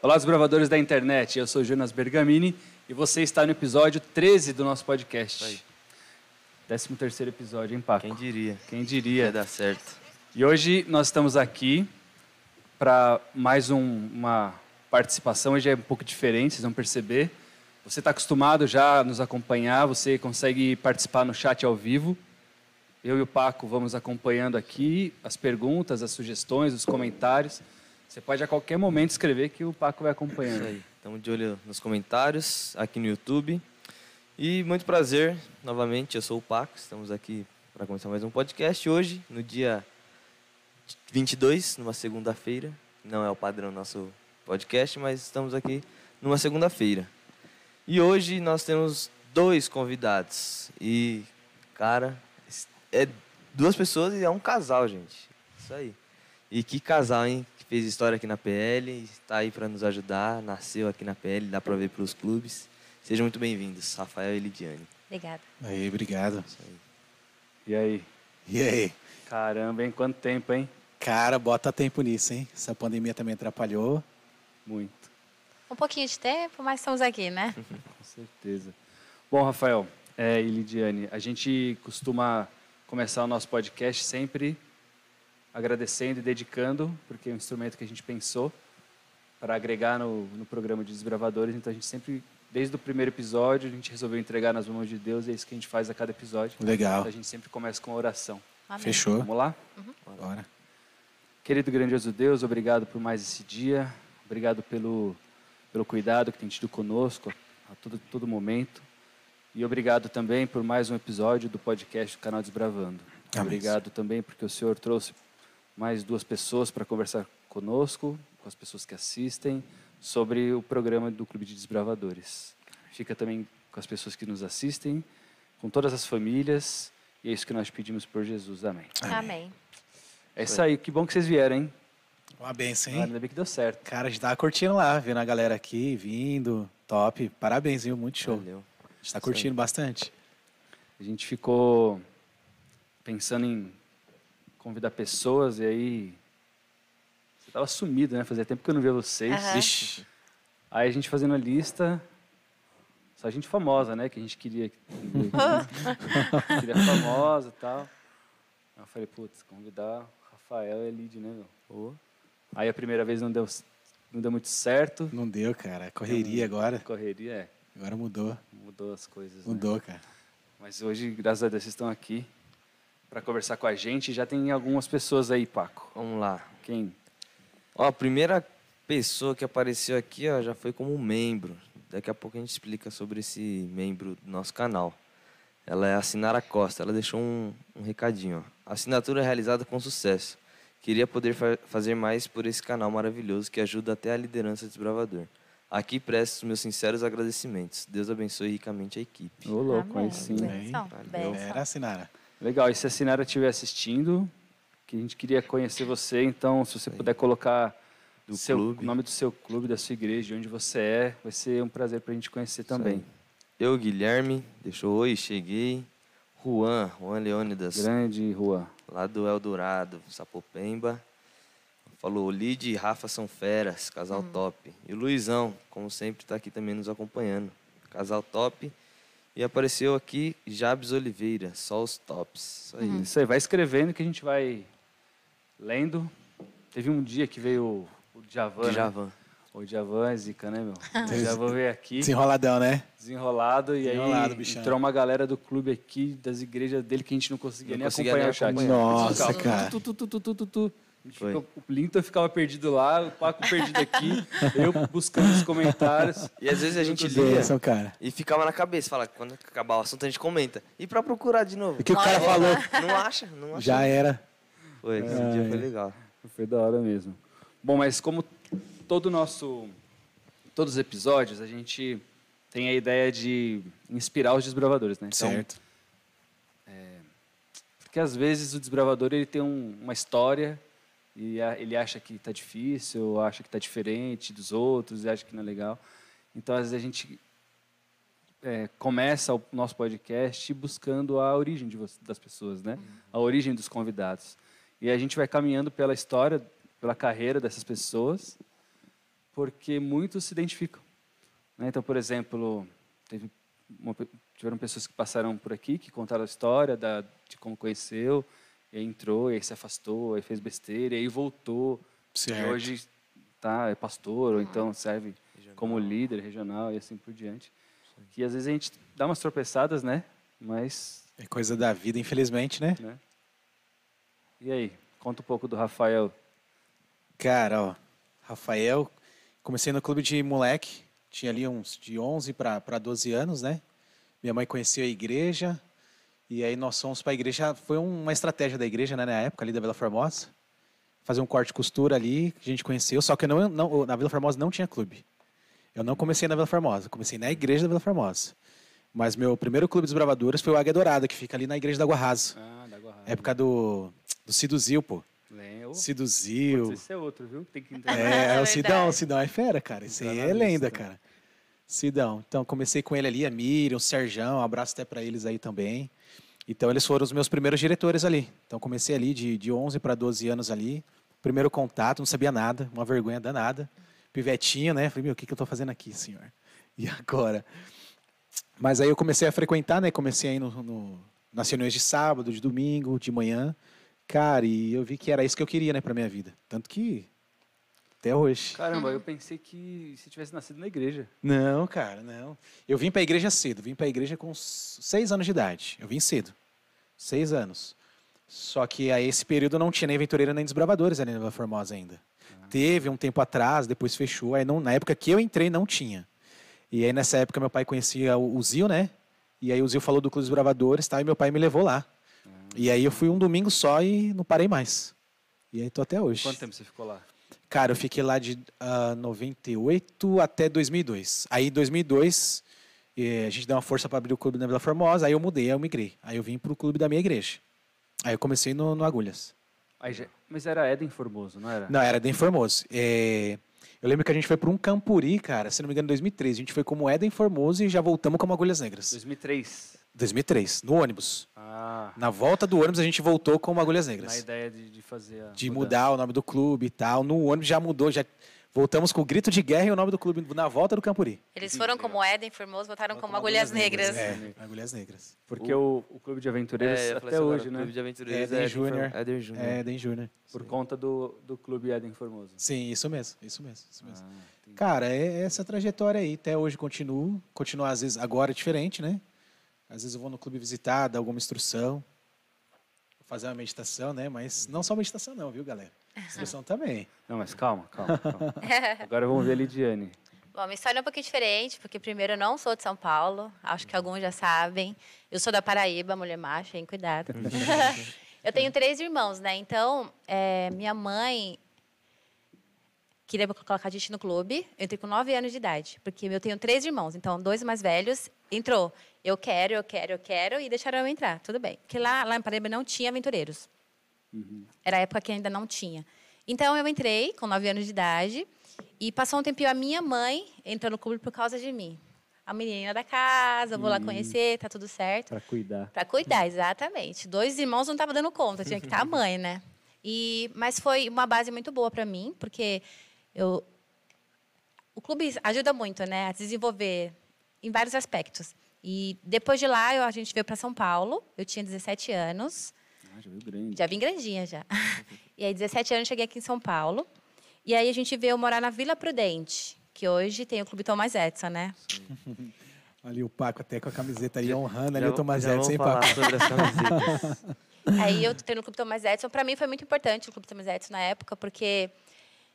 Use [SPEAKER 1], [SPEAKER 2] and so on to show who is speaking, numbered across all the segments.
[SPEAKER 1] Olá, os bravadores da internet. Eu sou Jonas Bergamini e você está no episódio 13 do nosso podcast.
[SPEAKER 2] Aí.
[SPEAKER 1] 13 terceiro episódio, hein, Paco?
[SPEAKER 2] Quem diria?
[SPEAKER 1] Quem
[SPEAKER 2] Ia
[SPEAKER 1] diria?
[SPEAKER 2] dar certo.
[SPEAKER 1] E hoje nós estamos aqui para mais um- uma participação. Hoje é um pouco diferente, vocês vão perceber. Você está acostumado já a nos acompanhar, você consegue participar no chat ao vivo. Eu e o Paco vamos acompanhando aqui as perguntas, as sugestões, os comentários. Você pode a qualquer momento escrever que o Paco vai
[SPEAKER 2] Isso
[SPEAKER 1] acompanhando.
[SPEAKER 2] aí. Estamos de olho nos comentários, aqui no YouTube. E muito prazer, novamente, eu sou o Paco. Estamos aqui para começar mais um podcast hoje, no dia 22, numa segunda-feira. Não é o padrão nosso podcast, mas estamos aqui numa segunda-feira. E hoje nós temos dois convidados. E, cara, é duas pessoas e é um casal, gente. Isso aí. E que casal, hein? Que fez história aqui na PL, está aí para nos ajudar, nasceu aqui na PL, dá para ver pelos clubes. Sejam muito bem-vindos, Rafael e Lidiane.
[SPEAKER 3] Obrigada.
[SPEAKER 4] Aí, obrigado.
[SPEAKER 1] E aí?
[SPEAKER 4] E aí?
[SPEAKER 1] Caramba, hein? Quanto tempo, hein?
[SPEAKER 4] Cara, bota tempo nisso, hein? Essa pandemia também atrapalhou.
[SPEAKER 1] Muito.
[SPEAKER 3] Um pouquinho de tempo, mas estamos aqui, né?
[SPEAKER 1] Com certeza. Bom, Rafael é, e Lidiane, a gente costuma começar o nosso podcast sempre agradecendo e dedicando, porque é um instrumento que a gente pensou para agregar no, no programa de desbravadores. Então a gente sempre, desde o primeiro episódio, a gente resolveu entregar nas mãos de Deus e é isso que a gente faz a cada episódio.
[SPEAKER 4] Legal.
[SPEAKER 1] Então a gente sempre começa com a oração.
[SPEAKER 3] Amém.
[SPEAKER 4] Fechou.
[SPEAKER 1] Vamos lá?
[SPEAKER 4] Bora.
[SPEAKER 1] Querido grandioso Deus, obrigado por mais esse dia, obrigado pelo, pelo cuidado que tem tido conosco a todo, todo momento e obrigado também por mais um episódio do podcast do Canal Desbravando.
[SPEAKER 4] Amém.
[SPEAKER 1] Obrigado também porque o Senhor trouxe mais duas pessoas para conversar conosco, com as pessoas que assistem, sobre o programa do Clube de Desbravadores. Fica também com as pessoas que nos assistem, com todas as famílias e é isso que nós pedimos por Jesus. Amém.
[SPEAKER 3] Amém.
[SPEAKER 1] É isso aí, que bom que vocês vieram, hein?
[SPEAKER 4] Uma benção,
[SPEAKER 1] Ah,
[SPEAKER 4] hein?
[SPEAKER 1] Ainda bem que deu certo.
[SPEAKER 4] Cara, a gente tava curtindo lá, vendo a galera aqui, vindo. Top. Parabéns, viu? Muito show.
[SPEAKER 2] Valeu.
[SPEAKER 4] A gente tá curtindo bastante.
[SPEAKER 1] A gente ficou pensando em convidar pessoas e aí. Você tava sumido, né? Fazia tempo que eu não via vocês.
[SPEAKER 3] Aham.
[SPEAKER 4] Vixe.
[SPEAKER 1] Aí a gente fazendo a lista. Só gente famosa, né? Que a gente queria. queria famosa e tal. Aí eu falei, putz, convidar o Rafael e a Lid, né, meu?
[SPEAKER 2] Ô,
[SPEAKER 1] Aí a primeira vez não deu, não deu muito certo.
[SPEAKER 4] Não deu, cara. Correria agora.
[SPEAKER 1] Correria, é.
[SPEAKER 4] Agora mudou.
[SPEAKER 1] Mudou as coisas. né?
[SPEAKER 4] Mudou, cara.
[SPEAKER 1] Mas hoje, graças a Deus, vocês estão aqui para conversar com a gente. Já tem algumas pessoas aí, Paco.
[SPEAKER 2] Vamos lá.
[SPEAKER 1] Quem?
[SPEAKER 2] Ó, a primeira pessoa que apareceu aqui ó, já foi como membro. Daqui a pouco a gente explica sobre esse membro do nosso canal. Ela é a Sinara Costa. Ela deixou um, um recadinho. Ó. Assinatura realizada com sucesso. Queria poder fa- fazer mais por esse canal maravilhoso que ajuda até a liderança do Desbravador. Aqui presto os meus sinceros agradecimentos. Deus abençoe ricamente a equipe.
[SPEAKER 1] Ô, louco, aí
[SPEAKER 3] Amém.
[SPEAKER 1] sim.
[SPEAKER 4] Bem.
[SPEAKER 3] Benção,
[SPEAKER 2] Valeu.
[SPEAKER 3] benção.
[SPEAKER 4] Era, assim, Sinara.
[SPEAKER 1] Legal, e se a Sinara estiver assistindo, que a gente queria conhecer você, então, se você puder colocar
[SPEAKER 2] Do
[SPEAKER 1] seu-
[SPEAKER 2] clube.
[SPEAKER 1] o nome do seu clube, da sua igreja, de onde você é, vai ser um prazer para a gente conhecer também.
[SPEAKER 2] Eu, Guilherme, deixou oi, cheguei. Juan, Juan Leônidas.
[SPEAKER 1] Grande rua.
[SPEAKER 2] lá do Eldorado, Sapopemba. Falou, Lid e Rafa são feras, casal top. E o Luizão, como sempre, está aqui também nos acompanhando. Casal top. E apareceu aqui Jabes Oliveira, só os tops. Isso aí.
[SPEAKER 1] Isso aí, vai escrevendo que a gente vai lendo. Teve um dia que veio o Djavan, né?
[SPEAKER 2] Djavan.
[SPEAKER 1] O Djavan é zica, né, meu? O Djavan veio aqui.
[SPEAKER 4] Desenroladão, né?
[SPEAKER 1] Desenrolado, e
[SPEAKER 4] Desenrolado,
[SPEAKER 1] aí
[SPEAKER 4] bichão.
[SPEAKER 1] entrou uma galera do clube aqui, das igrejas dele, que a gente não conseguia
[SPEAKER 2] Não
[SPEAKER 1] nem
[SPEAKER 2] conseguia
[SPEAKER 1] acompanhar
[SPEAKER 2] nem
[SPEAKER 1] o chat.
[SPEAKER 2] acompanhar.
[SPEAKER 4] Nossa,
[SPEAKER 1] Ficava
[SPEAKER 4] cara.
[SPEAKER 1] tu, tu, tu, tu, tu, tu, tu. A gente
[SPEAKER 2] Foi.
[SPEAKER 1] ficou- O Linton ficava perdido lá, o Paco perdido aqui, eu buscando os comentários.
[SPEAKER 2] E às vezes a gente lia
[SPEAKER 4] Benção, cara.
[SPEAKER 2] e ficava na cabeça. Fala, quando acabar o assunto, a gente comenta. E pra procurar de novo?
[SPEAKER 4] O que o cara falou?
[SPEAKER 2] Não acha? Não acha.
[SPEAKER 4] Já É. era.
[SPEAKER 2] Foi, esse dia foi legal.
[SPEAKER 1] Foi da hora mesmo. Bom, mas como todo o nosso. Todos os episódios, a gente tem a ideia de inspirar os desbravadores, né? Então,
[SPEAKER 4] Certo.
[SPEAKER 1] Porque às vezes o desbravador ele tem um- uma história e a- ele acha que está difícil, acha que está diferente dos outros, e acha que não é legal. Então às vezes a gente é, começa o nosso podcast buscando a origem de vo- das pessoas, né? A origem dos convidados. E a gente vai caminhando pela história, pela carreira dessas pessoas, porque muitos se identificam. né? Então, por exemplo, teve uma pe- tiveram pessoas que passaram por aqui que contaram a história da, de como conheceu, e aí entrou, e aí se afastou, aí fez besteira, e aí voltou. E
[SPEAKER 4] Certo.
[SPEAKER 1] hoje tá, é pastor, ou então serve como líder regional e assim por diante. Que às vezes a gente dá umas tropeçadas, né? Mas
[SPEAKER 4] É coisa da vida, infelizmente, né?
[SPEAKER 1] E aí, conta um pouco do Rafael.
[SPEAKER 4] Cara, ó, Rafael, comecei no clube de moleque, tinha ali uns de 11 para 12 anos, né? Minha mãe conhecia a igreja, e aí nós fomos para a igreja, foi um, uma estratégia da igreja, né, na época ali da Vila Formosa, fazer um corte e costura ali, que a gente conheceu, só que eu não, não, na Vila Formosa não tinha clube. Eu não comecei na Vila Formosa, comecei na igreja da Vila Formosa. Mas meu primeiro clube dos bravadores foi o Águia Dourada, que fica ali na igreja da Guarraso.
[SPEAKER 1] Ah, da Guarrada.
[SPEAKER 4] Época do, do Ciduzil, pô.
[SPEAKER 1] Lembro.
[SPEAKER 4] Ciduzil.
[SPEAKER 1] Esse é outro, viu? Tem que entrar.
[SPEAKER 4] É,
[SPEAKER 3] É
[SPEAKER 4] o Sidão, o
[SPEAKER 3] verdade.
[SPEAKER 4] Sidão é fera, cara. Esse aí é
[SPEAKER 1] Jornalista.
[SPEAKER 4] lenda, cara. Sidão. Então, comecei com ele ali, a Miriam, o Serjão, um abraço até pra eles aí também. Então, eles foram os meus primeiros diretores ali. Então, comecei ali de, de 11 para 12 anos ali. Primeiro contato, não sabia nada, uma vergonha danada. Pivetinho, né? Falei, meu, o que, que eu tô fazendo aqui, senhor? E agora? Mas aí eu comecei a frequentar, né? Comecei aí no, no, nas reuniões de sábado, de domingo, de manhã. Cara, e eu vi que era isso que eu queria, né, pra minha vida. Tanto que. Até hoje.
[SPEAKER 1] Caramba, eu pensei que se tivesse nascido na igreja.
[SPEAKER 4] Não, cara, não. Eu vim pra igreja cedo. Vim pra igreja com s- seis anos de idade. Eu vim cedo. Seis anos. Só que aí esse período não tinha nem aventureira nem desbravadores ali na Vila Formosa ainda. Teve um tempo atrás, depois fechou. Aí não- na época que eu entrei, não tinha. E aí nessa época meu pai conhecia o, o Zio, né? E aí o Zio falou do Clube dos Bravadores tá? e meu pai me levou lá. E aí eu fui um domingo só e não parei mais. E aí tô até hoje.
[SPEAKER 1] Quanto tempo você ficou lá?
[SPEAKER 4] Cara, eu fiquei lá de ah, 98 até 2002. Aí, em 2002, eh, a gente deu uma força para abrir o clube na Vila Formosa. Aí eu mudei, aí eu migrei. Aí eu vim pro clube da minha igreja. Aí eu comecei no, no Agulhas.
[SPEAKER 1] Aí já- Mas era Eden Formoso, não era?
[SPEAKER 4] Não, era Eden Formoso. Eh, eu lembro que a gente foi para um Campuri, cara, se não me engano, em 2003. A gente foi como Eden Formoso e já voltamos como Agulhas Negras.
[SPEAKER 1] 2003.
[SPEAKER 4] 2003, no ônibus.
[SPEAKER 1] Ah,
[SPEAKER 4] Na volta do ônibus, a gente voltou como Agulhas Negras.
[SPEAKER 1] na ideia de, de fazer a
[SPEAKER 4] de
[SPEAKER 1] mudança.
[SPEAKER 4] mudar o nome do clube e tal. No ônibus já mudou, já voltamos com o grito de guerra e o nome do clube na volta do Campuri.
[SPEAKER 3] Eles foram como Éden Formoso, voltaram como Agulhas Negras.
[SPEAKER 1] né?
[SPEAKER 4] É, Agulhas Negras.
[SPEAKER 1] Porque o, o Clube de Aventureiros
[SPEAKER 2] É, eu ia falar
[SPEAKER 1] até
[SPEAKER 2] isso agora,
[SPEAKER 1] hoje, né?
[SPEAKER 2] Clube de Aventureiros
[SPEAKER 4] Éder
[SPEAKER 2] é
[SPEAKER 4] Júnior.
[SPEAKER 2] Éder Júnior.
[SPEAKER 4] É, Den Júnior.
[SPEAKER 1] Por conta do, do Clube Eden Formoso.
[SPEAKER 4] Sim, isso mesmo, isso mesmo, isso mesmo.
[SPEAKER 1] Ah, entendi.
[SPEAKER 4] Cara, é essa trajetória aí. Até hoje continuo. Continuo, às vezes, agora é diferente, né? Às vezes eu vou no clube visitar, dar alguma instrução, fazer uma meditação, né? Mas não só meditação, não, viu, galera? Instrução também.
[SPEAKER 1] Não, mas calma, calma, calma. Agora vamos ver a Lidiane.
[SPEAKER 3] Bom, minha história é um pouquinho diferente, porque primeiro eu não sou de São Paulo, acho que alguns já sabem. Eu sou da Paraíba, mulher macho, hein? Cuidado. eu tenho três irmãos, né? Então, eh, minha mãe queria me colocar a gente no clube. Eu entrei com nove anos de idade, porque eu tenho três irmãos, então dois mais velhos. Entrou, eu quero, eu quero, eu quero, e deixaram eu entrar, tudo bem. Porque lá, lá em Paraíba não tinha aventureiros. Era a época que ainda não tinha. Então eu entrei com 9 anos de idade e passou um tempinho a minha mãe entrou no clube por causa de mim. A menina da casa, eu vou lá conhecer, tá tudo certo.
[SPEAKER 1] Pra cuidar.
[SPEAKER 3] Pra cuidar, exatamente. Dois irmãos não tava dando conta, tinha que estar a mãe, né? E mas foi uma base muito boa para mim, porque eu o clube ajuda muito, né, a desenvolver em vários aspectos. E depois de lá, eu- a gente veio para São Paulo. Eu tinha 17 anos.
[SPEAKER 1] Ah, já viu grande.
[SPEAKER 3] Já vim grandinha já. E aí, 17 anos, cheguei aqui em São Paulo. E aí, a gente veio morar na Vila Prudente, que hoje tem o Clube Tomás Edson, né?
[SPEAKER 4] Ali o Paco até com a camiseta ali, honrando ali
[SPEAKER 2] Já
[SPEAKER 4] o Tomás
[SPEAKER 2] já
[SPEAKER 4] Edson, hein,
[SPEAKER 2] vamos falar
[SPEAKER 4] Paco?
[SPEAKER 2] sobre as camisetas.
[SPEAKER 3] Aí, eu entrei no Clube Tomás Edson. Para mim, foi muito importante o Clube Tomás Edson na época, porque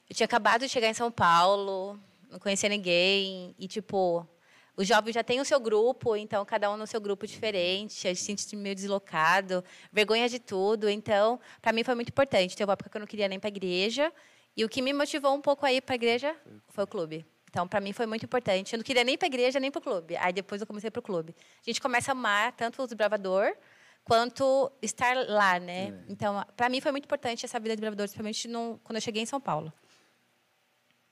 [SPEAKER 3] eu tinha acabado de chegar em São Paulo, não conhecia ninguém. E, tipo, os jovens já têm o seu grupo, então cada um no seu grupo diferente. A gente se sente meio deslocado, vergonha de tudo. Então, para mim, foi muito importante. Teve uma época que eu não queria nem para igreja. E o que me motivou um pouco aí para a igreja foi o clube. Então, para mim foi muito importante. Eu não queria nem para a igreja, nem para o clube. Aí depois eu comecei para o clube. A gente começa a amar tanto os bravador quanto estar lá, né? Então, para mim foi muito importante essa vida de bravador, principalmente no- quando eu cheguei em São Paulo,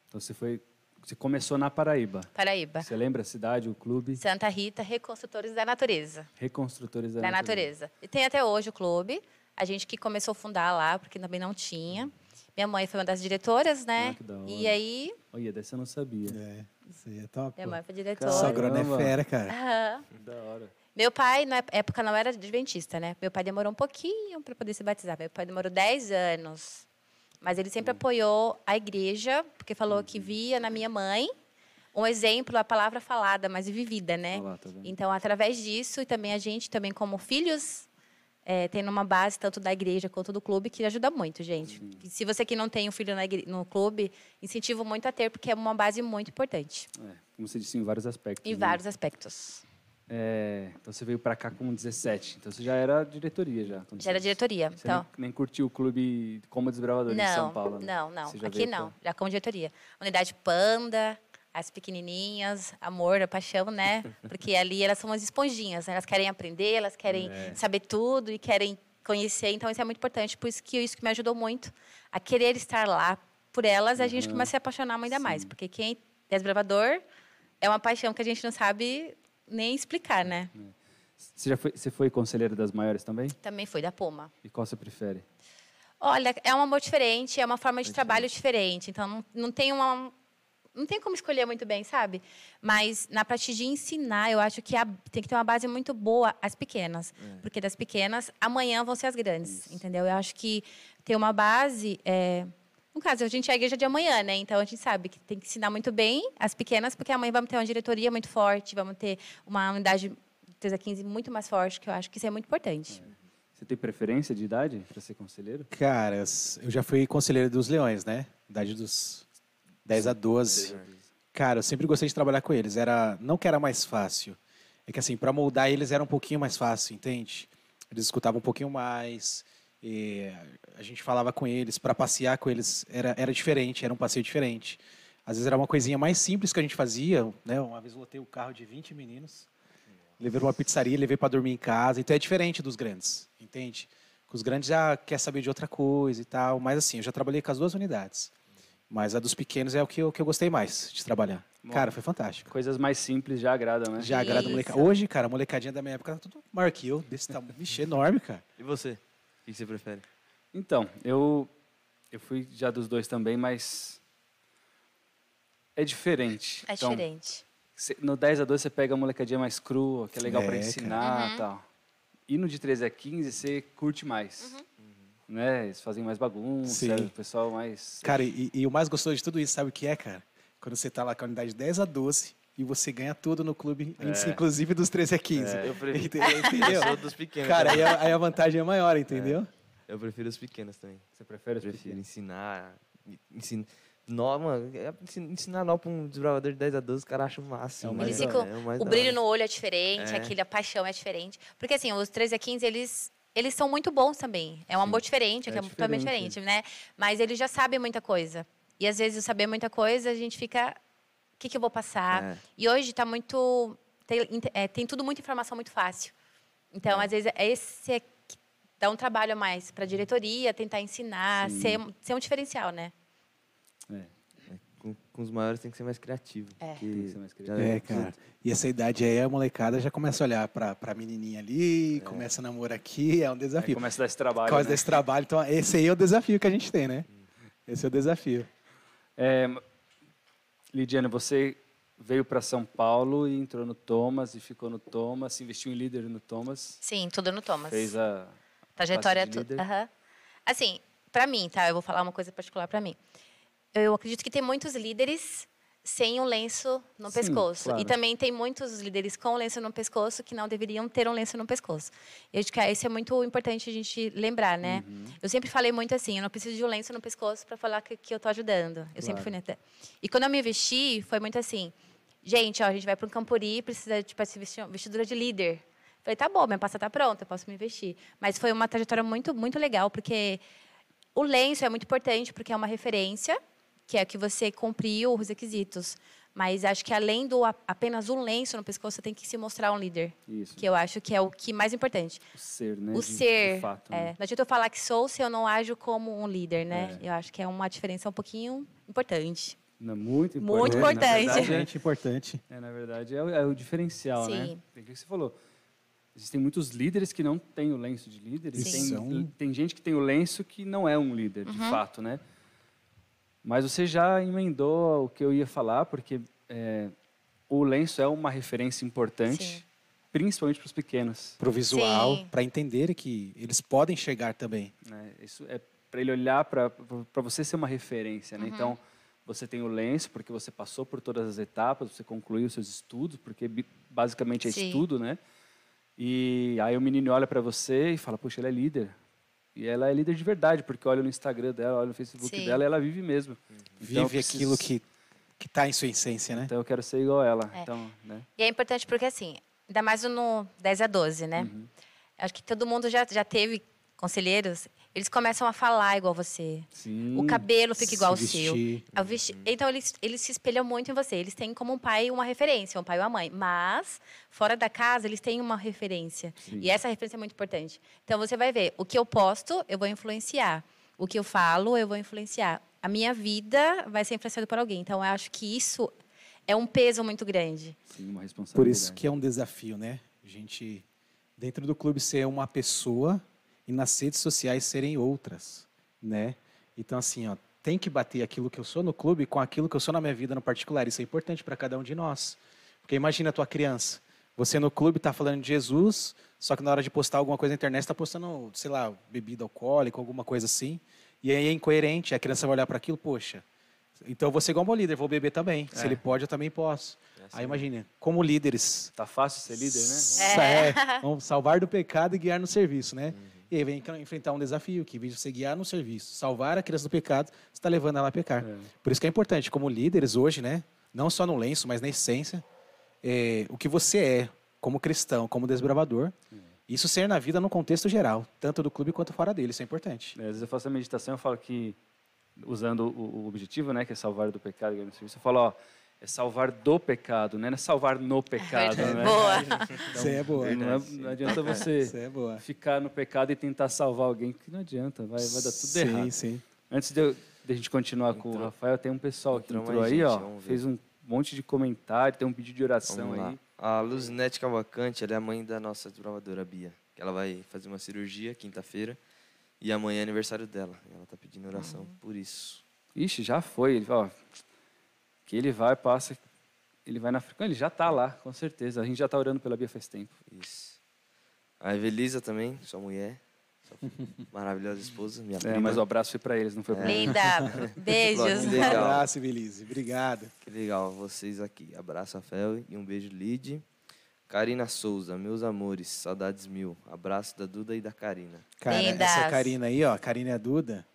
[SPEAKER 1] Então você foi. Você começou na Paraíba.
[SPEAKER 3] Paraíba.
[SPEAKER 1] Você lembra a cidade, o clube?
[SPEAKER 3] Santa Rita, Reconstrutores da Natureza.
[SPEAKER 1] Reconstrutores da,
[SPEAKER 3] da natureza. E tem até hoje o clube. A gente que começou a fundar lá, porque também não tinha. Minha mãe foi uma das diretoras, né?
[SPEAKER 1] Ah, que da hora.
[SPEAKER 3] e aí,
[SPEAKER 1] Olha, dessa eu não sabia.
[SPEAKER 4] É, isso aí é top.
[SPEAKER 3] minha
[SPEAKER 4] pô.
[SPEAKER 3] mãe foi
[SPEAKER 4] Essa
[SPEAKER 3] diretora.
[SPEAKER 1] Sagrado.
[SPEAKER 4] agrona é
[SPEAKER 1] Caramba.
[SPEAKER 4] fera, cara.
[SPEAKER 3] Aham.
[SPEAKER 1] Da hora.
[SPEAKER 3] Meu pai, na época, não era adventista, né? Meu pai demorou um pouquinho para poder se batizar. Meu pai demorou 10 anos. Mas ele
[SPEAKER 1] Uhum.
[SPEAKER 3] sempre apoiou a igreja, porque falou que via na minha mãe um exemplo, a palavra falada, mas vivida, né?
[SPEAKER 1] Olha lá, tá vendo?
[SPEAKER 3] Então, através disso, e também a gente, também como filhos, é, tendo uma base tanto da igreja quanto do clube, que ajuda muito, gente. E se você que não tem um filho na igre- no clube, incentivo muito a ter, porque é uma base muito importante,
[SPEAKER 1] É, como você disse, em vários aspectos.
[SPEAKER 3] em
[SPEAKER 1] né?
[SPEAKER 3] vários aspectos.
[SPEAKER 1] É, então você veio pra cá com 17. Então você já era diretoria já. quando
[SPEAKER 3] Já era
[SPEAKER 1] você-
[SPEAKER 3] diretoria,
[SPEAKER 1] Você
[SPEAKER 3] então...
[SPEAKER 1] nem, nem curtiu o clube como desbravador em São Paulo, né?
[SPEAKER 3] Não, não.
[SPEAKER 1] Você já
[SPEAKER 3] Aqui
[SPEAKER 1] veio
[SPEAKER 3] não. Já como diretoria. Unidade Panda, as pequenininhas, amor, a paixão, né? Porque ali elas são umas esponjinhas, né? Elas querem aprender, elas querem
[SPEAKER 1] É.
[SPEAKER 3] saber tudo e querem conhecer. Então, isso é muito importante. Por isso que isso que me ajudou muito a querer estar lá por elas. A
[SPEAKER 1] Uhum.
[SPEAKER 3] gente começa a se apaixonar ainda mais. Porque quem é desbravador é uma paixão que a gente não sabe nem explicar, né?
[SPEAKER 1] Uhum. Você já foi, você foi conselheira das maiores também?
[SPEAKER 3] Também foi da Puma.
[SPEAKER 1] E qual você prefere?
[SPEAKER 3] Olha, é um amor diferente, é uma forma de trabalho diferente. Então, não, não tem uma. Não tem como escolher muito bem, sabe? Mas na parte de ensinar, eu acho que a- tem que ter uma base muito boa as pequenas. Porque das pequenas, amanhã vão ser as grandes, entendeu? Eu acho que ter uma base. é, no caso, a gente é a igreja de amanhã, né? Então a gente sabe que tem que ensinar muito bem as pequenas, porque amanhã vamos ter uma diretoria muito forte, vamos ter uma unidade de 13 a 15 muito mais forte, que eu acho que isso é muito importante.
[SPEAKER 1] Você tem preferência de idade para ser conselheiro?
[SPEAKER 4] Cara, eu já fui conselheiro dos leões, né? Idade dos 10 a 12. Cara, eu sempre gostei de trabalhar com eles. Era não que era mais fácil, é que assim para moldar eles era um pouquinho mais fácil, entende? Eles escutavam um pouquinho mais, e a gente falava com eles para passear com eles era, era diferente, era um passeio diferente. Às vezes era uma coisinha mais simples que a gente fazia, né? Uma vez lotei o carro de 20 meninos, levei pra uma pizzaria, levei para dormir em casa. Então é diferente dos grandes, entende? Que os grandes já quer saber de outra coisa e tal. Mas assim, eu já trabalhei com as duas unidades. Mas a dos pequenos é o que eu, que eu gostei mais de trabalhar. Cara, foi fantástico.
[SPEAKER 1] Coisas mais simples já agradam, né?
[SPEAKER 4] Já agrada a
[SPEAKER 3] Isso.
[SPEAKER 4] molecada. Hoje, cara, a molecadinha da minha época tá tudo maior que eu, desse tamanho. Vixe, enorme, cara.
[SPEAKER 2] E você? O que você prefere?
[SPEAKER 1] Então, eu eu fui já dos dois também, mas é diferente.
[SPEAKER 3] É
[SPEAKER 1] Então,
[SPEAKER 3] diferente.
[SPEAKER 1] cê- no 10 a 12 você pega a molecadinha mais crua, que é legal
[SPEAKER 4] É,
[SPEAKER 1] pra
[SPEAKER 4] cara.
[SPEAKER 3] Uhum.
[SPEAKER 1] ensinar e tal. E no de 13 a 15 você curte mais.
[SPEAKER 3] Uhum.
[SPEAKER 1] Né? Eles fazem mais bagunça,
[SPEAKER 4] Sim.
[SPEAKER 1] o pessoal mais
[SPEAKER 4] Cara, e, e o mais gostoso de tudo isso, sabe o que é, cara? Quando você tá lá com a unidade 10 a 12 e você ganha tudo no clube,
[SPEAKER 1] É.
[SPEAKER 4] inclusive dos 13 a 15.
[SPEAKER 2] Eu prefiro. Eu
[SPEAKER 4] Entendeu?
[SPEAKER 2] sou dos
[SPEAKER 1] É.
[SPEAKER 2] pequenos.
[SPEAKER 4] Cara,
[SPEAKER 2] também.
[SPEAKER 4] aí a, aí a vantagem é maior, entendeu?
[SPEAKER 2] eu prefiro os pequenos também.
[SPEAKER 1] Você prefere
[SPEAKER 2] Eu
[SPEAKER 1] os
[SPEAKER 2] prefiro
[SPEAKER 1] pequenos?
[SPEAKER 2] ensinar. Ensinar. Nó, mano, é ensin- ensinar nó pra um desbravador de 10 a 12, o cara acha o máximo.
[SPEAKER 4] É o
[SPEAKER 2] né?
[SPEAKER 3] Eles
[SPEAKER 4] mais da
[SPEAKER 3] ficam,
[SPEAKER 2] É mais
[SPEAKER 3] o
[SPEAKER 2] da
[SPEAKER 3] brilho
[SPEAKER 2] hora.
[SPEAKER 3] no olho é diferente,
[SPEAKER 2] É.
[SPEAKER 3] aquele a paixão é diferente. Porque assim, os 13 a 15, eles eles são muito bons também. É um amor diferente,
[SPEAKER 1] é
[SPEAKER 3] é, que é totalmente
[SPEAKER 1] diferente.
[SPEAKER 3] diferente, né? Mas eles já sabem muita coisa. E às vezes o saber muita coisa, a gente fica o que, que eu vou passar?
[SPEAKER 2] É.
[SPEAKER 3] E hoje tá muito tem, inte- é, tem tudo muita informação muito fácil. Então, às vezes é esse é que dá um trabalho a mais para diretoria, tentar ensinar, ser, ser um diferencial, né?
[SPEAKER 1] É.
[SPEAKER 2] é, Com, com os maiores tem que ser mais criativo.
[SPEAKER 3] É.
[SPEAKER 2] porque
[SPEAKER 1] Tem que ser mais criativo.
[SPEAKER 2] já-
[SPEAKER 4] É, cara. E essa idade aí, a molecada já começa a olhar pra, pra menininha ali, começa a namorar aqui, é
[SPEAKER 1] É.
[SPEAKER 4] um
[SPEAKER 1] Aí
[SPEAKER 4] desafio.
[SPEAKER 1] começa a dar esse
[SPEAKER 4] Por
[SPEAKER 1] trabalho.
[SPEAKER 4] causa
[SPEAKER 1] né? Uhum.
[SPEAKER 4] desse trabalho, então esse aí é o desafio que a gente tem, né? Esse é o desafio.
[SPEAKER 1] É, ma- Lidiane, você veio para São Paulo e entrou no Thomas e ficou no Thomas, se investiu em líder no Thomas,
[SPEAKER 3] Sim, tudo no Thomas.
[SPEAKER 1] fez a
[SPEAKER 3] Trajetória
[SPEAKER 1] Classe de
[SPEAKER 3] toda.
[SPEAKER 1] líder.
[SPEAKER 3] Aham. Assim, pra mim, tá? Eu vou falar uma coisa particular pra mim. Eu acredito que tem muitos líderes sem um lenço no
[SPEAKER 1] Sim,
[SPEAKER 3] pescoço.
[SPEAKER 1] claro.
[SPEAKER 3] E também tem muitos líderes com lenço no pescoço que não deveriam ter um lenço no pescoço. Eu acho que isso é muito importante a gente lembrar, né?
[SPEAKER 1] Uhum.
[SPEAKER 3] Eu sempre falei muito assim, eu não preciso de um lenço no pescoço para falar que, que eu tô ajudando. Eu sempre fui neta. E quando eu me vesti, foi muito assim, gente, ó, a gente vai para um campuri, precisa de tipo, vesti- vestidura de líder. Falei, tá bom, minha pasta tá pronta, eu posso me vestir. Mas foi uma trajetória muito, muito legal, porque o lenço é muito importante porque é uma referência, que é que você cumpriu os requisitos. Mas acho que além do a- apenas um lenço no pescoço, você tem que se mostrar um líder,
[SPEAKER 1] isso,
[SPEAKER 3] que eu acho que é o que mais importante.
[SPEAKER 1] o ser, né?
[SPEAKER 3] o
[SPEAKER 1] de- de
[SPEAKER 3] ser,
[SPEAKER 1] fato,
[SPEAKER 3] é,
[SPEAKER 1] né?
[SPEAKER 3] não adianta eu falar que sou se eu não ajo como um líder, né? Eu acho que é uma diferença um pouquinho importante.
[SPEAKER 1] Não, muito importante.
[SPEAKER 3] Muito
[SPEAKER 1] Na
[SPEAKER 3] importante.
[SPEAKER 1] verdade, né?
[SPEAKER 4] Gente, importante.
[SPEAKER 1] é, na verdade, é o, é o diferencial, né?
[SPEAKER 3] Sim.
[SPEAKER 1] É O que você falou? Existem muitos líderes que não têm o lenço de líder. e
[SPEAKER 4] Sim.
[SPEAKER 1] Tem,
[SPEAKER 4] São-
[SPEAKER 3] Uhum.
[SPEAKER 1] tem gente que tem o lenço que não é um líder, de fato, né? Mas você já emendou o que eu ia falar, porque é, o lenço é uma referência importante,
[SPEAKER 3] Sim.
[SPEAKER 1] principalmente para os pequenos.
[SPEAKER 4] Pro visual,
[SPEAKER 3] Sim.
[SPEAKER 4] para entender que eles podem chegar também.
[SPEAKER 1] né? Isso é para ele olhar para você ser uma referência,
[SPEAKER 3] Uhum.
[SPEAKER 1] né? Então você tem o lenço porque você passou por todas as etapas, você concluiu seus estudos, porque bi- basicamente é
[SPEAKER 3] Sim.
[SPEAKER 1] estudo, né? E aí o menino olha para você e fala: "Poxa, ela é líder". E ela é líder de verdade, porque olha no Instagram dela, olha no Facebook
[SPEAKER 3] Sim.
[SPEAKER 1] dela, e ela vive mesmo.
[SPEAKER 4] Uhum. Vive
[SPEAKER 1] Então, eu preciso-
[SPEAKER 4] aquilo que, que tá em sua essência, né?
[SPEAKER 1] Então eu quero ser igual a ela.
[SPEAKER 3] É.
[SPEAKER 1] Então, né?
[SPEAKER 3] E é importante porque, assim, ainda mais no 10 a 12, né? Acho que todo mundo já, já teve conselheiros. Eles começam a falar igual você.
[SPEAKER 1] Sim.
[SPEAKER 3] O cabelo fica igual ao
[SPEAKER 4] Se
[SPEAKER 3] seu.
[SPEAKER 4] vestir.
[SPEAKER 3] A vesti- Então, eles, eles se espelham muito em você. Eles têm como um pai uma referência, um pai ou uma mãe. Mas, fora da casa, eles têm uma referência. E essa referência é muito importante. Então, você vai ver, o que eu posto, eu vou influenciar. O que eu falo, eu vou influenciar. A minha vida vai ser influenciada por alguém. Então, eu acho que isso é um peso muito grande.
[SPEAKER 1] Sim, uma responsabilidade.
[SPEAKER 4] Por isso que é um desafio, né? A gente, dentro do clube, ser uma pessoa e nas redes sociais serem outras, né? Então, assim, ó, tem que bater aquilo que eu sou no clube com aquilo que eu sou na minha vida no particular. Isso é importante para cada um de nós. Porque imagina a tua criança. Você no clube está falando de Jesus, só que na hora de postar alguma coisa na internet, está postando, sei lá, bebida alcoólica, alguma coisa assim. E aí é incoerente. A criança vai olhar para aquilo, poxa. Então eu vou ser igual meu líder, vou beber também. Se
[SPEAKER 1] É.
[SPEAKER 4] ele pode, eu também posso.
[SPEAKER 2] É assim.
[SPEAKER 4] Aí imagina, como líderes.
[SPEAKER 1] tá fácil ser líder, né?
[SPEAKER 4] sa- é, vamos salvar do pecado e guiar no serviço, né?
[SPEAKER 1] Uhum.
[SPEAKER 4] E aí vem enc- enfrentar um desafio, que em vez de você guiar no serviço, salvar a criança do pecado, você está levando ela a pecar.
[SPEAKER 1] É.
[SPEAKER 4] Por isso que é importante, como líderes hoje, né? Não só no lenço, mas na essência, é, o que você é como cristão, como desbravador,
[SPEAKER 1] É.
[SPEAKER 4] isso ser na vida no contexto geral, tanto do clube quanto fora dele, isso é importante.
[SPEAKER 1] Né, Às vezes eu faço a meditação e eu falo que, usando o, o objetivo, né, que é salvar do pecado, ganhar no serviço, eu falo, ó, é salvar do pecado, né? Não é salvar no pecado, né?
[SPEAKER 3] Boa.
[SPEAKER 4] Isso é boa.
[SPEAKER 1] Não, é-
[SPEAKER 2] né?
[SPEAKER 1] não adianta você
[SPEAKER 4] Isso é boa.
[SPEAKER 1] ficar no pecado e tentar salvar alguém, que não adianta, vai, vai dar tudo
[SPEAKER 4] sim,
[SPEAKER 1] errado.
[SPEAKER 4] Sim,
[SPEAKER 1] Antes de, eu, de a gente continuar com o
[SPEAKER 2] Entrou-
[SPEAKER 1] Rafael, tem um pessoal que
[SPEAKER 2] entrou
[SPEAKER 1] entrou
[SPEAKER 2] mais
[SPEAKER 1] aí,
[SPEAKER 2] gente,
[SPEAKER 1] ó,
[SPEAKER 2] vamos ver.
[SPEAKER 1] fez um monte de comentário, tem um pedido de oração
[SPEAKER 2] Vamos lá.
[SPEAKER 1] aí.
[SPEAKER 2] A Luzinete Cavalcante, ela é a mãe da nossa desbravadora Bia. que Ela vai fazer uma cirurgia quinta-feira e amanhã é aniversário dela. E Ela tá pedindo oração
[SPEAKER 3] Uhum.
[SPEAKER 2] por isso.
[SPEAKER 1] Ixi, já foi, ele, ó, que ele vai, passa, ele vai na África, ele já tá lá, com certeza, a gente já tá orando pela Bia faz tempo.
[SPEAKER 2] Isso. A Evelisa também, sua mulher. Sua maravilhosa esposa, minha
[SPEAKER 1] É,
[SPEAKER 2] prima.
[SPEAKER 1] mas o abraço foi pra eles, não foi
[SPEAKER 3] É.
[SPEAKER 4] É.
[SPEAKER 1] pra mim.
[SPEAKER 3] Linda. Beijos.
[SPEAKER 4] Um
[SPEAKER 2] Legal.
[SPEAKER 4] abraço, Belize. Obrigado.
[SPEAKER 2] Que legal, vocês aqui. Abraço, Rafael, e um beijo, Lid. Karina Souza, meus amores, saudades mil. Abraço da Duda e da Karina.
[SPEAKER 4] Cara,
[SPEAKER 3] Lindas.
[SPEAKER 4] essa Karina aí, ó, a Karina e a Duda.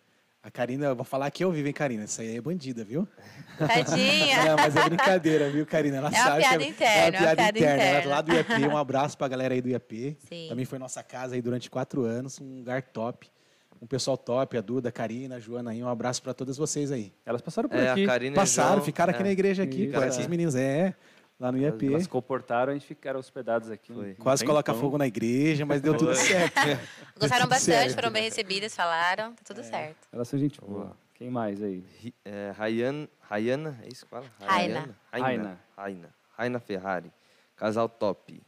[SPEAKER 4] A Karina, eu vou falar que eu vivo, hein, Karina? Essa aí é bandida, viu?
[SPEAKER 3] Tadinha.
[SPEAKER 4] Não, mas é brincadeira, viu, Karina? Ela
[SPEAKER 3] É uma
[SPEAKER 4] sabe que
[SPEAKER 3] piada interna,
[SPEAKER 4] É
[SPEAKER 3] é
[SPEAKER 4] uma piada, interna. Ela é
[SPEAKER 3] interna.
[SPEAKER 4] lá do IAP, um abraço pra galera aí do IAP.
[SPEAKER 3] Sim.
[SPEAKER 4] Também foi nossa casa aí durante quatro anos, um lugar top. Um pessoal top, a Duda, a Karina, a Joana aí. Um abraço pra todas vocês aí.
[SPEAKER 1] Elas passaram por
[SPEAKER 2] É,
[SPEAKER 1] aqui.
[SPEAKER 2] a Karina e o
[SPEAKER 4] Passaram,
[SPEAKER 2] João,
[SPEAKER 4] ficaram aqui
[SPEAKER 2] é,
[SPEAKER 4] na igreja aqui,
[SPEAKER 1] Isso,
[SPEAKER 4] cara.
[SPEAKER 1] é.
[SPEAKER 4] Esses meninos, é, lá no IAP.
[SPEAKER 1] Elas comportaram e ficaram hospedados aqui.
[SPEAKER 2] Foi.
[SPEAKER 4] Quase coloca fogo na igreja, mas deu tudo
[SPEAKER 2] Foi.
[SPEAKER 4] certo.
[SPEAKER 3] Gostaram
[SPEAKER 4] Tudo certo. né? É.
[SPEAKER 3] bastante, foram bem recebidas, falaram. Tá tudo certo.
[SPEAKER 1] Elas são gente
[SPEAKER 2] Vamos
[SPEAKER 1] boa.
[SPEAKER 2] lá.
[SPEAKER 1] Quem mais aí?
[SPEAKER 2] Ri- É, Rayan- Rayana, é isso que fala?
[SPEAKER 3] Raina.
[SPEAKER 2] Raina.
[SPEAKER 1] Raina.
[SPEAKER 2] Raina. Raina Ferrari. Casal top.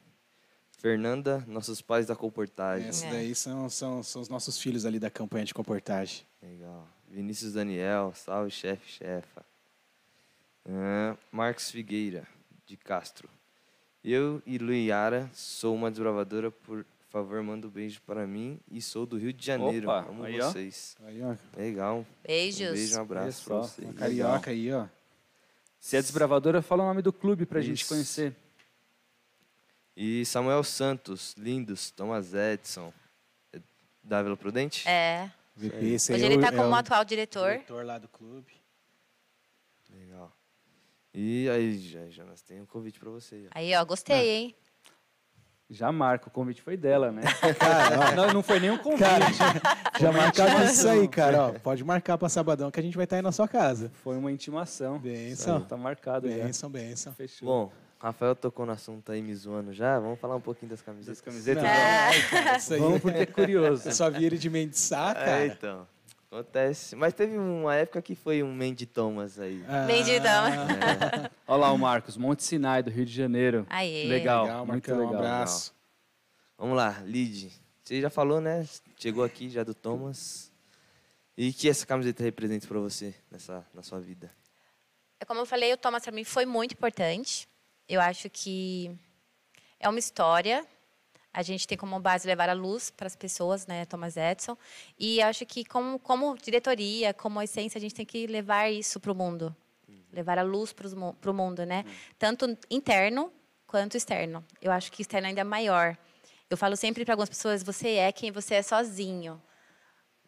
[SPEAKER 2] Fernanda, nossos pais da comportagem.
[SPEAKER 3] É.
[SPEAKER 4] Esses daí são, são, são os nossos filhos ali da campanha de comportagem.
[SPEAKER 2] Legal. Vinícius Daniel, salve chefe, chefa. Ah, Marcos Figueira, de Castro. Eu e Luiara sou uma desbravadora, por favor, manda um beijo para mim e sou do Rio de Janeiro.
[SPEAKER 1] Opa,
[SPEAKER 2] Amo
[SPEAKER 1] aí, ó.
[SPEAKER 2] vocês.
[SPEAKER 4] Aí, ó,
[SPEAKER 2] Legal. Um
[SPEAKER 3] Beijos.
[SPEAKER 2] beijo, um
[SPEAKER 1] Olha
[SPEAKER 2] abraço para
[SPEAKER 1] só,
[SPEAKER 2] vocês.
[SPEAKER 4] uma carioca aí, ó.
[SPEAKER 1] Se é desbravadora, fala o nome do clube pra gente
[SPEAKER 2] Isso.
[SPEAKER 1] conhecer.
[SPEAKER 2] E Samuel Santos, lindos, Thomas Edson, é da Vila Prudente?
[SPEAKER 3] É.
[SPEAKER 4] VP, esse aí
[SPEAKER 3] Hoje
[SPEAKER 4] é
[SPEAKER 3] ele
[SPEAKER 4] o-
[SPEAKER 3] tá
[SPEAKER 4] é
[SPEAKER 3] como
[SPEAKER 4] o
[SPEAKER 3] atual diretor.
[SPEAKER 4] diretor lá do clube.
[SPEAKER 2] Legal. E aí, já, já nós tem um convite para você. ó.
[SPEAKER 3] Aí, ó, gostei, hein?
[SPEAKER 1] Já marca, o convite foi dela, né?
[SPEAKER 4] Cara,
[SPEAKER 1] não, não foi nem um convite.
[SPEAKER 4] ó, já marcava isso aí, cara. Ó, pode marcar pra sabadão que a gente vai estar aí na sua casa.
[SPEAKER 1] Foi uma intimação.
[SPEAKER 4] Benção.
[SPEAKER 1] Tá marcado já.
[SPEAKER 4] Benção, benção.
[SPEAKER 1] Fechou.
[SPEAKER 2] Bom, Rafael tocou no assunto aí me zoando já. Vamos falar um pouquinho das camisetas.
[SPEAKER 1] Essas camisetas.
[SPEAKER 4] Não,
[SPEAKER 1] vamos-
[SPEAKER 4] ai, cara, isso aí.
[SPEAKER 1] Vamos porque é curioso.
[SPEAKER 4] Eu só vi ele de mendiçar,
[SPEAKER 2] É,
[SPEAKER 4] cara.
[SPEAKER 2] então. Acontece. Mas teve uma época que foi um Mandy Thomas aí.
[SPEAKER 4] Ah,
[SPEAKER 3] Mendidão.
[SPEAKER 1] Olha lá o Marcos, Monte Sinai, do Rio de Janeiro.
[SPEAKER 3] Aê.
[SPEAKER 1] Legal,
[SPEAKER 4] Legal,
[SPEAKER 1] muito
[SPEAKER 4] Marcão, um
[SPEAKER 1] legal.
[SPEAKER 4] abraço.
[SPEAKER 2] Vamos lá, Lid. Você já falou, né? Chegou aqui já do Thomas. E que essa camiseta representa para você nessa, na sua vida?
[SPEAKER 3] É Como eu falei, o Thomas para mim foi muito importante. Eu acho que é uma história. A gente tem como base levar a luz para as pessoas, né, Thomas Edison. E acho que como, como diretoria, como essência, a gente tem que levar isso para o mundo. Levar a luz para o mundo, né? Tanto interno quanto externo. Eu acho que externo ainda é maior. Eu falo sempre para algumas pessoas, você é quem você é sozinho.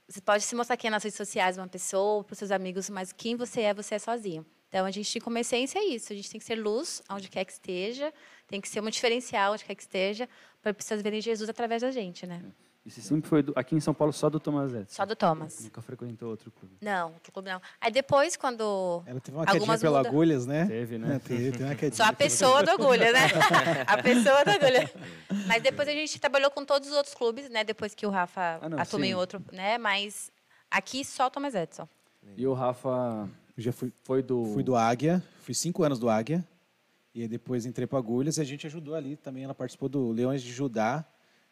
[SPEAKER 3] Você pode se mostrar aqui nas redes sociais uma pessoa, para os seus amigos, mas quem você é, você é sozinho. Então, a gente, como essência, é isso. A gente tem que ser luz onde quer que esteja, tem que ser um diferencial onde quer que esteja, para as pessoas verem Jesus através da gente, né?
[SPEAKER 1] Isso sempre foi do- aqui em São Paulo só do Thomas Edson.
[SPEAKER 3] Só do Thomas.
[SPEAKER 1] Nunca frequentou outro clube.
[SPEAKER 3] Não, do clube não. Aí depois, quando.
[SPEAKER 4] Ela teve uma quedinha
[SPEAKER 3] Algumas
[SPEAKER 4] pela
[SPEAKER 3] muda.
[SPEAKER 4] agulhas, né?
[SPEAKER 1] Teve, né?
[SPEAKER 4] É, teve, teve uma quedinha.
[SPEAKER 3] Só a pessoa do agulha, né? A pessoa do agulha. Mas depois a gente trabalhou com todos os outros clubes, né? Depois que o Rafa
[SPEAKER 1] Ah, não,
[SPEAKER 3] assumiu
[SPEAKER 1] sim.
[SPEAKER 3] outro, né? Mas aqui só o Thomas Edson.
[SPEAKER 1] E o Rafa
[SPEAKER 4] Eu já fui,
[SPEAKER 1] foi do.
[SPEAKER 4] fui do Águia, fui cinco anos do Águia. E aí depois entrei para Agulhas e a gente ajudou ali também. Ela participou do Leões de Judá,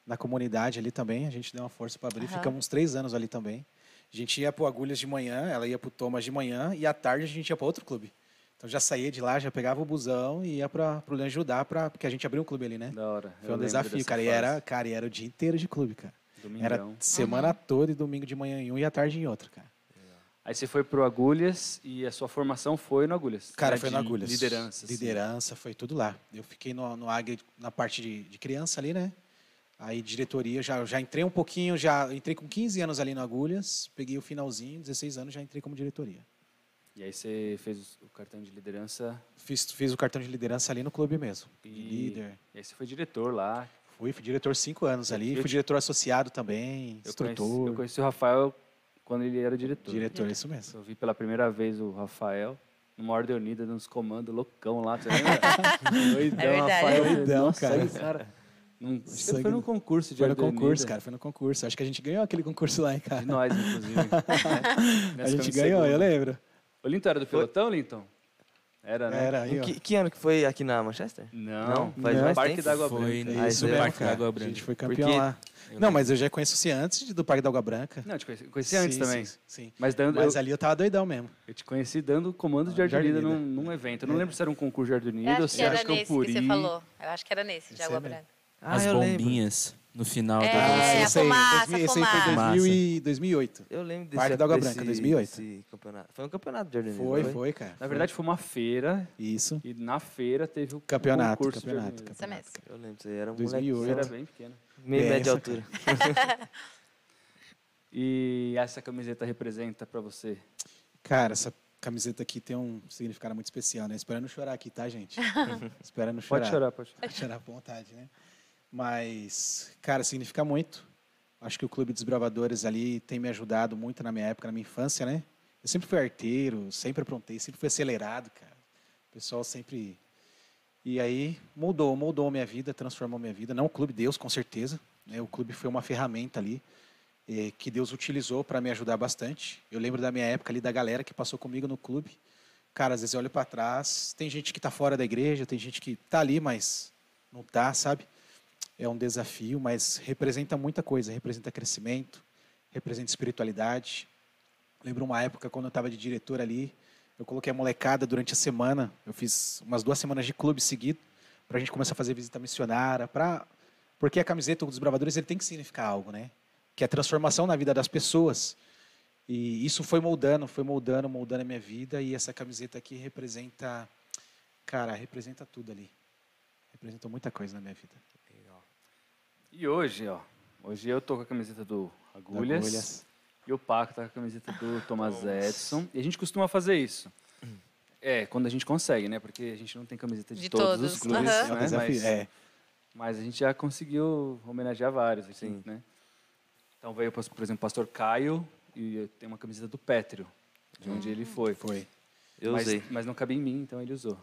[SPEAKER 4] na comunidade ali também. A gente deu uma força para abrir.
[SPEAKER 3] Aham.
[SPEAKER 4] Ficamos uns três anos ali também. A gente ia para Agulhas de manhã, ela ia para o Thomas de manhã. E à tarde a gente ia para outro clube. Então já saía de lá, já pegava o busão e ia para o Leões de Judá, pra, porque a gente abriu um clube ali, né?
[SPEAKER 1] Da hora. eu
[SPEAKER 4] Foi um
[SPEAKER 1] lembro
[SPEAKER 4] desafio,
[SPEAKER 1] dessa
[SPEAKER 4] cara. E
[SPEAKER 1] fase.
[SPEAKER 4] era, cara, e era o dia inteiro de clube, cara. Era
[SPEAKER 1] Domingão.
[SPEAKER 4] semana toda e domingo de manhã em um e à tarde em outro, cara.
[SPEAKER 1] Aí você foi pro Agulhas e a sua formação foi no Agulhas.
[SPEAKER 4] Cara,
[SPEAKER 1] né?
[SPEAKER 4] foi
[SPEAKER 1] De
[SPEAKER 4] no Agulhas.
[SPEAKER 1] Liderança. assim.
[SPEAKER 4] Liderança, foi tudo lá. Eu fiquei no, no Águia na parte de, de criança ali, né? Aí diretoria, já, já entrei um pouquinho, já entrei com 15 anos ali no Agulhas, peguei o finalzinho, 16 anos, já entrei como diretoria.
[SPEAKER 1] E aí você fez o cartão de liderança
[SPEAKER 4] Fiz, fiz o cartão de liderança ali no clube mesmo, de
[SPEAKER 1] E-
[SPEAKER 4] líder.
[SPEAKER 1] e aí você foi diretor lá.
[SPEAKER 4] Fui, fui diretor cinco anos ali,
[SPEAKER 1] Eu-
[SPEAKER 4] fui diretor associado também,
[SPEAKER 1] Eu conheci,
[SPEAKER 4] instrutor,
[SPEAKER 1] eu conheci o Rafael quando ele era diretor.
[SPEAKER 4] diretor, isso mesmo.
[SPEAKER 1] Eu vi pela primeira vez o Rafael numa ordem unida, nos comandos loucão lá. Você lembra? Doidão,
[SPEAKER 3] É verdade.
[SPEAKER 1] Rafael.
[SPEAKER 4] Doidão,
[SPEAKER 1] Nossa,
[SPEAKER 4] cara.
[SPEAKER 1] aí, cara. Num, acho que
[SPEAKER 4] Sangue
[SPEAKER 1] foi
[SPEAKER 4] no-
[SPEAKER 1] num concurso de né?
[SPEAKER 4] Foi no
[SPEAKER 1] ordem
[SPEAKER 4] concurso,
[SPEAKER 1] unida.
[SPEAKER 4] cara, foi no concurso. Acho que a gente ganhou aquele concurso lá, hein, cara.
[SPEAKER 1] De nós, inclusive.
[SPEAKER 4] A gente ganhou, eu lembro.
[SPEAKER 1] O Linton era do pelotão, Linton? Era, né?
[SPEAKER 4] Era aí,
[SPEAKER 2] Em
[SPEAKER 4] ó.
[SPEAKER 2] que, que ano que foi aqui na Manchester?
[SPEAKER 1] Não,
[SPEAKER 2] Não, faz
[SPEAKER 1] no
[SPEAKER 2] mais
[SPEAKER 1] Parque
[SPEAKER 2] tempo.
[SPEAKER 1] da Água Branca.
[SPEAKER 5] Foi
[SPEAKER 4] É isso
[SPEAKER 5] no
[SPEAKER 4] mesmo,
[SPEAKER 5] Parque da
[SPEAKER 4] cara.
[SPEAKER 5] Água
[SPEAKER 4] A
[SPEAKER 5] Branca.
[SPEAKER 4] gente foi campeão
[SPEAKER 2] Porque-
[SPEAKER 4] lá. Não, mas eu já conheço você antes de- do Parque da Água Branca.
[SPEAKER 1] Não, eu te conheci, conheci antes
[SPEAKER 4] Sim,
[SPEAKER 1] também.
[SPEAKER 4] Sim, sim.
[SPEAKER 1] Mas, dando,
[SPEAKER 4] Mas
[SPEAKER 1] eu,
[SPEAKER 4] ali eu tava doidão mesmo.
[SPEAKER 1] eu te conheci dando comando de
[SPEAKER 4] Ah, de
[SPEAKER 1] Ardenida
[SPEAKER 4] Ardenida.
[SPEAKER 1] num, num evento. Eu não lembro se era um concurso de
[SPEAKER 3] Eu
[SPEAKER 1] Ardenida ou
[SPEAKER 3] acho que é
[SPEAKER 1] se era
[SPEAKER 3] era nesse que
[SPEAKER 1] Campuri.
[SPEAKER 3] você falou. Eu acho que era nesse, de
[SPEAKER 4] Esse
[SPEAKER 3] água
[SPEAKER 4] mesmo.
[SPEAKER 3] branca.
[SPEAKER 5] As
[SPEAKER 4] Ah,
[SPEAKER 2] eu lembro.
[SPEAKER 5] bombinhas no final da
[SPEAKER 3] É,
[SPEAKER 5] adolescência.
[SPEAKER 3] a
[SPEAKER 4] esse aí,
[SPEAKER 3] fumaça,
[SPEAKER 4] 2000,
[SPEAKER 3] a
[SPEAKER 4] esse aí foi
[SPEAKER 5] fumaça.
[SPEAKER 4] 2000 e 2008.
[SPEAKER 2] Eu lembro desse
[SPEAKER 4] Parque da Água
[SPEAKER 2] desse-
[SPEAKER 4] Branca, 2008.
[SPEAKER 2] desse campeonato. Foi um campeonato de Jordan
[SPEAKER 4] Foi, foi, cara.
[SPEAKER 1] Na verdade, foi uma feira.
[SPEAKER 4] Isso.
[SPEAKER 1] E na feira teve o
[SPEAKER 4] Campeonato,
[SPEAKER 1] concurso de
[SPEAKER 4] campeonato,
[SPEAKER 1] Ardenida.
[SPEAKER 3] Isso é mesmo.
[SPEAKER 2] Eu lembro, você era um
[SPEAKER 4] 2008.
[SPEAKER 1] Você era
[SPEAKER 2] moleque.
[SPEAKER 1] bem pequena.
[SPEAKER 2] Meio
[SPEAKER 4] É,
[SPEAKER 2] médio de
[SPEAKER 4] essa-
[SPEAKER 2] altura.
[SPEAKER 1] E essa camiseta representa pra você?
[SPEAKER 4] Cara, essa camiseta aqui tem um significado muito especial, né? Espera não chorar aqui, tá, gente? Espera não chorar.
[SPEAKER 1] Pode chorar, pode chorar.
[SPEAKER 4] Pode chorar à vontade, né? Mas, cara, significa muito. Acho que o Clube dos Bravadores ali tem me ajudado muito na minha época, na minha infância, né? Eu sempre fui arteiro, sempre aprontei, sempre fui acelerado, cara. O pessoal sempre. E aí moldou, moldou a minha vida, transformou a minha vida. Não o Clube Deus, com certeza. Né? O clube foi uma ferramenta ali eh, que Deus utilizou para me ajudar bastante. Eu lembro da minha época ali, da galera que passou comigo no clube. Cara, às vezes eu olho para trás, tem gente que tá fora da igreja, tem gente que tá ali, mas não tá, sabe? É um desafio, mas representa muita coisa, representa crescimento, representa espiritualidade. Lembro uma época quando eu estava de diretor ali, eu coloquei a molecada durante a semana, eu fiz umas duas semanas de clube seguido, para a gente começar a fazer visita missionária, pra... porque a camiseta dos bravadores ele tem que significar algo, né? Que é a transformação na vida das pessoas. E isso foi moldando, foi moldando, moldando a minha vida. E essa camiseta aqui representa, cara, representa tudo ali. Representou muita coisa na minha vida.
[SPEAKER 1] E hoje, ó. Hoje eu tô com a camiseta do
[SPEAKER 4] Tá,
[SPEAKER 1] Agulhas.
[SPEAKER 4] Agulhas.
[SPEAKER 1] E o Paco tá com a camiseta do Thomas Edson. E a gente costuma fazer isso. É, quando a gente consegue, né? Porque a gente não tem camiseta de,
[SPEAKER 3] De
[SPEAKER 1] todos,
[SPEAKER 3] todos,
[SPEAKER 1] os clubes,
[SPEAKER 3] aham.
[SPEAKER 4] É um
[SPEAKER 1] né?
[SPEAKER 4] desafio,
[SPEAKER 1] Mas,
[SPEAKER 4] é.
[SPEAKER 1] mas a gente já conseguiu homenagear vários aqui,
[SPEAKER 2] Sim.
[SPEAKER 1] né? Então veio, por exemplo, o pastor Caio e tem uma camiseta do Pétrio, de
[SPEAKER 3] Hum.
[SPEAKER 1] onde ele foi.
[SPEAKER 4] Foi.
[SPEAKER 2] Eu
[SPEAKER 1] mas,
[SPEAKER 2] usei.
[SPEAKER 1] mas não cabia em mim, então ele usou.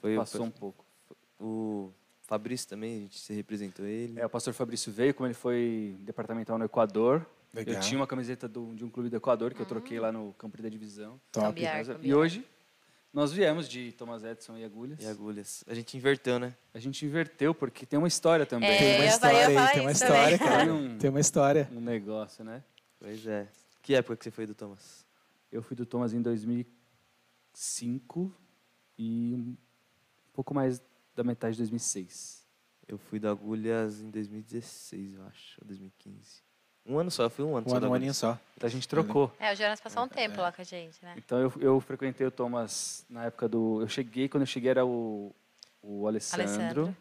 [SPEAKER 2] Foi o,
[SPEAKER 1] Passou um pouco.
[SPEAKER 2] o Fabrício também, a gente se representou ele.
[SPEAKER 1] É, o pastor Fabrício veio, como ele foi departamental no Equador.
[SPEAKER 4] Legal.
[SPEAKER 1] Eu tinha uma camiseta do- de um clube do Equador que eu troquei
[SPEAKER 3] Ah.
[SPEAKER 1] lá no campo da divisão.
[SPEAKER 4] Top.
[SPEAKER 3] Cambiar,
[SPEAKER 1] Nós- E
[SPEAKER 3] cambiar.
[SPEAKER 1] hoje nós viemos de Thomas Edison e Agulhas.
[SPEAKER 2] E agulhas. A gente inverteu, né?
[SPEAKER 1] A gente inverteu porque tem uma história também.
[SPEAKER 3] É, eu
[SPEAKER 4] uma
[SPEAKER 3] falei- eu
[SPEAKER 4] história aí,
[SPEAKER 3] falei
[SPEAKER 4] tem uma
[SPEAKER 3] isso
[SPEAKER 4] história,
[SPEAKER 3] também.
[SPEAKER 4] cara.
[SPEAKER 1] Tem um,
[SPEAKER 4] Tem uma história.
[SPEAKER 1] um negócio, né?
[SPEAKER 2] Pois é. Que época que você foi do Thomas?
[SPEAKER 1] Eu fui do Thomas em 2005 e um pouco mais da metade de 2006.
[SPEAKER 2] Eu fui da Agulhas em 2016, eu acho, ou 2015. Um ano só, eu fui um ano
[SPEAKER 6] Um
[SPEAKER 2] só.
[SPEAKER 6] ano,
[SPEAKER 2] da
[SPEAKER 6] um
[SPEAKER 2] Agulhas.
[SPEAKER 6] aninho só.
[SPEAKER 1] Então a gente trocou.
[SPEAKER 3] É, o Jonas passou um tempo lá com a gente, né?
[SPEAKER 1] Então eu, eu frequentei o Thomas na época do. Eu cheguei, quando eu cheguei era o, o Alessandro.
[SPEAKER 3] Alessandro.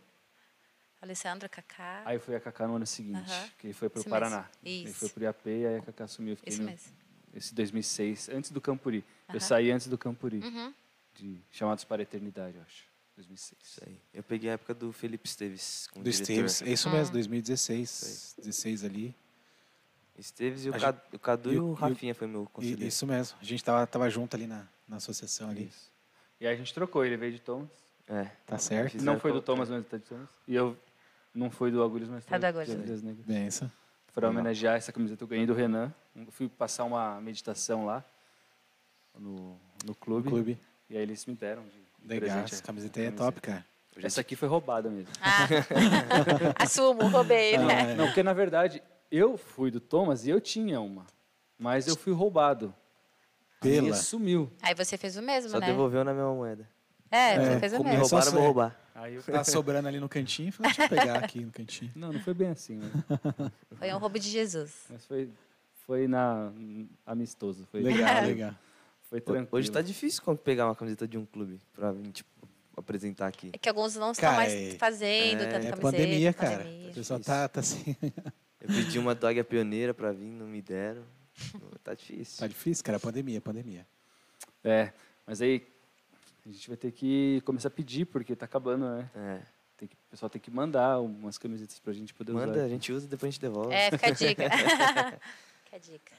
[SPEAKER 3] Alessandro, Kaká.
[SPEAKER 1] Aí foi a Cacá no ano seguinte,
[SPEAKER 3] Aham.
[SPEAKER 1] que foi pro
[SPEAKER 3] Isso mesmo.
[SPEAKER 1] Paraná. Ele
[SPEAKER 3] Isso.
[SPEAKER 1] foi pro IAP e aí a Cacá sumiu. Eu fiquei
[SPEAKER 3] Isso
[SPEAKER 1] no-
[SPEAKER 3] mesmo.
[SPEAKER 1] esse 2006, antes do Campuri.
[SPEAKER 3] Aham.
[SPEAKER 1] Eu saí antes do Campuri,
[SPEAKER 3] Uhum.
[SPEAKER 1] de Chamados para a Eternidade, eu acho. 2006.
[SPEAKER 2] Isso aí. Eu peguei a época do Felipe Esteves
[SPEAKER 1] um
[SPEAKER 2] como
[SPEAKER 4] Do
[SPEAKER 2] diretor.
[SPEAKER 4] Esteves. É isso
[SPEAKER 3] Ah.
[SPEAKER 4] mesmo, 2016.
[SPEAKER 2] Isso
[SPEAKER 4] 16 ali.
[SPEAKER 2] Esteves e
[SPEAKER 4] A
[SPEAKER 2] o Cadu, o Cadu e
[SPEAKER 4] e o-
[SPEAKER 2] o
[SPEAKER 4] e o-
[SPEAKER 2] Rafinha foi meu
[SPEAKER 4] E-
[SPEAKER 2] conselheiro.
[SPEAKER 4] isso mesmo. A gente tava, tava junto ali na, na associação ali.
[SPEAKER 1] Isso. E aí a gente trocou, ele veio de Thomas.
[SPEAKER 2] É.
[SPEAKER 4] Tá certo?
[SPEAKER 2] Fizeram
[SPEAKER 1] não foi do
[SPEAKER 2] qual-
[SPEAKER 1] Thomas, mas tá de Thomas. E eu não fui do Agulhas, mas
[SPEAKER 3] Tá do
[SPEAKER 1] de
[SPEAKER 3] Agulhas.
[SPEAKER 1] Agulhas Negras.
[SPEAKER 4] Benção.
[SPEAKER 1] Para homenagear essa camiseta, eu ganhei do Renan. Eu fui passar uma meditação lá, no, no clube.
[SPEAKER 4] Clube.
[SPEAKER 1] E aí eles me deram de de
[SPEAKER 4] Legal.
[SPEAKER 1] presente.
[SPEAKER 4] Essa camiseta aí é top, cara.
[SPEAKER 1] a- Essa aqui foi roubada mesmo.
[SPEAKER 3] Ah, assumo, roubei,
[SPEAKER 4] Ah, é.
[SPEAKER 3] né?
[SPEAKER 1] Não, porque na verdade eu fui do Thomas e eu tinha uma. Mas eu fui roubado. A minha
[SPEAKER 4] Pela.
[SPEAKER 1] sumiu.
[SPEAKER 3] Aí você fez o mesmo,
[SPEAKER 2] Só
[SPEAKER 3] né?
[SPEAKER 2] devolveu na mesma moeda.
[SPEAKER 3] É, você fez o
[SPEAKER 2] Como me
[SPEAKER 3] mesmo.
[SPEAKER 4] só
[SPEAKER 2] roubaram, eu vou
[SPEAKER 4] sei.
[SPEAKER 2] roubar.
[SPEAKER 1] Aí eu...
[SPEAKER 4] Tá sobrando ali no cantinho. Falei, deixa eu pegar aqui no cantinho.
[SPEAKER 1] Não, não foi bem assim, né?
[SPEAKER 3] Foi um roubo de Jesus.
[SPEAKER 1] Mas foi, foi na, amistoso. Foi,
[SPEAKER 4] Legal, legal.
[SPEAKER 1] foi
[SPEAKER 2] Ho-
[SPEAKER 1] tranquilo.
[SPEAKER 2] Hoje tá difícil como pegar uma camiseta de um clube pra vir, tipo, apresentar aqui.
[SPEAKER 3] É que alguns não estão
[SPEAKER 4] Cara,
[SPEAKER 3] mais
[SPEAKER 4] é-
[SPEAKER 3] fazendo
[SPEAKER 2] é
[SPEAKER 3] tanta
[SPEAKER 4] É
[SPEAKER 3] camiseta.
[SPEAKER 4] pandemia, cara.
[SPEAKER 3] pandemia.
[SPEAKER 4] O pessoal tá, tá assim.
[SPEAKER 2] Eu pedi uma do Águia Pioneira pra vir, não me deram. Tá
[SPEAKER 4] Tá
[SPEAKER 2] difícil.
[SPEAKER 4] difícil, cara. Pandemia, pandemia.
[SPEAKER 1] É, mas aí a gente vai ter que começar a pedir, porque tá acabando, né?
[SPEAKER 2] É.
[SPEAKER 1] Tem que, o pessoal tem que mandar umas camisetas pra gente poder
[SPEAKER 2] Manda,
[SPEAKER 1] usar.
[SPEAKER 2] a gente usa e depois a gente devolve.
[SPEAKER 3] É, fica a dica. fica a dica.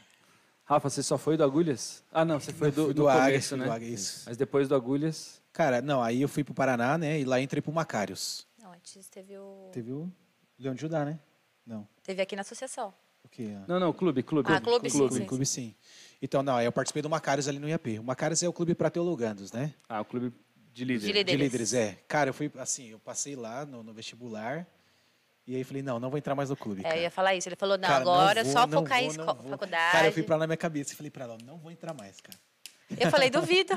[SPEAKER 1] Rafa, você só foi do Agulhas? Ah, não, você foi
[SPEAKER 4] Eu
[SPEAKER 1] do,
[SPEAKER 4] fui
[SPEAKER 1] do, começo,
[SPEAKER 4] fui
[SPEAKER 1] né?
[SPEAKER 4] do Águia, isso.
[SPEAKER 1] Mas depois do Agulhas,
[SPEAKER 4] Cara, não, aí eu fui pro Paraná, né? E lá entrei pro Macários.
[SPEAKER 3] Não, antes teve o.
[SPEAKER 4] Teve o Leão de Judá, né? Não.
[SPEAKER 3] Teve aqui na associação.
[SPEAKER 4] O quê? Ah,
[SPEAKER 1] não, não, clube, clube.
[SPEAKER 3] Ah, clube, sim,
[SPEAKER 4] clube,
[SPEAKER 3] sim, sim.
[SPEAKER 4] clube sim. Então, não, aí eu participei do Macários ali no IAP. O Macários é o clube para teologandos, né?
[SPEAKER 1] Ah, o clube de líder.
[SPEAKER 3] De líder.
[SPEAKER 4] De
[SPEAKER 3] Deles.
[SPEAKER 4] líderes, é. Cara, eu fui assim, eu passei lá no, no vestibular e aí falei, não, não vou entrar mais no clube.
[SPEAKER 3] É, eu
[SPEAKER 4] cara.
[SPEAKER 3] ia falar isso. Ele falou, não,
[SPEAKER 4] Cara,
[SPEAKER 3] agora
[SPEAKER 4] vou,
[SPEAKER 3] é só
[SPEAKER 4] não
[SPEAKER 3] focar em
[SPEAKER 4] vou, não
[SPEAKER 3] esco-
[SPEAKER 4] vou.
[SPEAKER 3] faculdade.
[SPEAKER 4] Cara, eu fui pra lá na minha cabeça e falei pra ela, não vou entrar mais, cara.
[SPEAKER 3] Eu falei, duvido.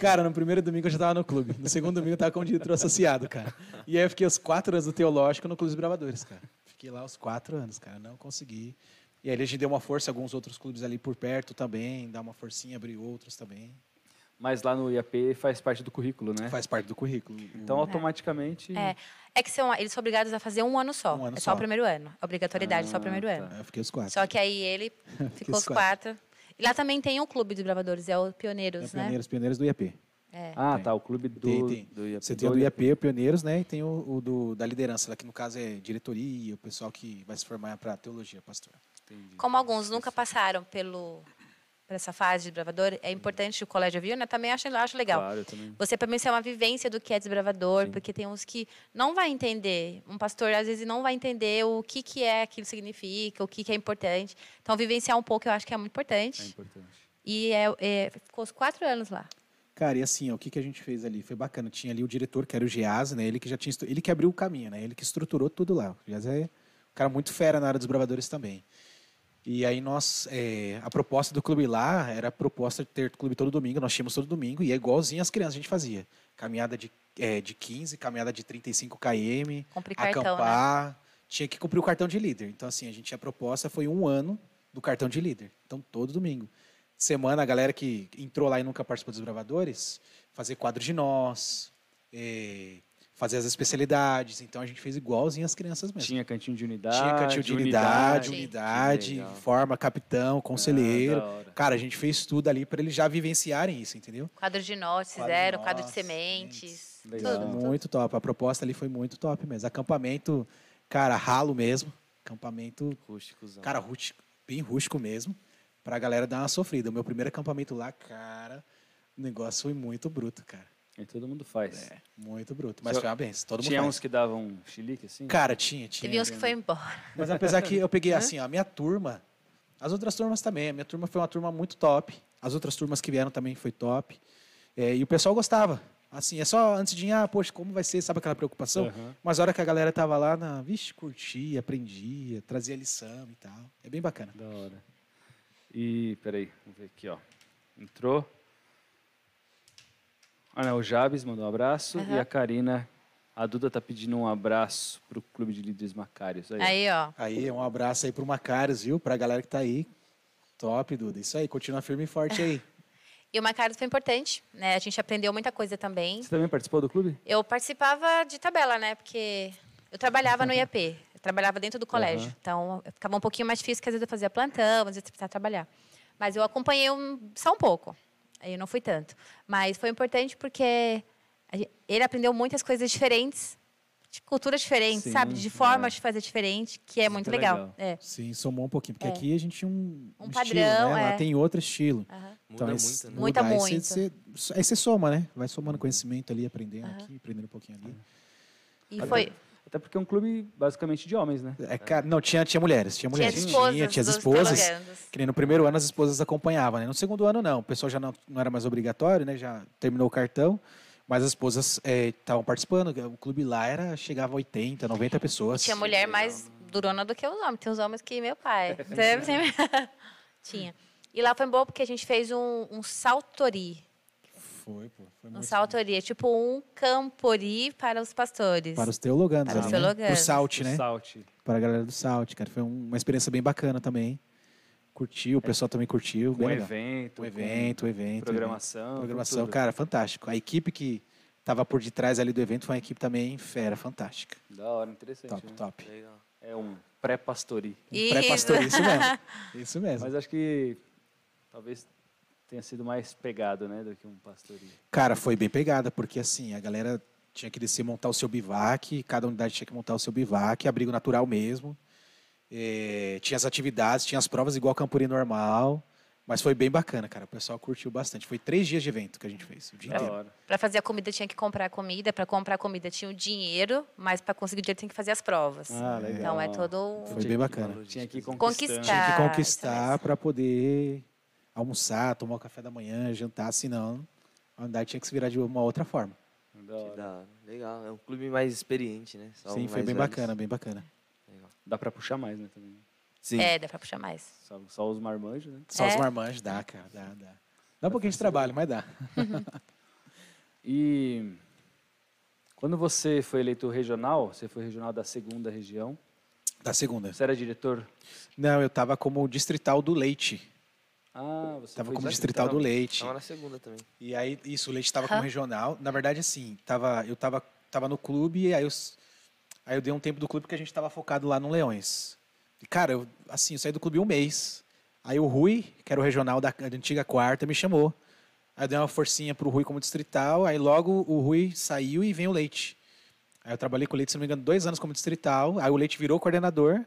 [SPEAKER 4] Cara, no primeiro domingo eu já tava no clube. No segundo domingo eu tava como diretor associado, cara. E aí eu fiquei os quatro anos do Teológico no Clube dos Bravadores, cara. Fiquei lá os quatro anos, cara. Não consegui. E aí a gente deu uma força, alguns outros clubes ali por perto também, dá uma forcinha, abriu outros também.
[SPEAKER 1] Mas lá no IAP faz parte do currículo, né?
[SPEAKER 4] Faz parte do currículo.
[SPEAKER 1] Então, automaticamente...
[SPEAKER 3] É. É que são, eles são obrigados a fazer um ano só.
[SPEAKER 4] Um ano
[SPEAKER 3] é só,
[SPEAKER 4] só.
[SPEAKER 3] o primeiro ano. Obrigatoriedade, só o primeiro
[SPEAKER 1] Ah,
[SPEAKER 3] ano.
[SPEAKER 1] tá.
[SPEAKER 4] Aí eu fiquei os quatro.
[SPEAKER 3] Só que aí ele ficou os
[SPEAKER 4] os
[SPEAKER 3] quatro. E lá também tem o clube dos bravadores, é o Pioneiros,
[SPEAKER 4] Tem
[SPEAKER 3] né?
[SPEAKER 4] pioneiros, pioneiros do IAP.
[SPEAKER 1] Ah, tá, o clube do...
[SPEAKER 4] Tem, tem.
[SPEAKER 2] Do IAP.
[SPEAKER 4] Você tem o do IAP, o pioneiros, né? E tem o, o do, da liderança, lá, que no caso é diretoria, o pessoal que vai se formar para teologia, pastor.
[SPEAKER 3] Como alguns nunca passaram pelo por essa fase de desbravador, é importante o colégio viu, né? Também acho, acho legal.
[SPEAKER 1] Claro, eu também.
[SPEAKER 3] Você também ser uma vivência do que é desbravador, porque tem uns que não vai entender. Um pastor às vezes não vai entender o que que é aquilo significa, o que que é importante. Então vivenciar um pouco eu acho que é muito importante.
[SPEAKER 1] É importante.
[SPEAKER 3] E é, é, ficou os quatro anos lá.
[SPEAKER 4] Cara, e assim, ó, o que, que a gente fez ali? Foi bacana. Tinha ali o diretor, que era o Geaz, né? Ele que já tinha. estu- Ele que abriu o caminho, né? Ele que estruturou tudo lá. O Geaz é um cara muito fera na área dos bravadores também. E aí nós. é, a proposta do clube lá era a proposta de ter clube todo domingo. Nós tínhamos todo domingo e é igualzinho as crianças a gente fazia. Caminhada de, é, de 15, caminhada de 35 km
[SPEAKER 3] Compre cartão, né?
[SPEAKER 4] acampar, tinha que cumprir o cartão de líder. Então, assim, a gente a proposta foi um ano do cartão de líder. Então, todo domingo. Semana, a galera que entrou lá e nunca participou dos gravadores, fazer quadro de nós, eh, fazer as especialidades. Então, a gente fez igualzinho as crianças mesmo.
[SPEAKER 1] Tinha cantinho de unidade.
[SPEAKER 4] Tinha cantil de unidade, um
[SPEAKER 2] Que
[SPEAKER 4] unidade,
[SPEAKER 2] legal.
[SPEAKER 4] forma, capitão,
[SPEAKER 1] Ah,
[SPEAKER 4] conselheiro.
[SPEAKER 1] da hora.
[SPEAKER 4] Cara, a gente fez tudo ali para eles já vivenciarem isso, entendeu?
[SPEAKER 3] Quadro de nós
[SPEAKER 4] Quadro de
[SPEAKER 3] fizeram, quadro de
[SPEAKER 4] nós,
[SPEAKER 3] sementes.
[SPEAKER 1] Legal.
[SPEAKER 3] Tudo, tudo.
[SPEAKER 4] Muito top. A proposta ali foi muito top mesmo. Acampamento, cara, ralo mesmo. Acampamento
[SPEAKER 2] Acústicozão.
[SPEAKER 4] Cara, rústico, bem rústico mesmo, pra galera dar uma sofrida. O meu primeiro acampamento lá, cara, o negócio foi muito bruto, cara.
[SPEAKER 1] E todo mundo faz.
[SPEAKER 4] Muito bruto. Mas
[SPEAKER 1] Só-
[SPEAKER 4] foi uma benção, É, todo mundo
[SPEAKER 1] Tinha
[SPEAKER 4] faz.
[SPEAKER 1] uns que davam chilique, assim?
[SPEAKER 4] Cara, tinha,
[SPEAKER 3] Teve
[SPEAKER 4] tinha.
[SPEAKER 3] uns que foi embora.
[SPEAKER 4] Mas apesar que eu
[SPEAKER 3] Né?
[SPEAKER 4] peguei assim, ó, a minha turma, as outras turmas também, a minha turma foi uma turma muito top. As outras turmas que vieram também foi top. É, e o pessoal gostava. Assim, é só antes de, ah, poxa, como vai ser, sabe aquela preocupação?
[SPEAKER 1] Aham.
[SPEAKER 4] Mas a hora que a galera tava lá, na, vixe, curtia, aprendia, trazia lição e tal. É bem bacana.
[SPEAKER 1] Da hora. E, peraí, vamos ver aqui, ó. Entrou. Ah, não, o Jabes mandou um abraço. E a Karina, a Duda tá pedindo um abraço pro Clube de Líderes Macários. Aí,
[SPEAKER 3] Aí, ó.
[SPEAKER 4] Aí, um abraço aí pro Macários, viu? Pra galera que tá aí. Top, Duda. Isso aí, continua firme e forte aí.
[SPEAKER 3] E o Macários foi importante, né? A gente aprendeu muita coisa também.
[SPEAKER 1] Você também participou do clube?
[SPEAKER 3] Eu participava de tabela, né? Porque eu trabalhava no IAP, eu trabalhava dentro do colégio. Então, eu ficava um pouquinho mais difícil, que às vezes eu fazia plantão, às vezes eu precisava trabalhar. Mas eu acompanhei um- só um pouco. Aí eu não fui tanto. Mas foi importante porque a gen- ele aprendeu muitas coisas diferentes, de culturas diferentes,
[SPEAKER 1] Sim,
[SPEAKER 3] sabe? De formas de fazer diferente, que é
[SPEAKER 1] Isso
[SPEAKER 3] muito
[SPEAKER 1] que é
[SPEAKER 3] legal.
[SPEAKER 1] legal.
[SPEAKER 3] É.
[SPEAKER 4] Sim, somou um pouquinho, porque
[SPEAKER 3] É.
[SPEAKER 4] aqui a gente tinha um,
[SPEAKER 3] Um
[SPEAKER 4] estilo,
[SPEAKER 3] padrão,
[SPEAKER 4] né? Lá
[SPEAKER 3] é.
[SPEAKER 4] tem outro estilo.
[SPEAKER 3] aham.
[SPEAKER 2] Muda
[SPEAKER 4] então, esse-
[SPEAKER 2] muito, né?
[SPEAKER 3] Muda
[SPEAKER 4] aí
[SPEAKER 3] muito.
[SPEAKER 4] Você, você- aí você soma, né? Vai somando conhecimento ali, aprendendo aqui, aprendendo um pouquinho ali.
[SPEAKER 3] E foi.
[SPEAKER 1] Até porque é um clube basicamente de homens, né?
[SPEAKER 4] É, cara, não, tinha, tinha mulheres, tinha
[SPEAKER 3] Tinha as
[SPEAKER 4] mulheres.
[SPEAKER 3] esposas.
[SPEAKER 4] tinha as
[SPEAKER 3] dos
[SPEAKER 4] esposas.
[SPEAKER 3] prologandos.
[SPEAKER 4] Que nem no primeiro ano as esposas acompanhavam, né? No segundo ano, não. O pessoal já não, não era mais obrigatório, né? Já terminou o cartão. Mas as esposas estavam participando. O clube lá era, chegava a 80, 90 pessoas.
[SPEAKER 3] Tinha mulher mais durona do que os homens. Tem os homens que meu pai. Sempre, sempre- Tinha. E lá foi bom porque a gente fez um, um saltori.
[SPEAKER 4] Foi, pô. Foi
[SPEAKER 3] Um
[SPEAKER 4] muito
[SPEAKER 3] saltori. É tipo um campori para os pastores.
[SPEAKER 4] Para os teologanos
[SPEAKER 3] Para os
[SPEAKER 4] ali, né?
[SPEAKER 3] teologanos.
[SPEAKER 4] Pro Salt,
[SPEAKER 1] O
[SPEAKER 4] né?
[SPEAKER 1] Salte.
[SPEAKER 4] Para a galera do Salt, cara. Foi um- uma experiência bem bacana também. Curtiu, o pessoal também curtiu.
[SPEAKER 1] Com
[SPEAKER 4] bem legal.
[SPEAKER 1] evento.
[SPEAKER 4] O
[SPEAKER 1] com
[SPEAKER 4] evento, o evento. o evento.
[SPEAKER 1] Programação. com
[SPEAKER 4] Programação,
[SPEAKER 1] tudo.
[SPEAKER 4] cara, fantástico. A equipe que tava por detrás ali do evento foi uma equipe também fera, fantástica.
[SPEAKER 1] Da hora, interessante.
[SPEAKER 4] Top,
[SPEAKER 1] né?
[SPEAKER 4] top. Um
[SPEAKER 2] Legal.
[SPEAKER 1] É um pré-pastori.
[SPEAKER 3] Isso.
[SPEAKER 4] Pré-pastor, isso mesmo. Isso mesmo.
[SPEAKER 1] Mas acho que talvez tenha sido mais pegado, né, do que um pastori.
[SPEAKER 4] Cara, foi bem pegada, porque assim, a galera tinha que descer montar o seu bivac, cada unidade tinha que montar o seu bivac, abrigo natural mesmo. Eh, tinha as atividades, tinha as provas igual Campuri normal. Mas foi bem bacana, cara. O pessoal curtiu bastante. Foi três dias de evento que a gente fez, o dia
[SPEAKER 1] Da
[SPEAKER 4] inteiro.
[SPEAKER 1] hora.
[SPEAKER 3] Para fazer a comida tinha que comprar comida. Para comprar comida tinha o dinheiro. Mas para conseguir o dinheiro tem que fazer as provas.
[SPEAKER 1] Ah, legal.
[SPEAKER 3] então é todo um.
[SPEAKER 4] Foi bem
[SPEAKER 2] Tipo,
[SPEAKER 4] bacana.
[SPEAKER 1] Tinha que
[SPEAKER 3] Conquistar.
[SPEAKER 1] conquistar.
[SPEAKER 4] Tinha que
[SPEAKER 3] Ah, isso
[SPEAKER 4] conquistar
[SPEAKER 3] mesmo.
[SPEAKER 4] para poder almoçar, tomar o café da manhã, jantar, senão a unidade tinha que se virar de uma outra forma.
[SPEAKER 1] Da
[SPEAKER 2] Que
[SPEAKER 1] hora.
[SPEAKER 2] da hora. Legal, é um clube mais experiente, né? Só
[SPEAKER 4] Sim,
[SPEAKER 2] um mais
[SPEAKER 4] foi bem
[SPEAKER 2] velhos.
[SPEAKER 4] bacana, bem bacana.
[SPEAKER 1] Dá pra puxar mais, né, também.
[SPEAKER 2] Sim.
[SPEAKER 3] É, dá para puxar mais.
[SPEAKER 1] Só, só os marmanjos, né?
[SPEAKER 4] Só os
[SPEAKER 3] É?
[SPEAKER 4] marmanjos, dá, cara, dá, dá. Dá um pouquinho de trabalho, mas dá.
[SPEAKER 1] E quando você foi eleito regional, você foi regional da segunda região,
[SPEAKER 4] Da segunda.
[SPEAKER 1] você era diretor?
[SPEAKER 4] Não, eu tava como distrital do leite.
[SPEAKER 1] Ah, você
[SPEAKER 4] Tava
[SPEAKER 1] foi
[SPEAKER 4] como
[SPEAKER 1] diretor.
[SPEAKER 4] distrital do leite.
[SPEAKER 2] Tava na segunda também.
[SPEAKER 4] E aí, isso, o leite tava como
[SPEAKER 3] Hã?
[SPEAKER 4] regional. Na verdade, assim, tava, eu tava, tava no clube e aí eu, s- aí eu dei um tempo do clube porque a gente tava focado lá no Leões. E, cara, eu, assim, eu saí do clube um mês. Aí o Rui, que era o regional da, da antiga quarta, me chamou. Aí eu dei uma forcinha pro Rui como distrital. Aí logo o Rui saiu e vem o leite. Aí eu trabalhei com o leite, se não me engano, dois anos como distrital. Aí o leite virou coordenador.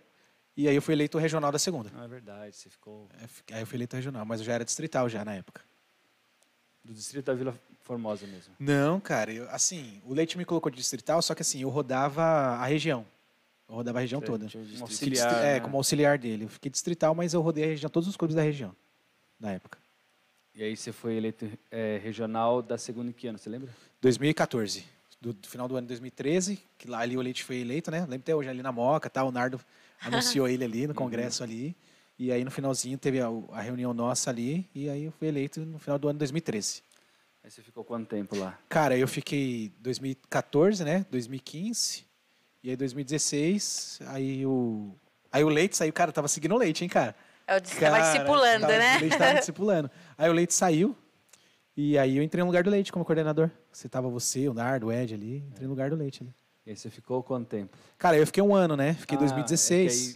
[SPEAKER 4] E aí eu fui eleito regional da segunda.
[SPEAKER 1] Ah, é verdade, você ficou
[SPEAKER 4] Aí eu fiquei- Aí eu fui eleito regional, mas eu já era distrital já na época.
[SPEAKER 1] do distrito da Vila Formosa mesmo.
[SPEAKER 4] Não, cara, eu- assim, o Leite me colocou de distrital, só que assim, eu rodava a região. Eu rodava a região
[SPEAKER 1] Sei.
[SPEAKER 4] toda.
[SPEAKER 2] Tinha um
[SPEAKER 1] Um
[SPEAKER 2] distrito.
[SPEAKER 4] Fiquei
[SPEAKER 1] auxiliar,
[SPEAKER 4] distri- É,
[SPEAKER 1] né?
[SPEAKER 4] como auxiliar dele. Eu fiquei distrital, mas eu rodei a região, todos os clubes da região, na época.
[SPEAKER 1] E aí você foi eleito eh, regional da segunda em que ano, você lembra?
[SPEAKER 4] 2014, do, do final do ano de 2013, que lá ali o Leite foi eleito, né? Lembro até hoje ali na Moca, tá? O Nardo anunciou ele ali no congresso ali. E aí no finalzinho teve a, a reunião nossa ali, e aí eu fui eleito no final do ano de 2013.
[SPEAKER 1] Aí você ficou quanto tempo lá?
[SPEAKER 4] Cara, eu fiquei 2014, né? 2015. E aí 2016, aí o aí o Leite saiu, cara, eu tava seguindo o Leite, hein, cara.
[SPEAKER 3] Eu estava
[SPEAKER 4] Cara, um
[SPEAKER 3] discipulando,
[SPEAKER 4] tava- O
[SPEAKER 3] né?
[SPEAKER 4] Leite tava discipulando. Aí o Leite saiu. E aí eu entrei no lugar do Leite como coordenador. Você tava você, o Nardo, o Ed ali, entrei no lugar do Leite ali.
[SPEAKER 1] E aí você ficou quanto tempo?
[SPEAKER 4] Cara, eu fiquei um ano, né? Fiquei
[SPEAKER 1] Ah,
[SPEAKER 4] em 2016.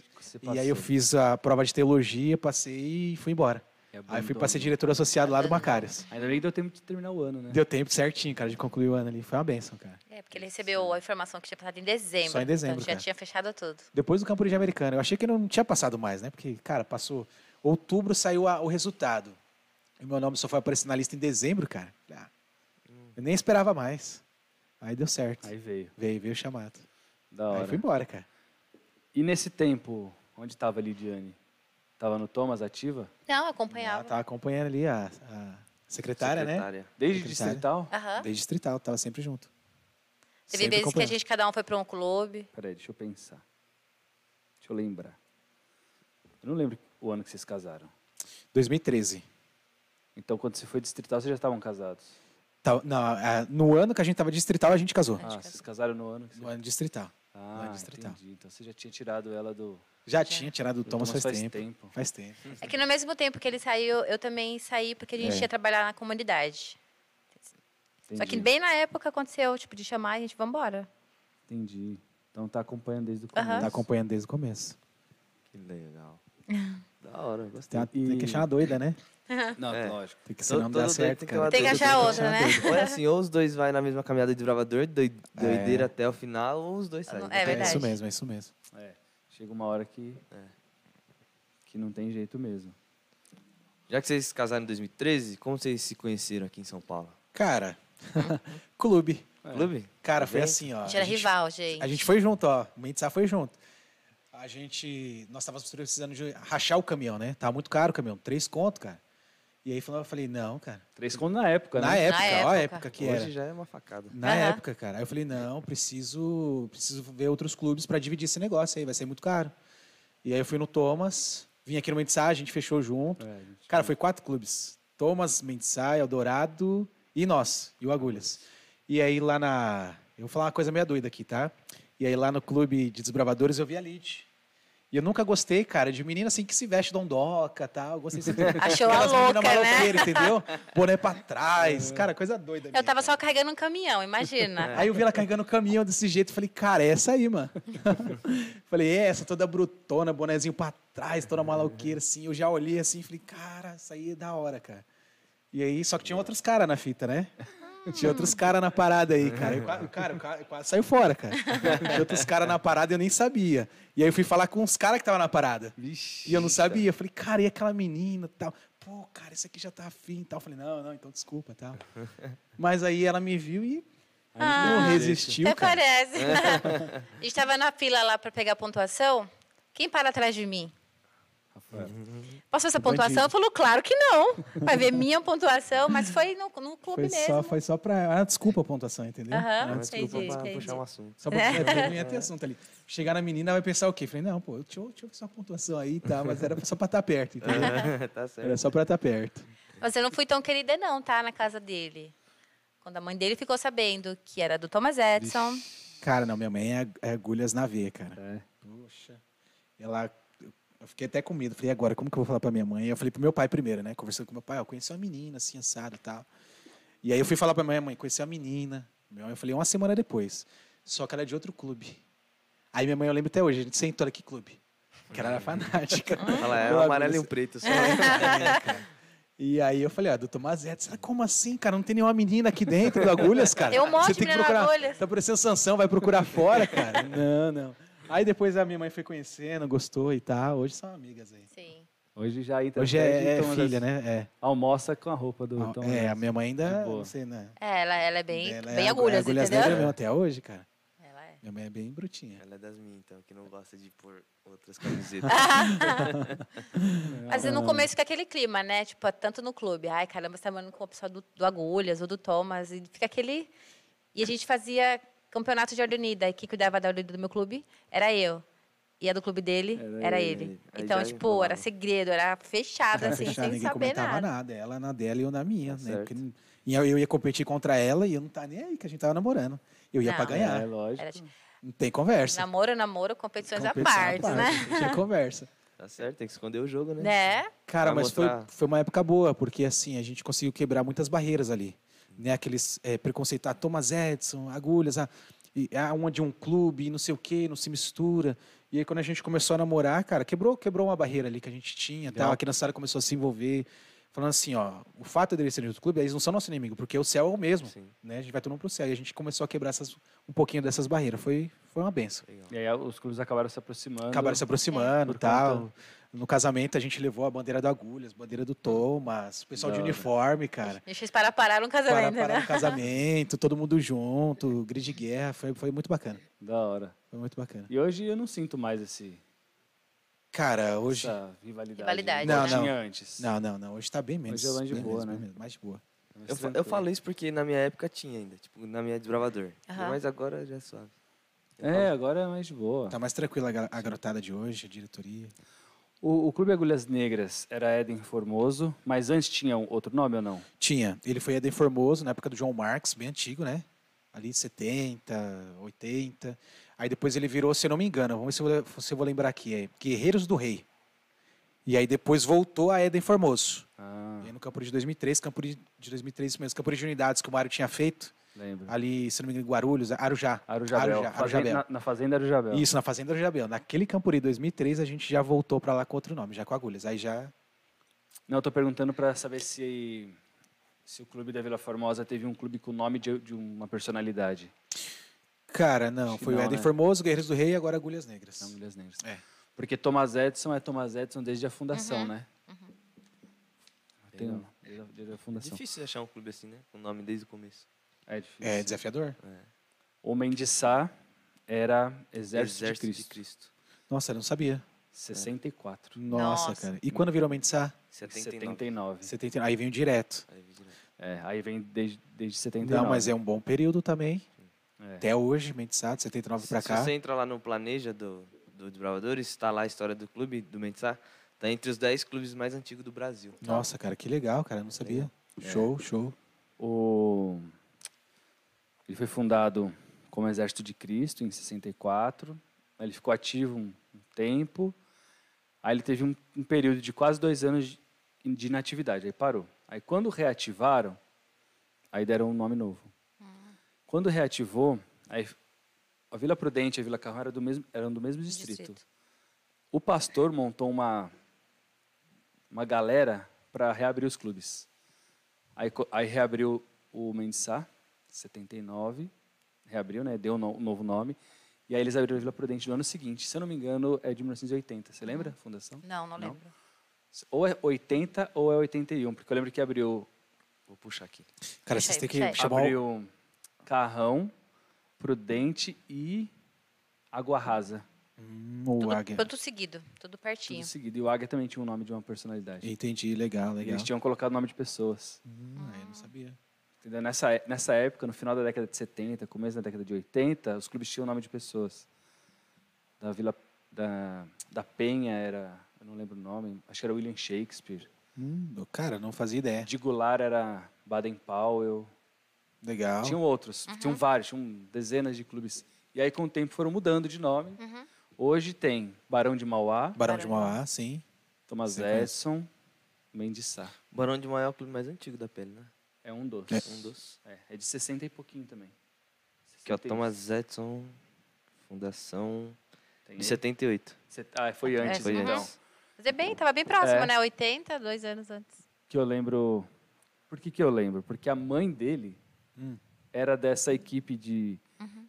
[SPEAKER 1] é que Ah, aí você
[SPEAKER 4] e aí eu
[SPEAKER 1] passou.
[SPEAKER 4] fiz a prova de teologia, passei e fui embora.
[SPEAKER 1] E
[SPEAKER 4] Aí fui
[SPEAKER 1] abandonou.
[SPEAKER 4] pra ser diretor associado lá do Macários.
[SPEAKER 1] Ainda bem que deu tempo de terminar o ano, né?
[SPEAKER 4] Deu tempo certinho, cara, de concluir o ano ali. Foi uma benção, cara.
[SPEAKER 3] É, porque ele recebeu a informação que tinha passado em dezembro.
[SPEAKER 4] Só em dezembro,
[SPEAKER 3] Então já
[SPEAKER 4] cara.
[SPEAKER 3] tinha fechado tudo.
[SPEAKER 4] Depois do Campo de Americana. Eu achei que não tinha passado mais, né? Porque, cara, passou. Outubro saiu a- o resultado. E meu nome só foi aparecer na lista em dezembro, cara. Falei, ah, eu nem esperava mais. Aí deu certo.
[SPEAKER 1] Aí veio.
[SPEAKER 4] Veio, veio o chamado.
[SPEAKER 1] Da hora.
[SPEAKER 4] Aí fui embora, cara.
[SPEAKER 1] E nesse tempo, onde estava a Lidiane? Tava no Thomas ativa?
[SPEAKER 3] Não,
[SPEAKER 4] Ela
[SPEAKER 3] acompanhava.
[SPEAKER 4] tava acompanhando ali a, a secretária, né?
[SPEAKER 1] Desde
[SPEAKER 4] Secretária.
[SPEAKER 1] distrital?
[SPEAKER 3] Aham.
[SPEAKER 4] Desde distrital, tava sempre junto.
[SPEAKER 3] Teve vezes
[SPEAKER 4] Sempre
[SPEAKER 3] que a
[SPEAKER 4] acompanhando.
[SPEAKER 3] gente, cada um foi para um clube.
[SPEAKER 1] Peraí, deixa eu pensar. Deixa eu lembrar. Eu não lembro o ano que vocês casaram.
[SPEAKER 4] 2013.
[SPEAKER 1] Então, quando você foi distrital, vocês já estavam casados?
[SPEAKER 4] Tá, não, ah, no ano que a gente estava distrital, a gente casou.
[SPEAKER 1] Ah, vocês casaram no ano? Que você...
[SPEAKER 4] No ano distrital.
[SPEAKER 1] Ah,
[SPEAKER 4] ano é, distrital.
[SPEAKER 1] entendi. Então, você já tinha tirado ela do...
[SPEAKER 4] Já tinha tirado o Thomas, Então faz, tempo.
[SPEAKER 1] tempo.
[SPEAKER 4] Faz tempo.
[SPEAKER 3] É que no mesmo tempo que ele saiu, eu também saí porque a gente
[SPEAKER 4] É.
[SPEAKER 3] ia trabalhar na comunidade. Só que
[SPEAKER 1] Entendi,
[SPEAKER 3] bem na época aconteceu, tipo, de chamar a gente, vambora.
[SPEAKER 1] Entendi. Então, tá acompanhando desde o
[SPEAKER 3] Aham.
[SPEAKER 1] começo.
[SPEAKER 4] Tá acompanhando desde o começo.
[SPEAKER 2] Que legal. da hora, gostei.
[SPEAKER 4] Tem, uma- tem
[SPEAKER 1] E-
[SPEAKER 4] que achar uma doida, né?
[SPEAKER 1] Não,
[SPEAKER 2] É.
[SPEAKER 1] lógico.
[SPEAKER 4] Tem que ser não
[SPEAKER 2] Todo-
[SPEAKER 4] dá
[SPEAKER 2] todo
[SPEAKER 4] certo,
[SPEAKER 2] doido
[SPEAKER 4] cara.
[SPEAKER 2] tem
[SPEAKER 3] Tem que
[SPEAKER 2] que
[SPEAKER 3] achar outra, né?
[SPEAKER 2] Ou é assim, ou os dois vai na mesma caminhada de bravador, doi-
[SPEAKER 4] É.
[SPEAKER 2] doideira até o final, ou os dois saem.
[SPEAKER 3] É verdade.
[SPEAKER 4] isso mesmo, é isso mesmo.
[SPEAKER 1] Chega uma hora que...
[SPEAKER 4] É.
[SPEAKER 1] Que não tem jeito mesmo.
[SPEAKER 2] Já que vocês casaram em 2013, como vocês se conheceram aqui em São Paulo?
[SPEAKER 4] Cara, clube.
[SPEAKER 2] Clube? Tá
[SPEAKER 4] Cara, foi
[SPEAKER 2] Bem-
[SPEAKER 4] assim, ó.
[SPEAKER 3] A gente era rival, gente.
[SPEAKER 4] A gente foi junto, ó. O Mendes Sá foi junto. A gente. Nós estávamos precisando de rachar o caminhão, né? Tava muito caro o caminhão, três conto, cara. E aí falou- eu falei, não, cara.
[SPEAKER 1] Três contos na época,
[SPEAKER 4] Na é-
[SPEAKER 1] né?
[SPEAKER 4] época, ó, a
[SPEAKER 3] época.
[SPEAKER 4] época que
[SPEAKER 2] Hoje
[SPEAKER 4] era.
[SPEAKER 2] já é uma facada.
[SPEAKER 4] Na
[SPEAKER 3] Aham.
[SPEAKER 4] época, cara. Aí eu falei, não, preciso, preciso ver outros clubes para dividir esse negócio aí, vai ser muito caro. E aí eu fui no Thomas, vim aqui no Mendesá, a gente fechou junto.
[SPEAKER 1] É, gente.
[SPEAKER 4] Cara, foi quatro clubes. Thomas, Mendesá, Eldorado e nós, e o Agulhas. E aí lá na... Eu vou falar uma coisa meio doida aqui, tá? E aí lá no clube de desbravadores eu vi a Lid. E eu nunca gostei, cara, de menina assim que se veste dondoca e tal. Eu Gostei sempre.
[SPEAKER 3] Achou a
[SPEAKER 4] Aquelas meninas
[SPEAKER 3] louca, né?
[SPEAKER 4] maloqueiras, entendeu? Boné pra trás.
[SPEAKER 1] É.
[SPEAKER 4] Cara, coisa doida. minha,
[SPEAKER 3] Eu tava
[SPEAKER 4] cara.
[SPEAKER 3] só carregando um caminhão, imagina.
[SPEAKER 4] Aí eu vi ela carregando o caminhão desse jeito, falei, cara, é essa aí, mano. falei, é essa toda brutona, bonezinho pra trás, toda maloqueira, assim. Eu já olhei assim, falei, cara, essa aí é da hora, cara. E aí, só que tinha outros caras na fita, né? Tinha outros caras na parada aí, cara. Eu, qua- cara, eu, qua- eu quase saiu fora, cara. Tinha outros caras na parada e eu nem sabia. E aí eu fui falar com os caras que estavam na parada.
[SPEAKER 2] Vixe.
[SPEAKER 4] E eu não sabia. Eu falei, cara, e aquela menina e tal? Pô, cara, esse aqui já tá afim e tal. Eu falei, não, não, então desculpa e tal. Mas aí ela me viu e não resistiu,
[SPEAKER 3] Até
[SPEAKER 4] cara. É.
[SPEAKER 3] parece. a gente tava na fila lá pra pegar a pontuação. Quem para atrás de mim?
[SPEAKER 4] É.
[SPEAKER 3] Posso ver essa pontuação? Eu falo, claro que não. Vai ver minha pontuação, mas foi no, no clube
[SPEAKER 4] Foi
[SPEAKER 3] mesmo.
[SPEAKER 4] só, foi só pra... Ah, desculpa a pontuação, entendeu?
[SPEAKER 3] Aham,
[SPEAKER 4] Ah,
[SPEAKER 2] Desculpa
[SPEAKER 3] entendi,
[SPEAKER 2] pra
[SPEAKER 3] entendi.
[SPEAKER 2] puxar um assunto.
[SPEAKER 4] Só pra é. porque não ia ter assunto ali. Chegar na menina, ela vai pensar o quê? Falei, não, pô, deixa eu, deixa eu ver sua pontuação aí, tá? Mas era só pra estar perto, entendeu?
[SPEAKER 2] tá certo.
[SPEAKER 4] Era só pra estar perto.
[SPEAKER 3] Mas eu não fui tão querida, não, tá? Na casa dele. Quando a mãe dele ficou sabendo que era do Thomas Edison.
[SPEAKER 4] Cara, não, minha mãe é, ag- é agulhas na veia, cara. Poxa. Ela. Eu fiquei até com medo. Falei, e agora, como que eu vou falar pra minha mãe? Eu falei pro meu pai primeiro, né? Conversando com meu pai, ó, conheci uma menina, assim, assado e tal. E aí eu fui falar pra minha mãe, conheci uma menina. Minha mãe, eu falei, uma semana depois. Só que ela é de outro clube. Aí minha mãe, eu lembro até hoje, a gente sentou ali, que clube? Que ela era fanática.
[SPEAKER 2] Ela é
[SPEAKER 4] assim Eu
[SPEAKER 2] um
[SPEAKER 4] abri
[SPEAKER 2] amarelo e um
[SPEAKER 4] esse-
[SPEAKER 2] preto só. né?
[SPEAKER 4] E aí eu falei, "Ah, ó, do Tomás Edson, ela, como assim, cara? Não tem nenhuma menina aqui dentro do Agulhas, cara?
[SPEAKER 3] Tem um monte
[SPEAKER 4] Você
[SPEAKER 3] de
[SPEAKER 4] tem que
[SPEAKER 3] menina
[SPEAKER 4] procurar,
[SPEAKER 3] na Agulhas."
[SPEAKER 4] Tá parecendo Sansão, vai procurar fora, cara? não, não. Aí depois a minha mãe foi conhecendo, gostou e tal. Hoje são amigas aí.
[SPEAKER 3] Sim.
[SPEAKER 1] Hoje já entra...
[SPEAKER 4] Hoje é, é
[SPEAKER 1] Thomas
[SPEAKER 4] filha, né?
[SPEAKER 1] Almoça com a roupa do
[SPEAKER 4] É.
[SPEAKER 1] Thomas
[SPEAKER 4] é, a
[SPEAKER 1] Edison.
[SPEAKER 4] minha mãe ainda,
[SPEAKER 1] De boa.
[SPEAKER 4] não sei, né?
[SPEAKER 3] É, ela, ela é bem,
[SPEAKER 4] Ela
[SPEAKER 3] bem
[SPEAKER 4] é
[SPEAKER 3] agulhas,
[SPEAKER 4] agulhas
[SPEAKER 3] entendeu?
[SPEAKER 4] negras mesmo até hoje, cara.
[SPEAKER 3] Ela é.
[SPEAKER 4] Minha mãe é bem brutinha.
[SPEAKER 2] Ela é das minhas, então, que não gosta de pôr outras camisetas.
[SPEAKER 3] Mas no começo fica aquele clima, né? Tipo, tanto no clube. Ai, caramba, você tá morando com o pessoal do, do Agulhas ou do Thomas. E fica aquele... E a gente fazia campeonato de ordem unida. E quem cuidava da ordem unida do meu clube era eu. E a do clube dele era, ele.
[SPEAKER 2] ele. Aí
[SPEAKER 3] Então,
[SPEAKER 2] já
[SPEAKER 3] tipo, era
[SPEAKER 2] informava.
[SPEAKER 3] segredo, era fechado,
[SPEAKER 4] Pra
[SPEAKER 3] assim,
[SPEAKER 4] fechar,
[SPEAKER 3] sem
[SPEAKER 4] ninguém
[SPEAKER 3] saber
[SPEAKER 4] comentava
[SPEAKER 3] nada.
[SPEAKER 4] nada. Ela na dela e eu na minha,
[SPEAKER 2] Tá
[SPEAKER 4] né?
[SPEAKER 2] certo.
[SPEAKER 4] Porque e eu eu ia competir contra ela e eu não tava nem aí, que a gente tava namorando. Eu ia pra
[SPEAKER 3] Não.
[SPEAKER 4] ganhar.
[SPEAKER 1] É, lógico.
[SPEAKER 3] Era,
[SPEAKER 4] Não tem conversa.
[SPEAKER 3] namoro, namoro, competições à
[SPEAKER 4] Competição
[SPEAKER 3] parte, né?
[SPEAKER 4] não Tinha conversa.
[SPEAKER 2] tá certo, tem que esconder o jogo, né?
[SPEAKER 3] Né?
[SPEAKER 4] Cara,
[SPEAKER 2] Vai
[SPEAKER 4] mas foi,
[SPEAKER 2] mostrar.
[SPEAKER 4] foi uma época boa, porque assim, a gente conseguiu quebrar muitas barreiras ali. Né? Aqueles é, preconceitos, ah, Thomas Edison, agulhas, ah, e, ah, uma de um clube, e não sei o quê, não se mistura. E aí quando a gente começou a namorar, cara, quebrou, quebrou uma barreira ali que a gente tinha, tal. a criançada começou a se envolver, falando assim, ó, o fato deles serem outro clube, eles não são nosso inimigo, porque o céu é o mesmo,
[SPEAKER 2] Sim.
[SPEAKER 4] né? A gente vai todo mundo pro céu. E a gente começou a quebrar essas, um pouquinho dessas barreiras, foi, foi uma benção.
[SPEAKER 3] tipo-
[SPEAKER 2] Legal.
[SPEAKER 1] E aí os clubes acabaram se aproximando.
[SPEAKER 4] acabaram se aproximando
[SPEAKER 1] Por
[SPEAKER 4] tal.
[SPEAKER 1] conta-
[SPEAKER 4] No casamento a gente levou a bandeira do Agulhas, bandeira do Thomas, o pessoal
[SPEAKER 1] Da
[SPEAKER 4] de
[SPEAKER 1] hora.
[SPEAKER 4] uniforme, cara.
[SPEAKER 3] Deixa eles para parar um
[SPEAKER 4] Para,
[SPEAKER 3] casamento,
[SPEAKER 4] para
[SPEAKER 3] né?
[SPEAKER 4] o casamento, todo mundo junto, grid de guerra, foi, foi muito bacana.
[SPEAKER 1] Da hora.
[SPEAKER 4] Foi muito bacana.
[SPEAKER 1] E hoje eu não sinto mais esse,
[SPEAKER 4] Cara, hoje.
[SPEAKER 1] essa rivalidade.
[SPEAKER 3] Rivalidade,
[SPEAKER 1] Igual
[SPEAKER 4] né? Não,
[SPEAKER 1] tinha antes.
[SPEAKER 4] Não, não, não. Hoje tá bem menos.
[SPEAKER 1] é mais de
[SPEAKER 4] bem
[SPEAKER 1] boa,
[SPEAKER 4] menos,
[SPEAKER 1] né?
[SPEAKER 4] bem menos, mais de boa.
[SPEAKER 1] Mas
[SPEAKER 2] Eu, fa- eu
[SPEAKER 1] tranquilo.
[SPEAKER 2] falo isso porque na minha época tinha ainda, tipo, na minha desbravador.
[SPEAKER 3] Aham.
[SPEAKER 2] Mas agora já é suave.
[SPEAKER 1] É, agora é mais de boa.
[SPEAKER 4] Tá mais tranquila a gar- a garotada de hoje, a diretoria.
[SPEAKER 1] O, o Clube Agulhas Negras era Éden Formoso, mas antes tinha um outro nome ou não?
[SPEAKER 4] Tinha. Ele foi Eden Formoso na época do João Marx, bem antigo, né? Ali 70, 80. Aí depois ele virou, se eu não me engano, vamos ver se eu, vou- se eu vou lembrar aqui, é Guerreiros do Rei. E aí depois voltou a Eden Formoso.
[SPEAKER 1] Ah,
[SPEAKER 4] E aí no Campo de 2003, Campo de, de 2003 isso mesmo, Campo de Unidades que o Mário tinha feito,
[SPEAKER 1] lembro.
[SPEAKER 4] ali, se eu não me engano, em Guarulhos, Arujá.
[SPEAKER 1] Arujabel.
[SPEAKER 4] Arujá,
[SPEAKER 1] Fazenda-
[SPEAKER 4] Arujabel.
[SPEAKER 1] na, na Fazenda Arujabel.
[SPEAKER 4] Isso, na Fazenda Arujabel. Naquele Campuri 2003, a gente já voltou pra lá com outro nome, já com agulhas. Aí já
[SPEAKER 1] Não, eu tô perguntando para saber se, se o clube da Vila Formosa teve um clube com o nome de, de uma personalidade.
[SPEAKER 4] Cara, não.
[SPEAKER 1] Acho que
[SPEAKER 4] Foi o
[SPEAKER 1] não,
[SPEAKER 4] Éden
[SPEAKER 1] né?
[SPEAKER 4] Formoso, Guerreiros do Rei e agora Agulhas Negras.
[SPEAKER 1] Não, Agulhas Negras.
[SPEAKER 4] É.
[SPEAKER 1] Porque Thomas Edison é Thomas Edison desde a fundação, né?
[SPEAKER 4] Uhum.
[SPEAKER 1] Tem um, desde, a, desde a
[SPEAKER 2] É
[SPEAKER 1] fundação.
[SPEAKER 2] difícil achar um clube assim, né? Com nome desde o começo.
[SPEAKER 1] É difícil.
[SPEAKER 4] É desafiador.
[SPEAKER 1] Homem de Sá era Exército, de Cristo.
[SPEAKER 4] Nossa, eu não sabia.
[SPEAKER 1] 64.
[SPEAKER 4] Nossa,
[SPEAKER 3] Nossa.
[SPEAKER 4] cara. E quando virou Mendesá?
[SPEAKER 2] 79.
[SPEAKER 1] 79.
[SPEAKER 4] 70. Aí veio direto.
[SPEAKER 2] Aí, vira-
[SPEAKER 1] É, aí vem desde, desde 79.
[SPEAKER 4] Não, mas é um bom período também.
[SPEAKER 1] É.
[SPEAKER 4] Até hoje, Mendesá, de 79 pra
[SPEAKER 2] se
[SPEAKER 4] cá.
[SPEAKER 2] você entra lá no Planeja do, do Desbravadores, está lá a história do clube, do Mendesá. Está entre os 10 clubes mais antigos do Brasil.
[SPEAKER 4] Nossa, cara, que legal, cara. eu Não sabia. Show, show.
[SPEAKER 1] O... Ele foi fundado como Exército de Cristo em 64. Ele ficou ativo um um tempo. Aí ele teve um, um período de quase dois anos de- de inatividade. Aí parou. Aí quando reativaram, aí deram um nome novo. Quando reativou, aí a Vila Prudente e a Vila Carrão eram do mesmo, eram do mesmo distrito.
[SPEAKER 3] Distrito.
[SPEAKER 1] O pastor montou uma, uma galera para reabrir os clubes. Aí, co- aí reabriu o Mendesá, 79, reabriu, né? Deu um no- um novo nome. E aí eles abriram a Vila Prudente no ano seguinte. Se eu não me engano, é de 1980. Você lembra a fundação?
[SPEAKER 3] Não, não
[SPEAKER 1] Não?
[SPEAKER 3] lembro.
[SPEAKER 1] Ou é 80 ou é 81, porque eu lembro que abriu,
[SPEAKER 2] Vou puxar aqui.
[SPEAKER 3] Puxa
[SPEAKER 4] Cara, vocês
[SPEAKER 3] aí,
[SPEAKER 4] têm que
[SPEAKER 3] puxa aí.
[SPEAKER 4] chamar o...
[SPEAKER 1] abriu Carrão, Prudente e Água Rasa.
[SPEAKER 4] Hum, o
[SPEAKER 3] Tudo,
[SPEAKER 4] Águia.
[SPEAKER 3] tudo seguido, tudo
[SPEAKER 1] Tudo
[SPEAKER 3] pertinho.
[SPEAKER 1] seguido. E o Águia também tinha um nome de uma personalidade.
[SPEAKER 4] Entendi, legal,
[SPEAKER 1] E
[SPEAKER 4] legal.
[SPEAKER 1] Eles tinham colocado o nome de pessoas.
[SPEAKER 4] Hum, aí eu não sabia.
[SPEAKER 1] Entendeu? Nessa, é- nessa época, no final da década de 70, começo da década de 80, os clubes tinham o nome de pessoas. Da Vila da, da Penha era, eu não lembro o nome, acho que era William Shakespeare.
[SPEAKER 4] Hum, cara, não fazia ideia.
[SPEAKER 1] De Goulart era Baden Powell.
[SPEAKER 4] Legal.
[SPEAKER 1] Tinham outros, tinham vários, tinham dezenas de clubes. E aí com o tempo foram mudando de nome. Hoje tem Barão de Mauá,
[SPEAKER 4] Barão de
[SPEAKER 3] Barão.
[SPEAKER 4] Mauá, sim.
[SPEAKER 1] Thomas
[SPEAKER 4] Sim, conheço.
[SPEAKER 1] Edson, Mendissá.
[SPEAKER 2] Barão de Mauá é o clube mais antigo da pele, né?
[SPEAKER 1] É um dos.
[SPEAKER 2] Um dos.
[SPEAKER 1] É, é de 60 e pouquinho também.
[SPEAKER 2] Que é o
[SPEAKER 1] 60 e- um.
[SPEAKER 2] Thomas Edson, fundação
[SPEAKER 1] tem
[SPEAKER 2] de
[SPEAKER 1] ele.
[SPEAKER 2] 78.
[SPEAKER 1] Set- Ah, foi antes,
[SPEAKER 2] Foi
[SPEAKER 1] então.
[SPEAKER 2] antes.
[SPEAKER 3] Mas é bem, tava bem próximo,
[SPEAKER 1] É.
[SPEAKER 3] né? 80, dois anos antes.
[SPEAKER 1] que eu lembro. Por que, que eu lembro? Porque a mãe dele
[SPEAKER 4] Hum.
[SPEAKER 1] era dessa equipe de.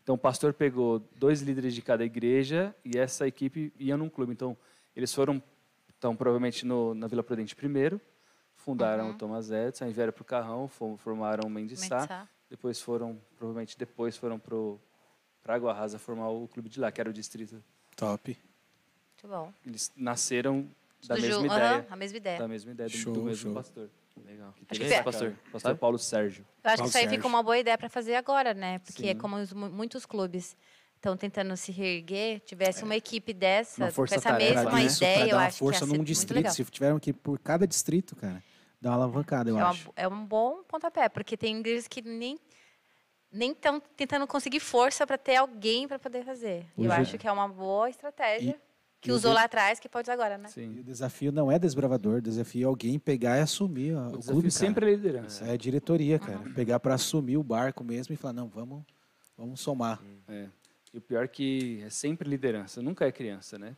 [SPEAKER 1] Então o pastor pegou dois líderes de cada igreja e essa equipe ia num clube. Então eles foram, então provavelmente no, na Vila Prudente primeiro, fundaram o Thomas Edson, aí vieram para o Carrão, fo- formaram o Mendissá,
[SPEAKER 3] Mendesá.
[SPEAKER 1] depois foram, provavelmente depois foram pro para Água Rasa formar o clube de lá, que era o distrito.
[SPEAKER 4] Top.
[SPEAKER 3] Muito bom.
[SPEAKER 1] Eles nasceram da
[SPEAKER 3] Tudo
[SPEAKER 1] mesma
[SPEAKER 3] ju-
[SPEAKER 1] ideia,
[SPEAKER 3] Aham, a mesma ideia.
[SPEAKER 1] da mesma ideia do,
[SPEAKER 4] Show,
[SPEAKER 1] do mesmo
[SPEAKER 4] show.
[SPEAKER 1] pastor.
[SPEAKER 2] Legal.
[SPEAKER 1] Acho
[SPEAKER 3] que é.
[SPEAKER 1] pastor, pastor
[SPEAKER 2] Sabe?
[SPEAKER 1] Paulo Sérgio.
[SPEAKER 3] Eu acho que
[SPEAKER 4] Paulo
[SPEAKER 3] isso aí
[SPEAKER 4] Sérgio.
[SPEAKER 3] fica uma boa ideia para fazer agora, né? Porque
[SPEAKER 1] Sim.
[SPEAKER 3] como os mu- muitos clubes estão tentando se reerguer, tivesse uma equipe dessa,
[SPEAKER 1] Uma
[SPEAKER 3] com essa
[SPEAKER 1] força-tarefa,
[SPEAKER 3] mesma
[SPEAKER 1] né?
[SPEAKER 4] Pra
[SPEAKER 3] ideia,
[SPEAKER 4] isso, pra dar
[SPEAKER 3] eu
[SPEAKER 4] uma
[SPEAKER 3] acho
[SPEAKER 4] força
[SPEAKER 3] que ia ser
[SPEAKER 4] num
[SPEAKER 3] muito
[SPEAKER 4] distrito.
[SPEAKER 3] legal.
[SPEAKER 4] Se tiveram que ir por cada distrito, cara, dá uma alavancada, eu
[SPEAKER 3] é, uma
[SPEAKER 4] acho.
[SPEAKER 3] bo- é um bom pontapé, porque tem igrejas que nem nem estão tentando conseguir força para ter alguém para poder fazer. E eu
[SPEAKER 4] Hoje-
[SPEAKER 3] acho que é uma boa estratégia que
[SPEAKER 4] eu
[SPEAKER 3] usou
[SPEAKER 4] vi-
[SPEAKER 3] lá atrás, que pode usar agora, né?
[SPEAKER 4] E
[SPEAKER 1] Sim.
[SPEAKER 4] o desafio não é desbravador, o desafio é alguém pegar e assumir ó,
[SPEAKER 1] O
[SPEAKER 4] o,
[SPEAKER 1] desafio
[SPEAKER 4] clube.
[SPEAKER 1] sempre é Uhum. liderança.
[SPEAKER 4] cara. É diretoria, cara. Pegar pra assumir o barco mesmo e falar, não, vamos, vamos somar.
[SPEAKER 1] E o pior é que é sempre liderança, nunca é criança, né?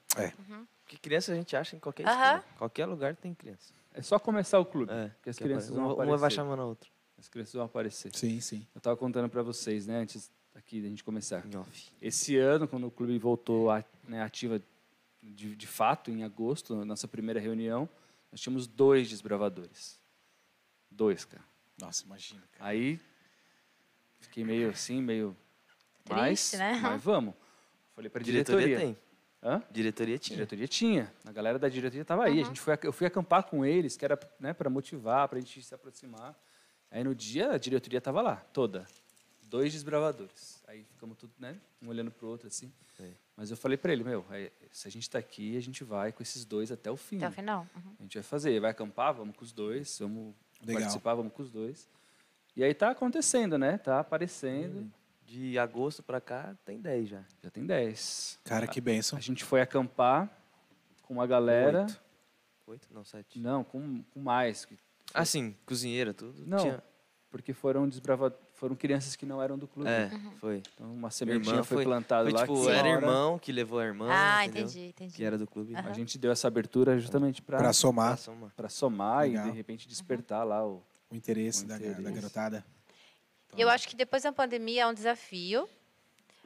[SPEAKER 2] Porque criança a gente acha em qualquer
[SPEAKER 3] Aham.
[SPEAKER 2] esquina. Qualquer lugar tem criança.
[SPEAKER 1] É só começar o clube,
[SPEAKER 2] É.
[SPEAKER 1] porque as
[SPEAKER 2] que
[SPEAKER 1] crianças
[SPEAKER 2] aparece.
[SPEAKER 1] vão
[SPEAKER 2] Uma- Uma vai
[SPEAKER 1] aparecer.
[SPEAKER 2] chamando a outra.
[SPEAKER 1] As crianças vão aparecer.
[SPEAKER 4] Sim, sim.
[SPEAKER 1] Eu tava contando para vocês, né, antes aqui da gente começar.
[SPEAKER 2] Em off.
[SPEAKER 1] Esse ano, quando o clube voltou à né, ativa de, de fato, em agosto, na nossa primeira reunião, nós tínhamos dois desbravadores. Dois, cara.
[SPEAKER 4] Nossa, imagina. cara.
[SPEAKER 1] Aí fiquei meio assim, meio.
[SPEAKER 3] Triste,
[SPEAKER 1] mas,
[SPEAKER 3] né?
[SPEAKER 1] mas vamos. Falei pra diretoria. É. diretoria.
[SPEAKER 2] Diretoria, tem.
[SPEAKER 1] Hã?
[SPEAKER 2] Diretoria
[SPEAKER 1] A
[SPEAKER 2] tinha.
[SPEAKER 1] diretoria tinha. A galera da diretoria estava aí. A gente foi, ac- eu fui acampar com eles, que era né, para motivar, para a gente se aproximar. Aí no dia a diretoria estava lá, toda. dois desbravadores. Aí ficamos tudo, né? Um olhando pro outro, assim.
[SPEAKER 2] Sei.
[SPEAKER 1] Mas eu falei para ele, meu, é, se a gente tá aqui, a gente vai com esses dois até o fim.
[SPEAKER 3] Até o final. Uhum.
[SPEAKER 1] A gente vai fazer, vai acampar, vamos com os dois, vamos
[SPEAKER 4] Legal.
[SPEAKER 1] participar, vamos com os dois. E aí tá acontecendo, né? Tá aparecendo.
[SPEAKER 2] Uhum. De agosto pra cá, tem 10 já.
[SPEAKER 1] Já tem 10.
[SPEAKER 4] Cara, que bênção.
[SPEAKER 1] A gente foi acampar com uma galera.
[SPEAKER 2] Oito. Oito? Não, sete.
[SPEAKER 1] Não, com, com mais. que-
[SPEAKER 2] Ah, sim, cozinheira, tudo.
[SPEAKER 1] Não,
[SPEAKER 2] Tinha-
[SPEAKER 1] porque foram desbrava foram crianças que não eram do clube.
[SPEAKER 2] É,
[SPEAKER 3] Uhum.
[SPEAKER 2] foi.
[SPEAKER 1] Então uma sementinha
[SPEAKER 2] irmã
[SPEAKER 1] foi,
[SPEAKER 2] foi-
[SPEAKER 1] plantada
[SPEAKER 2] Foi
[SPEAKER 1] lá.
[SPEAKER 2] tipo,
[SPEAKER 1] que
[SPEAKER 2] era
[SPEAKER 1] na hora
[SPEAKER 2] irmão que levou a irmã.
[SPEAKER 3] Ah,
[SPEAKER 2] entendeu?
[SPEAKER 3] entendi, entendi.
[SPEAKER 2] Que era do clube.
[SPEAKER 1] A gente deu essa abertura justamente para
[SPEAKER 4] Pra somar
[SPEAKER 2] Nossa, uma-
[SPEAKER 1] para somar
[SPEAKER 4] Legal.
[SPEAKER 1] e de repente despertar lá o
[SPEAKER 4] o interesse,
[SPEAKER 1] O
[SPEAKER 4] da- Da,
[SPEAKER 1] interesse.
[SPEAKER 4] garotada.
[SPEAKER 3] E Eu acho que depois da pandemia é um desafio,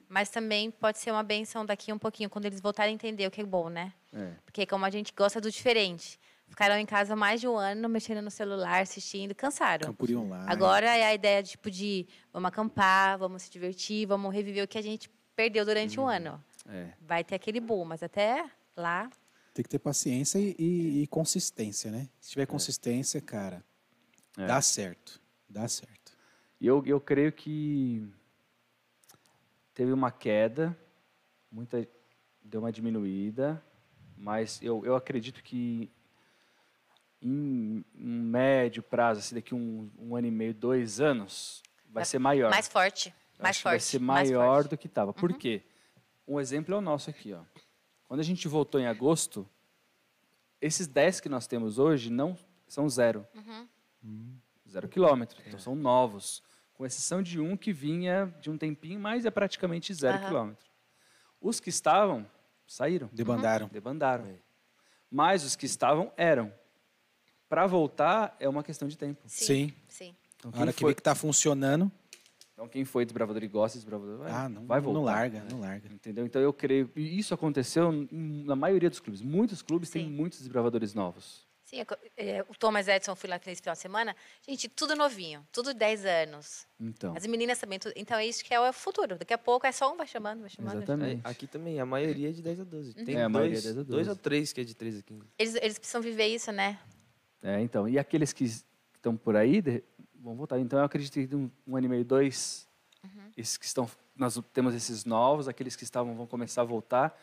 [SPEAKER 3] mas também pode ser uma benção daqui um pouquinho, quando eles voltarem a entender o que é bom, né?
[SPEAKER 1] É.
[SPEAKER 3] Porque como a gente gosta do diferente. Ficaram em casa mais de um ano, mexendo no celular, assistindo, cansaram.
[SPEAKER 4] Campuri online.
[SPEAKER 3] Agora é a ideia, tipo, de vamos acampar, vamos se divertir, vamos reviver o que a gente perdeu durante um ano.
[SPEAKER 1] é.
[SPEAKER 3] Vai ter aquele boom, mas até lá...
[SPEAKER 4] Tem que ter paciência e, e- e consistência, né? Se tiver consistência, cara,
[SPEAKER 1] É.
[SPEAKER 4] dá certo. Dá certo.
[SPEAKER 1] E eu, eu creio que teve uma queda, muita deu uma diminuída, mas eu, eu acredito que em um médio prazo, assim, daqui um, um ano e meio, dois anos, vai
[SPEAKER 3] Vai-
[SPEAKER 1] ser maior.
[SPEAKER 3] Mais forte,
[SPEAKER 1] Eu
[SPEAKER 3] mais
[SPEAKER 1] acho que
[SPEAKER 3] forte.
[SPEAKER 1] vai ser
[SPEAKER 3] mais
[SPEAKER 1] maior
[SPEAKER 3] forte. Uhum.
[SPEAKER 1] do que estava. Por quê? Um exemplo é o nosso aqui, ó. Quando a gente voltou em agosto, esses 10 que nós temos hoje não são zero.
[SPEAKER 3] Uhum.
[SPEAKER 1] Hum. Zero quilômetro.
[SPEAKER 4] É.
[SPEAKER 1] Então são novos. Com exceção de um que vinha de um tempinho, mas é praticamente zero
[SPEAKER 3] Aham.
[SPEAKER 1] quilômetro. Os que estavam saíram,
[SPEAKER 4] Debandaram.
[SPEAKER 3] Uhum.
[SPEAKER 1] debandaram.
[SPEAKER 4] É.
[SPEAKER 1] Mas os que estavam eram. Para voltar é uma questão de tempo.
[SPEAKER 3] Sim,
[SPEAKER 4] Sim.
[SPEAKER 3] sim.
[SPEAKER 1] Então
[SPEAKER 4] A hora
[SPEAKER 1] quem,
[SPEAKER 4] que vê
[SPEAKER 1] foi,
[SPEAKER 4] que tá funcionando,
[SPEAKER 1] então, quem foi desbravador e gosta de desbravador, vai,
[SPEAKER 4] ah, não,
[SPEAKER 1] vai voltar. É.
[SPEAKER 4] não larga, não larga.
[SPEAKER 1] Entendeu? Então eu creio. E isso aconteceu em- na maioria dos clubes. Muitos clubes têm
[SPEAKER 3] Sim.
[SPEAKER 1] muitos desbravadores novos.
[SPEAKER 3] Sim, eu co- eh, o Thomas Edson, fui lá nesse final de semana. Gente, tudo novinho, tudo 10 anos.
[SPEAKER 1] Então.
[SPEAKER 3] As meninas também. Tudo, então é isso que é o futuro. Daqui a pouco é só um vai chamando, vai chamando. vai chamando.
[SPEAKER 1] Exatamente.
[SPEAKER 2] É, aqui também, a maioria é de 10 a 12.
[SPEAKER 3] Uhum.
[SPEAKER 2] Tem
[SPEAKER 1] Uhum. É, a maioria é
[SPEAKER 2] dois,
[SPEAKER 1] 10 a 12.
[SPEAKER 2] dois ou três que é de 3 aqui.
[SPEAKER 3] Eles, eles precisam viver isso, né?
[SPEAKER 1] É, então. E aqueles que s- que estão por aí de- vão voltar. Então eu acredito que de um, um ano e meio, dois,
[SPEAKER 3] Uhum.
[SPEAKER 1] esses que estão. Nós temos esses novos, aqueles que estavam vão começar a voltar.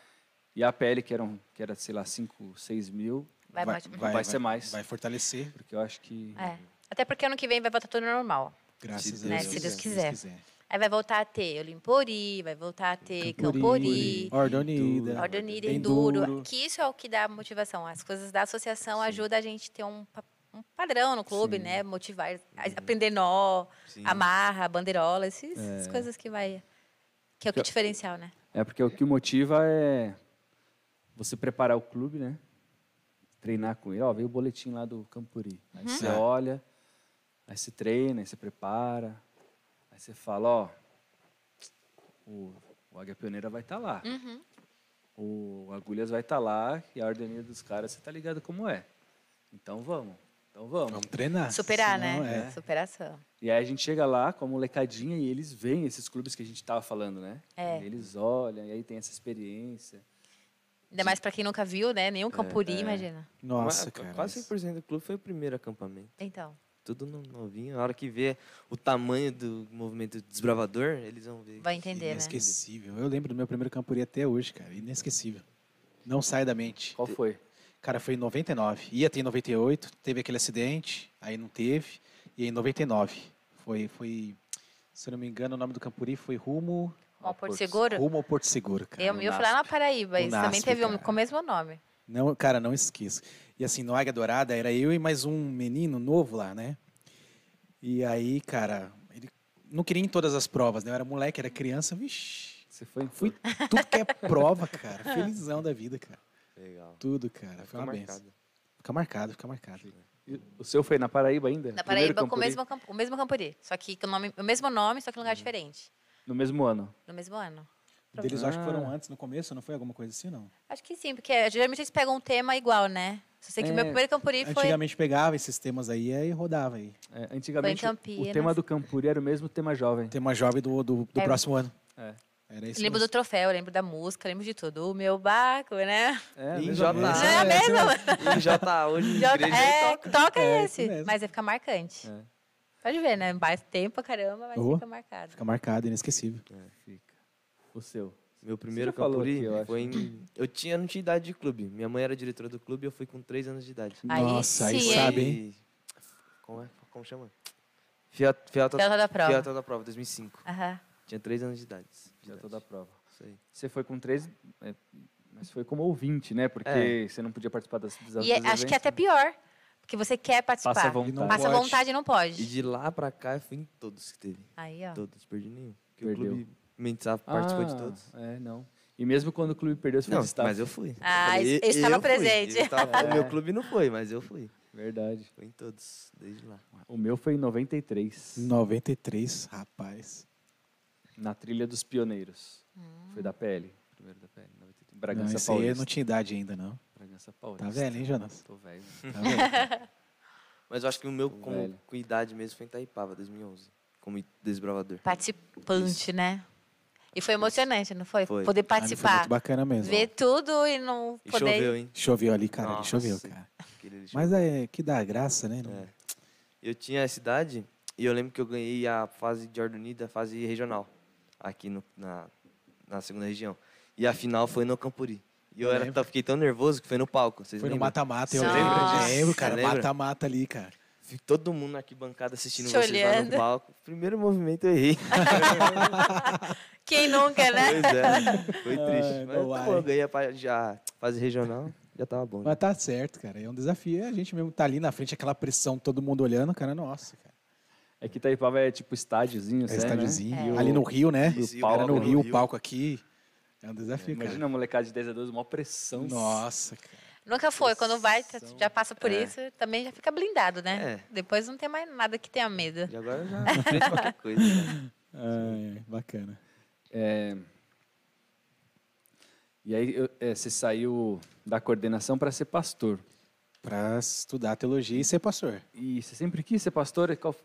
[SPEAKER 1] E a PL, que, eram, que era, sei lá, 5, 6 mil,
[SPEAKER 3] Vai,
[SPEAKER 4] Vai-
[SPEAKER 3] mais-
[SPEAKER 4] vai-
[SPEAKER 1] vai ser mais.
[SPEAKER 4] Vai fortalecer,
[SPEAKER 1] porque eu acho que.
[SPEAKER 3] É. Até porque ano que vem vai voltar tudo normal.
[SPEAKER 4] graças
[SPEAKER 2] Se Deus
[SPEAKER 4] a Deus.
[SPEAKER 2] quiser. Se Deus
[SPEAKER 3] quiser. Aí vai voltar a ter Olimpori, vai voltar a ter Campori,
[SPEAKER 4] Horda Unida.
[SPEAKER 3] Ordem Unida, Enduro. Que isso é o que dá motivação. As coisas da associação ajudam a gente a ter um, pa- um padrão no clube, né? Motivar, a- aprender nó,
[SPEAKER 2] Sim.
[SPEAKER 3] amarra, bandeirola, esses- essas coisas que vai. Que é o que é o diferencial, né?
[SPEAKER 1] É porque o que motiva é você preparar o clube, né? Treinar com ele. Ó, veio o boletim lá do Campuri. Aí você
[SPEAKER 4] Tá.
[SPEAKER 1] olha, aí você treina, aí você prepara. Aí você fala, ó, o, o Águia Pioneira vai estar lá. O Agulhas vai estar lá e a ordeninha dos caras, você tá ligado como é. Então vamos, então vamos.
[SPEAKER 4] Vamos treinar.
[SPEAKER 3] Superar,
[SPEAKER 4] senão
[SPEAKER 3] né?
[SPEAKER 4] é.
[SPEAKER 3] Superação.
[SPEAKER 1] E aí a gente chega lá com a molecadinha e eles veem esses clubes que a gente tava falando, né?
[SPEAKER 3] É.
[SPEAKER 1] Eles olham e aí tem essa experiência.
[SPEAKER 3] Ainda mais pra quem nunca viu, né? Nenhum Campuri, imagina.
[SPEAKER 4] Nossa,
[SPEAKER 2] Qua-
[SPEAKER 4] cara.
[SPEAKER 2] Quase 100% do clube foi o primeiro acampamento.
[SPEAKER 3] Então,
[SPEAKER 2] Tudo no- novinho. A hora que vê o tamanho do movimento desbravador, eles vão ver.
[SPEAKER 3] vai entender, né?
[SPEAKER 4] Inesquecível. Eu lembro do meu primeiro Campuri até hoje, cara. Inesquecível. Não sai da mente.
[SPEAKER 1] Qual foi?
[SPEAKER 4] Cara, foi em 99. Ia ter em 98, teve aquele acidente, aí não teve. E em 99. Foi, foi se eu não me engano, o nome do Campuri foi Rumo,
[SPEAKER 3] Mal Porto Seguro.
[SPEAKER 4] Rumo ao Porto Seguro, cara.
[SPEAKER 3] Eu, eu fui lá na Paraíba,
[SPEAKER 4] O
[SPEAKER 3] isso também
[SPEAKER 4] NASP,
[SPEAKER 3] teve um
[SPEAKER 4] cara.
[SPEAKER 3] com o mesmo nome.
[SPEAKER 4] Não, cara, não esqueço. E assim, no Águia Dourada era eu e mais um menino novo lá, né? E aí, cara, ele não queria ir em todas as provas, né? Eu era moleque, era criança, vixi.
[SPEAKER 1] Você foi em
[SPEAKER 4] Fui tudo que é prova, cara. Felizão da vida, cara.
[SPEAKER 2] Legal.
[SPEAKER 4] Tudo, cara. Foi
[SPEAKER 2] Ficou
[SPEAKER 4] uma benção.
[SPEAKER 2] marcado.
[SPEAKER 4] Fica marcado, fica marcado.
[SPEAKER 1] E O seu foi na Paraíba ainda? Primeiro
[SPEAKER 3] Na Paraíba, com o
[SPEAKER 1] Campuri?
[SPEAKER 3] mesmo, camp- o mesmo Campuri. Só que com o, nome, o mesmo nome, só que em lugar diferente.
[SPEAKER 1] No mesmo ano.
[SPEAKER 3] No mesmo ano. Uhum.
[SPEAKER 4] O deles eu acho que foram
[SPEAKER 1] Ah.
[SPEAKER 4] antes, no começo, não foi alguma coisa assim, não?
[SPEAKER 3] Acho que sim, porque geralmente eles pegam um tema igual, né? Só sei que o meu
[SPEAKER 1] É,
[SPEAKER 3] primeiro Campuri foi.
[SPEAKER 4] Antigamente pegava esses temas aí e aí rodava aí.
[SPEAKER 1] É, antigamente,
[SPEAKER 3] Foi em
[SPEAKER 1] o- o
[SPEAKER 3] Campinas.
[SPEAKER 1] tema do Campuri era o mesmo tema jovem.
[SPEAKER 4] Tem uma jovem do, do, do
[SPEAKER 3] É.
[SPEAKER 4] próximo ano.
[SPEAKER 1] É.
[SPEAKER 4] Era isso.
[SPEAKER 3] Lembro do
[SPEAKER 4] mesmo.
[SPEAKER 3] troféu, lembro da música, lembro de tudo. O meu barco, né?
[SPEAKER 1] É,
[SPEAKER 2] Em
[SPEAKER 1] mesmo
[SPEAKER 2] J-
[SPEAKER 4] Ah,
[SPEAKER 1] ano.
[SPEAKER 3] Não é a mesma?
[SPEAKER 2] E já tá hoje em
[SPEAKER 3] Já-
[SPEAKER 2] igreja. então.
[SPEAKER 3] é, toca
[SPEAKER 4] É, isso
[SPEAKER 3] esse.
[SPEAKER 4] mesmo.
[SPEAKER 3] Mas vai ficar marcante.
[SPEAKER 1] É.
[SPEAKER 3] Pode ver, né? Mais tempo pra caramba, mas
[SPEAKER 4] Boa.
[SPEAKER 3] fica marcado.
[SPEAKER 4] Fica marcado, inesquecível.
[SPEAKER 1] Fica. O seu.
[SPEAKER 2] Meu primeiro
[SPEAKER 1] já falou
[SPEAKER 2] Campuri
[SPEAKER 1] aqui, eu acho.
[SPEAKER 2] foi em... Eu, tinha, eu não tinha idade de clube. Minha mãe era diretora do clube e eu fui com 3 anos de idade.
[SPEAKER 3] Aí
[SPEAKER 4] Nossa, aí
[SPEAKER 3] sim, hein?
[SPEAKER 4] sabe, hein?
[SPEAKER 2] Como, é, como chama? Fiat, Fiat,
[SPEAKER 3] Fiel da prova.
[SPEAKER 2] Fiat da prova, 2005.
[SPEAKER 3] Aham.
[SPEAKER 2] Tinha 3 anos de idade.
[SPEAKER 1] Já toda a prova.
[SPEAKER 2] Isso aí.
[SPEAKER 1] Você foi com três, é, mas foi como ouvinte, né? Porque
[SPEAKER 2] É.
[SPEAKER 1] você não podia participar das, das
[SPEAKER 3] E é- acho que é até pior, porque você quer participar.
[SPEAKER 1] Passa
[SPEAKER 3] Passa
[SPEAKER 1] a vontade.
[SPEAKER 4] Não
[SPEAKER 3] vontade,
[SPEAKER 4] pode.
[SPEAKER 3] e não
[SPEAKER 2] E
[SPEAKER 3] pode.
[SPEAKER 2] de lá pra cá eu fui em todos que teve.
[SPEAKER 3] Aí, ó.
[SPEAKER 2] Todos, perdi nenhum. Porque
[SPEAKER 1] Perdeu.
[SPEAKER 2] o clube Mendizável participou de
[SPEAKER 1] Ah,
[SPEAKER 2] todos.
[SPEAKER 1] É, não. E mesmo quando o clube perdeu, você
[SPEAKER 2] Não,
[SPEAKER 1] foi destaque.
[SPEAKER 2] mas eu fui.
[SPEAKER 3] Ah,
[SPEAKER 2] falei,
[SPEAKER 3] eu estava
[SPEAKER 2] fui,
[SPEAKER 3] presente.
[SPEAKER 2] eu estava-
[SPEAKER 1] É.
[SPEAKER 2] Meu clube não foi, mas eu fui.
[SPEAKER 1] Verdade.
[SPEAKER 2] Fui em todos, desde lá.
[SPEAKER 1] O meu foi em 93,
[SPEAKER 4] 93, rapaz.
[SPEAKER 1] na trilha dos pioneiros. Foi
[SPEAKER 3] Hum.
[SPEAKER 1] da PL, primeiro da PL, 93.
[SPEAKER 4] Não,
[SPEAKER 1] Bragança
[SPEAKER 2] é
[SPEAKER 4] esse aí eu
[SPEAKER 1] Paulista.
[SPEAKER 4] não tinha idade ainda, não.
[SPEAKER 1] Bragança Paulista.
[SPEAKER 4] Tá velho, hein, Jonas?
[SPEAKER 1] Tô velho. mano.
[SPEAKER 4] Tá velho.
[SPEAKER 2] Mas eu acho que o meu
[SPEAKER 1] Tô
[SPEAKER 2] com,
[SPEAKER 1] velho.
[SPEAKER 2] com idade mesmo foi em Itaipava, 2011. Como desbravador.
[SPEAKER 3] Participante, né? E foi emocionante, não foi?
[SPEAKER 2] Foi.
[SPEAKER 3] Poder
[SPEAKER 4] Ali Foi
[SPEAKER 3] participar,
[SPEAKER 4] muito bacana mesmo.
[SPEAKER 3] ver tudo e não
[SPEAKER 2] E
[SPEAKER 3] poder.
[SPEAKER 2] choveu, hein?
[SPEAKER 4] Choveu ali, cara. ali
[SPEAKER 2] Nossa.
[SPEAKER 4] Choveu, cara.
[SPEAKER 2] Aquele ali
[SPEAKER 4] Mas
[SPEAKER 2] choveu.
[SPEAKER 4] é que dá graça, né? Não-
[SPEAKER 2] É. Eu tinha essa idade e eu lembro que eu ganhei a fase de Ordem Unida, a fase regional, aqui no- na, na segunda região. E a final foi no Campuri. E eu,
[SPEAKER 4] Eu
[SPEAKER 2] era,
[SPEAKER 4] lembro.
[SPEAKER 2] tão- fiquei tão nervoso que foi no palco. Vocês
[SPEAKER 4] Foi no
[SPEAKER 2] lembram?
[SPEAKER 4] mata-mata, eu
[SPEAKER 3] Nossa.
[SPEAKER 4] lembro. Eu lembro,
[SPEAKER 2] Lembra?
[SPEAKER 4] cara.
[SPEAKER 2] Lembra?
[SPEAKER 4] Mata-mata ali, cara.
[SPEAKER 2] Fui todo mundo na arquibancada assistindo
[SPEAKER 3] Te
[SPEAKER 2] vocês lá
[SPEAKER 3] olhando.
[SPEAKER 2] no palco. Primeiro movimento eu errei.
[SPEAKER 3] Quem nunca, né?
[SPEAKER 2] Pois é, foi triste.
[SPEAKER 4] Ai,
[SPEAKER 2] Mas
[SPEAKER 4] não
[SPEAKER 2] tá bom,
[SPEAKER 4] vai.
[SPEAKER 2] ganhei a pa- já, fase regional, já tava bom.
[SPEAKER 4] Mas tá certo, cara. É um desafio. A gente mesmo tá ali na frente, aquela pressão, todo mundo olhando, cara. Nossa, cara.
[SPEAKER 1] É que Itaipava é tipo estádiozinho,
[SPEAKER 4] É
[SPEAKER 1] né?
[SPEAKER 4] estádiozinho.
[SPEAKER 3] É.
[SPEAKER 4] Ali no Rio, né?
[SPEAKER 2] Isso, e o
[SPEAKER 4] Era
[SPEAKER 2] palco
[SPEAKER 4] no
[SPEAKER 2] no
[SPEAKER 4] Rio, o
[SPEAKER 2] Rio.
[SPEAKER 4] palco aqui. É um desafio, cara.
[SPEAKER 1] Imagina um uma molecada de 10 a 12, maior pressão.
[SPEAKER 4] Nossa, cara.
[SPEAKER 3] Nunca foi. Quando vai, tá- já passa por
[SPEAKER 2] É.
[SPEAKER 3] isso, também já fica blindado, né?
[SPEAKER 2] É.
[SPEAKER 3] Depois não tem mais nada que tenha medo.
[SPEAKER 2] E agora eu já fiz qualquer coisa. né?
[SPEAKER 4] Ai, ai, bacana.
[SPEAKER 1] E aí eu- é, você saiu da coordenação para ser pastor.
[SPEAKER 4] Pra estudar teologia e ser pastor.
[SPEAKER 1] E você sempre quis ser pastor? E Qual f-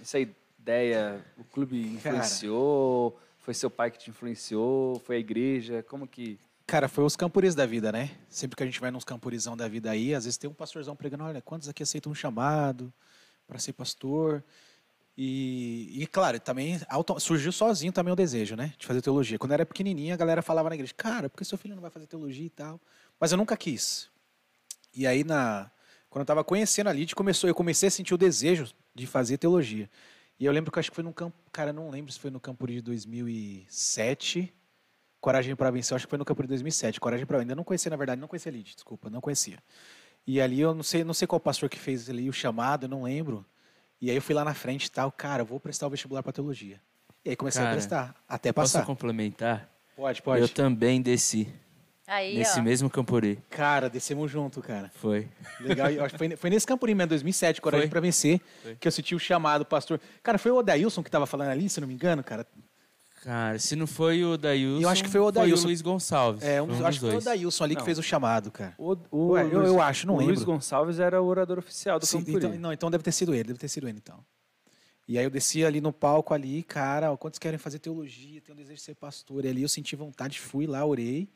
[SPEAKER 1] essa ideia? O clube
[SPEAKER 4] Cara.
[SPEAKER 1] influenciou? Foi seu pai que te influenciou? Foi a igreja? Como que.
[SPEAKER 4] Cara, foi os campuris da vida, né? Sempre que a gente vai nos campurizão da vida aí, às vezes tem um pastorzão pregando, olha, quantos aqui aceitam um chamado para ser pastor? E, e, claro, também auto- surgiu sozinho também o desejo, né? De fazer teologia. Quando eu era pequenininha, a galera falava na igreja, cara, por que seu filho não vai fazer teologia e tal? Mas eu nunca quis. E aí, na, quando eu tava conhecendo a Lid, começou, eu comecei a sentir o desejo de fazer teologia. E eu lembro que eu acho que foi no campo, cara, eu não lembro se foi no Campuri de 2007, Coragem para Vencer, eu acho que foi no Campuri de 2007, Coragem para Ainda não conhecia, na verdade, não conhecia a Lid, desculpa, não conhecia. E ali eu não sei, não sei qual pastor que fez ali o chamado, eu não lembro. E aí eu fui lá na frente e tal, cara, eu vou prestar o vestibular para teologia. E aí comecei a
[SPEAKER 5] Cara,
[SPEAKER 4] prestar, até
[SPEAKER 5] Posso
[SPEAKER 4] passar.
[SPEAKER 5] complementar?
[SPEAKER 4] Pode,
[SPEAKER 5] Eu
[SPEAKER 4] pode.
[SPEAKER 5] também desci
[SPEAKER 3] Aí,
[SPEAKER 5] nesse
[SPEAKER 3] ó.
[SPEAKER 5] mesmo Campuri.
[SPEAKER 4] Cara, descemos junto, cara.
[SPEAKER 5] Foi.
[SPEAKER 4] Legal, e eu acho que foi, foi nesse né, Campurim mesmo, 2007, Coragem
[SPEAKER 5] Foi.
[SPEAKER 4] pra Vencer,
[SPEAKER 5] Foi.
[SPEAKER 4] que eu senti o chamado, pastor. Cara, foi o Odailson que tava falando ali, se não me engano, cara.
[SPEAKER 5] Cara, se não foi o Dailson,
[SPEAKER 4] Eu acho que foi o Odailson.
[SPEAKER 5] Luiz Gonçalves.
[SPEAKER 4] É, um, dos-
[SPEAKER 5] dos
[SPEAKER 4] acho que foi o
[SPEAKER 5] dois.
[SPEAKER 4] Odailson ali
[SPEAKER 1] Não.
[SPEAKER 4] que fez o chamado, cara.
[SPEAKER 1] O, o
[SPEAKER 4] Ué, eu- eu acho, não
[SPEAKER 1] o Luiz
[SPEAKER 4] lembro.
[SPEAKER 1] Gonçalves era o orador oficial do
[SPEAKER 4] Sim,
[SPEAKER 1] Campuri.
[SPEAKER 4] então, não, então deve ter sido ele, deve ter sido ele, então. E aí eu desci ali no palco ali, cara, ó, quantos querem fazer teologia, tem o desejo de ser pastor. E ali eu senti vontade, fui lá, orei.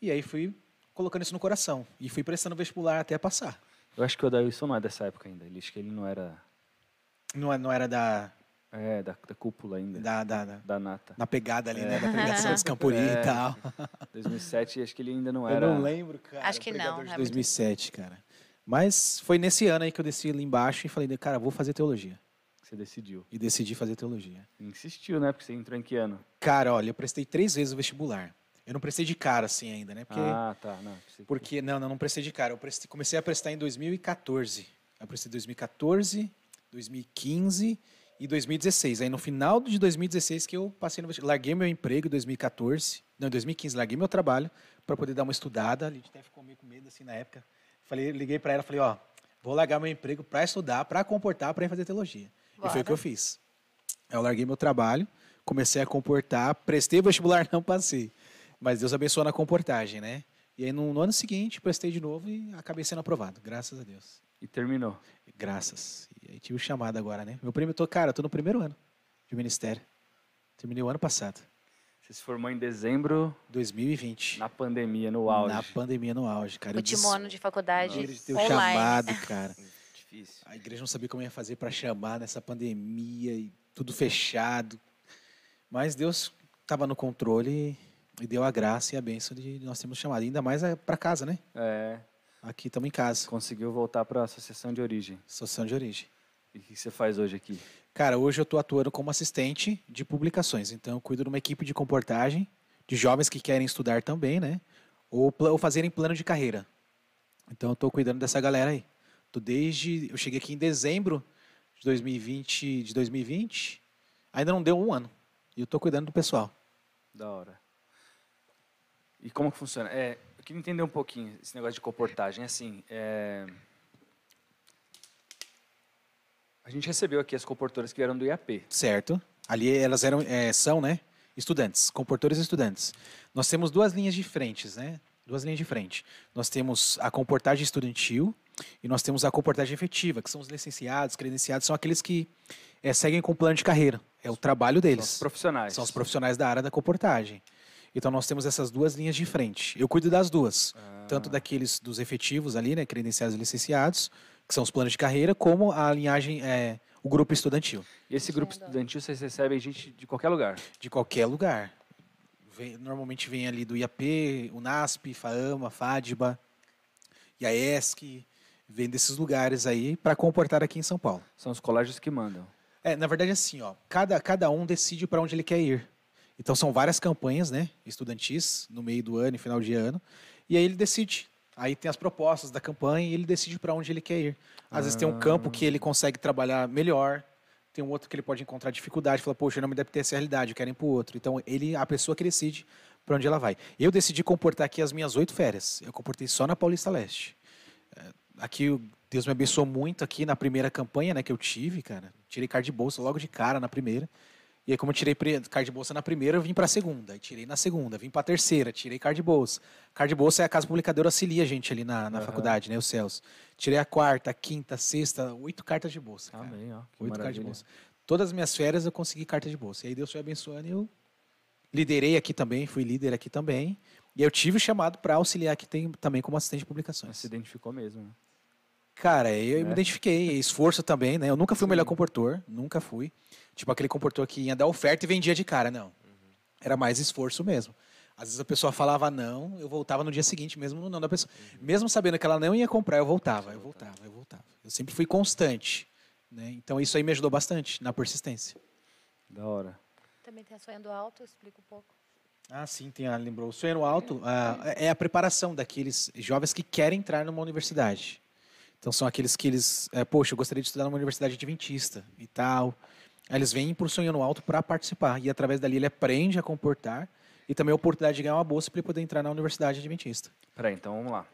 [SPEAKER 4] E aí fui colocando isso no coração. E fui prestando vestibular até passar.
[SPEAKER 1] Eu acho que o Dailson não é dessa época ainda. Ele acho que ele não era.
[SPEAKER 4] Não, é- não era da,
[SPEAKER 1] É, da, da cúpula ainda. Da,
[SPEAKER 4] da, da, da-
[SPEAKER 1] Nata.
[SPEAKER 4] na pegada ali,
[SPEAKER 5] É.
[SPEAKER 4] né? Da pregação dos Campurim e tal.
[SPEAKER 1] 2007, acho que ele ainda não era.
[SPEAKER 4] Eu não lembro, cara.
[SPEAKER 3] Acho que não,
[SPEAKER 4] Pregador de
[SPEAKER 3] realmente.
[SPEAKER 4] 2007, cara. Mas foi nesse ano aí que eu desci ali embaixo e falei, cara, vou fazer teologia.
[SPEAKER 1] Você decidiu.
[SPEAKER 4] E decidi fazer teologia.
[SPEAKER 1] Insistiu, né? Porque você entrou em que ano?
[SPEAKER 4] Cara, olha, eu prestei três vezes o vestibular. Eu não prestei de cara assim ainda, né? Porque,
[SPEAKER 1] Ah, tá. Não, pensei que-
[SPEAKER 4] porque não, não, não prestei de cara. Eu prestei- comecei a prestar em 2014. Eu prestei em 2014, 2015 e 2016. Aí no final de 2016 que eu passei no vestibular. Larguei meu emprego em 2014. Não, em 2015, larguei meu trabalho para poder dar uma estudada. A gente até ficou meio com medo assim na época. Falei, liguei para ela, falei, ó, vou largar meu emprego para estudar, para comportar, para ir fazer teologia. E foi o que
[SPEAKER 3] Bora.
[SPEAKER 4] eu fiz. Eu larguei meu trabalho, comecei a comportar, prestei vestibular, não passei. Mas Deus abençoou na comportagem, né? E aí no, no ano seguinte, prestei de novo e acabei sendo aprovado, graças a Deus.
[SPEAKER 1] E terminou.
[SPEAKER 4] Graças. E aí tive o chamado agora, né? Meu primo, eu tô, cara, eu tô no primeiro ano de ministério. Terminei o ano passado,
[SPEAKER 1] Você se formou em dezembro
[SPEAKER 4] 2020.
[SPEAKER 1] na pandemia, no auge.
[SPEAKER 4] Na pandemia, no auge, cara. Eu
[SPEAKER 3] Último
[SPEAKER 4] des-
[SPEAKER 3] ano de faculdade
[SPEAKER 2] um
[SPEAKER 4] desespero de ter o
[SPEAKER 3] online.
[SPEAKER 4] chamado, cara.
[SPEAKER 2] difícil.
[SPEAKER 4] A igreja não sabia como ia fazer para chamar nessa pandemia e tudo fechado. Mas Deus estava no controle e deu a graça e a bênção de nós termos chamado. Ainda mais para casa, né?
[SPEAKER 1] É,
[SPEAKER 4] Aqui estamos em casa,
[SPEAKER 1] conseguiu voltar para a associação de origem.
[SPEAKER 4] associação de origem.
[SPEAKER 1] E o que você faz hoje aqui?
[SPEAKER 4] Cara, hoje eu estou atuando como assistente de publicações. Então, eu cuido de uma equipe de comportagem de jovens que querem estudar também, né? Ou, pla- ou fazerem plano de carreira. Então, eu estou cuidando dessa galera aí. Tô desde. Eu cheguei aqui em dezembro de 2020. De 2020 ainda não deu um ano. E eu estou cuidando do pessoal.
[SPEAKER 1] Da hora. E como que funciona? É, eu queria entender um pouquinho esse negócio de comportagem. Assim, é, a gente recebeu aqui as comportoras que vieram do IAP.
[SPEAKER 4] Certo. Ali elas eram, eh, são, né? Estudantes, comportores e estudantes. Nós temos duas linhas de frentes, né? Duas linhas de frente. Nós temos a comportagem estudantil e nós temos a comportagem efetiva, que são os licenciados, credenciados, são aqueles que eh, seguem com o plano de carreira. É o trabalho
[SPEAKER 1] São os
[SPEAKER 4] deles.
[SPEAKER 1] profissionais.
[SPEAKER 4] São os profissionais da área da comportagem. Então nós temos essas duas linhas de frente. Eu cuido das duas,
[SPEAKER 1] Ah.
[SPEAKER 4] tanto daqueles dos efetivos ali, né, credenciados e licenciados, que são os planos de carreira, como a linhagem, eh, o grupo estudantil.
[SPEAKER 1] E esse grupo
[SPEAKER 3] Entendo.
[SPEAKER 1] estudantil, vocês recebem gente de qualquer lugar.
[SPEAKER 4] De qualquer lugar. Vem- normalmente vem ali do IAP, UNASP, FAAMA, FADBA, IAESC, vem desses lugares aí para comportar aqui em São Paulo.
[SPEAKER 1] São os colégios que mandam.
[SPEAKER 4] É, na verdade, assim, ó, cada, cada um decide para onde ele quer ir. Então são várias campanhas, né, estudantis, no meio do ano e final de ano, e aí ele decide. Aí tem as propostas da campanha e ele decide para onde ele quer ir. Às vezes tem um campo que ele consegue trabalhar melhor, tem um outro que ele pode encontrar dificuldade, fala, poxa, eu não me adaptei a essa realidade, eu quero ir pro outro. Então ele, a pessoa que decide para onde ela vai. Eu decidi comportar aqui as minhas oito férias. Eu comportei só na Paulista Leste. É, Aqui eu- Deus me abençoou muito aqui na primeira campanha, né, que eu tive, cara. Tirei card de bolsa logo de cara na primeira. E aí, como eu tirei pre- card de bolsa na primeira, eu vim para a segunda. Aí tirei na segunda, vim para a terceira, tirei card de bolsa. Card de bolsa é a casa publicadora auxilia a gente ali na, na faculdade, né, o Celso. Tirei a quarta, a quinta, a sexta, oito cartas de bolsa, cara.
[SPEAKER 1] Amém, ó. Que
[SPEAKER 4] É. Oito cartas de
[SPEAKER 1] maravilha.
[SPEAKER 4] bolsa. Todas as minhas férias eu consegui carta de bolsa. E aí Deus foi abençoando e eu liderei aqui também, fui líder aqui também. E eu tive o chamado para auxiliar aqui tem- também como assistente de
[SPEAKER 1] Mas
[SPEAKER 4] publicações.
[SPEAKER 1] Se identificou mesmo. né?
[SPEAKER 4] Cara, eu me
[SPEAKER 1] Né?
[SPEAKER 4] identifiquei, esforço também, né? Eu nunca fui o melhor comportor, nunca fui. Tipo aquele comportor que ia dar oferta e vendia de cara, não. Era mais esforço mesmo. Às vezes a pessoa falava não, eu voltava no dia seguinte, mesmo no não da pessoa. Mesmo sabendo que ela não ia comprar, eu voltava, eu voltava, eu voltava. Eu sempre fui constante, né? Então isso aí me ajudou bastante na persistência.
[SPEAKER 1] Da hora.
[SPEAKER 3] Também tem a sonhando alto, eu explico um pouco.
[SPEAKER 4] Ah, sim, tem a, lembrou. O sonho alto ah, é a preparação daqueles jovens que querem entrar numa universidade. Então são aqueles que eles, eh, poxa, eu gostaria de estudar numa universidade adventista e tal. Aí eles vêm para o sonho no alto para participar e através dali ele aprende a comportar e também a oportunidade de ganhar uma bolsa para ele poder entrar na universidade adventista.
[SPEAKER 1] Peraí, então vamos lá.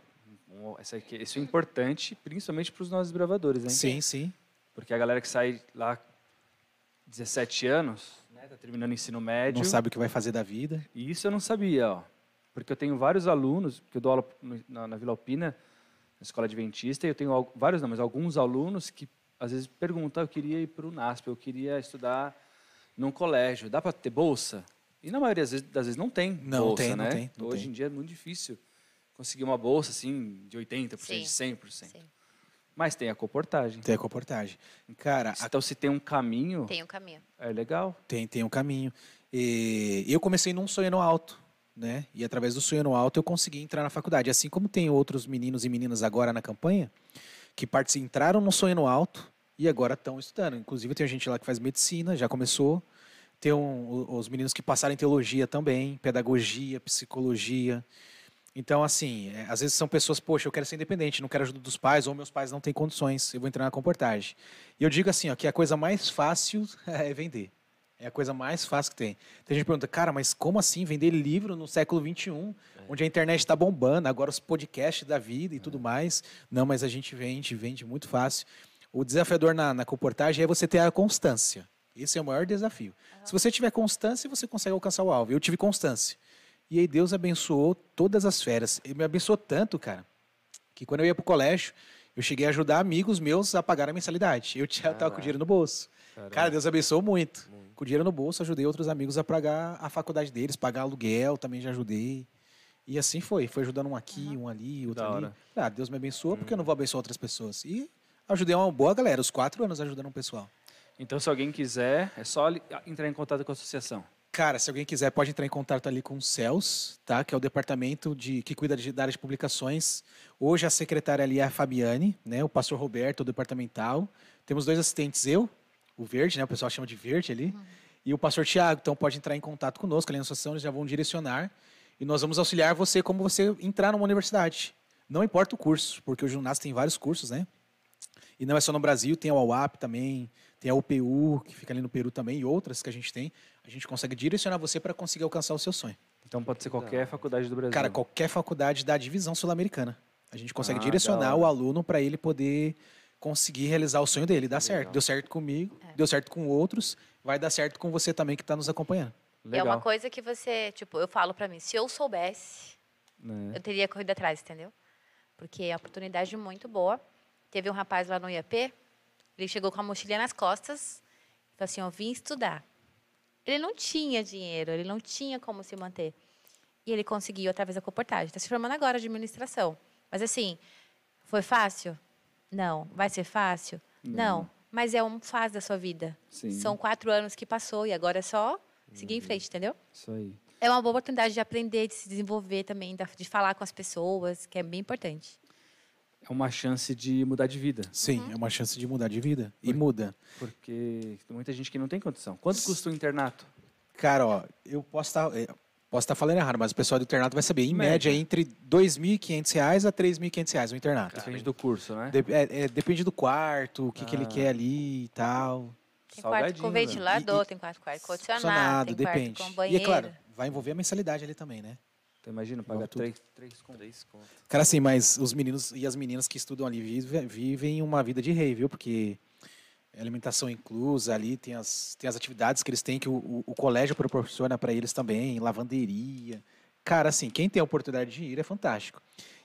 [SPEAKER 1] Um- Essa aqui, isso é importante, principalmente para os nossos bravadores, hein?
[SPEAKER 4] Sim, sim.
[SPEAKER 1] Porque a galera que sai lá 17 anos, né, tá terminando o ensino médio.
[SPEAKER 4] Não sabe o que vai fazer da vida.
[SPEAKER 1] E isso eu não sabia, ó. Porque eu tenho vários alunos, que eu dou aula no- na, na Vila Alpina, na escola adventista, e eu tenho al- vários, não, mas alguns alunos que às vezes perguntam: "Ah, eu queria ir para o NASP, eu queria estudar num colégio, dá para ter bolsa? E na maioria das vezes, das vezes não tem
[SPEAKER 4] Não
[SPEAKER 1] bolsa,
[SPEAKER 4] tem, não
[SPEAKER 1] né?
[SPEAKER 4] tem, não
[SPEAKER 1] Hoje
[SPEAKER 4] tem.
[SPEAKER 1] em dia é muito difícil conseguir uma bolsa assim de 80%, de 100%.
[SPEAKER 3] Sim.
[SPEAKER 1] Mas tem a comportagem.
[SPEAKER 4] Tem a comportagem. Cara, a
[SPEAKER 1] Então, se tem um caminho,
[SPEAKER 3] Tem um caminho.
[SPEAKER 1] é legal.
[SPEAKER 4] Tem, tem um caminho. E eu comecei num sonho no alto, né? E através do sonho no alto eu consegui entrar na faculdade. Assim como tem outros meninos e meninas agora na campanha que parti- entraram no sonho no alto e agora estão estudando. Inclusive tem gente lá que faz medicina, já começou. Tem um- o- os meninos que passaram em teologia também, pedagogia, psicologia. Então, assim, é, às vezes são pessoas, poxa, eu quero ser independente, não quero ajuda dos pais, ou meus pais não têm condições, eu vou entrar na comportagem. E eu digo assim, ó, que a coisa mais fácil é vender. É a coisa mais fácil que tem. Tem gente que pergunta, cara, mas como assim vender livro no século XXI, onde a internet está bombando, agora os podcasts da vida e tudo mais? Não, mas a gente vende, vende muito fácil. O desafiador na, na comportagem é você ter a constância. Esse é o maior desafio. Se você tiver constância, você consegue alcançar o alvo. Eu tive constância. E aí Deus abençoou todas as férias. Ele me abençoou tanto, cara, que quando eu ia pro colégio, eu cheguei a ajudar amigos meus a pagar a mensalidade. Eu tinha eu tava com
[SPEAKER 2] Caraca.
[SPEAKER 4] o dinheiro no bolso. Cara, Deus abençoou muito.
[SPEAKER 2] Muito.
[SPEAKER 4] Com o dinheiro no bolso, ajudei outros amigos a pagar a faculdade deles, pagar aluguel, também já ajudei. E assim foi. Foi ajudando um aqui, um ali, outro
[SPEAKER 1] Da
[SPEAKER 4] ali.
[SPEAKER 1] hora. Hum.
[SPEAKER 4] Ah, Deus me abençoou, porque eu não vou abençoar outras pessoas. E Ajudei uma boa galera, os quatro anos ajudando um pessoal.
[SPEAKER 7] Então, se alguém quiser, é só li- entrar em contato com a associação.
[SPEAKER 4] Cara, se alguém quiser, pode entrar em contato ali com o CELS, tá? Que é o departamento de que cuida de, da área de publicações. Hoje a secretária ali é a Fabiane, né? O pastor Roberto, o departamental. Temos dois assistentes, eu, o verde, né? O pessoal chama de verde ali. E o pastor Tiago. Então pode entrar em contato conosco ali na associação, eles já vão direcionar. E nós vamos auxiliar você como você entrar numa universidade. Não importa o curso, porque o Junas tem vários cursos, né? E não é só no Brasil, tem a UAP também, tem a UPU, que fica ali no Peru também, e outras que a gente tem. A gente consegue direcionar você para conseguir alcançar o seu sonho.
[SPEAKER 7] Então, pode ser qualquer faculdade do Brasil.
[SPEAKER 4] Cara, qualquer faculdade da divisão sul-americana. A gente consegue
[SPEAKER 7] Ah, da
[SPEAKER 4] direcionar
[SPEAKER 7] hora.
[SPEAKER 4] o aluno para ele poder conseguir realizar o sonho dele. Dá certo. Deu certo comigo, deu certo com outros, vai dar certo com você também que está nos acompanhando.
[SPEAKER 7] Legal.
[SPEAKER 3] É uma coisa que você, tipo, eu falo pra mim, se eu soubesse,
[SPEAKER 1] né?
[SPEAKER 3] eu teria corrido atrás, entendeu? Porque é uma oportunidade muito boa. Teve um rapaz lá no IAP, ele chegou com a mochilha nas costas, e falou assim, eu vim estudar. Ele não tinha dinheiro, ele não tinha como se manter. E ele conseguiu através da comportagem. Está se formando agora de administração. Mas assim, foi fácil? Não. Vai ser fácil? Não. Mas é um fase da sua vida.
[SPEAKER 1] Sim.
[SPEAKER 3] São quatro anos que passou e agora é só seguir em frente, entendeu?
[SPEAKER 1] Isso aí.
[SPEAKER 3] É uma boa oportunidade de aprender, de se desenvolver também, da- de falar com as pessoas, que é bem importante.
[SPEAKER 1] É uma chance de mudar de vida.
[SPEAKER 4] Sim, é uma chance de mudar de vida. E muda.
[SPEAKER 1] Porque tem muita gente que não tem condição. Quanto custa o internato?
[SPEAKER 4] Cara, ó, eu posso estar. Posso estar falando errado, mas o pessoal do internato vai saber. Em
[SPEAKER 1] Média.
[SPEAKER 4] média, é entre R$ 2.500 reais a R$ 3.500 reais o internato.
[SPEAKER 1] Depende do curso, né?
[SPEAKER 4] Dep- é- é, depende do quarto, o que, que ele quer ali e tal.
[SPEAKER 3] Tem quarto com
[SPEAKER 1] Salgadinho, né?
[SPEAKER 3] ventilador,
[SPEAKER 4] E- e-
[SPEAKER 3] tem quarto com ar-condicionado,
[SPEAKER 4] Funcionado,
[SPEAKER 3] tem quarto
[SPEAKER 4] depende.
[SPEAKER 3] com
[SPEAKER 4] E
[SPEAKER 3] banheiro.
[SPEAKER 4] é claro, vai envolver a mensalidade ali também, né?
[SPEAKER 1] Então, imagina, pagar
[SPEAKER 4] tudo.
[SPEAKER 1] três, três contas.
[SPEAKER 2] Três contas.
[SPEAKER 4] Cara, assim, mas os meninos e as meninas que estudam ali vive- vivem uma vida de rei, viu? Porque é alimentação inclusa ali, tem as, tem as atividades que eles têm, que o, o- o colégio proporciona para eles também, lavanderia. Cara, assim, quem tem a oportunidade de ir é fantástico.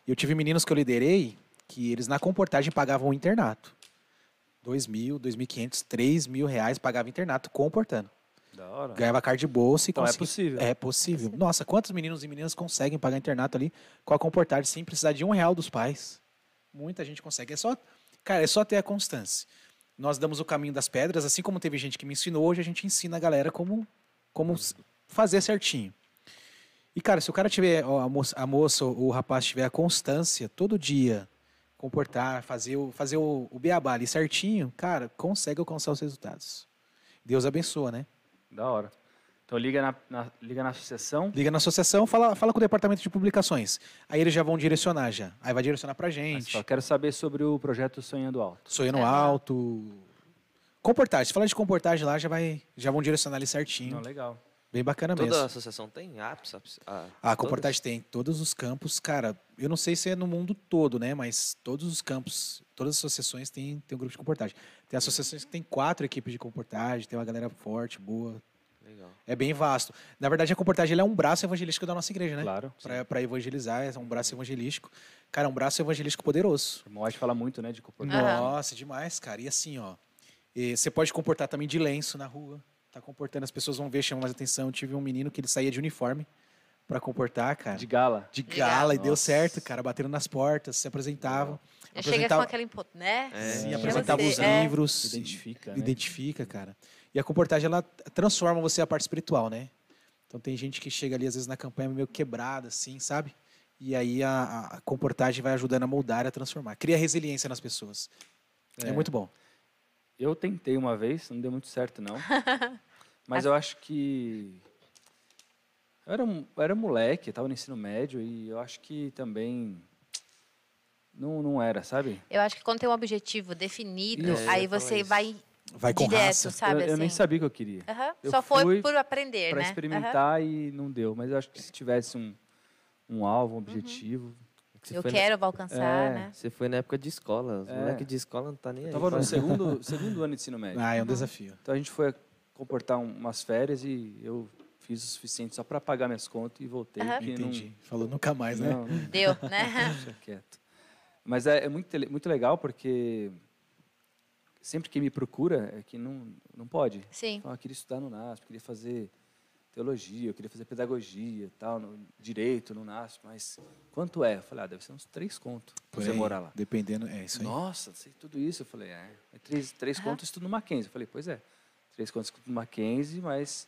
[SPEAKER 4] Eu tive meninos que eu liderei que eles na comportagem pagavam o internato. Dois mil, dois mil e quinhentos, três mil reais pagava internato comportando.
[SPEAKER 1] Da hora.
[SPEAKER 4] Ganhava card de bolsa e
[SPEAKER 1] Então, é
[SPEAKER 4] conseguia
[SPEAKER 1] possível.
[SPEAKER 4] é possível. Nossa, quantos meninos e meninas conseguem pagar internato ali com a comportagem sem precisar de um real dos pais? Muita gente consegue. É só, cara, é só ter a constância. Nós damos o caminho das pedras, assim como teve gente que me ensinou hoje, a gente ensina a galera como, como s- fazer certinho. E, cara, se o cara tiver, ó, a moça, a moça ou o rapaz tiver a constância todo dia, comportar, fazer o, fazer o, o beabá ali certinho, cara, consegue alcançar os resultados. Deus abençoa, né?
[SPEAKER 1] Da hora. Então liga na, na- liga na associação.
[SPEAKER 4] Liga na associação, fala, fala com o departamento de publicações. Aí eles já vão direcionar já. Aí vai direcionar pra
[SPEAKER 1] mas
[SPEAKER 4] gente.
[SPEAKER 1] fala, quero saber sobre o projeto Sonhando Alto.
[SPEAKER 4] Sonhando alto. Comportagem. Se falar de comportagem lá, já, vai, já vão direcionar ali certinho.
[SPEAKER 1] Não, legal.
[SPEAKER 4] Bem bacana
[SPEAKER 2] Toda
[SPEAKER 4] mesmo.
[SPEAKER 2] associação tem apps? apps ah, a,
[SPEAKER 4] A
[SPEAKER 2] todas?
[SPEAKER 4] comportagem tem. Todos os campos, cara, eu não sei se é no mundo todo, né? Mas todos os campos, todas as associações têm, têm um grupo de comportagem. Tem associações que tem quatro equipes de comportagem, tem uma galera forte, boa.
[SPEAKER 2] Legal.
[SPEAKER 4] É bem vasto. Na verdade, a comportagem ela é um braço evangelístico da nossa igreja, né?
[SPEAKER 1] Claro.
[SPEAKER 4] Pra pra evangelizar, é um braço evangelístico. Cara, é um braço evangelístico poderoso.
[SPEAKER 1] O irmão White fala muito, né, de comportamento.
[SPEAKER 3] Aham.
[SPEAKER 4] Nossa, demais, cara. E assim, ó, eh, você pode comportar também de lenço na rua. Tá comportando, as pessoas vão ver, chamam mais atenção. Tive um menino que ele saía de uniforme pra comportar, cara.
[SPEAKER 1] De
[SPEAKER 4] De,
[SPEAKER 1] gala.
[SPEAKER 4] gala, e deu
[SPEAKER 1] Nossa.
[SPEAKER 4] certo, cara. Bateram nas portas, se
[SPEAKER 3] Já
[SPEAKER 4] apresentavam.
[SPEAKER 3] chega com
[SPEAKER 4] apresentava-
[SPEAKER 3] aquela impo... né?
[SPEAKER 2] É.
[SPEAKER 4] Sim,
[SPEAKER 3] Chama
[SPEAKER 4] apresentavam
[SPEAKER 3] você,
[SPEAKER 4] os
[SPEAKER 3] é.
[SPEAKER 4] livros.
[SPEAKER 1] Identifica, né?
[SPEAKER 4] Identifica, cara. E a comportagem, ela transforma você a parte espiritual, né? Então tem gente que chega ali, às vezes, na campanha meio quebrada, assim, sabe? E aí a, a- a comportagem vai ajudando a moldar e a transformar. Cria resiliência nas pessoas. É,
[SPEAKER 1] É.
[SPEAKER 4] muito bom.
[SPEAKER 1] Eu tentei uma vez, não deu muito certo, não. Mas eu acho que. Eu era, um- eu era moleque, estava no ensino médio e eu acho que também. Não, não era, sabe?
[SPEAKER 3] Eu acho que quando tem um objetivo definido,
[SPEAKER 1] Isso.
[SPEAKER 3] aí
[SPEAKER 2] Eu ia falar
[SPEAKER 3] você
[SPEAKER 2] isso.
[SPEAKER 3] vai
[SPEAKER 4] Vai com
[SPEAKER 3] direto,
[SPEAKER 4] raça.
[SPEAKER 3] sabe?
[SPEAKER 1] eu, eu nem
[SPEAKER 3] assim?
[SPEAKER 1] sabia o que eu queria.
[SPEAKER 3] Aham,
[SPEAKER 1] Eu
[SPEAKER 3] Só foi
[SPEAKER 1] fui
[SPEAKER 3] por aprender,
[SPEAKER 1] Para
[SPEAKER 3] né? Aham.
[SPEAKER 1] experimentar e não deu. Mas eu acho que se tivesse um, um alvo, um
[SPEAKER 3] Uhum.
[SPEAKER 1] objetivo.
[SPEAKER 2] Você
[SPEAKER 3] Eu
[SPEAKER 2] foi
[SPEAKER 3] quero, vou alcançar,
[SPEAKER 1] É.
[SPEAKER 3] né?
[SPEAKER 2] Na, você foi na época de escola. Os
[SPEAKER 1] É.
[SPEAKER 2] moleques de escola não tá nem aí.
[SPEAKER 1] Eu tava no
[SPEAKER 2] faz-
[SPEAKER 1] segundo, segundo ano de ensino médio.
[SPEAKER 4] É, Ah, é um desafio.
[SPEAKER 1] Então a gente foi comportar um- umas férias e eu fiz o suficiente só para pagar minhas contas e voltei.
[SPEAKER 3] Aham.
[SPEAKER 1] porque
[SPEAKER 4] Entendi. Falou nunca mais,
[SPEAKER 1] Não,
[SPEAKER 4] né?
[SPEAKER 1] não, não
[SPEAKER 3] Deu, né?
[SPEAKER 1] deixa quieto. Mas é, é muito, tele- muito legal porque sempre que me procura é que não, não pode.
[SPEAKER 3] Sim.
[SPEAKER 1] Fala, "Ah, queria estudar no NASP, queria fazer teologia, eu queria fazer pedagogia e tal, no- direito, no NASP, mas quanto é? Eu falei, ah, deve ser uns três contos pra
[SPEAKER 4] Por
[SPEAKER 1] você
[SPEAKER 4] aí,
[SPEAKER 1] morar lá.
[SPEAKER 4] Dependendo, é isso aí.
[SPEAKER 1] Nossa, sei tudo isso. Eu falei, é, é três, três contos estudo no Mackenzie. Eu falei, pois é, três contos estudo no Mackenzie, mas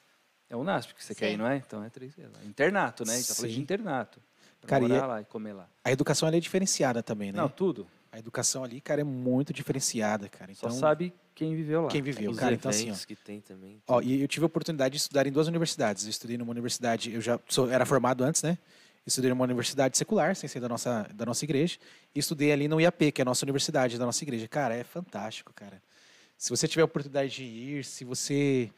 [SPEAKER 1] é o NASP que você quer
[SPEAKER 3] Sim.
[SPEAKER 1] ir, não é? Então é três, é lá. internato, né? A gente tá falando de
[SPEAKER 4] Sim.
[SPEAKER 1] internato. Pra
[SPEAKER 4] Cara, e
[SPEAKER 1] morar
[SPEAKER 4] é-
[SPEAKER 1] lá e comer lá.
[SPEAKER 4] A educação ali é diferenciada também, né?
[SPEAKER 1] Não, tudo.
[SPEAKER 4] A educação ali, cara, é muito diferenciada, cara. Então,
[SPEAKER 1] Só sabe quem viveu lá.
[SPEAKER 4] quem viveu,
[SPEAKER 2] Os
[SPEAKER 4] cara. Então, assim, ó,
[SPEAKER 2] eventos que tem também.
[SPEAKER 4] Ó, e eu tive a oportunidade de estudar em duas universidades. Eu estudei numa universidade, eu já sou- era formado antes, né? Estudei numa universidade secular, sem ser da nossa, da nossa igreja. E estudei ali no IAP, que é a nossa universidade, da nossa igreja. Cara, é fantástico, cara. Se você tiver a oportunidade de ir, se você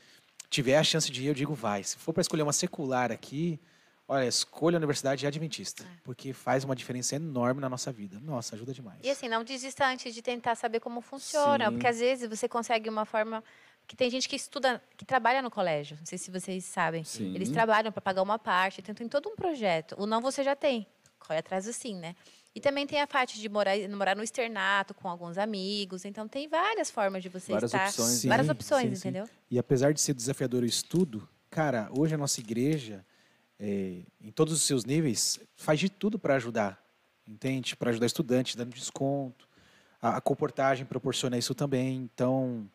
[SPEAKER 4] tiver a chance de ir, eu digo vai. Se for para escolher uma secular aqui, olha, escolha a universidade
[SPEAKER 3] É.
[SPEAKER 4] adventista. Porque faz uma diferença enorme na nossa vida. Nossa, ajuda demais.
[SPEAKER 3] E assim, não desista antes de tentar saber como funciona,
[SPEAKER 1] Sim.
[SPEAKER 3] porque às vezes você consegue uma forma. Porque tem gente que estuda, que trabalha no colégio, não sei se vocês sabem.
[SPEAKER 1] Sim.
[SPEAKER 3] Eles trabalham para pagar uma parte, então tem todo um projeto. O não você já tem, corre atrás do sim, né? E também tem a parte de morar, morar no externato com alguns amigos, então tem várias formas de você
[SPEAKER 1] Várias
[SPEAKER 3] estar.
[SPEAKER 1] opções,
[SPEAKER 4] Sim,
[SPEAKER 3] várias opções,
[SPEAKER 4] sim, sim.
[SPEAKER 3] entendeu?
[SPEAKER 4] E apesar de ser desafiador o estudo, cara, hoje a nossa igreja, eh, em todos os seus níveis, faz de tudo para ajudar, entende? Para ajudar estudante, dando desconto. A, a comportagem proporciona isso também. Então,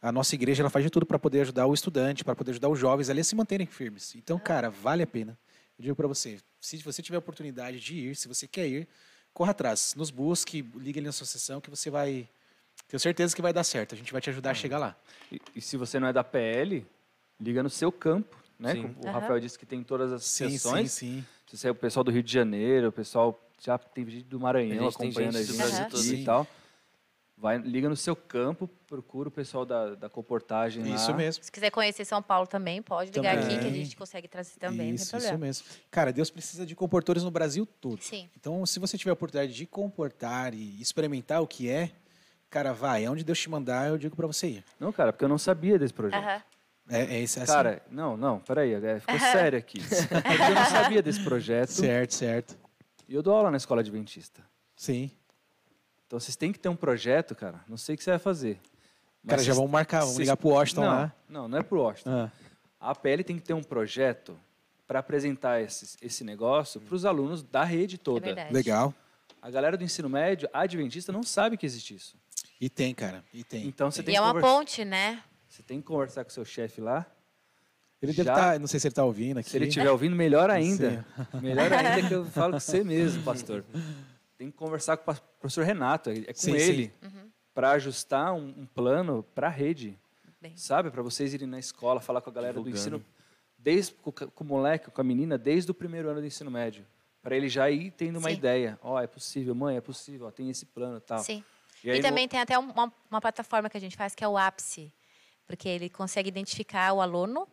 [SPEAKER 4] a nossa igreja ela faz de tudo para poder ajudar o estudante, para poder ajudar os jovens ali a se manterem firmes. Então, cara, vale a pena. Eu digo para você, se você tiver a oportunidade de ir, se você quer ir, corra atrás, nos busque, ligue ali na sua associação que você vai. Tenho certeza que vai dar certo. A gente vai te ajudar a chegar lá.
[SPEAKER 1] E, e se você não é da PL, liga no seu campo, né?
[SPEAKER 2] Sim.
[SPEAKER 1] Como o
[SPEAKER 3] Aham.
[SPEAKER 1] Rafael disse que tem todas as sessões.
[SPEAKER 4] sim, sim.
[SPEAKER 1] Se você é o pessoal do Rio de Janeiro, o pessoal já tem gente do Maranhão
[SPEAKER 2] A gente tem
[SPEAKER 1] acompanhando a
[SPEAKER 2] gente do
[SPEAKER 1] gente
[SPEAKER 3] Brasil
[SPEAKER 1] aqui
[SPEAKER 2] todo.
[SPEAKER 1] e tal. Vai, liga no seu campo, procura o pessoal da, da comportagem lá.
[SPEAKER 4] Isso mesmo.
[SPEAKER 3] Se quiser conhecer São Paulo também, pode ligar aqui que a
[SPEAKER 4] Também.
[SPEAKER 3] gente consegue trazer também, é não tem
[SPEAKER 4] isso, é isso
[SPEAKER 3] problema.
[SPEAKER 4] mesmo. Cara, Deus precisa de comportores no Brasil todo.
[SPEAKER 3] Sim.
[SPEAKER 4] Então, se você tiver a oportunidade de comportar e experimentar o que é, cara, vai. É onde Deus te mandar, eu digo pra você ir.
[SPEAKER 1] Não, cara, porque eu não sabia desse projeto.
[SPEAKER 3] Aham.
[SPEAKER 4] É, é isso. é assim.
[SPEAKER 1] Cara, não, não, peraí, é, ficou sério aqui. É Porque eu não sabia desse projeto
[SPEAKER 4] certo, certo.
[SPEAKER 1] e eu dou aula na escola adventista.
[SPEAKER 4] Sim.
[SPEAKER 1] Então vocês têm que ter um projeto, cara. Não sei o que você vai fazer. Mas
[SPEAKER 4] Cara, já
[SPEAKER 1] vocês-
[SPEAKER 4] vamos marcar, Ah, vamos
[SPEAKER 1] vocês-
[SPEAKER 4] ligar pro Washington
[SPEAKER 1] não,
[SPEAKER 4] lá.
[SPEAKER 1] Não, não é pro Washington.
[SPEAKER 4] Ah,
[SPEAKER 1] A PL tem que ter um projeto para apresentar esse, esse negócio para os alunos da rede
[SPEAKER 3] É
[SPEAKER 1] toda.
[SPEAKER 3] verdade.
[SPEAKER 4] legal.
[SPEAKER 1] a galera do ensino médio, adventista, não sabe que existe isso.
[SPEAKER 4] E tem, cara. E tem.
[SPEAKER 1] Então você tem,
[SPEAKER 3] E é
[SPEAKER 1] que
[SPEAKER 3] uma
[SPEAKER 1] conversa-
[SPEAKER 3] ponte, né?
[SPEAKER 1] você tem que conversar com seu chefe lá.
[SPEAKER 4] Ele deve
[SPEAKER 1] Já-
[SPEAKER 4] estar, não sei se ele tá ouvindo aqui.
[SPEAKER 1] Se ele estiver ouvindo, melhor ainda. Melhor ainda que eu falo com você
[SPEAKER 4] Uhum.
[SPEAKER 1] mesmo, pastor. Tem que conversar com o pas- professor Renato, é é com
[SPEAKER 4] Sim, sim.
[SPEAKER 1] ele,
[SPEAKER 3] Uhum.
[SPEAKER 1] para ajustar um, um plano para a rede,
[SPEAKER 3] Bem.
[SPEAKER 1] sabe? Para vocês irem na escola, falar com a galera do
[SPEAKER 2] Divulgando.
[SPEAKER 1] ensino, desde com, o ca- com o moleque, com a menina, desde o primeiro ano do ensino médio. Para ele já ir tendo uma
[SPEAKER 3] Sim.
[SPEAKER 1] ideia. Ó, é possível, mãe, é possível, ó, tem esse plano e tal.
[SPEAKER 3] Sim.
[SPEAKER 1] E,
[SPEAKER 3] E,
[SPEAKER 1] aí,
[SPEAKER 3] também tem até um- uma, uma plataforma que a gente faz que é o ápice, porque ele consegue identificar o aluno,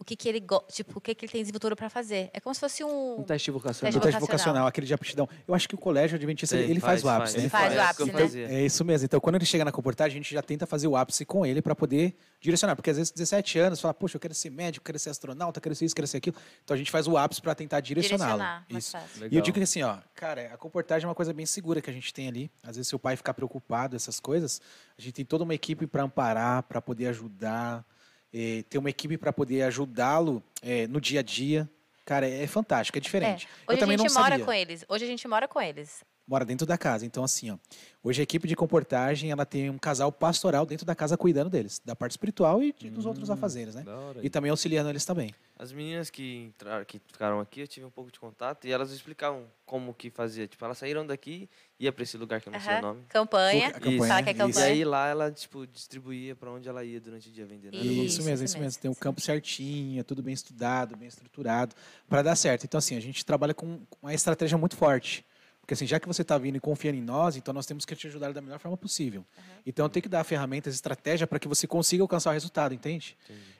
[SPEAKER 3] o que que ele go- tipo, o que que ele tem de futuro para fazer. É como se fosse um,
[SPEAKER 1] um teste vocacional.
[SPEAKER 4] Do teste
[SPEAKER 3] vocacional.
[SPEAKER 4] vocacional, aquele tá de aptidão. Eu acho que o colégio adventista, ele, ele faz, o ápice, né?
[SPEAKER 3] Ele faz o
[SPEAKER 2] É isso
[SPEAKER 3] ápice,
[SPEAKER 2] que eu
[SPEAKER 3] né?
[SPEAKER 2] fazia.
[SPEAKER 4] É isso mesmo. Então, quando ele chega na comportagem, a gente já tenta fazer o ápice com ele para poder direcionar. Porque às vezes, 17 anos, fala, poxa, eu quero ser médico, quero ser astronauta, quero ser isso, quero ser aquilo. Então, a gente faz o ápice para tentar direcioná-lo.
[SPEAKER 3] direcionar, mais
[SPEAKER 4] Isso.
[SPEAKER 3] fácil.
[SPEAKER 4] E eu digo que assim, ó, cara, a comportagem é uma coisa bem segura que a gente tem ali. Às vezes, se o pai ficar preocupado, essas coisas, a gente tem toda uma equipe para amparar, para poder ajudar, eh, tem uma equipe para poder ajudá-lo eh, no dia a dia. Cara, é fantástico, é diferente. eu
[SPEAKER 3] Hoje a
[SPEAKER 4] também
[SPEAKER 3] gente
[SPEAKER 4] não
[SPEAKER 3] mora
[SPEAKER 4] sabia
[SPEAKER 3] com eles. Hoje a gente mora com eles.
[SPEAKER 4] mora dentro da casa. Então, assim, ó, hoje a equipe de comportagem ela tem um casal pastoral dentro da casa cuidando deles, da parte espiritual e de- dos outros afazeres, né? E também auxiliando eles também.
[SPEAKER 2] As meninas que entraram, que ficaram aqui, eu tive um pouco de contato e elas explicavam como que fazia. Tipo, elas saíram daqui, ia pra esse lugar é que eu não sei
[SPEAKER 3] Aham.
[SPEAKER 2] o nome.
[SPEAKER 3] Campanha.
[SPEAKER 4] Fuca-
[SPEAKER 2] campanha,
[SPEAKER 3] Fala que é
[SPEAKER 4] isso.
[SPEAKER 2] E
[SPEAKER 3] campanha.
[SPEAKER 2] aí lá ela, tipo, distribuía pra onde ela ia durante o dia vendendo. era
[SPEAKER 3] Isso,
[SPEAKER 4] Isso,
[SPEAKER 2] bom.
[SPEAKER 4] mesmo,
[SPEAKER 3] isso
[SPEAKER 4] isso,
[SPEAKER 3] mesmo,
[SPEAKER 4] mesmo. Tem o
[SPEAKER 3] sim.
[SPEAKER 4] campo certinho, é tudo bem estudado, bem estruturado, para dar certo. Então, assim, a gente trabalha com com uma estratégia muito forte. Porque, assim, já que você está vindo e confiando em nós, então nós temos que te ajudar da melhor forma possível. Então, tem que dar ferramentas, estratégia para que você consiga alcançar o resultado, entende?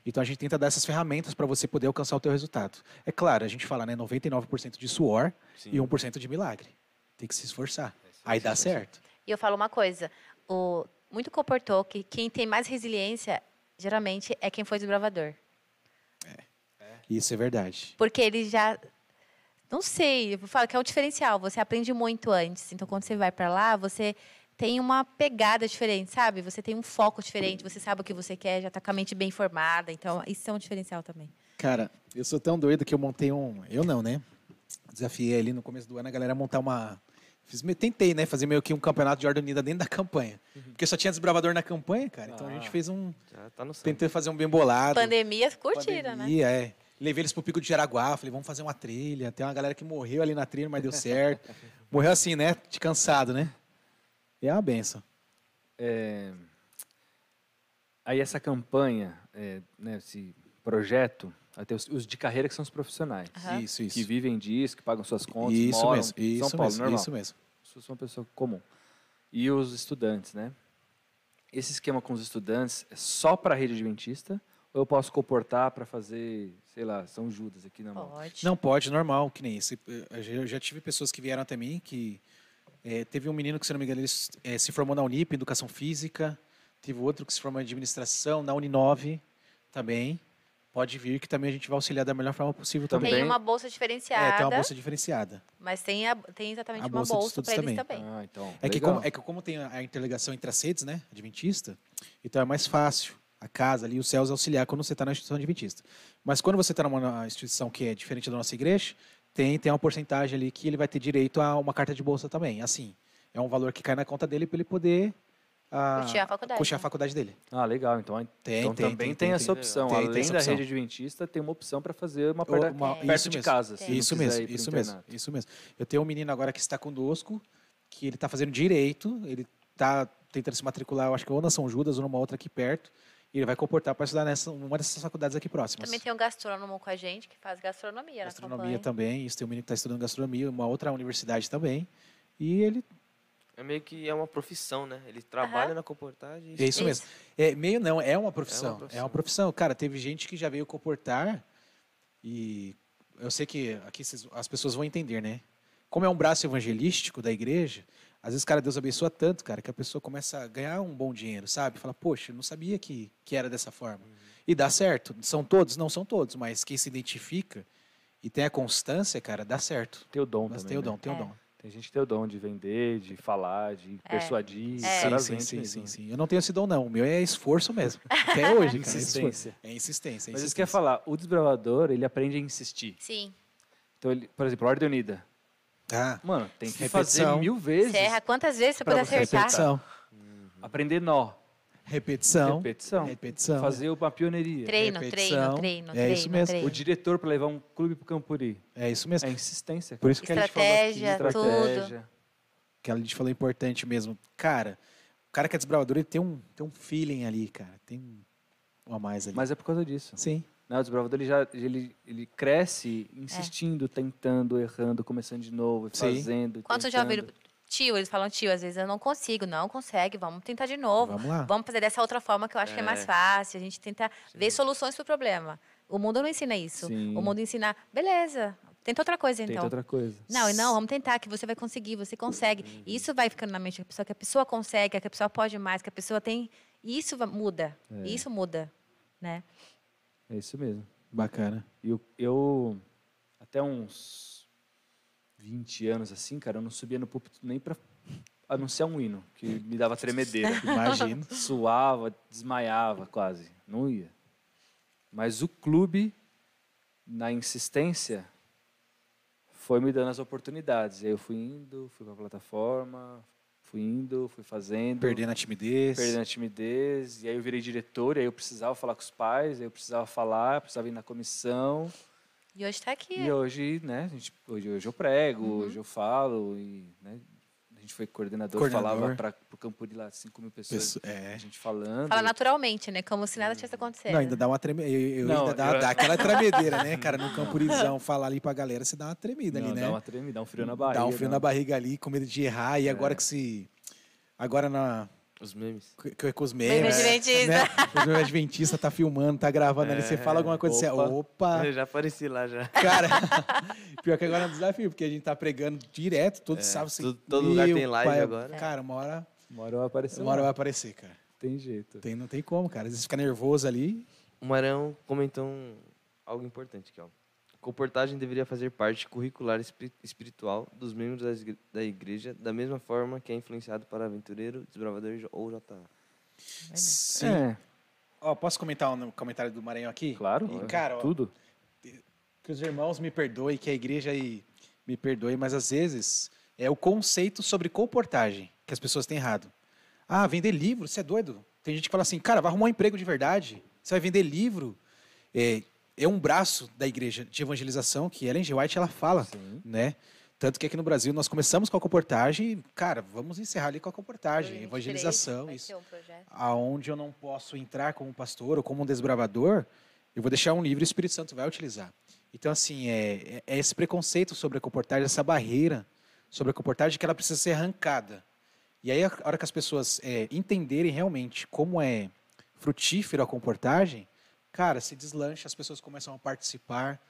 [SPEAKER 4] Então, a gente tenta dar essas ferramentas para você poder alcançar o teu resultado. É claro, a gente fala, né, 99% de suor
[SPEAKER 2] Sim.
[SPEAKER 4] e 1% de milagre. Tem que se esforçar. Aí dá certo.
[SPEAKER 3] E eu falo uma coisa, o muito comportou que quem tem mais resiliência geralmente é quem foi desbravador.
[SPEAKER 4] Isso é verdade.
[SPEAKER 3] Porque ele já. Não sei, eu falo que é um diferencial. Você aprende muito antes. Então, quando você vai para lá, você tem uma pegada diferente, sabe? Você tem um foco diferente, você sabe o que você quer, já tá com a mente bem formada. Então, isso é um diferencial também.
[SPEAKER 4] Cara, eu sou tão doido que eu montei um. Eu não, né? Desafiei ali no começo do ano a galera a montar uma. Fiz, meio- tentei, né? Fazer meio que um campeonato de ordem unida dentro da campanha.
[SPEAKER 1] Uhum.
[SPEAKER 4] Porque só tinha desbravador na campanha, cara. Então a
[SPEAKER 1] Ah,
[SPEAKER 4] gente fez um.
[SPEAKER 2] Já tá no sangue.
[SPEAKER 4] Tentei fazer um bem bolado.
[SPEAKER 3] Pandemia, curtiram, né?
[SPEAKER 4] Pandemia, é. Levei eles pro Pico de Jaraguá, falei, vamos fazer uma trilha. Tem uma galera que morreu ali na trilha, mas deu certo. morreu assim, né? De cansado, né? E é uma benção.
[SPEAKER 1] Aí essa campanha, é, né, esse projeto, até os, os de carreira que são os profissionais.
[SPEAKER 3] Aham.
[SPEAKER 4] Isso, isso.
[SPEAKER 1] Que vivem disso, que pagam suas contas,
[SPEAKER 4] isso
[SPEAKER 1] moram
[SPEAKER 4] mesmo,
[SPEAKER 1] em
[SPEAKER 4] isso
[SPEAKER 1] São Paulo,
[SPEAKER 4] mesmo,
[SPEAKER 1] normal.
[SPEAKER 4] isso mesmo.
[SPEAKER 1] Isso é uma pessoa comum. E os estudantes, né? Esse esquema com os estudantes é só para a rede adventista ou eu posso comportar para fazer, sei lá, São Judas aqui na mão?
[SPEAKER 3] Pode.
[SPEAKER 4] Não pode, normal, que nem isso. Eu já- eu já tive pessoas que vieram até mim que eh, teve um menino que, se não me engano, ele s- eh, se formou na Unip, em Educação Física. Teve outro que se formou em Administração, na Uninove também. Pode vir que também a gente vai auxiliar da melhor forma possível também.
[SPEAKER 3] Tem
[SPEAKER 1] Também.
[SPEAKER 3] uma bolsa diferenciada,
[SPEAKER 4] É, tem uma bolsa diferenciada.
[SPEAKER 3] mas tem, a- tem exatamente
[SPEAKER 4] A
[SPEAKER 3] uma
[SPEAKER 4] bolsa de
[SPEAKER 3] bolsa
[SPEAKER 4] estudos
[SPEAKER 3] para eles
[SPEAKER 4] também.
[SPEAKER 3] também.
[SPEAKER 1] Ah, então.
[SPEAKER 4] É que,
[SPEAKER 1] legal.
[SPEAKER 4] como, é que como tem a a interligação entre as redes, né, adventista, então é mais fácil a casa ali, os céus auxiliar quando você está na instituição adventista. Mas quando você está numa na- instituição que é diferente da nossa igreja, tem, tem uma porcentagem ali que ele vai ter direito a uma carta de bolsa também. Assim, é um valor que cai na conta dele para ele poder ah,
[SPEAKER 3] Custear a faculdade,
[SPEAKER 4] custear a
[SPEAKER 3] né?
[SPEAKER 4] faculdade dele.
[SPEAKER 1] Ah, legal. Então,
[SPEAKER 4] Tem,
[SPEAKER 1] então
[SPEAKER 4] tem,
[SPEAKER 1] também tem,
[SPEAKER 4] tem, tem,
[SPEAKER 1] essa
[SPEAKER 4] tem.
[SPEAKER 1] opção.
[SPEAKER 4] Tem, tem
[SPEAKER 1] Além
[SPEAKER 4] essa
[SPEAKER 1] da
[SPEAKER 4] opção.
[SPEAKER 1] rede adventista, tem uma opção para fazer uma
[SPEAKER 4] Ou
[SPEAKER 1] perto,
[SPEAKER 4] uma-
[SPEAKER 3] perto
[SPEAKER 4] isso
[SPEAKER 1] de
[SPEAKER 4] mesmo,
[SPEAKER 1] casa. se não
[SPEAKER 4] Isso
[SPEAKER 1] quiser
[SPEAKER 4] mesmo,
[SPEAKER 1] ir pro
[SPEAKER 4] isso mesmo,
[SPEAKER 1] internato.
[SPEAKER 4] isso mesmo. Eu tenho um menino agora que está conosco, que ele está fazendo direito, ele está tentando se matricular, eu acho que ou na São Judas ou numa outra aqui perto, e ele vai comportar para estudar nessa uma dessas faculdades aqui próximas.
[SPEAKER 3] Também tem um gastrônomo com a gente que faz gastronomia, né?
[SPEAKER 4] gastronomia
[SPEAKER 3] na campanha.
[SPEAKER 4] também, isso tem um menino que está estudando gastronomia, uma outra universidade também. E ele,
[SPEAKER 2] É meio que é uma profissão, né? Ele trabalha na comportagem.
[SPEAKER 4] é isso mesmo. É meio não, é uma profissão, é uma profissão.
[SPEAKER 2] profissão.
[SPEAKER 4] Cara, teve gente que já veio comportar e eu sei que aqui vocês- as pessoas vão entender, né? Como é um braço evangelístico da igreja, às vezes, cara, Deus abençoa tanto, cara, que a pessoa começa a ganhar um bom dinheiro, sabe? Fala, poxa, eu não sabia que, que era dessa forma. E dá certo. São todos? Não são todos, mas quem se identifica e tem a constância, cara, dá certo.
[SPEAKER 1] Tem o dom
[SPEAKER 4] Mas
[SPEAKER 1] também.
[SPEAKER 4] tem o
[SPEAKER 1] né?
[SPEAKER 4] dom, tem o
[SPEAKER 3] É.
[SPEAKER 4] dom.
[SPEAKER 1] Tem gente que tem o dom de vender, de falar, de persuadir.
[SPEAKER 3] É.
[SPEAKER 1] Os
[SPEAKER 4] Sim,
[SPEAKER 1] caras
[SPEAKER 4] sim,
[SPEAKER 1] vendem
[SPEAKER 4] sim,
[SPEAKER 1] mesmo,
[SPEAKER 4] sim,
[SPEAKER 1] né?
[SPEAKER 4] sim. Eu não tenho esse dom, não. O meu é esforço mesmo. Até hoje, cara, é esforço.
[SPEAKER 1] Insistência.
[SPEAKER 4] É insistência. É
[SPEAKER 1] Mas isso
[SPEAKER 4] insistência.
[SPEAKER 1] quer falar, o desbravador, ele aprende a insistir.
[SPEAKER 3] Sim.
[SPEAKER 1] Então, ele, por exemplo, a Ordem Unida.
[SPEAKER 4] Tá.
[SPEAKER 1] Mano, tem que
[SPEAKER 4] Repetição.
[SPEAKER 1] fazer mil vezes.
[SPEAKER 3] Você erra quantas vezes você
[SPEAKER 1] Pra
[SPEAKER 3] pode
[SPEAKER 1] você
[SPEAKER 3] acertar?
[SPEAKER 4] Repetição.
[SPEAKER 1] Aprender nó.
[SPEAKER 4] Repetição.
[SPEAKER 1] Repetição.
[SPEAKER 4] Repetição.
[SPEAKER 1] Fazer uma pioneiria.
[SPEAKER 3] Treino,
[SPEAKER 4] Repetição.
[SPEAKER 3] treino, treino,
[SPEAKER 4] É
[SPEAKER 3] treino,
[SPEAKER 4] isso mesmo.
[SPEAKER 1] O
[SPEAKER 3] treino.
[SPEAKER 1] diretor para levar um clube pro Campuri.
[SPEAKER 4] É isso mesmo.
[SPEAKER 1] É insistência.
[SPEAKER 4] Por
[SPEAKER 1] Cara.
[SPEAKER 4] isso que a gente falou aqui,
[SPEAKER 3] Estratégia.
[SPEAKER 4] tra-
[SPEAKER 1] Estratégia.
[SPEAKER 4] que a gente falou é importante mesmo. Cara, o cara que é desbravador, ele tem um, tem um feeling ali, cara. Tem um a mais ali.
[SPEAKER 1] Mas é por causa disso.
[SPEAKER 4] Sim.
[SPEAKER 1] Né? O desbravador ele já ele, ele cresce insistindo, tentando, errando, começando de novo,
[SPEAKER 4] Sim.
[SPEAKER 1] fazendo.
[SPEAKER 3] Quantos já
[SPEAKER 1] tentando.
[SPEAKER 3] ouviram? Tio, eles falam, tio, às vezes eu não consigo. Não consegue, vamos tentar de novo.
[SPEAKER 4] Vamos lá.
[SPEAKER 3] Vamos fazer dessa outra forma que eu acho que é mais
[SPEAKER 2] É.
[SPEAKER 3] fácil. A gente tenta ver soluções para o problema. O mundo não ensina isso.
[SPEAKER 1] Sim.
[SPEAKER 3] O mundo ensina, beleza, tenta outra coisa
[SPEAKER 1] Tenta
[SPEAKER 3] então.
[SPEAKER 1] outra coisa.
[SPEAKER 3] Não, e não, vamos tentar, que você vai conseguir, você consegue.
[SPEAKER 4] Uhum.
[SPEAKER 3] E Isso vai ficando na mente da pessoa, que a pessoa consegue, que a pessoa pode mais, que a pessoa tem. E isso va- muda.
[SPEAKER 4] É.
[SPEAKER 3] E Isso muda, né?
[SPEAKER 1] É isso mesmo.
[SPEAKER 4] Bacana.
[SPEAKER 1] E eu, eu, até uns 20 anos assim, cara, eu não subia no púlpito nem pra anunciar um hino, que me dava tremedeira.
[SPEAKER 4] Imagino.
[SPEAKER 1] Suava, desmaiava quase. Não ia. Mas o clube, na insistência, foi me dando as oportunidades. E aí eu fui indo, fui pra plataforma, fui indo, fui fazendo.
[SPEAKER 4] Perdendo a timidez.
[SPEAKER 1] Perdendo a timidez, e aí eu virei diretor, e aí eu precisava falar com os pais, aí eu precisava falar, precisava ir na comissão.
[SPEAKER 3] E é. Uhum. hoje está aqui.
[SPEAKER 1] E hoje, né, a gente, hoje, hoje eu prego, hoje eu falo, e né, a gente foi coordenador,
[SPEAKER 4] Coordenador.
[SPEAKER 1] falava para o campo de lá 5 mil pessoas,
[SPEAKER 4] Pesso- é.
[SPEAKER 1] a gente falando.
[SPEAKER 3] Fala naturalmente, né? Como se nada tivesse acontecido.
[SPEAKER 4] Uhum. Não, ainda dá uma treme... eu, eu
[SPEAKER 1] Não,
[SPEAKER 4] ainda dá,
[SPEAKER 1] eu-
[SPEAKER 4] dá aquela tremedeira, né, cara? No campurizão, falar ali pra galera, você dá uma tremida
[SPEAKER 1] Não,
[SPEAKER 4] ali, né?
[SPEAKER 1] Dá uma treme, dá um frio na barriga. É.
[SPEAKER 4] Dá um frio
[SPEAKER 1] né?
[SPEAKER 4] na barriga ali, com medo de errar. E agora que se. Agora na.
[SPEAKER 2] Os memes.
[SPEAKER 4] que- que- Com os
[SPEAKER 3] Meme
[SPEAKER 4] memes.
[SPEAKER 3] adventista.
[SPEAKER 4] Né? Os memes adventistas tá filmando, tá gravando ali. Você
[SPEAKER 2] É,
[SPEAKER 4] fala alguma coisa, você. é,
[SPEAKER 1] opa.
[SPEAKER 3] Ah.
[SPEAKER 4] Opa!
[SPEAKER 2] Eu já apareci lá já.
[SPEAKER 4] Cara, pior que agora é um desafio, porque a gente tá pregando direto, todo sábado. você-
[SPEAKER 2] tu- É, todo lugar
[SPEAKER 4] Meu
[SPEAKER 2] tem live
[SPEAKER 4] pai,
[SPEAKER 2] agora. É.
[SPEAKER 4] Cara, uma hora,
[SPEAKER 1] Uma hora vai aparecer.
[SPEAKER 4] uma hora vai aparecer, cara.
[SPEAKER 1] Tem jeito.
[SPEAKER 4] Tem, não tem como, cara. Às vezes fica nervoso ali.
[SPEAKER 2] O Marão comentou um- algo importante aqui, ó. Comportagem deveria fazer parte curricular espi- espiritual dos membros das igre- da igreja, da mesma forma que é influenciado para aventureiro, desbravador e jo- ou JA.
[SPEAKER 4] Sim.
[SPEAKER 1] É,
[SPEAKER 4] Ó, posso comentar um comentário do Maranhão aqui?
[SPEAKER 1] claro. é
[SPEAKER 4] E, cara, ó,
[SPEAKER 1] tudo.
[SPEAKER 4] que os irmãos me perdoem, que a igreja aí me perdoe, mas às vezes é o conceito sobre comportagem que as pessoas têm errado. Ah, vender livro, você é doido. Tem gente que fala assim, cara, vai arrumar um emprego de verdade, você vai vender livro. É, é um braço da igreja de evangelização que Ellen G. White ela fala, né? Tanto que aqui no Brasil nós começamos com a comportagem, e, cara, vamos encerrar ali com a comportagem, evangelização, isso
[SPEAKER 3] Um projeto.
[SPEAKER 4] aonde eu não posso entrar como pastor ou como um desbravador, eu vou deixar um livro e o Espírito Santo vai utilizar. Então, assim, é, é esse preconceito sobre a comportagem, essa barreira sobre a comportagem que ela precisa ser arrancada. E aí, a hora que as pessoas é, entenderem realmente como é frutífero a comportagem, cara, se deslancha, as pessoas começam a participar.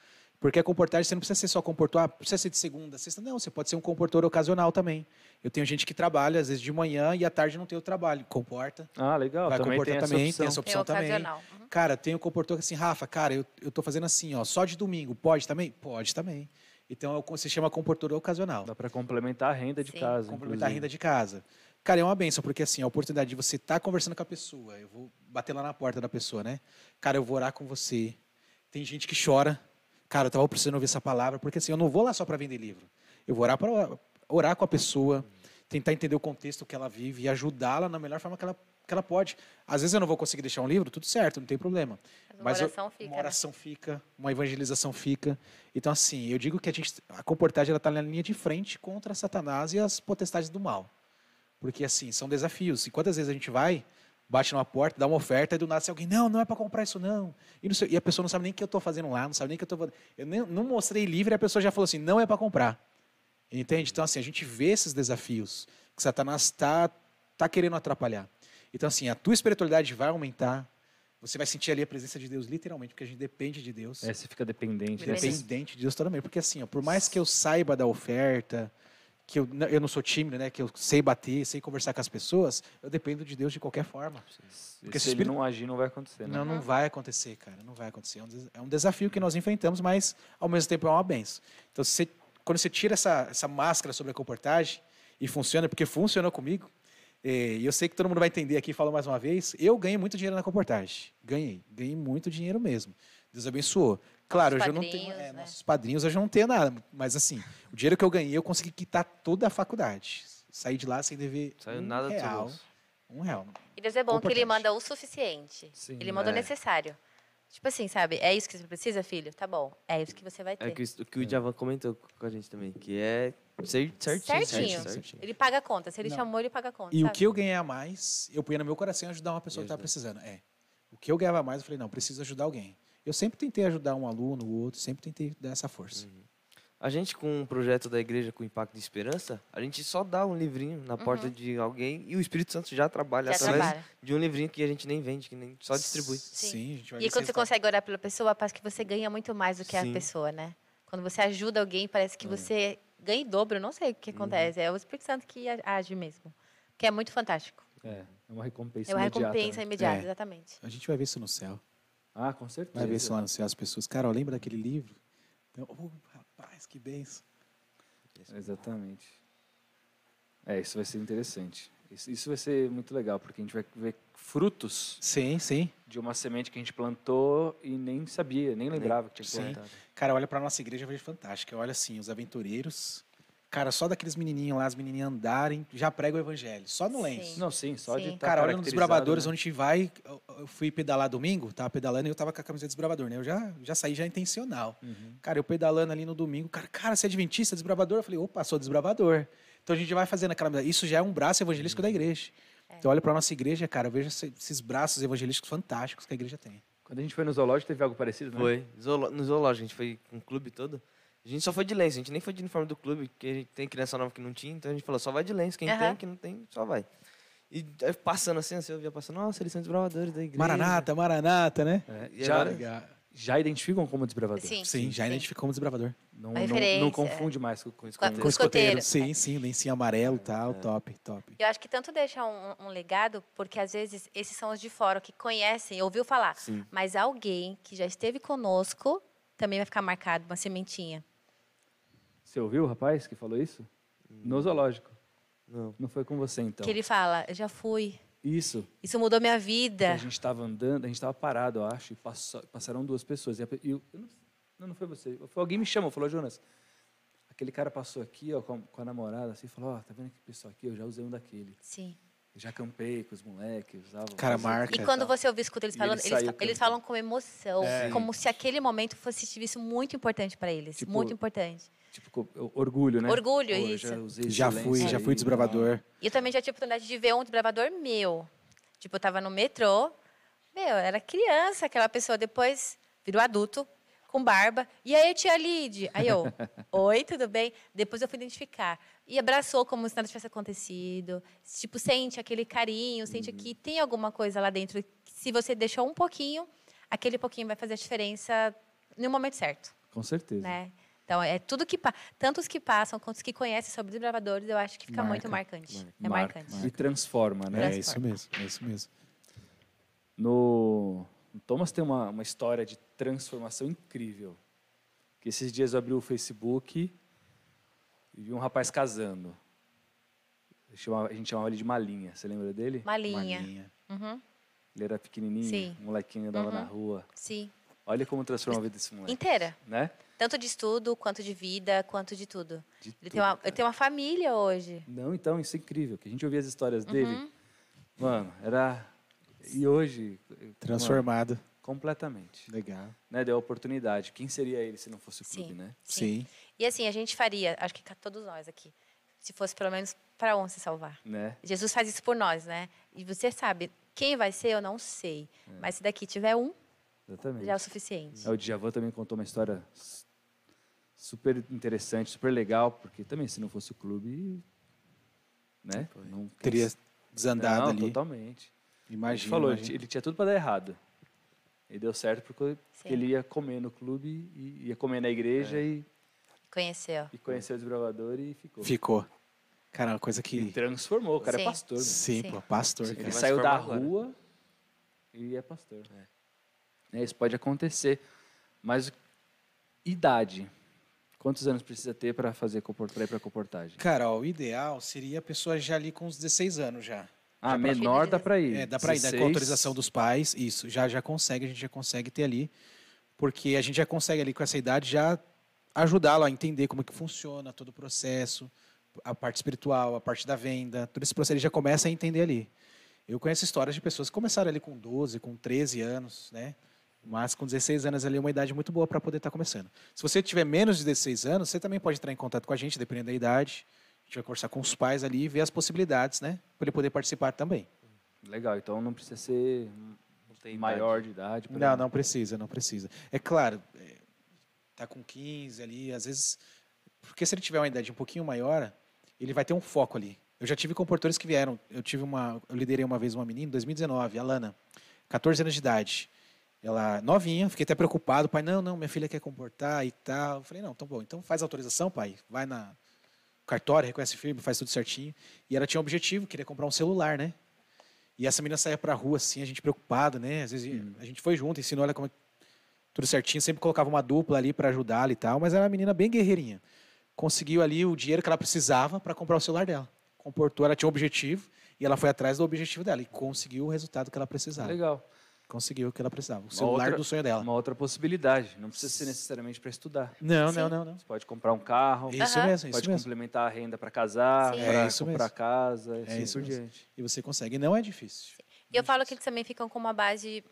[SPEAKER 4] Porque a comportagem, você não precisa ser só comportor, ah, precisa ser de segunda, sexta. Não, você pode ser um comportor ocasional também. Eu tenho gente que trabalha, às vezes de manhã e à tarde não tem o trabalho. Comporta,
[SPEAKER 1] Ah, legal.
[SPEAKER 4] vai
[SPEAKER 1] também tem
[SPEAKER 4] comportar
[SPEAKER 1] essa
[SPEAKER 4] também,
[SPEAKER 1] opção.
[SPEAKER 4] tem essa
[SPEAKER 3] Tem
[SPEAKER 4] opção também.
[SPEAKER 3] ocasional. Uhum.
[SPEAKER 4] Cara, tem o comportor que assim, Rafa, cara, eu, eu tô fazendo assim, ó, só de domingo, pode também? Pode também. Então é o co- se chama comportor ocasional.
[SPEAKER 1] Dá para complementar a renda de
[SPEAKER 3] Sim.
[SPEAKER 1] casa.
[SPEAKER 4] Complementar a
[SPEAKER 1] inclusive.
[SPEAKER 4] renda de casa. Cara, é uma benção, porque assim, a oportunidade de você estar conversando com a pessoa, eu vou bater lá na porta da pessoa, né? Cara, eu vou orar com você. Tem gente que chora. Cara, eu tava precisando ouvir essa palavra, porque assim, eu não vou lá só para vender livro. Eu vou orar para orar com a pessoa, tentar entender o contexto que ela vive e ajudá-la na melhor forma que ela, que ela pode. Às vezes eu não vou conseguir deixar um livro, tudo certo, não tem problema.
[SPEAKER 3] Mas uma
[SPEAKER 4] Mas eu-
[SPEAKER 3] oração fica.
[SPEAKER 4] Uma
[SPEAKER 3] né?
[SPEAKER 4] oração fica, uma evangelização fica. Então, assim, eu digo que a, gente, a comportagem está na linha de frente contra Satanás e as potestades do mal. Porque, assim, são desafios. E quantas vezes a gente vai, bate numa porta, dá uma oferta, e do nada se alguém, não, não é para comprar isso, não. E, não sei- e a pessoa não sabe nem o que eu estou fazendo lá, não sabe nem o que eu estou fazendo. Eu nem- não mostrei livre, a pessoa já falou assim, não é para comprar. Entende? Então, assim, a gente vê esses desafios que Satanás está tá querendo atrapalhar. Então, assim, a tua espiritualidade vai aumentar, você vai sentir ali a presença de Deus, literalmente, porque a gente depende de Deus.
[SPEAKER 1] É, você fica dependente. né?
[SPEAKER 3] Dependente.
[SPEAKER 1] Tem-
[SPEAKER 4] Dependente de Deus também. Porque assim, ó, por mais que eu saiba da oferta, que eu, n- eu não sou tímido, né? Que eu sei bater, sei conversar com as pessoas, eu dependo de Deus de qualquer forma.
[SPEAKER 1] Porque se
[SPEAKER 4] se
[SPEAKER 1] ele
[SPEAKER 4] espírito-
[SPEAKER 1] não agir, não vai acontecer. Né?
[SPEAKER 4] Não, não vai acontecer, cara. Não vai acontecer. É um, des- é um desafio que nós enfrentamos, mas ao mesmo tempo é uma benção. Então, você- quando você tira essa, essa máscara sobre a comportagem e funciona, porque funcionou comigo, eh, e eu sei que todo mundo vai entender aqui, falo mais uma vez, eu ganhei muito dinheiro na comportagem. Ganhei. Ganhei muito dinheiro mesmo. Deus abençoou. Claro,
[SPEAKER 3] Nossos
[SPEAKER 4] hoje eu não tenho.
[SPEAKER 3] padrinhos,
[SPEAKER 4] é,
[SPEAKER 3] né?
[SPEAKER 4] Nossos padrinhos hoje eu não tenho nada. Mas assim, o dinheiro que eu ganhei, eu consegui quitar toda a faculdade. Saí de lá sem dever.
[SPEAKER 2] Saiu
[SPEAKER 4] um
[SPEAKER 2] nada do seu
[SPEAKER 4] real,
[SPEAKER 2] bolso.
[SPEAKER 4] Um real.
[SPEAKER 3] E Deus é bom que ele
[SPEAKER 4] Comportagem.
[SPEAKER 3] manda o suficiente.
[SPEAKER 1] Sim.
[SPEAKER 3] ele manda o
[SPEAKER 2] É.
[SPEAKER 3] necessário. Tipo assim, sabe? É isso que você precisa, filho? Tá bom. É isso que você vai ter.
[SPEAKER 2] É o que, o- que o Java comentou com a gente também, que é cer- certinho.
[SPEAKER 3] Certinho. Ele paga a conta. Se ele chamou, ele paga a conta.
[SPEAKER 4] E o
[SPEAKER 3] sabe?
[SPEAKER 4] que eu ganhar mais, eu punha no meu coração ajudar uma pessoa que estava precisando. É. O que eu ganhava mais, eu falei, não, preciso ajudar alguém. Eu sempre tentei ajudar um aluno, o outro, sempre tentei dar essa força.
[SPEAKER 2] A gente, com um projeto da igreja com impacto de esperança, a gente só dá um livrinho na porta de alguém e o Espírito Santo já trabalha
[SPEAKER 3] Uhum. Já
[SPEAKER 4] assim,
[SPEAKER 2] através
[SPEAKER 3] trabalha.
[SPEAKER 4] né?
[SPEAKER 2] de um livrinho que a gente nem vende, que nem só distribui.
[SPEAKER 3] Sim.
[SPEAKER 4] Sim, a gente vai
[SPEAKER 3] E
[SPEAKER 4] ver tá
[SPEAKER 3] quando
[SPEAKER 4] esse
[SPEAKER 3] você
[SPEAKER 4] resultado.
[SPEAKER 3] consegue orar pela pessoa, parece que você ganha muito mais do que
[SPEAKER 2] Sim.
[SPEAKER 3] a pessoa, né? Quando você ajuda alguém, parece
[SPEAKER 4] É.
[SPEAKER 3] que você ganha em dobro. Não sei o
[SPEAKER 4] Uhum.
[SPEAKER 3] que acontece. É o Espírito Santo que a- age mesmo. Que é muito fantástico.
[SPEAKER 1] É, é uma recompensa
[SPEAKER 3] é uma
[SPEAKER 1] imediata,
[SPEAKER 3] recompensa
[SPEAKER 1] né?
[SPEAKER 3] imediata,
[SPEAKER 4] É.
[SPEAKER 3] exatamente.
[SPEAKER 4] A gente vai ver isso no céu.
[SPEAKER 1] Ah, com certeza.
[SPEAKER 4] Vai ver isso lá no céu, as pessoas. Cara, ó, lembra daquele livro? Então, oh, rapaz, que benção.
[SPEAKER 1] Exatamente. É, isso vai ser interessante. Isso, isso vai ser muito legal, porque a gente vai ver frutos
[SPEAKER 4] Sim, sim.
[SPEAKER 1] de uma semente que a gente plantou e nem sabia, nem lembrava que tinha
[SPEAKER 4] Sim.
[SPEAKER 1] plantado.
[SPEAKER 4] Cara, olha pra nossa igreja, eu vejo fantástica. Olha assim, os aventureiros. Cara, só daqueles menininhos lá, as menininhas andarem, já pregam o evangelho. Só no
[SPEAKER 3] Sim.
[SPEAKER 4] lenço.
[SPEAKER 1] Não, sim, só de
[SPEAKER 3] Sim.
[SPEAKER 1] estar
[SPEAKER 4] Cara, olha
[SPEAKER 1] Tá caracterizado,
[SPEAKER 4] nos desbravadores
[SPEAKER 1] né?
[SPEAKER 4] onde a gente vai. Eu, eu fui pedalar domingo, tava pedalando e eu tava com a camiseta de desbravador, né? Eu já, já saí já intencional.
[SPEAKER 1] Uhum.
[SPEAKER 4] Cara, eu pedalando ali no domingo, cara, cara, você é adventista, desbravador? Eu falei, opa, sou desbravador. Então a gente vai fazendo aquela. Isso já é um braço evangelístico da igreja. Então olha pra nossa igreja, cara, eu vejo esse- esses braços evangelísticos fantásticos que a igreja tem.
[SPEAKER 1] Quando a gente foi no zoológico, teve algo parecido, né?
[SPEAKER 2] Foi. Zoolo- no zoológico, a gente foi com o clube todo. A gente só foi de lenço, a gente nem foi de uniforme do clube, porque a gente tem criança nova que não tinha, então a gente falou, só vai de lenço, quem tem,
[SPEAKER 3] Aham.
[SPEAKER 2] quem não tem, só vai. E aí, passando assim, assim, eu via passando, nossa, eles são desbravadores da igreja.
[SPEAKER 4] Maranata, Maranata, né?
[SPEAKER 1] É,
[SPEAKER 2] E
[SPEAKER 1] já,
[SPEAKER 2] agora?
[SPEAKER 1] já identificam como desbravador.
[SPEAKER 3] Sim.
[SPEAKER 4] Sim, já é identificamos desbravador.
[SPEAKER 1] Não, não-
[SPEAKER 3] A
[SPEAKER 1] não,
[SPEAKER 3] referência,
[SPEAKER 1] confunde mais com, com,
[SPEAKER 3] Com a-
[SPEAKER 1] com- É.
[SPEAKER 3] com- Escoteiro.
[SPEAKER 4] Sim, sim, lencinho amarelo e tal, top, top.
[SPEAKER 3] Eu acho que tanto deixar um, um legado, porque às vezes esses são os de fora que conhecem, ouviu falar.
[SPEAKER 2] Sim.
[SPEAKER 3] Mas alguém que já esteve conosco também vai ficar marcado, uma sementinha.
[SPEAKER 1] Você ouviu o rapaz que falou isso? No zoológico.
[SPEAKER 2] Não.
[SPEAKER 1] Não foi com você, então.
[SPEAKER 3] Que ele fala, eu já fui.
[SPEAKER 1] Isso.
[SPEAKER 3] Isso mudou minha
[SPEAKER 1] que
[SPEAKER 3] vida.
[SPEAKER 1] A gente estava andando, a gente estava parado, eu acho, e passou- passaram duas pessoas. E a pe- e eu, eu não, não, não foi você. Foi, alguém me chamou, falou, Jonas, aquele cara passou aqui ó, com, a, com a namorada, assim, e falou, ó, tá vendo aquele pessoal aqui? Eu já usei um daquele.
[SPEAKER 3] Sim.
[SPEAKER 1] Eu já campei com os moleques, usava...
[SPEAKER 8] Cara,
[SPEAKER 1] usava-
[SPEAKER 8] marca.
[SPEAKER 3] E quando você ouve escuta eles
[SPEAKER 1] então. E ele
[SPEAKER 3] falando, eles,
[SPEAKER 1] saiu
[SPEAKER 3] fa-
[SPEAKER 1] cantando.
[SPEAKER 3] eles falam com emoção,
[SPEAKER 1] É.
[SPEAKER 3] como se aquele momento fosse tivesse muito importante para eles,
[SPEAKER 1] Tipo,
[SPEAKER 3] muito importante.
[SPEAKER 1] Tipo, co- o- orgulho, né?
[SPEAKER 3] Orgulho,
[SPEAKER 1] Pô, eu
[SPEAKER 3] isso.
[SPEAKER 1] Já, usei
[SPEAKER 8] Já
[SPEAKER 1] esse
[SPEAKER 8] fui,
[SPEAKER 1] lenço
[SPEAKER 8] já
[SPEAKER 1] aí,
[SPEAKER 8] fui desbravador.
[SPEAKER 3] E eu também já tive a oportunidade de ver um desbravador meu. Tipo, eu tava no metrô, meu, era criança aquela pessoa, depois virou adulto, com barba. E aí, tia Lid? Aí eu, oi, tudo bem? Depois eu fui identificar. E abraçou como se nada tivesse acontecido. Tipo, sente aquele carinho, sente que tem alguma coisa lá dentro. que Se você deixou um pouquinho, aquele pouquinho vai fazer a diferença no momento certo,
[SPEAKER 1] tal. Com certeza.
[SPEAKER 3] né? Então, é tudo que... pa- Tanto os que passam, quanto os que conhecem sobre os desbravadores, eu acho que fica muito marcante. É
[SPEAKER 1] Marca,
[SPEAKER 3] marcante.
[SPEAKER 1] E transforma, né?
[SPEAKER 8] É isso mesmo, é isso mesmo.
[SPEAKER 1] No, o Thomas tem uma, uma história de transformação incrível. Que esses dias eu abri o Facebook e vi um rapaz casando. Ele chamava- a gente chamava ele de Malinha. Você lembra dele?
[SPEAKER 3] Malinha. Uhum,
[SPEAKER 1] Ele era pequenininho,
[SPEAKER 3] Sim. Uhum.
[SPEAKER 1] um molequinho andava na rua.
[SPEAKER 3] sim.
[SPEAKER 1] Olha como transforma a vida desse moleque,
[SPEAKER 3] Inteira.
[SPEAKER 1] né?
[SPEAKER 3] Tanto de estudo, quanto de vida, quanto de tudo.
[SPEAKER 1] De
[SPEAKER 3] Ele
[SPEAKER 1] tudo, é.
[SPEAKER 3] tem, uma,
[SPEAKER 1] cara.
[SPEAKER 3] ele tem uma família hoje.
[SPEAKER 1] Não, então, isso é incrível. Que a gente ouvia as histórias
[SPEAKER 3] Uhum.
[SPEAKER 1] dele. Mano, era... E hoje... mano,
[SPEAKER 8] Transformado.
[SPEAKER 1] completamente.
[SPEAKER 8] Legal.
[SPEAKER 1] Né? Deu a oportunidade. Quem seria ele se não fosse o clube,
[SPEAKER 3] Sim.
[SPEAKER 1] né?
[SPEAKER 8] Sim.
[SPEAKER 3] E assim, a gente faria, acho que ca- todos nós aqui, se fosse pelo menos para um se salvar.
[SPEAKER 1] né?
[SPEAKER 3] Jesus faz isso por nós, né? E você sabe, quem vai ser, eu não sei. Mas se daqui tiver um,
[SPEAKER 1] Exatamente.
[SPEAKER 3] já é o suficiente.
[SPEAKER 1] É, o Djavan também contou uma história s- super interessante, super legal, porque também se não fosse o clube, né? Não
[SPEAKER 8] Teria desandado
[SPEAKER 1] não,
[SPEAKER 8] ali.
[SPEAKER 1] totalmente. A gente
[SPEAKER 8] Imagina.
[SPEAKER 1] falou,
[SPEAKER 8] imagina.
[SPEAKER 1] ele tinha tudo para dar errado. E deu certo porque
[SPEAKER 3] Sim.
[SPEAKER 1] ele ia comer no clube, e ia comer na igreja
[SPEAKER 8] É.
[SPEAKER 1] e,
[SPEAKER 3] Conheceu.
[SPEAKER 1] e conheceu o desbravador e ficou.
[SPEAKER 8] Ficou. Cara, uma coisa
[SPEAKER 1] E
[SPEAKER 8] que.
[SPEAKER 1] transformou, o cara é
[SPEAKER 3] Sim.
[SPEAKER 1] pastor. mano.
[SPEAKER 8] Sim,
[SPEAKER 3] Sim.
[SPEAKER 8] pô, pastor,
[SPEAKER 2] Sim.
[SPEAKER 8] cara.
[SPEAKER 1] Ele
[SPEAKER 2] vai se
[SPEAKER 1] saiu da
[SPEAKER 2] formar agora.
[SPEAKER 1] rua e é pastor. É, isso pode acontecer. Mas idade. Quantos anos precisa ter para fazer compor- pra ir para comportagem?
[SPEAKER 4] Cara, ó, o ideal seria a pessoa já ali com uns 16 anos já.
[SPEAKER 1] Ah,
[SPEAKER 3] partir
[SPEAKER 1] menor
[SPEAKER 3] de
[SPEAKER 1] dá para ir.
[SPEAKER 4] É, dá pra ir, né? Com
[SPEAKER 1] 16.
[SPEAKER 4] a autorização dos pais, isso. Já já consegue, a gente já consegue ter ali. Porque a gente já consegue ali com essa idade já ajudá-lo a entender como é que funciona todo o processo, a parte espiritual, a parte da venda, todo esse processo ele já começa a entender ali. Eu conheço histórias de pessoas que começaram ali com 12, com 13 anos, né? Mas com 16 anos ali é uma idade muito boa para poder estar começando. Se você tiver menos de 16 anos, você também pode entrar em contato com a gente, dependendo da idade. A gente vai conversar com os pais ali e ver as possibilidades, né? Para ele poder participar também.
[SPEAKER 1] Legal, então não precisa ser
[SPEAKER 2] Não tem tá
[SPEAKER 1] maior de idade. pelo
[SPEAKER 4] Não,
[SPEAKER 1] menos.
[SPEAKER 4] não precisa, não precisa. É claro, é, tá com 15 ali, às vezes. Porque se ele tiver uma idade um pouquinho maior, ele vai ter um foco ali. Eu já tive comportores que vieram. Eu tive uma. Eu liderei uma vez uma menina em 2019, a Lana, 14 anos de idade. Ela novinha, fiquei até preocupado. O pai, não, não, minha filha quer comportar e tal. Eu falei, não, então bom, então faz a autorização, pai. Vai na cartório, reconhece firme, faz tudo certinho. E ela tinha um objetivo, queria comprar um celular, né? E essa menina saía pra rua assim, a gente preocupado, né? Às vezes
[SPEAKER 1] Uhum.
[SPEAKER 4] a gente foi junto, ensinou ela como é tudo certinho, sempre colocava uma dupla ali pra ajudá-la e tal, mas era uma menina bem guerreirinha. Conseguiu ali o dinheiro que ela precisava pra comprar o celular dela. Comportou, ela tinha um objetivo e ela foi atrás do objetivo dela e conseguiu o resultado que ela precisava.
[SPEAKER 1] Legal.
[SPEAKER 4] Conseguiu o que ela precisava, o celular
[SPEAKER 1] outra-
[SPEAKER 4] do sonho dela.
[SPEAKER 1] Uma outra possibilidade. Não precisa ser necessariamente para estudar.
[SPEAKER 4] Não,
[SPEAKER 3] Sim.
[SPEAKER 4] não, não, não.
[SPEAKER 1] Você pode comprar um carro,
[SPEAKER 4] Isso
[SPEAKER 3] Aham.
[SPEAKER 4] mesmo, isso
[SPEAKER 1] pode
[SPEAKER 4] mesmo.
[SPEAKER 1] complementar a renda para casar,
[SPEAKER 3] Sim.
[SPEAKER 1] para
[SPEAKER 4] É isso
[SPEAKER 1] comprar
[SPEAKER 4] mesmo. É
[SPEAKER 1] casa, e assim
[SPEAKER 4] isso
[SPEAKER 1] por
[SPEAKER 4] mesmo.
[SPEAKER 1] diante.
[SPEAKER 4] E você consegue, não é difícil.
[SPEAKER 3] E eu falo que eles também ficam com uma base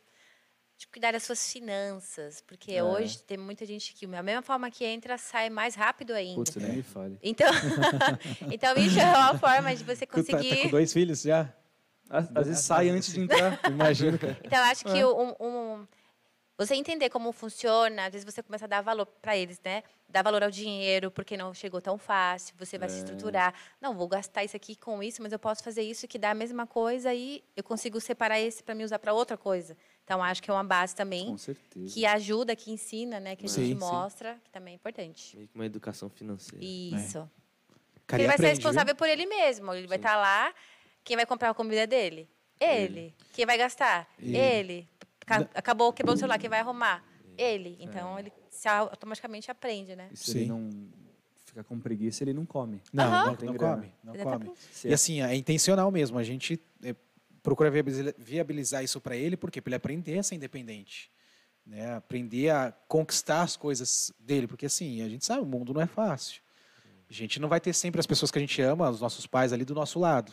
[SPEAKER 3] de cuidar das suas finanças. Porque
[SPEAKER 4] É.
[SPEAKER 3] hoje tem muita gente que, da mesma forma que entra, sai mais rápido ainda.
[SPEAKER 1] Putz, nem me fale.
[SPEAKER 3] Então, então isso é uma forma de você
[SPEAKER 4] Tu Tá, tá com
[SPEAKER 3] conseguir.
[SPEAKER 4] dois filhos já?
[SPEAKER 1] Às, às vezes sai antes de entrar.
[SPEAKER 4] É, Imagina, cara.
[SPEAKER 3] Então, eu acho que
[SPEAKER 4] É.
[SPEAKER 3] um, um- você entender como funciona, às vezes você começa a dar valor para eles, né? Dar valor ao dinheiro, porque não chegou tão fácil, você
[SPEAKER 4] É.
[SPEAKER 3] vai se estruturar. Não, vou gastar isso aqui com isso, mas eu posso fazer isso que dá a mesma coisa e eu consigo separar esse para me usar para outra coisa. Então, acho que é uma base também
[SPEAKER 1] Com certeza.
[SPEAKER 3] que ajuda, que ensina, né? Que a gente
[SPEAKER 4] Sim, sim.
[SPEAKER 3] mostra, que também é importante.
[SPEAKER 2] Meio que uma educação financeira.
[SPEAKER 3] Isso.
[SPEAKER 4] Cara,
[SPEAKER 3] ele
[SPEAKER 4] e
[SPEAKER 3] vai ser
[SPEAKER 4] É. aprende, viu?
[SPEAKER 3] responsável por ele mesmo. Ele vai estar lá. Quem vai comprar a comida é dele? Ele. Quem vai gastar? Ele. Ca- Acabou, quebrou o celular. Quem vai arrumar? Ele.
[SPEAKER 4] É.
[SPEAKER 3] ele. Então, ele se au- automaticamente aprende, né?
[SPEAKER 1] E se ele
[SPEAKER 4] Sim.
[SPEAKER 1] não fica com preguiça, ele não come.
[SPEAKER 4] Não,
[SPEAKER 3] Aham.
[SPEAKER 4] não,
[SPEAKER 1] Tem
[SPEAKER 4] não
[SPEAKER 1] grana.
[SPEAKER 4] come, não come.
[SPEAKER 3] Exatamente.
[SPEAKER 1] Se
[SPEAKER 4] E assim, é intencional mesmo. A gente é, procura viabiliza- viabilizar isso para ele, por quê? Para ele aprender a ser independente. Né? Aprender a conquistar as coisas dele. Porque assim, a gente sabe, o mundo não é fácil. A gente não vai ter sempre as pessoas que a gente ama, os nossos pais ali do nosso lado.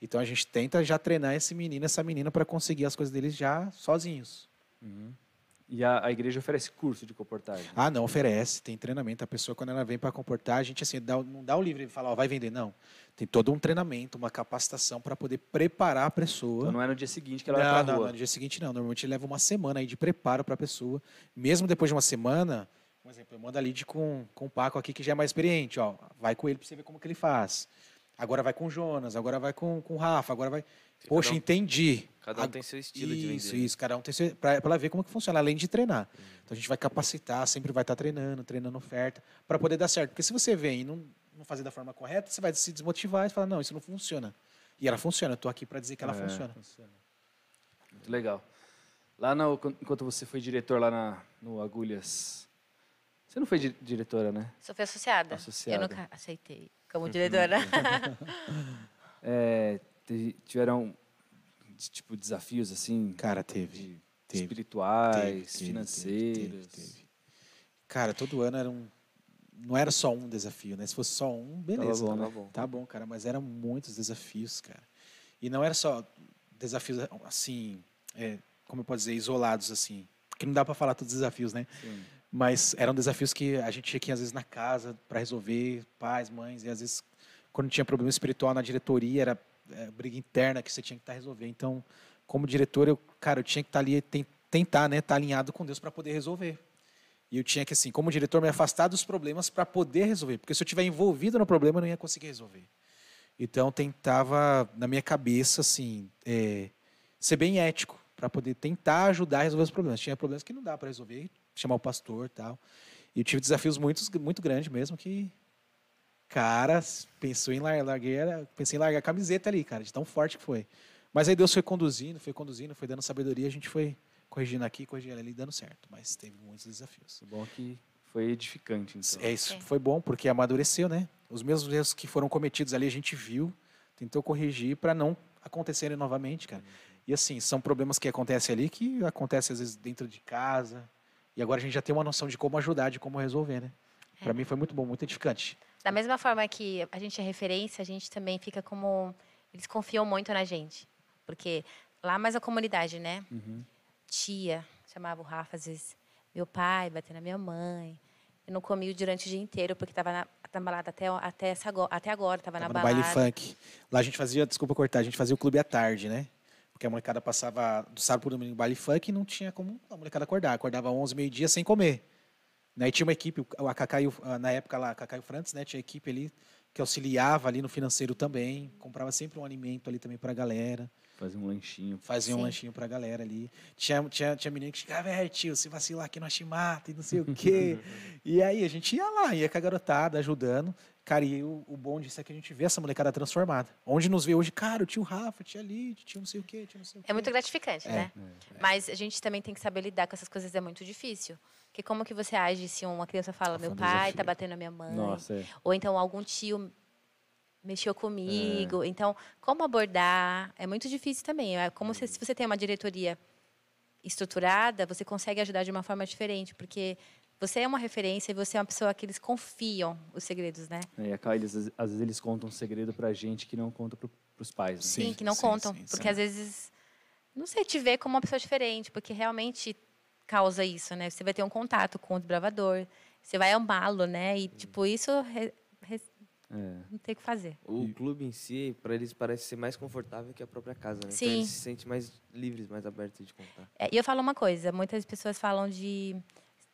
[SPEAKER 4] Então a gente tenta já treinar esse menino, essa menina, para conseguir as coisas deles já sozinhos.
[SPEAKER 1] Uhum. E a, a igreja oferece curso de comportagem.
[SPEAKER 4] Ah, não, oferece, tem treinamento. A pessoa, quando ela vem para comportar, a gente assim, dá, o- não dá o livro e fala, ó, vai vender, não. Tem todo um treinamento, uma capacitação para poder preparar a pessoa.
[SPEAKER 1] Então não é no dia seguinte que ela vai
[SPEAKER 4] Não,
[SPEAKER 1] pra
[SPEAKER 4] não,
[SPEAKER 1] rua.
[SPEAKER 4] não, no dia seguinte não. Normalmente leva uma semana aí de preparo para a pessoa. Mesmo depois de uma semana, por exemplo, eu mando a lead com, com o Paco aqui, que já é mais experiente. Ó, vai com ele para você ver como que ele faz. Agora vai com o Jonas, agora vai com, com o Rafa, agora vai... Poxa,
[SPEAKER 2] cada um-
[SPEAKER 4] entendi.
[SPEAKER 2] Cada um
[SPEAKER 4] Ag-
[SPEAKER 2] tem seu estilo de vender.
[SPEAKER 4] isso,
[SPEAKER 2] né?
[SPEAKER 4] isso. Cada um tem seu... Pra, pra ela ver como que funciona, além de treinar. Então a gente vai capacitar, sempre vai estar treinando, treinando oferta, para poder dar certo. Porque se você vem e não, não fazer da forma correta, você vai se desmotivar e falar, não, isso não funciona. E ela funciona, eu tô aqui para dizer que ela
[SPEAKER 1] É.
[SPEAKER 4] funciona.
[SPEAKER 1] Muito legal. Lá na, enquanto você foi diretor lá na, no Agulhas, você não foi di- diretora, né?
[SPEAKER 3] Só fui associada.
[SPEAKER 1] Associada.
[SPEAKER 3] Eu nunca aceitei como diretora.
[SPEAKER 1] É, te- tiveram de- tipo desafios assim
[SPEAKER 4] Cara, teve.
[SPEAKER 1] de-
[SPEAKER 4] teve, Teve,
[SPEAKER 1] espirituais,
[SPEAKER 4] teve,
[SPEAKER 1] financeiros.
[SPEAKER 4] teve, teve, teve. Cara, todo ano era um. Não era só um desafio, né? Se fosse só um, beleza.
[SPEAKER 1] bom,
[SPEAKER 4] tá
[SPEAKER 1] né?
[SPEAKER 4] Tá bom, cara, mas eram muitos desafios, cara. E não era só desafios assim, é, como eu posso dizer, isolados, assim. Que não dá pra falar todos os desafios, né?
[SPEAKER 1] Sim.
[SPEAKER 4] Mas eram desafios que a gente tinha que ir, às vezes, na casa para resolver, pais, mães, e às vezes, quando tinha problema espiritual na diretoria, era é, briga interna que você tinha que estar resolver. Então, como diretor, eu, cara, eu tinha que estar ali, ten- tentar, né, estar alinhado com Deus para poder resolver. E eu tinha que, assim, como diretor, me afastar dos problemas para poder resolver. Porque se eu estiver envolvido no problema, eu não ia conseguir resolver. Então, tentava, na minha cabeça, assim, é, ser bem ético para poder tentar ajudar a resolver os problemas. Tinha problemas que não dá para resolver, chamar o pastor e tal. E eu tive desafios muito, muito grandes mesmo que, cara, pensou em lar- larguei, a- pensei em largar a camiseta ali, cara, de tão forte que foi. Mas aí Deus foi conduzindo, foi conduzindo, foi dando sabedoria, a gente foi corrigindo aqui, corrigindo ali, dando certo. Mas teve muitos desafios.
[SPEAKER 1] O bom é que foi edificante, então.
[SPEAKER 4] É isso,
[SPEAKER 3] Sim.
[SPEAKER 4] foi bom porque amadureceu, né? Os mesmos erros que foram cometidos ali a gente viu, tentou corrigir para não acontecerem novamente, cara. E assim, são problemas que acontecem ali que acontecem às vezes dentro de casa. E agora a gente já tem uma noção de como ajudar, de como resolver, né? Para mim foi muito bom, muito edificante.
[SPEAKER 3] Da mesma forma que a gente é referência, a gente também fica como. Eles confiam muito na gente. Porque lá mais a comunidade, né? Tia, chamava o Rafa às vezes. Meu pai bateu na minha mãe. Eu não comi durante o dia inteiro, porque estava na, na balada até, até, essa, ago- até agora, estava na
[SPEAKER 4] Tava no
[SPEAKER 3] balada.
[SPEAKER 4] baile funk. Lá a gente fazia, desculpa cortar, a gente fazia o clube à tarde, né? Porque a molecada passava do sábado pro domingo baile funk e não tinha como a molecada acordar. Acordava 11, meio-dia sem comer. Né? E tinha uma equipe, o- a Cacá e o, ah, na época lá, a Cacá e o Frantz, né? Tinha equipe ali que auxiliava ali no financeiro também. Comprava sempre um alimento ali também pra galera.
[SPEAKER 1] Fazer um lanchinho.
[SPEAKER 4] Fazia um
[SPEAKER 3] Sim.
[SPEAKER 4] lanchinho pra galera ali. Tinha, tinha, tinha menino que chegava, velho, tio, se vacilar aqui nós te mata e não sei o quê. e aí a gente ia lá, ia com a garotada ajudando. Cara, e o, o bom disso é que a gente vê essa molecada transformada. Onde nos vê hoje, cara, o tio Rafa, tio ali, tio não sei o quê, tio não sei o quê.
[SPEAKER 3] É muito gratificante, né? Mas a gente também tem que saber lidar com essas coisas, é muito difícil. Porque como que você age se uma criança fala, meu pai tá batendo na minha mãe?
[SPEAKER 1] Nossa, é.
[SPEAKER 3] ou então algum tio mexeu comigo.
[SPEAKER 4] É.
[SPEAKER 3] Então, como abordar? É muito difícil também. É como
[SPEAKER 4] Uhum.
[SPEAKER 3] se, se você tem uma diretoria estruturada, você consegue ajudar de uma forma diferente, porque você é uma referência e você é uma pessoa que eles confiam os segredos, né?
[SPEAKER 1] É, E a Kai, eles, às às vezes eles contam um segredo pra gente que não conta pro, pros pais. Né?
[SPEAKER 4] Sim,
[SPEAKER 3] que não
[SPEAKER 4] sim,
[SPEAKER 3] contam,
[SPEAKER 4] sim,
[SPEAKER 3] porque
[SPEAKER 4] sim.
[SPEAKER 3] às vezes não sei te ver como uma pessoa diferente, porque realmente causa isso, né? Você vai ter um contato com o desbravador, você vai amá-lo, né? E tipo, isso re- re-
[SPEAKER 1] É,
[SPEAKER 3] não tem o que fazer.
[SPEAKER 2] O clube em si, para eles, parece ser mais confortável que a própria casa, né? Então
[SPEAKER 3] Sim.
[SPEAKER 2] eles se sentem mais livres, mais abertos de contar.
[SPEAKER 3] É, E eu falo uma coisa, muitas pessoas falam de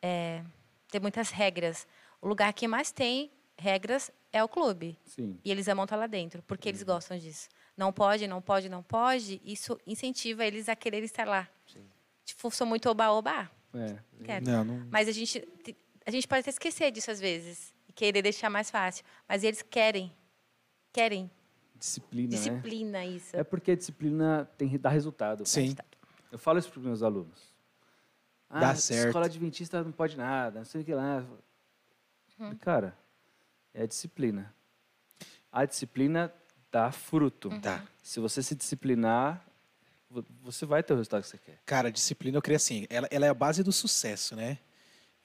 [SPEAKER 3] é, ter muitas regras. O lugar que mais tem regras é o clube.
[SPEAKER 1] Sim.
[SPEAKER 3] E eles amam estar lá dentro, porque eles gostam disso. Não pode, não pode, não pode, isso incentiva eles a querer estar lá.
[SPEAKER 2] Sim.
[SPEAKER 3] Tipo, sou muito oba-oba.
[SPEAKER 1] É.
[SPEAKER 3] quero.
[SPEAKER 4] Não, não.
[SPEAKER 3] Mas a gente, te- a gente pode até esquecer disso às vezes, e querer deixar mais fácil. Mas eles querem, querem
[SPEAKER 1] Disciplina, né?
[SPEAKER 3] disciplina isso.
[SPEAKER 1] É porque a disciplina tem, dá resultado.
[SPEAKER 4] Sim.
[SPEAKER 1] Eu falo isso para meus alunos. Ah,
[SPEAKER 4] Dá certo.
[SPEAKER 1] escola adventista não pode nada, não sei o que lá. Cara, é a disciplina. A disciplina dá fruto.
[SPEAKER 4] Tá.
[SPEAKER 1] Se você se disciplinar, vo- você vai ter o resultado que você quer.
[SPEAKER 4] Cara, disciplina, eu creio assim, ela, ela é a base do sucesso, né?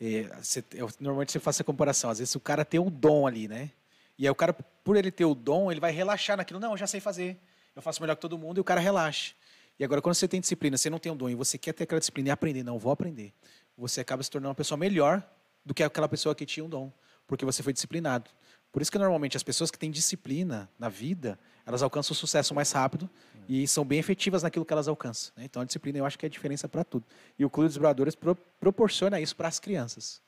[SPEAKER 4] É, você- eu- normalmente você faz essa comparação. Às vezes o cara tem um dom ali, né? E aí o cara, por ele ter o dom, ele vai relaxar naquilo. Não, eu já sei fazer. Eu faço melhor que todo mundo e o cara relaxa. E agora, quando você tem disciplina, você não tem um dom e você quer ter aquela disciplina e aprender, não, vou aprender. Você acaba se tornando uma pessoa melhor do que aquela pessoa que tinha um dom, porque você foi disciplinado. Por isso que normalmente as pessoas que têm disciplina na vida, elas alcançam o sucesso mais rápido e são bem efetivas naquilo que elas alcançam. né? Então a disciplina eu acho que é a diferença para tudo. E o Clube dos Bradores pro- proporciona isso para as crianças.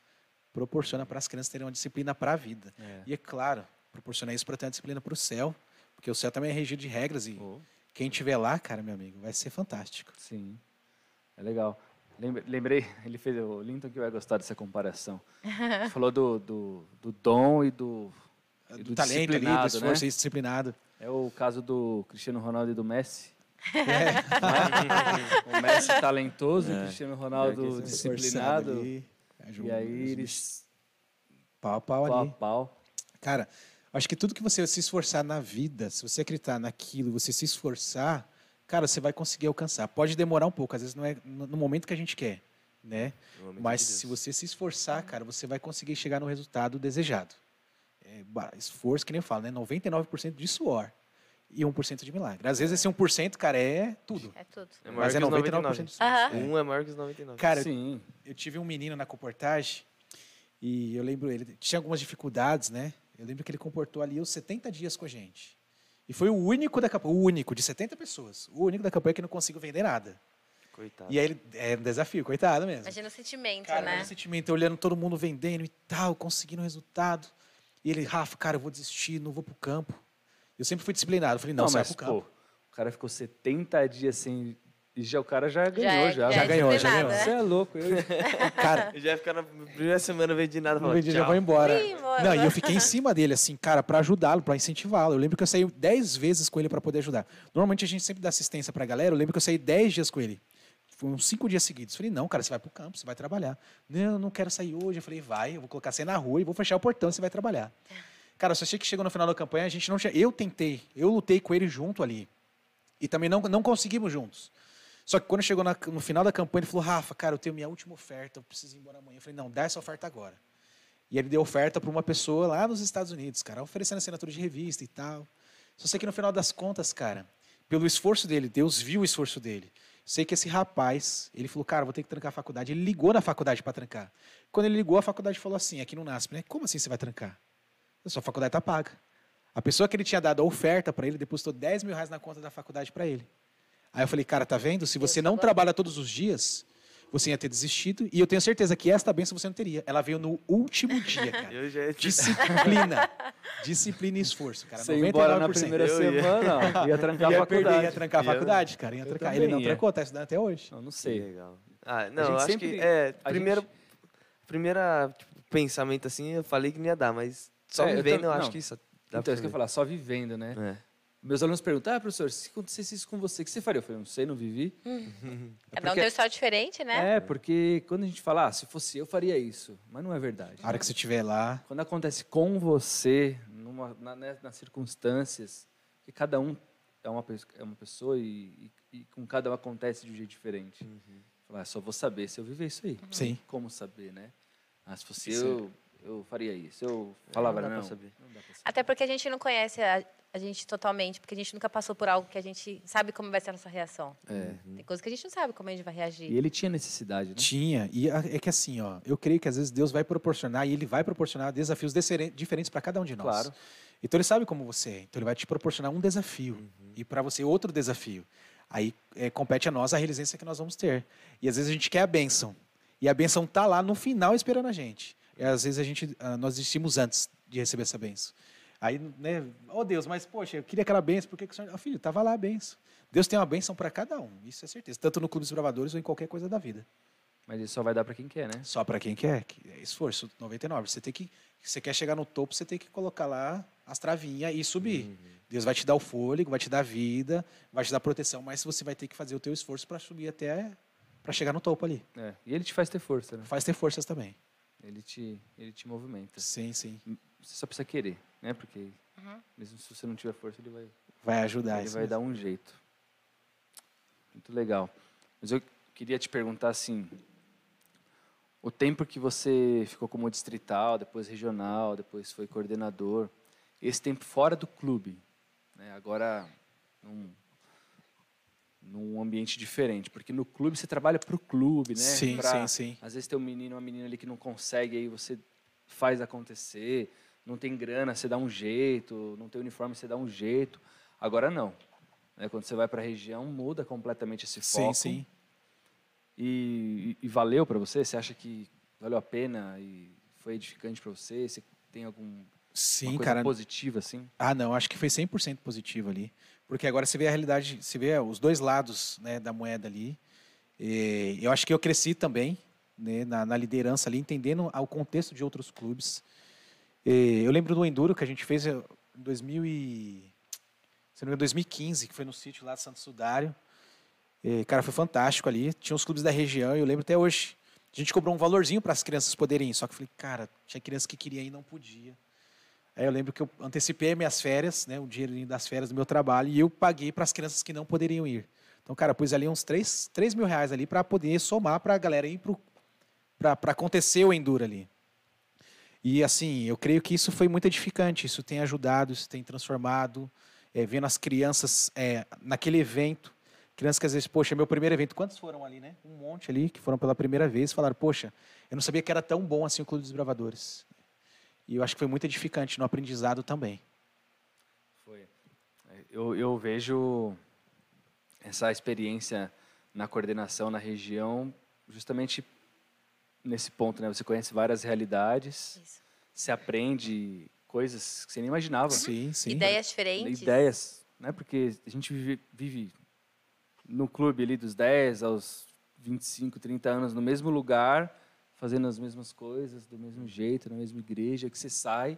[SPEAKER 4] Proporciona para as crianças terem uma disciplina para a vida. E é claro, proporciona isso para ter uma disciplina para o céu, porque o céu também é regido de regras e quem tiver lá, cara, meu amigo, vai ser fantástico.
[SPEAKER 1] Sim. É legal. Lembra- Lembrei, ele fez, o Linton que vai gostar dessa comparação. Falou do, do, do dom e do. e
[SPEAKER 4] É do, talento ali, do
[SPEAKER 1] disciplinado, né?
[SPEAKER 4] esforço e disciplinado.
[SPEAKER 1] É o caso do Cristiano Ronaldo e do Messi. Não é? o Messi talentoso,
[SPEAKER 4] É.
[SPEAKER 1] o Cristiano Ronaldo
[SPEAKER 4] Esforçado
[SPEAKER 1] disciplinado.
[SPEAKER 4] ali,
[SPEAKER 1] E
[SPEAKER 4] ajuda,
[SPEAKER 1] aí
[SPEAKER 4] os
[SPEAKER 1] eles
[SPEAKER 4] pau a pau
[SPEAKER 1] pau a
[SPEAKER 4] ali.
[SPEAKER 1] pau.
[SPEAKER 4] Cara, acho que tudo que você se esforçar na vida, se você acreditar naquilo, você se esforçar, cara, você vai conseguir alcançar. Pode demorar um pouco, às vezes não é no no momento que a gente quer, né? Mas se você se esforçar, cara, você vai conseguir chegar no resultado desejado. É, ba- esforço, que nem eu falo, né? 99% de suor e 1% de milagre. Às vezes esse 1%, cara, é tudo.
[SPEAKER 3] É tudo.
[SPEAKER 2] É maior
[SPEAKER 4] Mas é
[SPEAKER 2] que os
[SPEAKER 4] 99%,
[SPEAKER 2] 99.
[SPEAKER 4] de suor.
[SPEAKER 3] Aham.
[SPEAKER 2] Um é maior que os 99.
[SPEAKER 4] Cara,
[SPEAKER 1] Sim.
[SPEAKER 4] eu tive um menino na comportagem e eu lembro, ele tinha algumas dificuldades, né? Eu lembro que ele comportou ali os 70 dias com a gente. E foi o único da campanha, o único de 70 pessoas, o único da campanha que não conseguiu vender nada.
[SPEAKER 2] Coitado.
[SPEAKER 4] E aí ele, é um desafio, coitado mesmo.
[SPEAKER 3] Imagina o sentimento,
[SPEAKER 4] Cara,
[SPEAKER 3] né?
[SPEAKER 4] o sentimento, eu olhando todo mundo vendendo e tal, conseguindo resultado. E ele, Rafa, cara, eu vou desistir, não vou pro campo. Eu sempre fui disciplinado, eu falei, não,
[SPEAKER 1] Não,
[SPEAKER 4] você vai
[SPEAKER 1] mas,
[SPEAKER 4] pro
[SPEAKER 1] pô,
[SPEAKER 4] campo.
[SPEAKER 1] o cara ficou 70 dias sem. E já, o cara já ganhou,
[SPEAKER 3] é-
[SPEAKER 1] já.
[SPEAKER 3] já é
[SPEAKER 4] ganhou, já
[SPEAKER 3] disciplinado,
[SPEAKER 1] Você
[SPEAKER 3] né?
[SPEAKER 1] é louco. Eu,
[SPEAKER 4] Cara,
[SPEAKER 2] Eu já ia ficar na primeira semana vendendo nada.
[SPEAKER 4] Não
[SPEAKER 2] falando,
[SPEAKER 4] vendi, já
[SPEAKER 2] tchau.
[SPEAKER 4] vou embora.
[SPEAKER 3] Sim, vou-
[SPEAKER 4] não, e
[SPEAKER 3] vou.
[SPEAKER 4] eu fiquei em cima dele, assim, cara, pra ajudá-lo, pra incentivá-lo. Eu lembro que eu saí 10 vezes com ele pra poder ajudar. Normalmente a gente sempre dá assistência pra galera. Eu lembro que eu saí 10 dias com ele. Foi uns 5 dias seguidos. Falei, não, cara, você vai pro campo, você vai trabalhar. Não, não quero sair hoje. Eu falei, vai, eu vou colocar você na rua e vou fechar o portão, você vai trabalhar. Cara, eu só sei que chegou no final da campanha, a gente não tinha. Eu tentei, eu lutei com ele junto ali. E também não, não conseguimos juntos. Só que quando chegou na- no final da campanha, ele falou: Rafa, cara, eu tenho minha última oferta, eu preciso ir embora amanhã. Eu falei: não, dá essa oferta agora. E ele deu oferta para uma pessoa lá nos Estados Unidos, cara, oferecendo assinatura de revista e tal. Só sei que no final das contas, cara, pelo esforço dele, Deus viu o esforço dele. Sei que esse rapaz, ele falou, cara, vou ter que trancar a faculdade. Ele ligou na faculdade para trancar. Quando ele ligou, a faculdade falou assim, aqui no NASP, né? Como assim você vai trancar? A sua faculdade tá paga. A pessoa que ele tinha dado a oferta para ele depositou 10 mil reais na conta da faculdade para ele. Aí eu falei, cara, tá vendo? Se você não trabalha todos os dias, você ia ter desistido. E eu tenho certeza que esta benção você não teria. Ela veio no último dia, cara.
[SPEAKER 2] Eu já ia
[SPEAKER 4] Disciplina. Disciplina e esforço, cara.
[SPEAKER 1] você ia embora na
[SPEAKER 4] 99%.
[SPEAKER 1] primeira
[SPEAKER 2] Eu ia.
[SPEAKER 1] semana, ó, ia trancar a
[SPEAKER 4] ia perder, ia
[SPEAKER 1] faculdade.
[SPEAKER 4] trancar a
[SPEAKER 2] Ia-
[SPEAKER 4] faculdade, cara. Ia trancar. Ele
[SPEAKER 1] também
[SPEAKER 4] não
[SPEAKER 1] ia.
[SPEAKER 4] trancou, tá estudando até hoje.
[SPEAKER 1] Não, não sei.
[SPEAKER 2] Legal. Ah,
[SPEAKER 1] gente
[SPEAKER 2] não, eu acho
[SPEAKER 1] sempre-
[SPEAKER 2] que é
[SPEAKER 1] a
[SPEAKER 2] primeiro primeira tipo, pensamento assim, eu falei que não ia dar, mas só
[SPEAKER 1] É, eu
[SPEAKER 2] me vendo,
[SPEAKER 1] tam-
[SPEAKER 2] eu acho
[SPEAKER 1] não.
[SPEAKER 2] que isso dá
[SPEAKER 1] Então,
[SPEAKER 2] pra É.
[SPEAKER 1] isso que eu ia falar, só vivendo, né?
[SPEAKER 2] falar.
[SPEAKER 1] Meus alunos perguntam, ah, professor, se acontecesse isso com você, o que você faria? Eu falei, não sei, não vivi.
[SPEAKER 3] Cada um
[SPEAKER 1] É porque-
[SPEAKER 3] tem um história diferente, né?
[SPEAKER 1] É, porque quando a gente fala, ah, se fosse eu, faria isso. Mas não é verdade.
[SPEAKER 4] A hora que você estiver lá,
[SPEAKER 1] Quando acontece com você, numa, na, né, nas circunstâncias, que cada um é uma, pes- é uma pessoa e, e- e com cada um acontece de um jeito diferente.
[SPEAKER 2] Uhum.
[SPEAKER 1] Falar, ah, só vou saber se eu viver isso aí.
[SPEAKER 4] Sim.
[SPEAKER 1] Como saber, né? Ah, se fosse
[SPEAKER 4] Isso é.
[SPEAKER 1] eu, eu faria isso. Eu falava,
[SPEAKER 2] É, não dá
[SPEAKER 1] não.
[SPEAKER 2] pra saber.
[SPEAKER 1] Não dá pra saber.
[SPEAKER 3] Até porque a gente não conhece a, a gente totalmente, porque a gente nunca passou por algo que a gente sabe como vai ser a nossa reação. Tem coisa que a gente não sabe como a gente vai reagir.
[SPEAKER 1] É. Uhum. E é ele tinha necessidade, né?
[SPEAKER 4] tinha. E a- é que assim, ó, eu creio que às vezes Deus vai proporcionar e ele vai proporcionar desafios desferen- diferentes para cada um de nós.
[SPEAKER 1] Claro.
[SPEAKER 4] Então ele sabe como você é. Então ele vai te proporcionar um desafio
[SPEAKER 1] Uhum.
[SPEAKER 4] e para você outro desafio. Aí é, compete a nós a realizência que nós vamos ter. E às vezes a gente quer a bênção. E a bênção tá lá no final esperando a gente. E às vezes a gente, ah, nós desistimos antes de receber essa bênção. Aí, né, oh Deus, mas poxa, eu queria aquela bênção, por que, que o senhor. Ah, filho, tava lá a bênção. Deus tem uma bênção para cada um, isso é certeza. Tanto no Clube dos Bravadores ou em qualquer coisa da vida.
[SPEAKER 1] Mas isso só vai dar pra quem quer, né?
[SPEAKER 4] Só para quem quer, que é esforço 99. Você tem que, você quer chegar no topo, você tem que colocar lá as travinhas e subir.
[SPEAKER 1] Uhum.
[SPEAKER 4] Deus vai te dar o fôlego, vai te dar vida, vai te dar proteção, mas você vai ter que fazer o teu esforço para subir até para chegar no topo ali.
[SPEAKER 1] É, E ele te faz ter força, né?
[SPEAKER 4] Faz ter forças também.
[SPEAKER 1] Ele te, ele te movimenta.
[SPEAKER 4] Sim, sim.
[SPEAKER 1] Você só precisa querer, né? Porque mesmo se você não tiver força, ele vai,
[SPEAKER 4] Vai ajudar.
[SPEAKER 1] ele
[SPEAKER 4] isso
[SPEAKER 1] vai
[SPEAKER 4] mesmo.
[SPEAKER 1] dar um jeito. Muito legal. Mas eu queria te perguntar assim, o tempo que você ficou como distrital, depois regional, depois foi coordenador, esse tempo fora do clube, né? Agora num, num ambiente diferente, porque no clube você trabalha para o clube, né?
[SPEAKER 4] Sim,
[SPEAKER 1] Pra-
[SPEAKER 4] sim, sim.
[SPEAKER 1] Às vezes tem um menino, uma menina ali que não consegue, aí você faz acontecer. Não tem grana, você dá um jeito. Não tem uniforme, você dá um jeito. Agora não. né? Quando você vai para a região, muda completamente esse
[SPEAKER 4] Sim,
[SPEAKER 1] foco.
[SPEAKER 4] sim.
[SPEAKER 1] E, e- e valeu para você? Você acha que valeu a pena e foi edificante para você? Você tem alguma
[SPEAKER 4] Sim,
[SPEAKER 1] coisa
[SPEAKER 4] cara.
[SPEAKER 1] positiva assim?
[SPEAKER 4] Ah, não, acho que foi 100% positivo ali. Porque agora você vê a realidade, você vê ah, os dois lados né, da moeda ali. E eu acho que eu cresci também né, na, na liderança ali, entendendo o contexto de outros clubes. E eu lembro do Enduro que a gente fez eh, em 2000 e- se não me engano, 2015, que foi no sítio lá de Santo Sudário. E, cara, foi fantástico ali. Tinha os clubes da região, e eu lembro até hoje. A gente cobrou um valorzinho para as crianças poderem ir. Só que eu falei, cara, tinha criança que queria ir e não podia. Aí eu lembro que eu antecipei minhas férias, né, o dinheirinho das férias do meu trabalho, e eu paguei para as crianças que não poderiam ir. Então, cara, pus ali uns 3, três mil reais ali para poder somar para a galera ir para acontecer o Enduro ali. E assim, eu creio que isso foi muito edificante, isso tem ajudado, isso tem transformado, eh, vendo as crianças eh, naquele evento, crianças que às vezes, poxa, é meu primeiro evento, quantos foram ali, né? Um monte ali que foram pela primeira vez e falaram, poxa, eu não sabia que era tão bom assim o Clube dos Bravadores. E eu acho que foi muito edificante no aprendizado também.
[SPEAKER 1] Foi. Eu, eu vejo essa experiência na coordenação na região justamente nesse ponto, né? Você conhece várias realidades,
[SPEAKER 3] Isso.
[SPEAKER 1] você aprende coisas que você nem imaginava,
[SPEAKER 4] Sim, sim.
[SPEAKER 3] Ideias diferentes.
[SPEAKER 1] assim, né? ideias, né? Porque a gente vive, vive no clube ali dos 10 aos 25, 30 anos no mesmo lugar, fazendo as mesmas coisas, do mesmo jeito, na mesma igreja, que você sai,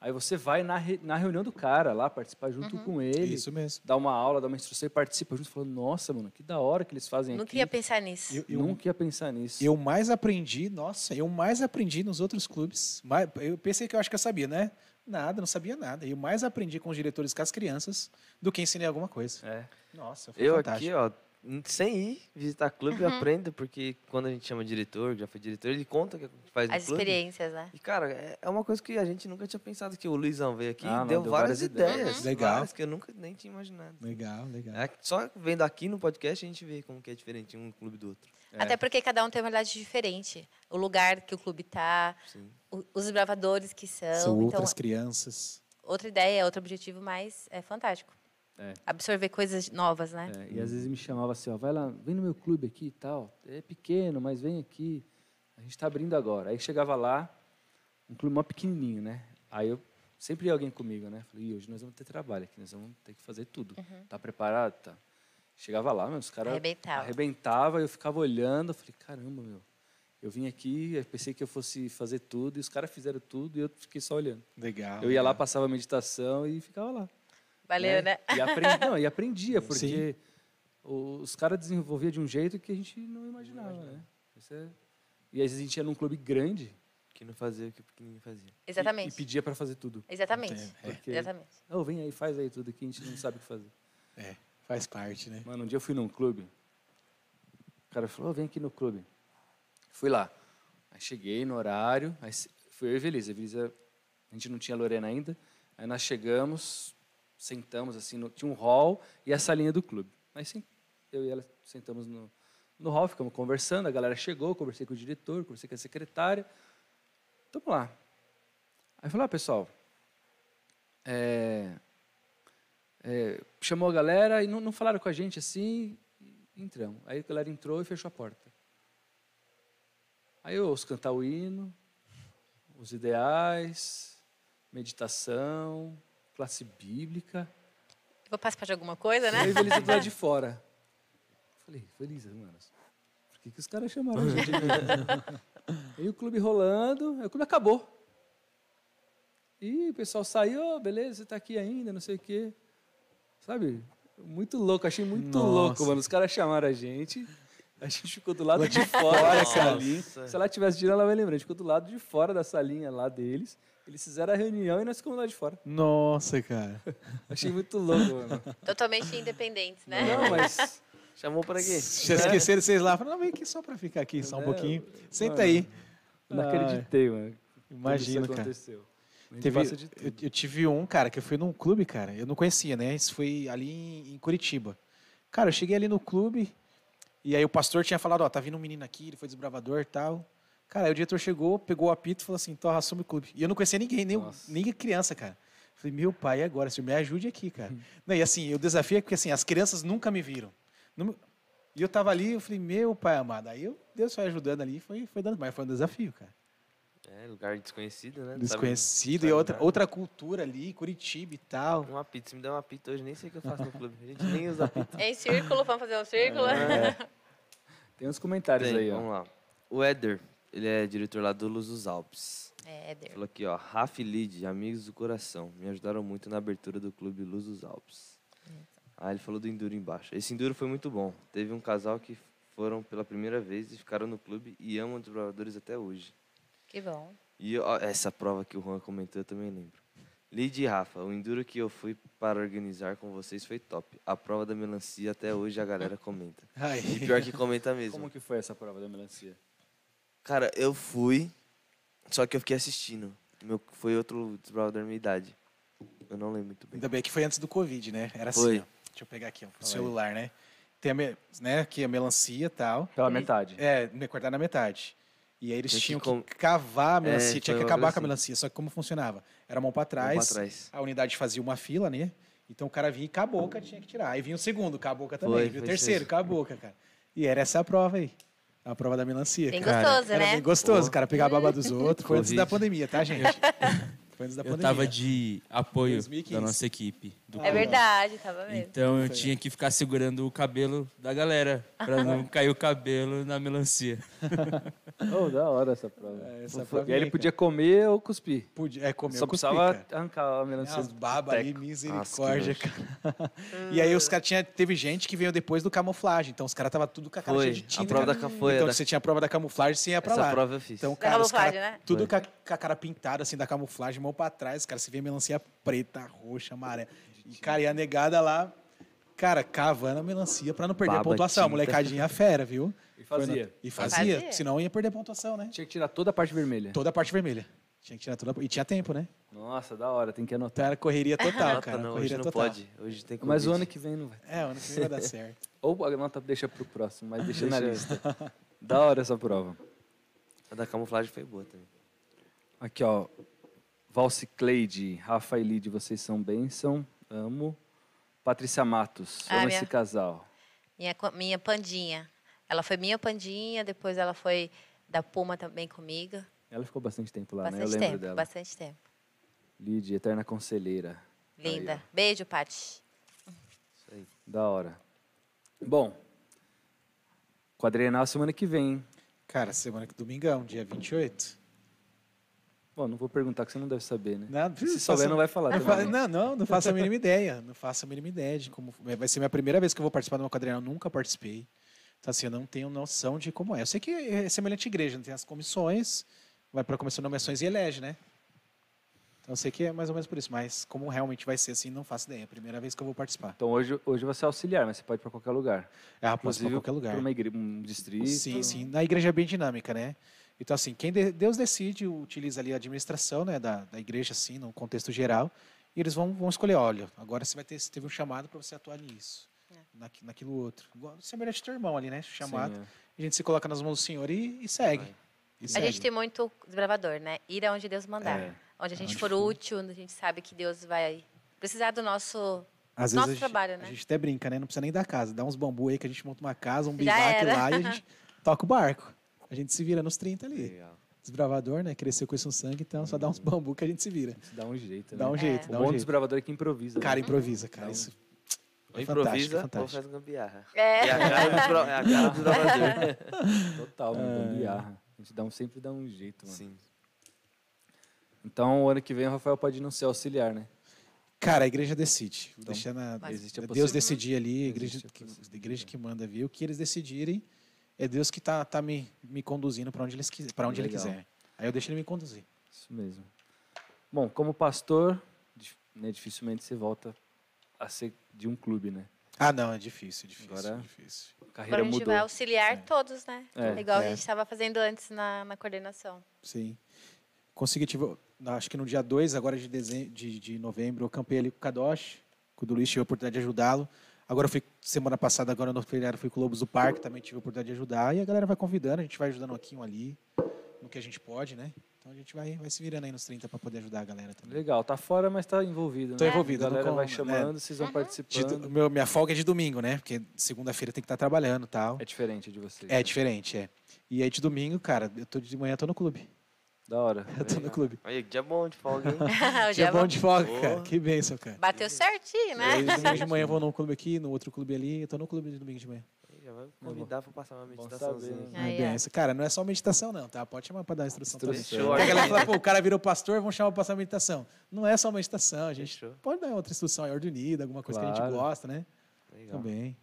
[SPEAKER 1] aí você vai na, re- na reunião do cara lá, participar junto com ele
[SPEAKER 4] Isso mesmo.
[SPEAKER 1] dá uma aula, dá uma instrução e participa junto, falando, nossa, mano, que da hora né, que eles fazem
[SPEAKER 3] Não
[SPEAKER 1] aqui.
[SPEAKER 3] queria pensar nisso.
[SPEAKER 4] Eu, eu,
[SPEAKER 1] Nunca ia pensar nisso.
[SPEAKER 4] eu mais aprendi, nossa, eu mais aprendi nos outros clubes. mais- Eu pensei que eu acho que eu sabia, né? Nada, não sabia nada. Eu mais aprendi com os diretores e com as crianças do que ensinei alguma coisa.
[SPEAKER 1] É.
[SPEAKER 4] Nossa, foi
[SPEAKER 2] Eu
[SPEAKER 4] fantástico.
[SPEAKER 2] aqui, ó, n- sem ir visitar clube,
[SPEAKER 3] Uhum.
[SPEAKER 2] eu aprendo, porque quando a gente chama diretor, já foi diretor, ele conta o que a gente faz no
[SPEAKER 3] As
[SPEAKER 2] clube.
[SPEAKER 3] experiências, né?
[SPEAKER 2] E, cara, é- é uma coisa que a gente nunca tinha pensado, que o Luizão veio aqui
[SPEAKER 1] Ah,
[SPEAKER 2] e
[SPEAKER 1] não,
[SPEAKER 2] deu,
[SPEAKER 1] deu
[SPEAKER 2] várias,
[SPEAKER 1] várias
[SPEAKER 2] ideias.
[SPEAKER 4] ideias. Legal.
[SPEAKER 2] várias que eu nunca nem tinha imaginado.
[SPEAKER 4] Legal, legal.
[SPEAKER 2] É, só vendo aqui no podcast, a gente vê como que é diferente um clube do outro.
[SPEAKER 1] É.
[SPEAKER 3] Até porque cada um tem uma realidade diferente. O lugar que o clube tá,
[SPEAKER 2] Sim.
[SPEAKER 3] o- os bravadores que são.
[SPEAKER 4] São
[SPEAKER 3] então,
[SPEAKER 4] outras crianças.
[SPEAKER 3] outra ideia, outro objetivo, mas é fantástico.
[SPEAKER 1] É.
[SPEAKER 3] Absorver coisas novas, né?
[SPEAKER 1] É, e às vezes me chamava assim, ó, vai lá, vem no meu clube aqui e tal. É pequeno, mas vem aqui. A gente tá abrindo agora. Aí chegava lá, um clube mó pequenininho, né? Aí eu sempre ia alguém comigo, né? Falei, "Ih, hoje nós vamos ter trabalho aqui, nós vamos ter que fazer tudo. Tá preparado? Tá. Chegava lá, meu, os caras
[SPEAKER 3] Uhum. Arrebentava.
[SPEAKER 1] arrebentava, eu ficava olhando, eu falei, caramba, meu. Eu vim aqui, eu pensei que eu fosse fazer tudo, e os caras fizeram tudo, e eu fiquei só olhando.
[SPEAKER 4] Legal.
[SPEAKER 1] Eu ia lá, passava a meditação e ficava lá.
[SPEAKER 3] Valeu, né?
[SPEAKER 1] E, apren- não, e aprendia, porque o- os caras desenvolviam de um jeito que a gente não imaginava, né? Isso é- E às vezes a gente ia num clube grande e-
[SPEAKER 2] Que não fazia o que o pequenininho fazia.
[SPEAKER 3] Exatamente.
[SPEAKER 1] e, É, pedia para fazer tudo.
[SPEAKER 3] Exatamente.
[SPEAKER 1] Porque,
[SPEAKER 3] Exatamente.
[SPEAKER 1] "Ô, vem aí, faz aí tudo que a gente não sabe o que fazer.
[SPEAKER 4] Faz parte, né?
[SPEAKER 1] Mano, um dia eu fui num clube. O cara falou, "Ô, vem aqui no clube. Fui lá. Aí cheguei no horário. Aí se- fui eu e a Evelise. A Evelise, a gente não tinha Lorena ainda. Aí nós chegamos, sentamos assim, no- tinha um hall e a salinha do clube. Aí sim, eu e ela sentamos no, no hall, ficamos conversando. A galera chegou, conversei com o diretor, conversei com a secretária. Tamo lá. Aí falou, ah, pessoal, é, é, chamou a galera e não, não falaram com a gente assim, e entramos. Aí a galera entrou e fechou a porta. Aí eu ouço cantar o hino, os ideais, meditação, classe bíblica.
[SPEAKER 3] Vou participar de alguma coisa,
[SPEAKER 1] E a
[SPEAKER 3] né?
[SPEAKER 1] Evelise do lado de fora. Falei, Felisa, mano, por que, que os caras chamaram a gente aqui? Aí o clube rolando, aí o clube acabou. E o pessoal saiu, "Ô, beleza, você tá aqui ainda, não sei o quê. Sabe? Muito louco, achei muito louco, mano. Os caras chamaram a gente. A gente ficou do lado de fora né, da
[SPEAKER 2] Nossa.
[SPEAKER 1] salinha. Se ela tivesse dinheiro, ela vai lembrar. A gente ficou do lado de fora da salinha lá deles. Eles fizeram a reunião e nós ficamos lá de fora.
[SPEAKER 4] Nossa, cara.
[SPEAKER 1] Achei muito louco, mano.
[SPEAKER 3] Totalmente independentes, né?
[SPEAKER 1] Não, mas.
[SPEAKER 2] Chamou pra quê?
[SPEAKER 4] Já esqueceram vocês lá. Falaram, não, vem aqui só pra ficar aqui, só um
[SPEAKER 1] É,
[SPEAKER 4] pouquinho. Senta
[SPEAKER 1] mano.
[SPEAKER 4] aí.
[SPEAKER 1] Eu não
[SPEAKER 4] Ah,
[SPEAKER 1] acreditei, mano.
[SPEAKER 4] Imagina,
[SPEAKER 1] Tudo isso
[SPEAKER 4] cara.
[SPEAKER 1] aconteceu. A gente
[SPEAKER 4] Teve-
[SPEAKER 1] passa de
[SPEAKER 4] Eu,
[SPEAKER 1] tudo.
[SPEAKER 4] eu tive um, cara, que eu fui num clube, cara. Eu não conhecia, né? Isso foi ali em, em Curitiba. Cara, eu cheguei ali no clube e aí o pastor tinha falado, ó, tá vindo um menino aqui, ele foi desbravador e tal. Cara, aí o diretor chegou, pegou o apito e falou assim, torra, assume o clube. E eu não conhecia ninguém, nem,
[SPEAKER 1] Nossa.
[SPEAKER 4] nem criança, cara. Falei, meu pai, e agora? Senhor, me ajude aqui, cara.
[SPEAKER 1] Uhum.
[SPEAKER 4] Não, e assim, o desafio é porque assim, as crianças nunca me viram. Não me- E eu tava ali, eu falei, meu pai amado. Aí eu, Deus foi ajudando ali, foi, foi dando, mas foi um desafio, cara.
[SPEAKER 2] É, lugar desconhecido, né? Não sabe-
[SPEAKER 4] Desconhecido
[SPEAKER 2] sabe né?
[SPEAKER 4] e outra,
[SPEAKER 2] nada.
[SPEAKER 4] outra cultura ali, Curitiba e tal.
[SPEAKER 2] Um apito, se me der um apito hoje, nem sei o que eu faço no clube. A gente nem usa apito.
[SPEAKER 3] É Em círculo, vamos fazer um círculo?
[SPEAKER 1] Tem uns comentários
[SPEAKER 2] Tem,
[SPEAKER 1] aí, ó.
[SPEAKER 2] vamos lá. O Éder, ele é diretor lá do Luz dos Alpes.
[SPEAKER 3] É, Éder.
[SPEAKER 2] Falou aqui, ó. Raf Lid, amigos do coração. Me ajudaram muito na abertura do clube Luz dos Alpes. Ah, ele falou do Enduro embaixo. Esse Enduro foi muito bom. Teve um casal que foram pela primeira vez e ficaram no clube e amam os provadores até hoje.
[SPEAKER 3] Que bom.
[SPEAKER 2] E ó, essa prova que o Juan comentou eu também lembro. Lid e Rafa, o Enduro que eu fui para organizar com vocês foi top. A prova da melancia até hoje a galera comenta.
[SPEAKER 4] Ai,
[SPEAKER 2] E pior que comenta mesmo.
[SPEAKER 1] Como que foi essa prova da melancia?
[SPEAKER 2] Cara, eu fui, só que eu fiquei assistindo. Meu, foi outro desbravador da minha idade. Eu não lembro muito bem.
[SPEAKER 4] ainda bem que foi antes do Covid, né? Era assim,
[SPEAKER 2] Foi.
[SPEAKER 4] ó. Deixa eu pegar aqui, ó, pro celular, né? Tem a, me- né, aqui a melancia e tal.
[SPEAKER 1] Pela metade.
[SPEAKER 4] É, me cortar na metade. E aí eles
[SPEAKER 2] Tem que
[SPEAKER 4] tinham que,
[SPEAKER 2] com-
[SPEAKER 4] cavar a melancia,
[SPEAKER 2] É,
[SPEAKER 4] tinha
[SPEAKER 2] foi
[SPEAKER 4] que
[SPEAKER 2] uma
[SPEAKER 4] acabar
[SPEAKER 2] coisa
[SPEAKER 4] com a
[SPEAKER 2] assim.
[SPEAKER 4] melancia. Só que como funcionava? Era mão pra
[SPEAKER 2] Vamos
[SPEAKER 4] trás,
[SPEAKER 2] pra trás.
[SPEAKER 4] a unidade fazia uma fila, né? Então o cara vinha e cabocla tinha que tirar. Aí vinha o segundo, cabocla também.
[SPEAKER 2] Foi,
[SPEAKER 4] vinha o
[SPEAKER 2] foi
[SPEAKER 4] terceiro,
[SPEAKER 2] isso.
[SPEAKER 4] cabocla, cara. E era essa a prova aí. A prova da melancia.
[SPEAKER 3] Bem
[SPEAKER 4] cara.
[SPEAKER 3] gostoso,
[SPEAKER 4] Era
[SPEAKER 3] né?
[SPEAKER 4] Bem gostoso,
[SPEAKER 2] Pô.
[SPEAKER 4] cara. Pegar a baba dos outros. Foi antes da
[SPEAKER 5] Covid.
[SPEAKER 4] pandemia, tá, gente? Foi antes da
[SPEAKER 5] Eu
[SPEAKER 4] pandemia.
[SPEAKER 5] tava de apoio
[SPEAKER 4] 2015.
[SPEAKER 5] da nossa equipe. do
[SPEAKER 3] É
[SPEAKER 5] clube.
[SPEAKER 3] verdade, tava mesmo.
[SPEAKER 5] Então eu tinha que ficar segurando o cabelo da galera, pra não cair o cabelo na melancia.
[SPEAKER 1] Oh, da hora essa prova.
[SPEAKER 4] É, essa
[SPEAKER 1] Pô,
[SPEAKER 4] prova
[SPEAKER 1] e aí
[SPEAKER 4] aí,
[SPEAKER 1] ele podia comer ou cuspir.
[SPEAKER 4] Podia, é, comer
[SPEAKER 1] Só
[SPEAKER 4] eu cuspi,
[SPEAKER 1] precisava
[SPEAKER 4] cara.
[SPEAKER 1] arrancar a melancia.
[SPEAKER 4] As
[SPEAKER 1] do
[SPEAKER 4] babas ali,
[SPEAKER 1] teco.
[SPEAKER 4] misericórdia,
[SPEAKER 2] Nossa, que
[SPEAKER 4] cara. E aí os caras tinha teve gente que veio depois do camuflagem, então os caras tava tudo com a cara
[SPEAKER 2] Foi.
[SPEAKER 4] cheia de tinta.
[SPEAKER 2] a prova
[SPEAKER 4] cara.
[SPEAKER 2] da cafoia.
[SPEAKER 4] então
[SPEAKER 2] da...
[SPEAKER 4] você tinha a prova da camuflagem, você ia pra
[SPEAKER 2] Essa
[SPEAKER 4] lá.
[SPEAKER 2] prova eu fiz.
[SPEAKER 4] Então,
[SPEAKER 2] Então,
[SPEAKER 4] cara, os cara,
[SPEAKER 3] camuflagem, né?
[SPEAKER 4] tudo com a, com a cara pintada, assim, da camuflagem, mão pra trás, cara, você vê melancia preta, roxa, amarela. E, cara, e a negada lá, cara, cavando a melancia pra não perder a
[SPEAKER 2] Baba,
[SPEAKER 4] pontuação. A
[SPEAKER 2] tinta.
[SPEAKER 4] molecadinha fera, viu?
[SPEAKER 1] E
[SPEAKER 4] Foi na-
[SPEAKER 1] fazia.
[SPEAKER 4] E fazia,
[SPEAKER 3] Fazia.
[SPEAKER 4] senão ia perder a pontuação, né?
[SPEAKER 1] Tinha que tirar toda a parte vermelha.
[SPEAKER 4] Toda a parte vermelha. Tinha que tirar toda a... E tinha tempo, né?
[SPEAKER 1] Nossa, da hora, tem que anotar.
[SPEAKER 4] Então era correria total, cara.
[SPEAKER 2] não, hoje
[SPEAKER 4] correria
[SPEAKER 2] não
[SPEAKER 4] total.
[SPEAKER 2] pode. Hoje tem que
[SPEAKER 1] Mas o ano que vem não vai.
[SPEAKER 4] É, o ano que vem vai dar certo.
[SPEAKER 1] Ou a nota deixa pro próximo, mas deixa na
[SPEAKER 2] Deixa.
[SPEAKER 1] lista. Da hora essa prova.
[SPEAKER 2] A da camuflagem foi boa também.
[SPEAKER 1] Aqui, ó. Valci Cleide, Rafa e Lid, vocês são bênção. Amo. Patrícia Matos,
[SPEAKER 3] Ah,
[SPEAKER 1] amo
[SPEAKER 3] minha-
[SPEAKER 1] esse casal.
[SPEAKER 3] Minha, co- minha pandinha. Ela foi minha pandinha, depois ela foi da Puma também comigo.
[SPEAKER 1] Ela ficou bastante tempo lá, né? Eu
[SPEAKER 3] bastante
[SPEAKER 1] lembro
[SPEAKER 3] tempo,
[SPEAKER 1] dela.
[SPEAKER 3] bastante tempo.
[SPEAKER 1] Lid, eterna conselheira. Aí,
[SPEAKER 3] Linda.
[SPEAKER 1] ó.
[SPEAKER 3] Beijo, Paty.
[SPEAKER 1] Da hora. Bom, quadrienal semana que vem. hein?
[SPEAKER 4] Cara, semana que domingão, dia 28.
[SPEAKER 1] Bom, não vou perguntar que você não deve saber, né?
[SPEAKER 4] Nada,
[SPEAKER 1] Se souber, não vai falar.
[SPEAKER 4] Não,
[SPEAKER 1] também,
[SPEAKER 4] fa-
[SPEAKER 1] né?
[SPEAKER 4] não, não, não faço a mínima ideia. Não faço a mínima ideia de como. Vai ser minha primeira vez que eu vou participar de uma quadrilha. Eu nunca participei. Então, assim, eu não tenho noção de como é. Eu sei que é semelhante à igreja, né? tem as comissões, vai para a comissão de nomeações e elege, né? Então, eu sei que é mais ou menos por isso. Mas como realmente vai ser assim, não faço ideia. É a primeira vez que eu vou participar.
[SPEAKER 1] Então hoje, hoje você é auxiliar, mas você pode ir pra qualquer lugar.
[SPEAKER 4] É a para qualquer lugar.
[SPEAKER 1] Pra uma igre... um distrito.
[SPEAKER 4] Sim, sim. Na igreja é bem dinâmica, né? Então, assim, quem de- Deus decide, utiliza ali a administração né, da, da igreja, assim, no contexto geral, e eles vão, vão escolher, olha, agora você vai ter, você teve um chamado para você atuar nisso,
[SPEAKER 3] É.
[SPEAKER 4] naqui- naquilo outro. Igual- Semelhante ao teu irmão ali, né? Chamado.
[SPEAKER 1] Sim, é.
[SPEAKER 4] A gente se coloca nas mãos do Senhor e, e segue. E
[SPEAKER 3] A
[SPEAKER 4] segue.
[SPEAKER 3] gente tem muito desbravador, né? Ir aonde Deus mandar.
[SPEAKER 1] É.
[SPEAKER 3] Onde a gente
[SPEAKER 4] Aonde
[SPEAKER 3] for
[SPEAKER 4] for.
[SPEAKER 3] útil, onde a gente sabe que Deus vai precisar do nosso.
[SPEAKER 4] Às
[SPEAKER 3] nosso
[SPEAKER 4] a gente,
[SPEAKER 3] trabalho, né?
[SPEAKER 4] A gente até brinca, né? Não precisa nem da casa. Dá uns bambu aí que a gente monta uma casa, um
[SPEAKER 3] Já
[SPEAKER 4] bivac
[SPEAKER 3] era.
[SPEAKER 4] lá e a gente toca o barco. A gente se vira nos 30
[SPEAKER 1] É.
[SPEAKER 4] ali.
[SPEAKER 2] Legal.
[SPEAKER 4] Desbravador, né? Cresceu com isso um sangue, então só dá
[SPEAKER 1] Uhum.
[SPEAKER 4] uns bambu que a gente se vira.
[SPEAKER 1] Isso dá um jeito,
[SPEAKER 4] Dá
[SPEAKER 1] né?
[SPEAKER 4] um jeito,
[SPEAKER 1] O
[SPEAKER 4] dá
[SPEAKER 1] bom
[SPEAKER 4] um
[SPEAKER 1] dos
[SPEAKER 4] jeito.
[SPEAKER 1] bravadores é que improvisa. né?
[SPEAKER 4] Cara, improvisa, cara.
[SPEAKER 1] Dá um-
[SPEAKER 4] Isso
[SPEAKER 2] Ou
[SPEAKER 4] É fantástico,
[SPEAKER 2] improvisa
[SPEAKER 4] é
[SPEAKER 2] ou
[SPEAKER 4] fantástico.
[SPEAKER 2] faz gambiarra.
[SPEAKER 3] É.
[SPEAKER 2] É a cara do, pro- é a cara do desbravador.
[SPEAKER 1] Total, mano,
[SPEAKER 4] É.
[SPEAKER 1] gambiarra. A gente dá um, sempre dá um jeito, mano.
[SPEAKER 2] Sim.
[SPEAKER 1] Então, o ano que vem o Rafael pode não ser auxiliar, né?
[SPEAKER 4] Cara, a igreja decide. Vou deixar na,
[SPEAKER 3] Mas-
[SPEAKER 1] existe a
[SPEAKER 4] Deus
[SPEAKER 1] possibilidade.
[SPEAKER 4] decidir ali, um- a igreja,
[SPEAKER 1] Existe a
[SPEAKER 4] que, a
[SPEAKER 1] possibilidade.
[SPEAKER 4] igreja que manda ver o que eles decidirem. é Deus que tá, tá me, me conduzindo para onde, ele quiser, pra onde ele
[SPEAKER 1] Legal.
[SPEAKER 4] quiser. Aí eu deixo ele me conduzir.
[SPEAKER 1] Isso mesmo. Bom, como pastor, dif- né, dificilmente você volta a ser de um clube, né?
[SPEAKER 4] Ah, não, é difícil, difícil,
[SPEAKER 1] Agora-
[SPEAKER 4] difícil.
[SPEAKER 1] A
[SPEAKER 3] Agora
[SPEAKER 1] carreira
[SPEAKER 3] a gente
[SPEAKER 1] mudou.
[SPEAKER 3] vai auxiliar todos, né?
[SPEAKER 1] É.
[SPEAKER 3] Igual
[SPEAKER 4] É.
[SPEAKER 3] a gente estava fazendo antes na, na coordenação.
[SPEAKER 4] Sim. Consegui, tive, acho que no dia 2 agora de, dezembro, de, de novembro, eu campei ali com o Kadosh, com o do Luiz, tive a oportunidade de ajudá-lo. Agora eu fui, semana passada, agora no feriado, fui com o Lobos do Parque, também tive a oportunidade de ajudar. E a galera vai convidando, a gente vai ajudando aqui, um ali, no que a gente pode, né? Então a gente vai, vai se virando aí nos 30 para poder ajudar a galera também.
[SPEAKER 1] Legal, tá fora, mas tá envolvido, né?
[SPEAKER 4] Tô envolvido, é.
[SPEAKER 1] A galera
[SPEAKER 4] não
[SPEAKER 1] vai
[SPEAKER 4] como,
[SPEAKER 1] chamando, vocês
[SPEAKER 3] Uhum.
[SPEAKER 1] vão
[SPEAKER 4] De do-
[SPEAKER 1] participando.
[SPEAKER 4] meu, minha folga é de domingo, né? Porque segunda-feira tem que estar trabalhando e tal.
[SPEAKER 1] É diferente de vocês.
[SPEAKER 4] É
[SPEAKER 1] né?
[SPEAKER 4] diferente, é. E aí de domingo, cara, eu tô de manhã, eu tô no clube.
[SPEAKER 1] Da hora.
[SPEAKER 4] Eu tô no clube.
[SPEAKER 2] Olha, que dia bom de folga, hein?
[SPEAKER 3] O
[SPEAKER 4] Dia
[SPEAKER 3] Java
[SPEAKER 4] é bom de folga, cara.
[SPEAKER 2] Boa.
[SPEAKER 4] Que bênção, cara.
[SPEAKER 1] Uhum.
[SPEAKER 3] Bateu certinho, né?
[SPEAKER 4] É, Aí, domingo de manhã eu vou num clube aqui, no outro clube ali. Eu tô no clube de domingo de manhã.
[SPEAKER 2] Aí Já
[SPEAKER 4] Tá
[SPEAKER 2] vai me convidar pra passar uma
[SPEAKER 1] Bom
[SPEAKER 2] meditaçãozinha.
[SPEAKER 1] saber,
[SPEAKER 3] Aí,
[SPEAKER 4] é
[SPEAKER 3] ó.
[SPEAKER 4] benção. Cara, não é só meditação, não, tá? Pode chamar pra dar instrução também.
[SPEAKER 1] Instrução.
[SPEAKER 2] Fechou.
[SPEAKER 4] Porque a galera fala, pô, o cara virou pastor, vamos chamar pra passar meditação. Não é só meditação, a gente
[SPEAKER 2] Fechou.
[SPEAKER 4] pode dar outra instrução, é ordem unida, alguma coisa que a
[SPEAKER 1] Claro.
[SPEAKER 4] gente gosta, né?
[SPEAKER 2] Legal.
[SPEAKER 4] Também.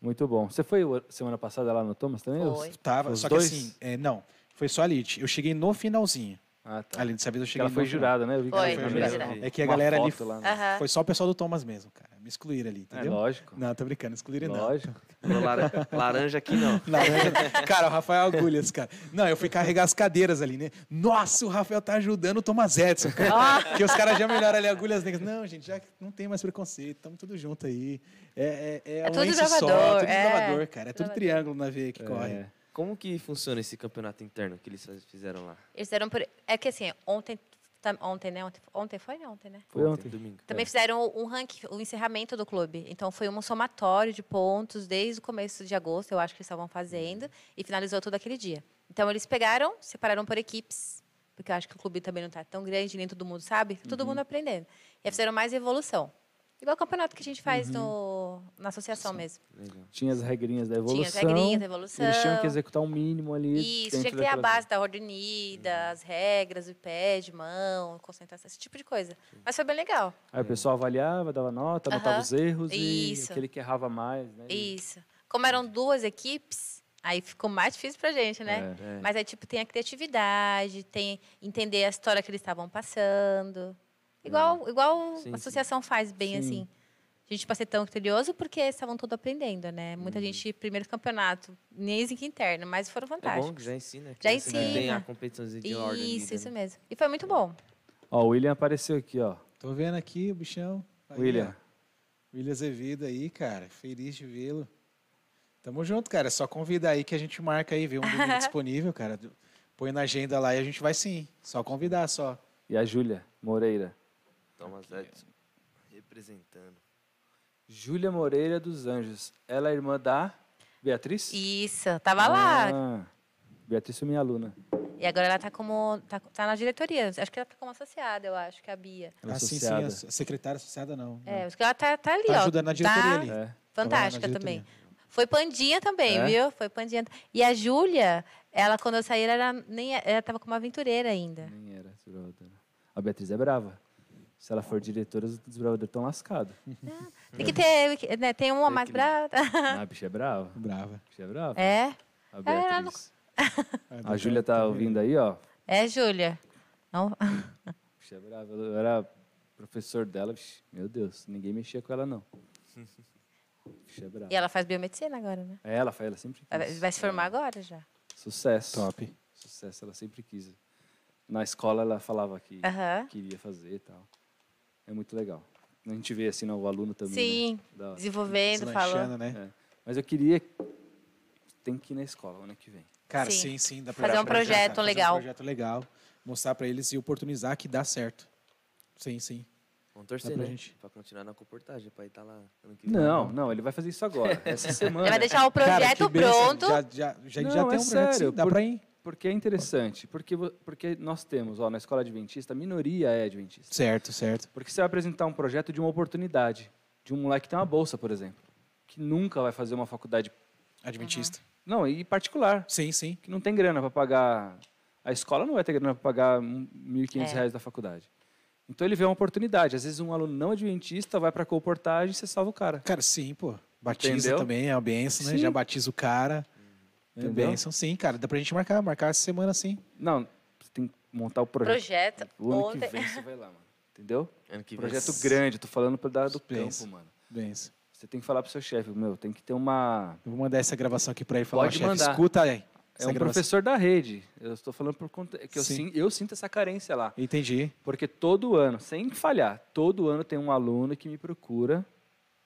[SPEAKER 1] Muito bom. Você foi o- semana passada lá no Thomas também? ou-
[SPEAKER 3] Foi.
[SPEAKER 4] Tava,
[SPEAKER 1] Os
[SPEAKER 4] só
[SPEAKER 1] dois?
[SPEAKER 4] que assim, é, não, foi só a Lid. Eu cheguei no finalzinho.
[SPEAKER 1] Ah, tá.
[SPEAKER 4] Ali, dessa vez eu
[SPEAKER 1] Porque
[SPEAKER 4] cheguei
[SPEAKER 1] ela
[SPEAKER 4] no
[SPEAKER 1] foi
[SPEAKER 4] final.
[SPEAKER 1] jurada, né? Eu vi que ela
[SPEAKER 3] Foi,
[SPEAKER 1] foi
[SPEAKER 3] foi
[SPEAKER 1] jurada.
[SPEAKER 3] jurada.
[SPEAKER 4] É que a
[SPEAKER 1] Uma
[SPEAKER 4] galera ali
[SPEAKER 1] foto lá, né?
[SPEAKER 3] Aham.
[SPEAKER 4] Foi só o pessoal do Thomas mesmo, cara. Me excluíram ali,
[SPEAKER 1] É
[SPEAKER 4] entendeu?
[SPEAKER 1] lógico.
[SPEAKER 4] não, é tô brincando, excluíram não.
[SPEAKER 1] Lógico.
[SPEAKER 2] Falou lara- Laranja aqui não.
[SPEAKER 4] Laranja. cara, o Rafael Agulhas, cara. Não, eu fui carregar as cadeiras ali, né? Nossa, o Rafael tá ajudando o Thomas Edson, cara.
[SPEAKER 3] Ah.
[SPEAKER 4] Porque os caras já melhoraram ali agulhas negras. Não, gente, já não tem mais preconceito, estamos tudo junto aí. É, é, é,
[SPEAKER 3] É
[SPEAKER 4] um
[SPEAKER 3] tudo
[SPEAKER 4] ente
[SPEAKER 3] desbravador,
[SPEAKER 4] só, tudo
[SPEAKER 3] é.
[SPEAKER 4] desbravador, cara. É tudo
[SPEAKER 3] Desbravador.
[SPEAKER 4] triângulo na veia que corre.
[SPEAKER 1] É.
[SPEAKER 2] Como que funciona esse campeonato interno que eles faz- fizeram lá?
[SPEAKER 3] Eles fizeram por... É que assim, ontem... tá- Ontem, né? Ontem, ontem foi? Não, Ontem, né?
[SPEAKER 1] Foi ontem.
[SPEAKER 2] Domingo.
[SPEAKER 3] Também fizeram um ranking, o encerramento do clube. Então, foi um somatório de pontos desde o começo de agosto, eu acho que eles estavam fazendo, e finalizou todo aquele dia. Então, eles pegaram, separaram por equipes, porque eu acho que o clube também não está tão grande, nem todo mundo sabe, tá todo mundo
[SPEAKER 1] Uhum.
[SPEAKER 3] aprendendo. E aí fizeram mais evolução. Igual o campeonato que a gente
[SPEAKER 1] Uhum.
[SPEAKER 3] faz no, na associação mesmo.
[SPEAKER 2] É, Legal.
[SPEAKER 1] Tinha as regrinhas da evolução.
[SPEAKER 3] Tinha as regrinhas, a evolução.
[SPEAKER 1] Eles tinham que executar um mínimo ali.
[SPEAKER 3] Isso, tinha que
[SPEAKER 1] dentro
[SPEAKER 3] ter a
[SPEAKER 1] daquelas-
[SPEAKER 3] base da ordem unida,
[SPEAKER 2] Uhum.
[SPEAKER 3] as regras, o pé de mão, concentração, esse tipo de coisa. Mas foi bem legal.
[SPEAKER 1] Aí
[SPEAKER 4] É.
[SPEAKER 1] o pessoal avaliava, dava nota, anotava
[SPEAKER 3] Aham.
[SPEAKER 1] os erros e
[SPEAKER 3] Isso.
[SPEAKER 1] aquele que errava mais,
[SPEAKER 2] É
[SPEAKER 1] né? E-
[SPEAKER 3] Isso. Como eram duas equipes, aí ficou mais difícil pra gente, né?
[SPEAKER 1] É.
[SPEAKER 2] É.
[SPEAKER 3] Mas aí, tipo, tem a criatividade, tem entender a história que eles estavam passando. Igual, igual
[SPEAKER 2] Uhum. Sim, sim.
[SPEAKER 3] a associação faz bem,
[SPEAKER 1] Sim.
[SPEAKER 3] assim. A gente pra ser tão criterioso porque estavam todos aprendendo, né? Muita gente, primeiro campeonato, nem que interno, mas foram
[SPEAKER 2] Uhum. É bom que
[SPEAKER 3] fantásticos.
[SPEAKER 2] já ensina. que
[SPEAKER 3] Já
[SPEAKER 2] você não Tem
[SPEAKER 3] ensina.
[SPEAKER 2] a competiçãozinha de ordem.
[SPEAKER 3] isso,
[SPEAKER 2] unida,
[SPEAKER 3] isso é
[SPEAKER 2] né?
[SPEAKER 3] mesmo. E foi muito bom.
[SPEAKER 1] Ó, o William apareceu aqui, ó.
[SPEAKER 4] Tô vendo aqui o bichão. Tá Aí,
[SPEAKER 1] William.
[SPEAKER 4] ó. William Azevedo aí, cara. Feliz de vê-lo. Tamo junto, cara. É só convidar aí que a gente marca aí, vê um domingo disponível, cara. Põe na agenda lá e a gente vai sim. Só convidar, só.
[SPEAKER 1] E a Júlia Moreira.
[SPEAKER 2] Thomas Edson representando.
[SPEAKER 1] Júlia Moreira dos Anjos. Ela é irmã da Beatriz?
[SPEAKER 3] Isso, tava lá.
[SPEAKER 1] Ah, Beatriz foi minha aluna.
[SPEAKER 3] E agora ela tá como. Tá, tá na diretoria. Acho que ela tá como associada, eu acho, que é a Bia.
[SPEAKER 1] Ela é
[SPEAKER 4] Ah, sim, sim,
[SPEAKER 1] associada.
[SPEAKER 4] a secretária associada não.
[SPEAKER 3] É, acho que ela tá, tá ali,
[SPEAKER 4] Tá
[SPEAKER 3] ó.
[SPEAKER 4] ajudando na diretoria
[SPEAKER 3] tá
[SPEAKER 4] ali.
[SPEAKER 1] É.
[SPEAKER 3] Fantástica
[SPEAKER 4] Trabalha na
[SPEAKER 3] também. Foi Pandinha também,
[SPEAKER 1] É?
[SPEAKER 3] viu? Foi Pandinha. E a Júlia, ela, quando eu saí, ela, era nem, ela tava como aventureira ainda.
[SPEAKER 1] Nem era desbravadora. A Beatriz é brava. Se ela for diretora, os desbravadores estão lascados.
[SPEAKER 3] Tem que ter, né? Tem uma mais brava.
[SPEAKER 1] ah, a bicha é brava.
[SPEAKER 4] Brava. Ah,
[SPEAKER 1] A bicha é brava.
[SPEAKER 3] É?
[SPEAKER 1] A
[SPEAKER 3] ela não-
[SPEAKER 1] Beatriz. A Júlia tá ouvindo aí, ó. A
[SPEAKER 3] É, Júlia. Não?
[SPEAKER 1] bicha é brava. Eu era professor dela. vixe, Meu Deus, ninguém mexia com ela, não. A bicha é brava.
[SPEAKER 3] E ela faz biomedicina agora, né?
[SPEAKER 1] É, Ela, foi ela sempre
[SPEAKER 3] Vai,
[SPEAKER 1] quis.
[SPEAKER 3] vai se formar agora já.
[SPEAKER 1] Sucesso.
[SPEAKER 4] Top.
[SPEAKER 1] Sucesso, ela sempre quis. Na escola ela falava que
[SPEAKER 3] Aham.
[SPEAKER 1] queria fazer e tal. É muito legal. A gente vê assim, não, o aluno também. né?
[SPEAKER 3] Sim,
[SPEAKER 1] Da hora.
[SPEAKER 3] desenvolvendo, falou.
[SPEAKER 4] Deslanchando,
[SPEAKER 1] É.
[SPEAKER 4] né?
[SPEAKER 1] Mas eu queria. Tem que ir na escola ano que vem.
[SPEAKER 4] Cara,
[SPEAKER 3] Sim.
[SPEAKER 4] sim, sim. Dá pra
[SPEAKER 3] Fazer um
[SPEAKER 4] pra
[SPEAKER 3] projeto
[SPEAKER 4] cara,
[SPEAKER 3] legal.
[SPEAKER 4] Fazer um projeto legal. Mostrar pra eles e oportunizar que dá certo. Sim, sim.
[SPEAKER 2] Vamos torcer,
[SPEAKER 4] pra
[SPEAKER 2] né?
[SPEAKER 4] gente.
[SPEAKER 2] Pra continuar na comportagem, pra ir estar lá ano que vem.
[SPEAKER 1] Não, não, ele vai fazer isso agora, essa semana.
[SPEAKER 3] Ele vai deixar o
[SPEAKER 4] Cara, que
[SPEAKER 3] projeto
[SPEAKER 4] bênção.
[SPEAKER 3] pronto.
[SPEAKER 4] Já, já, já,
[SPEAKER 1] Não,
[SPEAKER 4] já
[SPEAKER 1] é
[SPEAKER 4] tem um projeto,
[SPEAKER 1] sério,
[SPEAKER 4] sim. Dá
[SPEAKER 1] por-
[SPEAKER 4] pra ir.
[SPEAKER 1] Porque é interessante, porque, vo- porque nós temos, ó, na escola adventista, a minoria é adventista.
[SPEAKER 4] Certo, certo.
[SPEAKER 1] Porque você vai apresentar um projeto de uma oportunidade, de um moleque que tem uma bolsa, por exemplo, que nunca vai fazer uma faculdade,
[SPEAKER 4] Adventista.
[SPEAKER 1] não, e particular,
[SPEAKER 4] Sim, sim.
[SPEAKER 1] que não tem grana para pagar. A escola não vai ter grana para pagar um- R$ 1.500
[SPEAKER 3] É.
[SPEAKER 1] reais da faculdade. Então ele vê uma oportunidade. Às vezes um aluno não adventista vai para a comportagem e você salva o cara.
[SPEAKER 4] Cara, sim, pô. Batiza
[SPEAKER 1] Entendeu?
[SPEAKER 4] também, é uma benção, né?
[SPEAKER 1] Sim.
[SPEAKER 4] Já batiza o cara. Também, são sim, cara. Dá pra gente marcar, marcar essa semana sim.
[SPEAKER 1] Não, você tem que montar o projeto.
[SPEAKER 3] Projeto.
[SPEAKER 1] O ano
[SPEAKER 3] Ontem.
[SPEAKER 1] que vem você vai lá, mano. Entendeu?
[SPEAKER 2] Ano que vem.
[SPEAKER 1] Projeto grande, tô falando pra dar do
[SPEAKER 4] Pensa.
[SPEAKER 1] tempo, mano.
[SPEAKER 4] Benção.
[SPEAKER 1] Você tem que falar pro seu chefe, meu, tem que ter uma...
[SPEAKER 4] Eu vou mandar essa gravação aqui pra ele falar,
[SPEAKER 1] Pode
[SPEAKER 4] "Ó, chefe,
[SPEAKER 1] mandar.
[SPEAKER 4] escuta aí.
[SPEAKER 1] É
[SPEAKER 4] essa
[SPEAKER 1] um
[SPEAKER 4] gravação."
[SPEAKER 1] professor da rede. Eu estou falando por conta... Que eu,
[SPEAKER 4] Sim.
[SPEAKER 1] sin- eu sinto essa carência lá.
[SPEAKER 4] Entendi.
[SPEAKER 1] Porque todo ano, sem falhar, todo ano tem um aluno que me procura,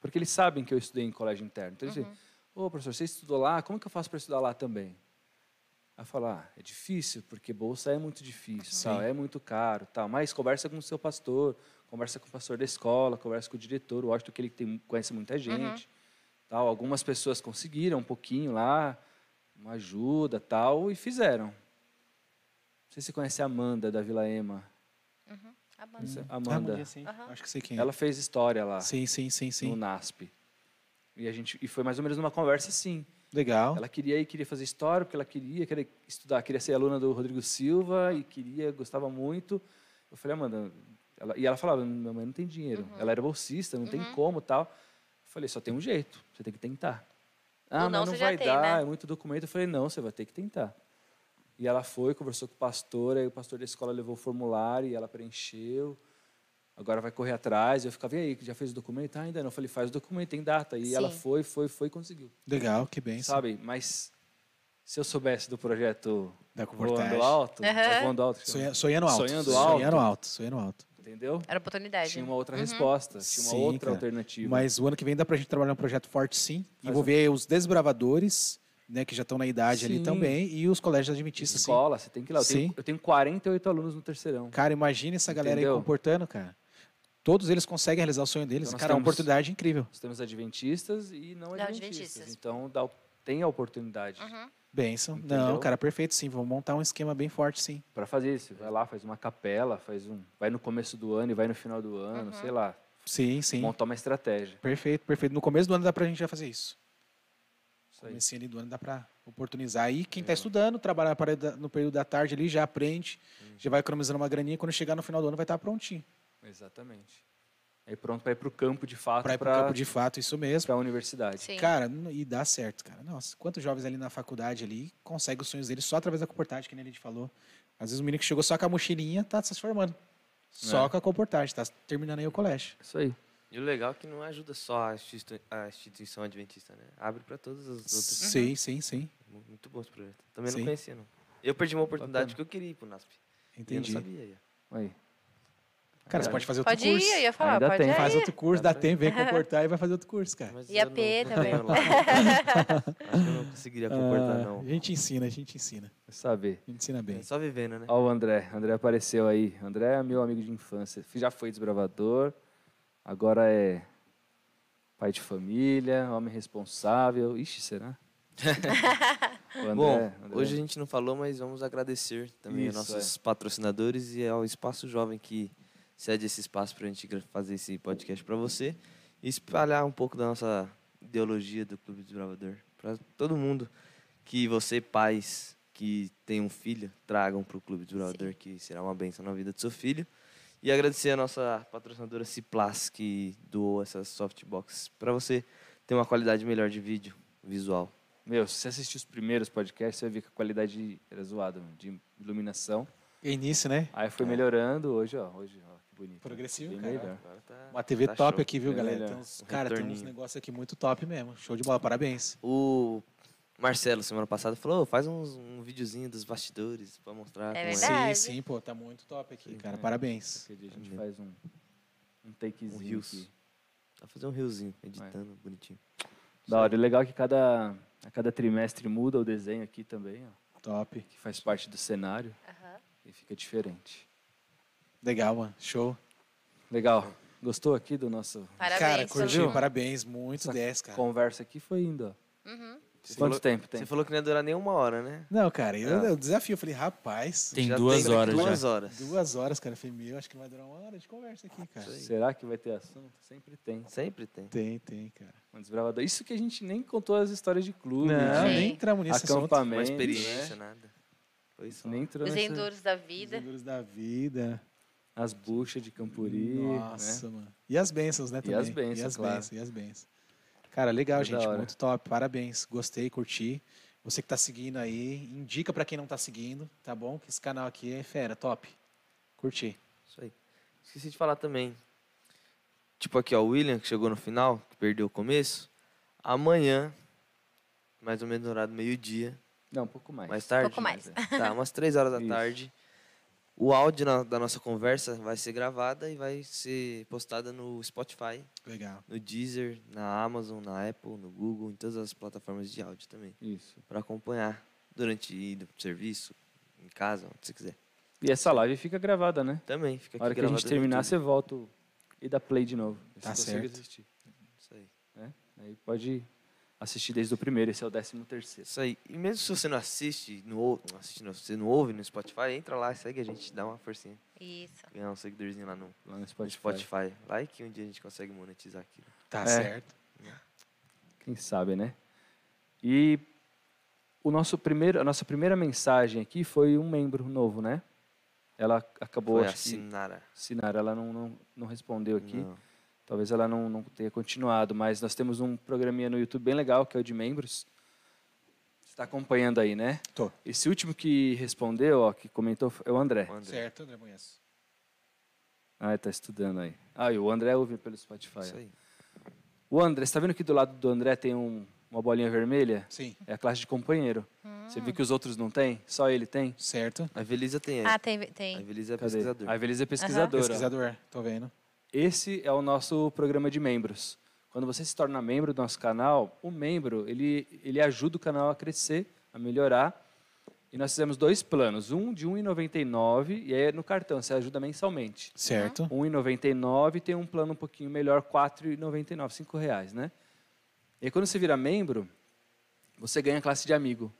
[SPEAKER 1] porque eles sabem que eu estudei em colégio interno. Então eles dizem, ô professor, você estudou lá, como que eu faço para estudar lá também? Aí falar, ah, é difícil, porque bolsa é muito difícil, tal, é muito caro, tal. Mas conversa com o seu pastor, conversa com o pastor da escola, conversa com o diretor, o Washington, que ele tem, conhece muita gente. Tal. Algumas pessoas conseguiram um pouquinho lá, uma ajuda, tal, e fizeram. Não sei se você conhece a Amanda da Vila Ema.
[SPEAKER 3] Ah, bom.
[SPEAKER 1] Essa
[SPEAKER 4] Ah, bom
[SPEAKER 1] Amanda.
[SPEAKER 4] dia, sim.
[SPEAKER 3] Aham.
[SPEAKER 4] Acho que sei quem é.
[SPEAKER 1] ela fez história lá
[SPEAKER 4] Sim, sim, sim, sim.
[SPEAKER 1] no NASP. E a gente e foi mais ou menos numa conversa assim.
[SPEAKER 4] Legal.
[SPEAKER 1] Ela queria e queria fazer história porque ela queria, queria estudar, queria ser aluna do Rodrigo Silva e queria, gostava muito. Eu falei, Amanda, ela, e ela falava, minha mãe não tem dinheiro.
[SPEAKER 3] Uhum.
[SPEAKER 1] Ela era bolsista, não tem como, tal. Eu falei, só tem um jeito, você tem que tentar. Ah,
[SPEAKER 3] não
[SPEAKER 1] mas não
[SPEAKER 3] você já
[SPEAKER 1] vai
[SPEAKER 3] tem,
[SPEAKER 1] dar,
[SPEAKER 3] né?
[SPEAKER 1] é muito documento. Eu falei, não, você vai ter que tentar. E ela foi, conversou com o pastor, aí o pastor da escola levou o formulário e ela preencheu. Agora vai correr atrás. Eu ficava, e aí, já fez o documento? Ah, ainda não. Eu falei, faz o documento, tem data. E ela
[SPEAKER 3] Sim.
[SPEAKER 1] foi, foi, foi e conseguiu.
[SPEAKER 4] Legal, que bem.
[SPEAKER 1] Sabe? Mas se eu soubesse do projeto
[SPEAKER 4] Da
[SPEAKER 1] Voando
[SPEAKER 4] comportagem.
[SPEAKER 1] Alto,
[SPEAKER 3] Aham.
[SPEAKER 1] é Voando Alto, que chama,
[SPEAKER 4] Tá Sonha- Sonhando alto.
[SPEAKER 1] Sonhando
[SPEAKER 4] Sonhando alto. Sonhando alto.
[SPEAKER 1] entendeu?
[SPEAKER 3] Era oportunidade.
[SPEAKER 1] Tinha um
[SPEAKER 3] né?
[SPEAKER 1] uma outra resposta, tinha uma
[SPEAKER 4] é Sim,
[SPEAKER 1] outra
[SPEAKER 4] cara.
[SPEAKER 1] alternativa.
[SPEAKER 4] Mas o ano que vem dá pra gente trabalhar um projeto forte, sim.
[SPEAKER 1] um-
[SPEAKER 4] Envolver os desbravadores, né, que já estão na idade ali
[SPEAKER 1] Sim.
[SPEAKER 4] também, e os colégios adventistas, sim.
[SPEAKER 1] Escola, você tem que ir lá. Eu tenho,
[SPEAKER 4] Sim.
[SPEAKER 1] eu tenho 48 alunos no terceirão.
[SPEAKER 4] Cara, imagina essa galera
[SPEAKER 1] Entendeu?
[SPEAKER 4] aí comportando, cara. Todos eles conseguem realizar o sonho deles.
[SPEAKER 1] Então nós
[SPEAKER 4] cara, é uma
[SPEAKER 1] temos-
[SPEAKER 4] oportunidade incrível.
[SPEAKER 1] Nós temos adventistas e não
[SPEAKER 3] Não,
[SPEAKER 1] adventistas.
[SPEAKER 3] adventistas. Uhum.
[SPEAKER 1] Então dá, o- tem a oportunidade
[SPEAKER 4] Benção.
[SPEAKER 1] Entendeu?
[SPEAKER 4] Não, cara, perfeito, sim. Vamos montar um esquema bem forte, sim.
[SPEAKER 1] para fazer isso. Vai lá, faz uma capela, faz um. Vai no começo do ano e vai no final do ano,
[SPEAKER 3] Uhum.
[SPEAKER 1] sei lá.
[SPEAKER 4] Sim, sim.
[SPEAKER 1] Montar uma estratégia.
[SPEAKER 4] Perfeito, perfeito. No começo do ano dá pra gente já fazer isso.
[SPEAKER 1] Isso
[SPEAKER 2] Tá
[SPEAKER 4] No
[SPEAKER 1] aí.
[SPEAKER 4] começo ali do ano dá pra oportunizar. Aí quem
[SPEAKER 2] É.
[SPEAKER 4] tá estudando, trabalha na parada- no período da tarde ali, já aprende, já vai economizando uma graninha. Quando chegar no final do ano vai estar prontinho.
[SPEAKER 1] Exatamente. Aí pronto para ir para o campo de fato,
[SPEAKER 4] Pra
[SPEAKER 1] para
[SPEAKER 4] ir pro campo de fato, isso mesmo.
[SPEAKER 1] a universidade.
[SPEAKER 3] Sim.
[SPEAKER 4] Cara, n- e dá certo, cara. Nossa, quantos jovens ali na faculdade ali conseguem os sonhos deles só através da comportagem, que nem a gente falou. Às vezes o menino que chegou só com a mochilinha tá se formando.
[SPEAKER 2] É.
[SPEAKER 4] Só com a comportagem, tá terminando aí o colégio.
[SPEAKER 1] Isso aí.
[SPEAKER 2] E o legal é que não ajuda só a institui- a instituição adventista, né? Abre para todas as outras.
[SPEAKER 4] Sim, sim, sim.
[SPEAKER 2] Mu- Muito bom esse projeto. Também
[SPEAKER 4] Sim.
[SPEAKER 2] não conhecia, não. Eu perdi uma oportunidade que eu queria ir pro NASP.
[SPEAKER 4] Entendi.
[SPEAKER 2] E eu não sabia. ia.
[SPEAKER 1] Aí.
[SPEAKER 4] Cara, você pode fazer outro
[SPEAKER 3] Pode ir,
[SPEAKER 4] curso.
[SPEAKER 3] eu ia falar,
[SPEAKER 1] Ainda
[SPEAKER 3] pode
[SPEAKER 1] tem.
[SPEAKER 3] ir.
[SPEAKER 4] Faz outro curso, dá
[SPEAKER 2] Dá pra-
[SPEAKER 4] tempo, vem comportar e vai fazer outro curso, cara.
[SPEAKER 2] Mas
[SPEAKER 3] E a
[SPEAKER 2] eu não-
[SPEAKER 3] P
[SPEAKER 2] não
[SPEAKER 3] também.
[SPEAKER 2] tenho lá. Acho que eu não conseguiria comportar,
[SPEAKER 4] Ah,
[SPEAKER 2] não.
[SPEAKER 4] A gente ensina, a gente ensina.
[SPEAKER 1] Vai Saber.
[SPEAKER 4] A gente ensina bem.
[SPEAKER 2] É só vivendo, né?
[SPEAKER 1] Ó o André. André apareceu aí. André é meu amigo de infância. Já foi desbravador. Agora é pai de família, homem responsável. Ixi, será? O André-
[SPEAKER 2] Bom,
[SPEAKER 1] André-
[SPEAKER 2] hoje a gente não falou, mas vamos agradecer também
[SPEAKER 1] Isso, é.
[SPEAKER 2] aos nossos patrocinadores e ao Espaço Jovem que cede esse espaço para a gente gra- fazer esse podcast para você e espalhar um pouco da nossa ideologia do Clube Desbravador para todo mundo. Que você, pais que tem um filho, tragam para o Clube Desbravador, que será uma benção na vida do seu filho. E agradecer a nossa patrocinadora Ciplas, que doou essas softboxes para você ter uma qualidade melhor de vídeo visual.
[SPEAKER 1] Meu, se você assistir os primeiros podcasts, você vai ver que a qualidade era zoada mano, de iluminação.
[SPEAKER 4] É início, né?
[SPEAKER 1] Aí foi melhorando hoje, ó. Hoje, ó, que bonito.
[SPEAKER 4] Progressivo,
[SPEAKER 1] Bem
[SPEAKER 4] cara.
[SPEAKER 1] melhor.
[SPEAKER 2] Agora tá-
[SPEAKER 4] Uma TV
[SPEAKER 2] tá
[SPEAKER 4] top
[SPEAKER 2] show.
[SPEAKER 4] aqui, viu,
[SPEAKER 1] É
[SPEAKER 4] galera?
[SPEAKER 1] melhor.
[SPEAKER 4] Tem uns- cara, tem uns
[SPEAKER 2] Retorninho.
[SPEAKER 4] negócios aqui muito top mesmo. Show de bola, parabéns.
[SPEAKER 2] O Marcelo, semana passada, falou: "Ô, faz uns, um videozinho dos bastidores pra mostrar. como
[SPEAKER 3] É
[SPEAKER 2] é
[SPEAKER 3] verdade.
[SPEAKER 4] Sim, sim, pô, tá muito top aqui, cara.
[SPEAKER 1] é.
[SPEAKER 4] Parabéns.
[SPEAKER 1] Qualquer dia a gente
[SPEAKER 2] Entendi.
[SPEAKER 1] faz um, um
[SPEAKER 2] Um
[SPEAKER 1] takezinho
[SPEAKER 2] reels.
[SPEAKER 1] aqui.
[SPEAKER 2] Vai fazer um riozinho, editando, bonitinho.
[SPEAKER 1] Da hora. E o legal é que cada, a cada trimestre muda o desenho aqui também, ó.
[SPEAKER 4] Top.
[SPEAKER 1] Que faz parte do cenário e fica diferente.
[SPEAKER 4] Legal, mano. Show.
[SPEAKER 1] Legal. Gostou aqui do nosso
[SPEAKER 3] Parabéns.
[SPEAKER 4] cara,
[SPEAKER 3] todo
[SPEAKER 4] curtiu?
[SPEAKER 3] mundo.
[SPEAKER 4] Parabéns. Muito
[SPEAKER 1] Essa
[SPEAKER 4] 10, cara.
[SPEAKER 1] conversa aqui? Foi indo, ó.
[SPEAKER 2] Você
[SPEAKER 1] Quanto
[SPEAKER 2] falou,
[SPEAKER 1] tempo tem?
[SPEAKER 2] você falou que não ia durar nem uma hora, né?
[SPEAKER 4] Não, cara, eu, eu desafio. Eu falei, rapaz,
[SPEAKER 5] Tem
[SPEAKER 2] Já
[SPEAKER 5] duas
[SPEAKER 2] tem
[SPEAKER 5] horas
[SPEAKER 2] Duas
[SPEAKER 5] já.
[SPEAKER 2] horas.
[SPEAKER 4] duas horas, cara. Eu falei, meu, acho que não vai durar uma hora de conversa aqui, cara.
[SPEAKER 1] Será que vai ter assunto? Sempre tem.
[SPEAKER 2] Sempre tem.
[SPEAKER 4] Tem, tem, cara.
[SPEAKER 1] Um desbravador. Isso que a gente nem contou as histórias de clube.
[SPEAKER 4] Não,
[SPEAKER 1] de
[SPEAKER 3] Sim.
[SPEAKER 4] nem entramos nesse assunto.
[SPEAKER 1] acampamento.
[SPEAKER 2] Uma
[SPEAKER 1] né?
[SPEAKER 2] experiência, né? nada. Foi só.
[SPEAKER 1] Nem entrou
[SPEAKER 3] Os
[SPEAKER 1] nessa-
[SPEAKER 3] enduros da
[SPEAKER 4] Os
[SPEAKER 3] vida.
[SPEAKER 4] seguros da vida.
[SPEAKER 1] as buchas de Campuri. Né?
[SPEAKER 4] Nossa, mano. E as bênçãos, né?
[SPEAKER 1] E
[SPEAKER 4] Também.
[SPEAKER 1] as bênçãos,
[SPEAKER 4] E as
[SPEAKER 1] claro.
[SPEAKER 4] bênçãos, e as bênçãos. Cara, legal,
[SPEAKER 1] Foi da
[SPEAKER 4] gente.
[SPEAKER 1] hora.
[SPEAKER 4] Muito top. Parabéns. Gostei, curti. Você que está seguindo aí, indica para quem não está seguindo, tá bom? Que esse canal aqui é fera, top. Curti.
[SPEAKER 2] Isso aí. Esqueci de falar também. Tipo aqui, ó, o William, que chegou no final, que perdeu o começo. Amanhã, mais ou menos no horário do meio-dia,
[SPEAKER 1] Não, um pouco mais.
[SPEAKER 2] mais tarde.
[SPEAKER 3] Pouco mais.
[SPEAKER 2] Tá, umas três horas da
[SPEAKER 1] Isso.
[SPEAKER 2] tarde. O áudio na- da nossa conversa vai ser gravada e vai ser postada no Spotify,
[SPEAKER 4] Legal.
[SPEAKER 2] no Deezer, na Amazon, na Apple, no Google, em todas as plataformas de áudio também.
[SPEAKER 1] Isso.
[SPEAKER 2] Pra acompanhar durante a ida pro serviço, em casa, onde você quiser.
[SPEAKER 1] E essa live fica gravada, né?
[SPEAKER 2] Também fica aqui
[SPEAKER 1] Na hora que a gente
[SPEAKER 2] gravada no
[SPEAKER 1] terminar,
[SPEAKER 2] YouTube.
[SPEAKER 1] você volta o- e dá play de novo. Você
[SPEAKER 4] Tá
[SPEAKER 1] consegue
[SPEAKER 4] certo.
[SPEAKER 1] assistir.
[SPEAKER 2] Isso aí.
[SPEAKER 1] Aí pode assistir desde o primeiro, esse é o décimo terceiro.
[SPEAKER 2] Isso aí. E mesmo se você não assiste, não ouve, não assiste, não, você não ouve no Spotify, entra lá, segue a gente, dá uma forcinha.
[SPEAKER 3] Isso.
[SPEAKER 2] Ganhar um seguidorzinho lá no,
[SPEAKER 1] Lá no
[SPEAKER 2] no
[SPEAKER 1] Spotify.
[SPEAKER 2] Spotify. Lá e que um dia a gente consegue monetizar aquilo.
[SPEAKER 4] Tá
[SPEAKER 1] É.
[SPEAKER 4] certo.
[SPEAKER 1] Quem sabe, né? E o nosso primeiro, a nossa primeira mensagem aqui foi um membro novo, né? Ela acabou,
[SPEAKER 2] Foi
[SPEAKER 1] acho que,
[SPEAKER 2] assinara.
[SPEAKER 1] Sinara, ela não, não, não respondeu aqui.
[SPEAKER 2] Não.
[SPEAKER 1] Talvez ela não, não tenha continuado, mas nós temos um programinha no YouTube bem legal, que é o de membros. Você está acompanhando aí, né?
[SPEAKER 4] Tô.
[SPEAKER 1] Esse último que respondeu, ó, que comentou, é o André.
[SPEAKER 2] O André.
[SPEAKER 4] Certo, André Munhoz.
[SPEAKER 1] Ah, ele tá estudando aí. Ah, e o André ouve pelo Spotify.
[SPEAKER 2] Isso aí.
[SPEAKER 1] O André, você tá vendo que do lado do André tem um- uma bolinha vermelha?
[SPEAKER 4] Sim,
[SPEAKER 1] É a classe de companheiro. Você viu que os outros não têm? Só ele tem?
[SPEAKER 4] certo.
[SPEAKER 2] A Evelisa tem aí.
[SPEAKER 3] Ah, tem.
[SPEAKER 2] A
[SPEAKER 3] tem.
[SPEAKER 2] Evelisa é
[SPEAKER 1] Cadê?
[SPEAKER 2] pesquisadora.
[SPEAKER 1] A Evelise é pesquisadora.
[SPEAKER 4] Pesquisador, tô vendo.
[SPEAKER 1] Esse é o nosso programa de membros. Quando você se torna membro do nosso canal, o membro ele, ele ajuda o canal a crescer, a melhorar. E nós fizemos dois planos, um de R$ 1,99 e aí é no cartão, você ajuda mensalmente.
[SPEAKER 4] Certo.
[SPEAKER 1] R$ 1,99 tem um plano um pouquinho melhor, R$ 4,99, R$ 5 reais, né? E aí, quando você vira membro, você ganha classe de amigo.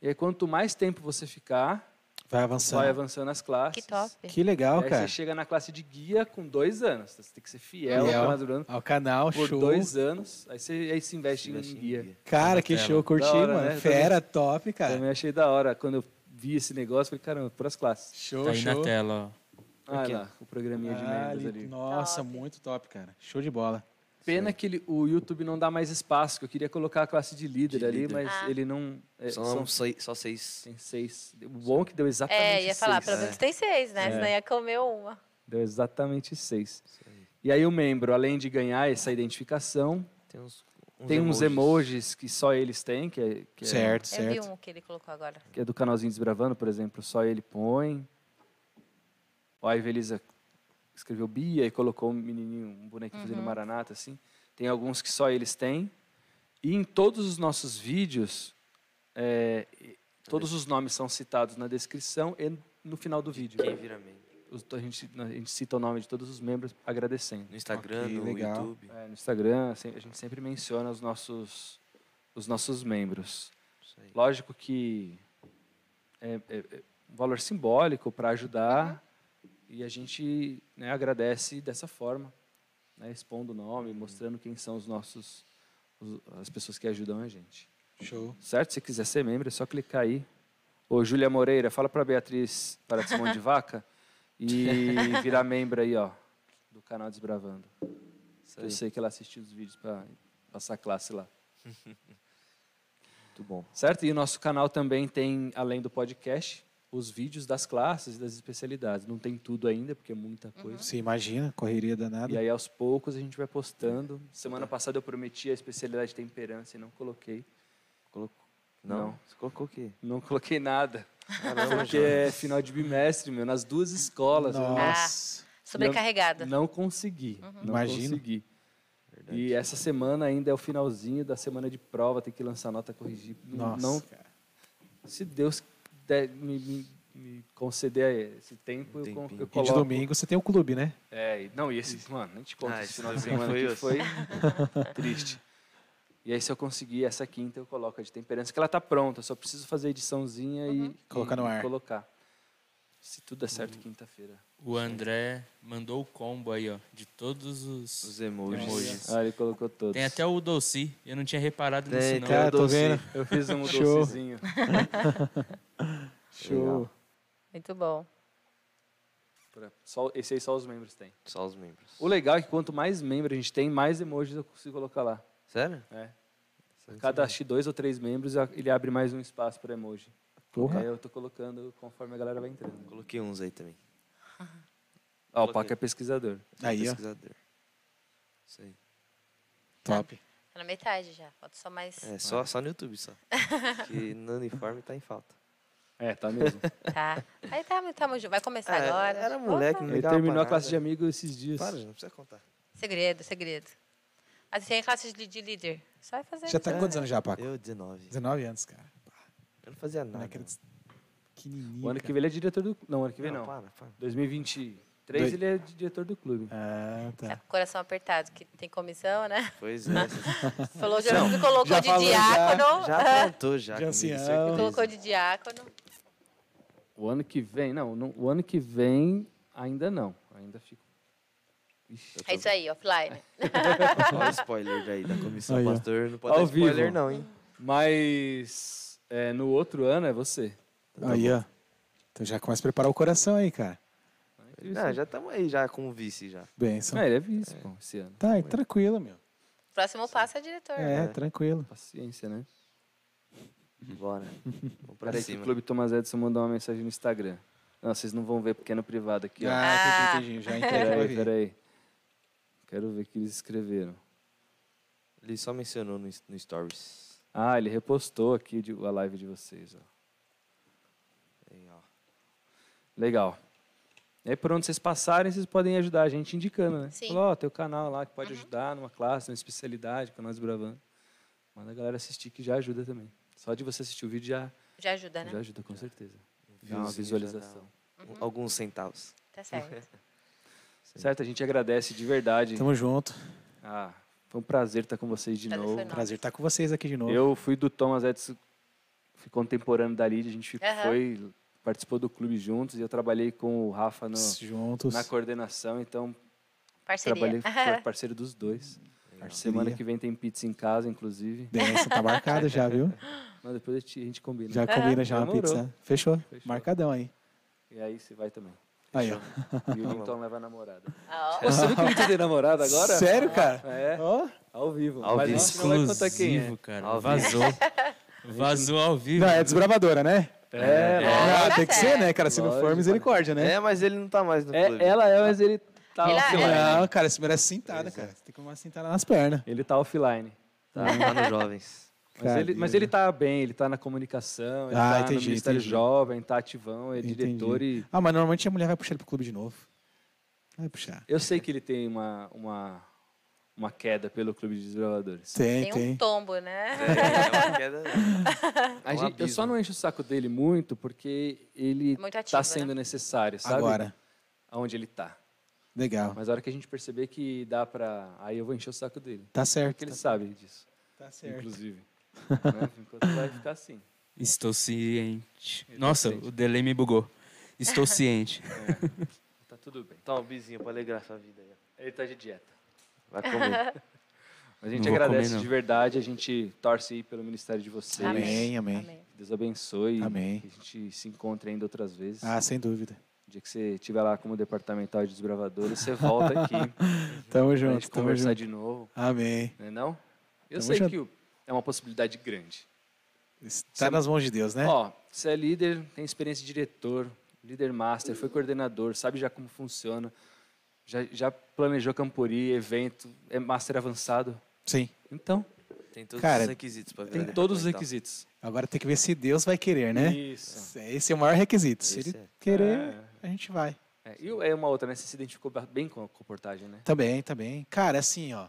[SPEAKER 1] E aí, quanto mais tempo você ficar,
[SPEAKER 4] Vai avançando.
[SPEAKER 1] vai avançando as classes.
[SPEAKER 3] Que top.
[SPEAKER 4] Que legal,
[SPEAKER 1] E aí
[SPEAKER 4] cara.
[SPEAKER 1] você chega na classe de guia com dois anos. Você tem que ser fiel,
[SPEAKER 4] Fiel.
[SPEAKER 1] ficar madurando
[SPEAKER 4] Ao é canal,
[SPEAKER 1] é por
[SPEAKER 4] show.
[SPEAKER 1] dois anos. Aí você aí se investe,
[SPEAKER 2] Investe
[SPEAKER 1] em
[SPEAKER 2] em
[SPEAKER 1] guia.
[SPEAKER 2] guia.
[SPEAKER 4] Cara, que
[SPEAKER 5] Da
[SPEAKER 4] show, curti,
[SPEAKER 1] Da hora,
[SPEAKER 4] mano.
[SPEAKER 1] né? Eu
[SPEAKER 4] Fera, top, cara.
[SPEAKER 1] Também achei da hora. Quando eu vi esse negócio, eu falei, caramba, por as classes.
[SPEAKER 4] Show,
[SPEAKER 5] Tá aí na
[SPEAKER 4] show.
[SPEAKER 5] tela, ó.
[SPEAKER 1] Ah,
[SPEAKER 2] Aqui, ó.
[SPEAKER 1] lá, o programinha de
[SPEAKER 4] Ah,
[SPEAKER 1] membros
[SPEAKER 4] ali-
[SPEAKER 1] ali.
[SPEAKER 4] Nossa,
[SPEAKER 3] Top.
[SPEAKER 4] muito top, cara. Show de bola.
[SPEAKER 1] Pena que ele- o YouTube não dá mais espaço, que eu queria colocar a classe de líder
[SPEAKER 2] De
[SPEAKER 1] ali,
[SPEAKER 2] líder.
[SPEAKER 1] mas
[SPEAKER 3] Ah.
[SPEAKER 1] ele não... é,
[SPEAKER 2] Só,
[SPEAKER 1] são
[SPEAKER 2] sei- só seis.
[SPEAKER 1] tem seis. O bom é que deu exatamente
[SPEAKER 3] É, ia falar,
[SPEAKER 1] seis.
[SPEAKER 3] pelo menos tem seis, né?
[SPEAKER 1] É.
[SPEAKER 3] Senão ia comer uma.
[SPEAKER 1] Deu exatamente seis.
[SPEAKER 2] Isso aí.
[SPEAKER 1] E aí o membro, além de ganhar essa identificação,
[SPEAKER 2] Tem uns,
[SPEAKER 1] tem uns emojis que só eles têm, que é, que é-
[SPEAKER 4] Certo,
[SPEAKER 3] Eu vi
[SPEAKER 4] certo.
[SPEAKER 3] um que ele colocou agora.
[SPEAKER 1] que é do canalzinho Desbravando, por exemplo, só ele põe. Ó, a Evelisa escreveu Bia e colocou um menininho, um bonequinho fazendo maranata, assim. Tem alguns que só eles têm. E em todos os nossos vídeos, é, e- todos os nomes são citados na descrição e no final do vídeo.
[SPEAKER 2] Quem vira membro.
[SPEAKER 1] Os- a, gente, a gente cita o nome de todos os membros agradecendo.
[SPEAKER 2] No Instagram,
[SPEAKER 4] Ok,
[SPEAKER 2] no
[SPEAKER 4] legal.
[SPEAKER 2] YouTube.
[SPEAKER 1] É, no Instagram, se- a gente sempre menciona os nossos, os nossos membros.
[SPEAKER 2] Isso aí.
[SPEAKER 1] Lógico que é, é- é um valor simbólico para ajudar e a gente né, agradece dessa forma, né, expondo o nome, mostrando quem são os nossos os- as pessoas que ajudam a gente.
[SPEAKER 4] Show.
[SPEAKER 1] Certo? Se quiser ser membro, é só clicar aí. Ô, Júlia Moreira, fala para Beatriz para de Simão de Vaca e virar membro aí, ó, do canal Desbravando.
[SPEAKER 2] Isso
[SPEAKER 1] Eu
[SPEAKER 2] aí.
[SPEAKER 1] sei que ela assistiu os vídeos para passar classe lá.
[SPEAKER 2] Muito bom.
[SPEAKER 1] Certo? E o nosso canal também tem, além do podcast, os vídeos das classes e das especialidades. Não tem tudo ainda, porque é muita coisa.
[SPEAKER 4] Você imagina, correria
[SPEAKER 1] E
[SPEAKER 4] danada.
[SPEAKER 1] aí, aos poucos, a gente vai postando. Semana
[SPEAKER 2] Tá.
[SPEAKER 1] passada eu prometi a especialidade de temperança e não coloquei.
[SPEAKER 2] Colocou. Não.
[SPEAKER 1] Não.
[SPEAKER 2] Você colocou o quê?
[SPEAKER 1] Não coloquei nada.
[SPEAKER 2] Caramba,
[SPEAKER 1] Porque é final de bimestre, meu, nas duas escolas. eu não-
[SPEAKER 3] Ah.
[SPEAKER 4] Nossa.
[SPEAKER 3] Sobrecarregada.
[SPEAKER 1] Não consegui. Não
[SPEAKER 4] Imagino.
[SPEAKER 1] consegui. E essa semana ainda é o finalzinho da semana de prova, tem que lançar nota, corrigir. Não-
[SPEAKER 4] Nossa,
[SPEAKER 1] não
[SPEAKER 4] cara.
[SPEAKER 1] Se Deus der- me, me- me conceder esse tempo,
[SPEAKER 2] Um
[SPEAKER 1] eu, con-
[SPEAKER 2] tempinho.
[SPEAKER 1] eu
[SPEAKER 4] E de
[SPEAKER 1] coloco.
[SPEAKER 4] domingo você tem um clube, né?
[SPEAKER 1] É, e- não, e esse, mano, nem te conto,
[SPEAKER 2] Ah,
[SPEAKER 1] esse
[SPEAKER 2] esse
[SPEAKER 1] final de
[SPEAKER 2] domingo
[SPEAKER 1] semana que foi
[SPEAKER 2] foi
[SPEAKER 1] triste. E aí, se eu conseguir essa quinta, eu coloco a de temperança, que ela tá pronta, eu só preciso fazer a ediçãozinha e,
[SPEAKER 4] Colocar no
[SPEAKER 1] e
[SPEAKER 4] ar.
[SPEAKER 1] colocar. Se tudo der
[SPEAKER 2] Uhum.
[SPEAKER 1] certo, quinta-feira.
[SPEAKER 5] O André mandou o combo aí, ó. De todos os,
[SPEAKER 2] Os emojis.
[SPEAKER 5] emojis.
[SPEAKER 1] Ah, ele colocou todos.
[SPEAKER 5] Tem até o Dolci. Eu não tinha reparado
[SPEAKER 2] Tem,
[SPEAKER 5] nisso,
[SPEAKER 2] tem
[SPEAKER 5] não.
[SPEAKER 2] o
[SPEAKER 4] Cara, tô
[SPEAKER 2] doce.
[SPEAKER 4] vendo.
[SPEAKER 1] Eu fiz um
[SPEAKER 4] Show.
[SPEAKER 1] docezinho.
[SPEAKER 4] Show.
[SPEAKER 3] Muito bom.
[SPEAKER 1] Pra- Só, esse aí só os membros têm.
[SPEAKER 2] Só os membros.
[SPEAKER 1] O legal é que quanto mais membro a gente tem, mais emojis eu consigo colocar lá.
[SPEAKER 2] Sério?
[SPEAKER 1] É.
[SPEAKER 2] Isso
[SPEAKER 1] Cada acho que dois ou três membros, a- ele abre mais um espaço para emoji.
[SPEAKER 4] É,
[SPEAKER 1] Aí eu tô colocando conforme a galera vai entrando.
[SPEAKER 2] Coloquei uns aí também.
[SPEAKER 1] Ó, o
[SPEAKER 2] Coloquei.
[SPEAKER 1] Paco é pesquisador.
[SPEAKER 4] Aí, ó.
[SPEAKER 2] Pesquisador. Isso aí.
[SPEAKER 4] Top.
[SPEAKER 3] Tá na metade já. Falta só mais.
[SPEAKER 2] É, só, só no YouTube, só. Que no uniforme tá em falta.
[SPEAKER 1] É, tá mesmo.
[SPEAKER 3] Tá. Aí tá, tamo junto. Vai começar
[SPEAKER 2] É,
[SPEAKER 3] agora.
[SPEAKER 2] Era moleque, não
[SPEAKER 1] ele
[SPEAKER 2] ligava pra
[SPEAKER 1] terminou a classe de
[SPEAKER 2] nada.
[SPEAKER 1] amigo esses dias.
[SPEAKER 2] Para, não precisa contar.
[SPEAKER 3] Segredo, segredo. Mas tem classe de, de líder. Só vai fazer.
[SPEAKER 4] Já tá com quantos anos já, Paco?
[SPEAKER 2] Eu, 19.
[SPEAKER 4] 19 anos, cara.
[SPEAKER 2] Eu não fazia nada.
[SPEAKER 4] Moleque era des- pequenininho.
[SPEAKER 1] O ano que vem ele é diretor do... Não, ano que vem
[SPEAKER 2] não,
[SPEAKER 1] não.
[SPEAKER 2] para, para.
[SPEAKER 1] 2023
[SPEAKER 4] Dois-
[SPEAKER 1] ele é diretor do clube.
[SPEAKER 4] Ah, tá.
[SPEAKER 3] Tá
[SPEAKER 1] É,
[SPEAKER 3] com o coração apertado, que tem comissão, né?
[SPEAKER 2] Pois é.
[SPEAKER 3] Falou, já me colocou de diácono.
[SPEAKER 2] já aprontou, já.
[SPEAKER 4] De
[SPEAKER 2] comigo,
[SPEAKER 4] ancião.
[SPEAKER 2] certeza.
[SPEAKER 3] É. Colocou de diácono.
[SPEAKER 1] O ano que vem, não, não, o ano que vem ainda não. Ainda fico. Ixi.
[SPEAKER 3] É isso aí, offline.
[SPEAKER 2] Olha o spoiler daí da comissão.
[SPEAKER 4] Aí, ó.
[SPEAKER 2] pastor não pode
[SPEAKER 1] Ao
[SPEAKER 2] dar spoiler,
[SPEAKER 1] vivo.
[SPEAKER 2] não, hein?
[SPEAKER 1] Mas é, no outro ano é você.
[SPEAKER 4] Aí, ó. Então já começa a preparar o coração aí, cara.
[SPEAKER 2] Não, já estamos aí, já como vice, já.
[SPEAKER 4] Benção.
[SPEAKER 1] Ah, ele é vice, pô, esse ano.
[SPEAKER 4] Tá, aí, tranquilo, meu.
[SPEAKER 3] Próximo passo é diretor.
[SPEAKER 4] É, tranquilo.
[SPEAKER 1] Paciência, né?
[SPEAKER 2] Bora. Vamos pra
[SPEAKER 1] Peraí que o
[SPEAKER 2] cima.
[SPEAKER 1] Clube Thomas Edson mandou uma mensagem no Instagram. Não, vocês não vão ver porque é no privado aqui, ó.
[SPEAKER 4] Ah, entendi, entendi. Já
[SPEAKER 1] Peraí,
[SPEAKER 4] entrei.
[SPEAKER 1] peraí. Quero ver o que eles escreveram.
[SPEAKER 2] Ele só mencionou no, no Stories.
[SPEAKER 1] Ah, ele repostou aqui de- a live de vocês, ó.
[SPEAKER 2] Aí, ó.
[SPEAKER 1] Legal. E aí, por onde vocês passarem, vocês podem ajudar a gente indicando, né?
[SPEAKER 3] Sim.
[SPEAKER 1] Falou, ó, tem o canal lá que pode ajudar numa classe, numa especialidade, canal desbravando. Manda a galera assistir que já ajuda também. Só de você assistir o vídeo já,
[SPEAKER 3] Já ajuda, né?
[SPEAKER 1] já ajuda, com certeza. Dá uma
[SPEAKER 2] Viewzinho já dá
[SPEAKER 1] visualização.
[SPEAKER 2] um- Alguns centavos.
[SPEAKER 3] Tá certo.
[SPEAKER 1] Certo? A gente agradece de verdade.
[SPEAKER 4] Tamo junto.
[SPEAKER 1] Ah, foi um prazer estar com vocês de
[SPEAKER 3] Prazer
[SPEAKER 1] novo.
[SPEAKER 3] foi nosso.
[SPEAKER 4] Prazer estar com vocês aqui de novo.
[SPEAKER 1] Eu fui do Thomas Edson, fui contemporâneo da Lídia, a gente fi-
[SPEAKER 3] Aham.
[SPEAKER 1] foi, participou do clube juntos e eu trabalhei com o Rafa no-
[SPEAKER 4] Juntos.
[SPEAKER 1] na coordenação, então
[SPEAKER 3] Parceria.
[SPEAKER 1] trabalhei foi parceiro dos dois. Semana que vem tem pizza em casa, inclusive.
[SPEAKER 4] Benção, tá marcada já, viu?
[SPEAKER 1] Mas depois a gente- a gente combina.
[SPEAKER 4] Já combina já uma
[SPEAKER 1] É, Demorou.
[SPEAKER 4] pizza. Fechou.
[SPEAKER 1] Fechou.
[SPEAKER 4] Marcadão aí.
[SPEAKER 1] E aí você vai também.
[SPEAKER 4] Aí, ó.
[SPEAKER 1] E o Linton leva a namorada.
[SPEAKER 3] Ah, ó.
[SPEAKER 1] Você viu que o Linton tem namorada agora?
[SPEAKER 4] Sério, cara?
[SPEAKER 1] É,
[SPEAKER 4] Ó.
[SPEAKER 1] ao vivo.
[SPEAKER 2] Ao
[SPEAKER 1] Mas
[SPEAKER 2] vivo.
[SPEAKER 1] a gente não vai contar quem é.
[SPEAKER 5] Exclusivo, cara.
[SPEAKER 2] Ao vivo.
[SPEAKER 5] Vazou. Vazou ao vivo.
[SPEAKER 4] Não, é desbravadora, né?
[SPEAKER 1] É,
[SPEAKER 4] Ah,
[SPEAKER 3] Tá
[SPEAKER 4] tem que
[SPEAKER 3] certo.
[SPEAKER 4] ser, né, cara? Se não for,
[SPEAKER 1] Lógico.
[SPEAKER 4] misericórdia, né?
[SPEAKER 2] É, mas ele não tá mais no clube.
[SPEAKER 1] é, ela é, mas ele tá
[SPEAKER 3] Ele-
[SPEAKER 1] offline.
[SPEAKER 4] Não, cara, você merece cintada, cara. Você tem que tomar cintada nas pernas.
[SPEAKER 1] Ele tá offline.
[SPEAKER 2] Tá, tá nos jovens.
[SPEAKER 1] Mas ele, mas ele tá bem, ele tá na comunicação, ele
[SPEAKER 4] Ah,
[SPEAKER 1] tá no
[SPEAKER 4] entendi,
[SPEAKER 1] Ministério
[SPEAKER 4] entendi.
[SPEAKER 1] Jovem, tá ativão, é
[SPEAKER 4] Entendi.
[SPEAKER 1] diretor e...
[SPEAKER 4] Ah, mas normalmente a mulher vai puxar ele pro clube de novo. Vai puxar.
[SPEAKER 1] Eu sei que ele tem uma, uma, uma queda pelo Clube de Desbravadores.
[SPEAKER 4] Tem,
[SPEAKER 3] Tem um
[SPEAKER 4] tem.
[SPEAKER 3] tombo, né?
[SPEAKER 2] É, é uma queda.
[SPEAKER 4] É
[SPEAKER 1] A
[SPEAKER 4] um
[SPEAKER 1] gente- eu só
[SPEAKER 2] abismo.
[SPEAKER 1] não encho o saco dele muito porque ele
[SPEAKER 3] É muito
[SPEAKER 1] está
[SPEAKER 3] ativo,
[SPEAKER 1] sendo
[SPEAKER 3] né?
[SPEAKER 1] necessário, sabe?
[SPEAKER 4] Agora.
[SPEAKER 1] Aonde ele tá.
[SPEAKER 4] Legal.
[SPEAKER 1] Mas a hora que a gente perceber que dá pra. Aí eu vou encher o saco dele.
[SPEAKER 4] Tá
[SPEAKER 1] Porque
[SPEAKER 4] certo.
[SPEAKER 1] ele sabe disso,
[SPEAKER 4] Tá certo.
[SPEAKER 1] inclusive. Né? Enquanto vai ficar assim.
[SPEAKER 5] Estou ciente. Nossa, o delay me bugou. Estou ciente.
[SPEAKER 1] Tá tudo bem.
[SPEAKER 2] Toma um bizinho pra alegrar sua vida aí. ó.
[SPEAKER 1] Ele tá de dieta.
[SPEAKER 2] Vai comer.
[SPEAKER 1] Mas a gente
[SPEAKER 5] Não vou
[SPEAKER 1] agradece
[SPEAKER 5] comer, não.
[SPEAKER 1] de verdade, a gente torce aí pelo ministério de vocês.
[SPEAKER 4] Amém, amém.
[SPEAKER 3] Amém.
[SPEAKER 1] Que Deus abençoe.
[SPEAKER 4] Amém.
[SPEAKER 1] Que a gente se encontre ainda outras vezes.
[SPEAKER 4] Ah, sem dúvida.
[SPEAKER 1] O dia que você estiver lá como departamental de desbravadores, você volta aqui
[SPEAKER 4] Tamo
[SPEAKER 1] pra
[SPEAKER 4] junto,
[SPEAKER 1] gente
[SPEAKER 4] tamo
[SPEAKER 1] conversar
[SPEAKER 4] junto.
[SPEAKER 1] de novo,
[SPEAKER 4] Amém.
[SPEAKER 1] não é não? Eu
[SPEAKER 4] Tamo
[SPEAKER 1] sei
[SPEAKER 4] junto.
[SPEAKER 1] que o- é uma possibilidade grande.
[SPEAKER 4] Tá nas mãos de Deus, né?
[SPEAKER 1] Ó, você é líder, tem experiência de diretor, líder master, foi coordenador, sabe já como funciona, já, já planejou campuri, evento, é master avançado.
[SPEAKER 4] Sim.
[SPEAKER 1] Então,
[SPEAKER 2] Tem todos
[SPEAKER 4] Cara,
[SPEAKER 2] os requisitos pra virar
[SPEAKER 1] tem
[SPEAKER 4] É,
[SPEAKER 2] departamental.
[SPEAKER 1] todos os
[SPEAKER 4] então.
[SPEAKER 2] então.
[SPEAKER 1] requisitos.
[SPEAKER 4] Agora tem que ver se Deus vai querer, né?
[SPEAKER 1] Isso.
[SPEAKER 4] Esse é o maior requisito. Se
[SPEAKER 2] Esse
[SPEAKER 4] ele
[SPEAKER 2] é.
[SPEAKER 4] querer, a gente vai.
[SPEAKER 1] É, e é uma outra, né? Você se identificou ba- bem com a comportagem, né?
[SPEAKER 4] Também, também. Cara, assim, ó.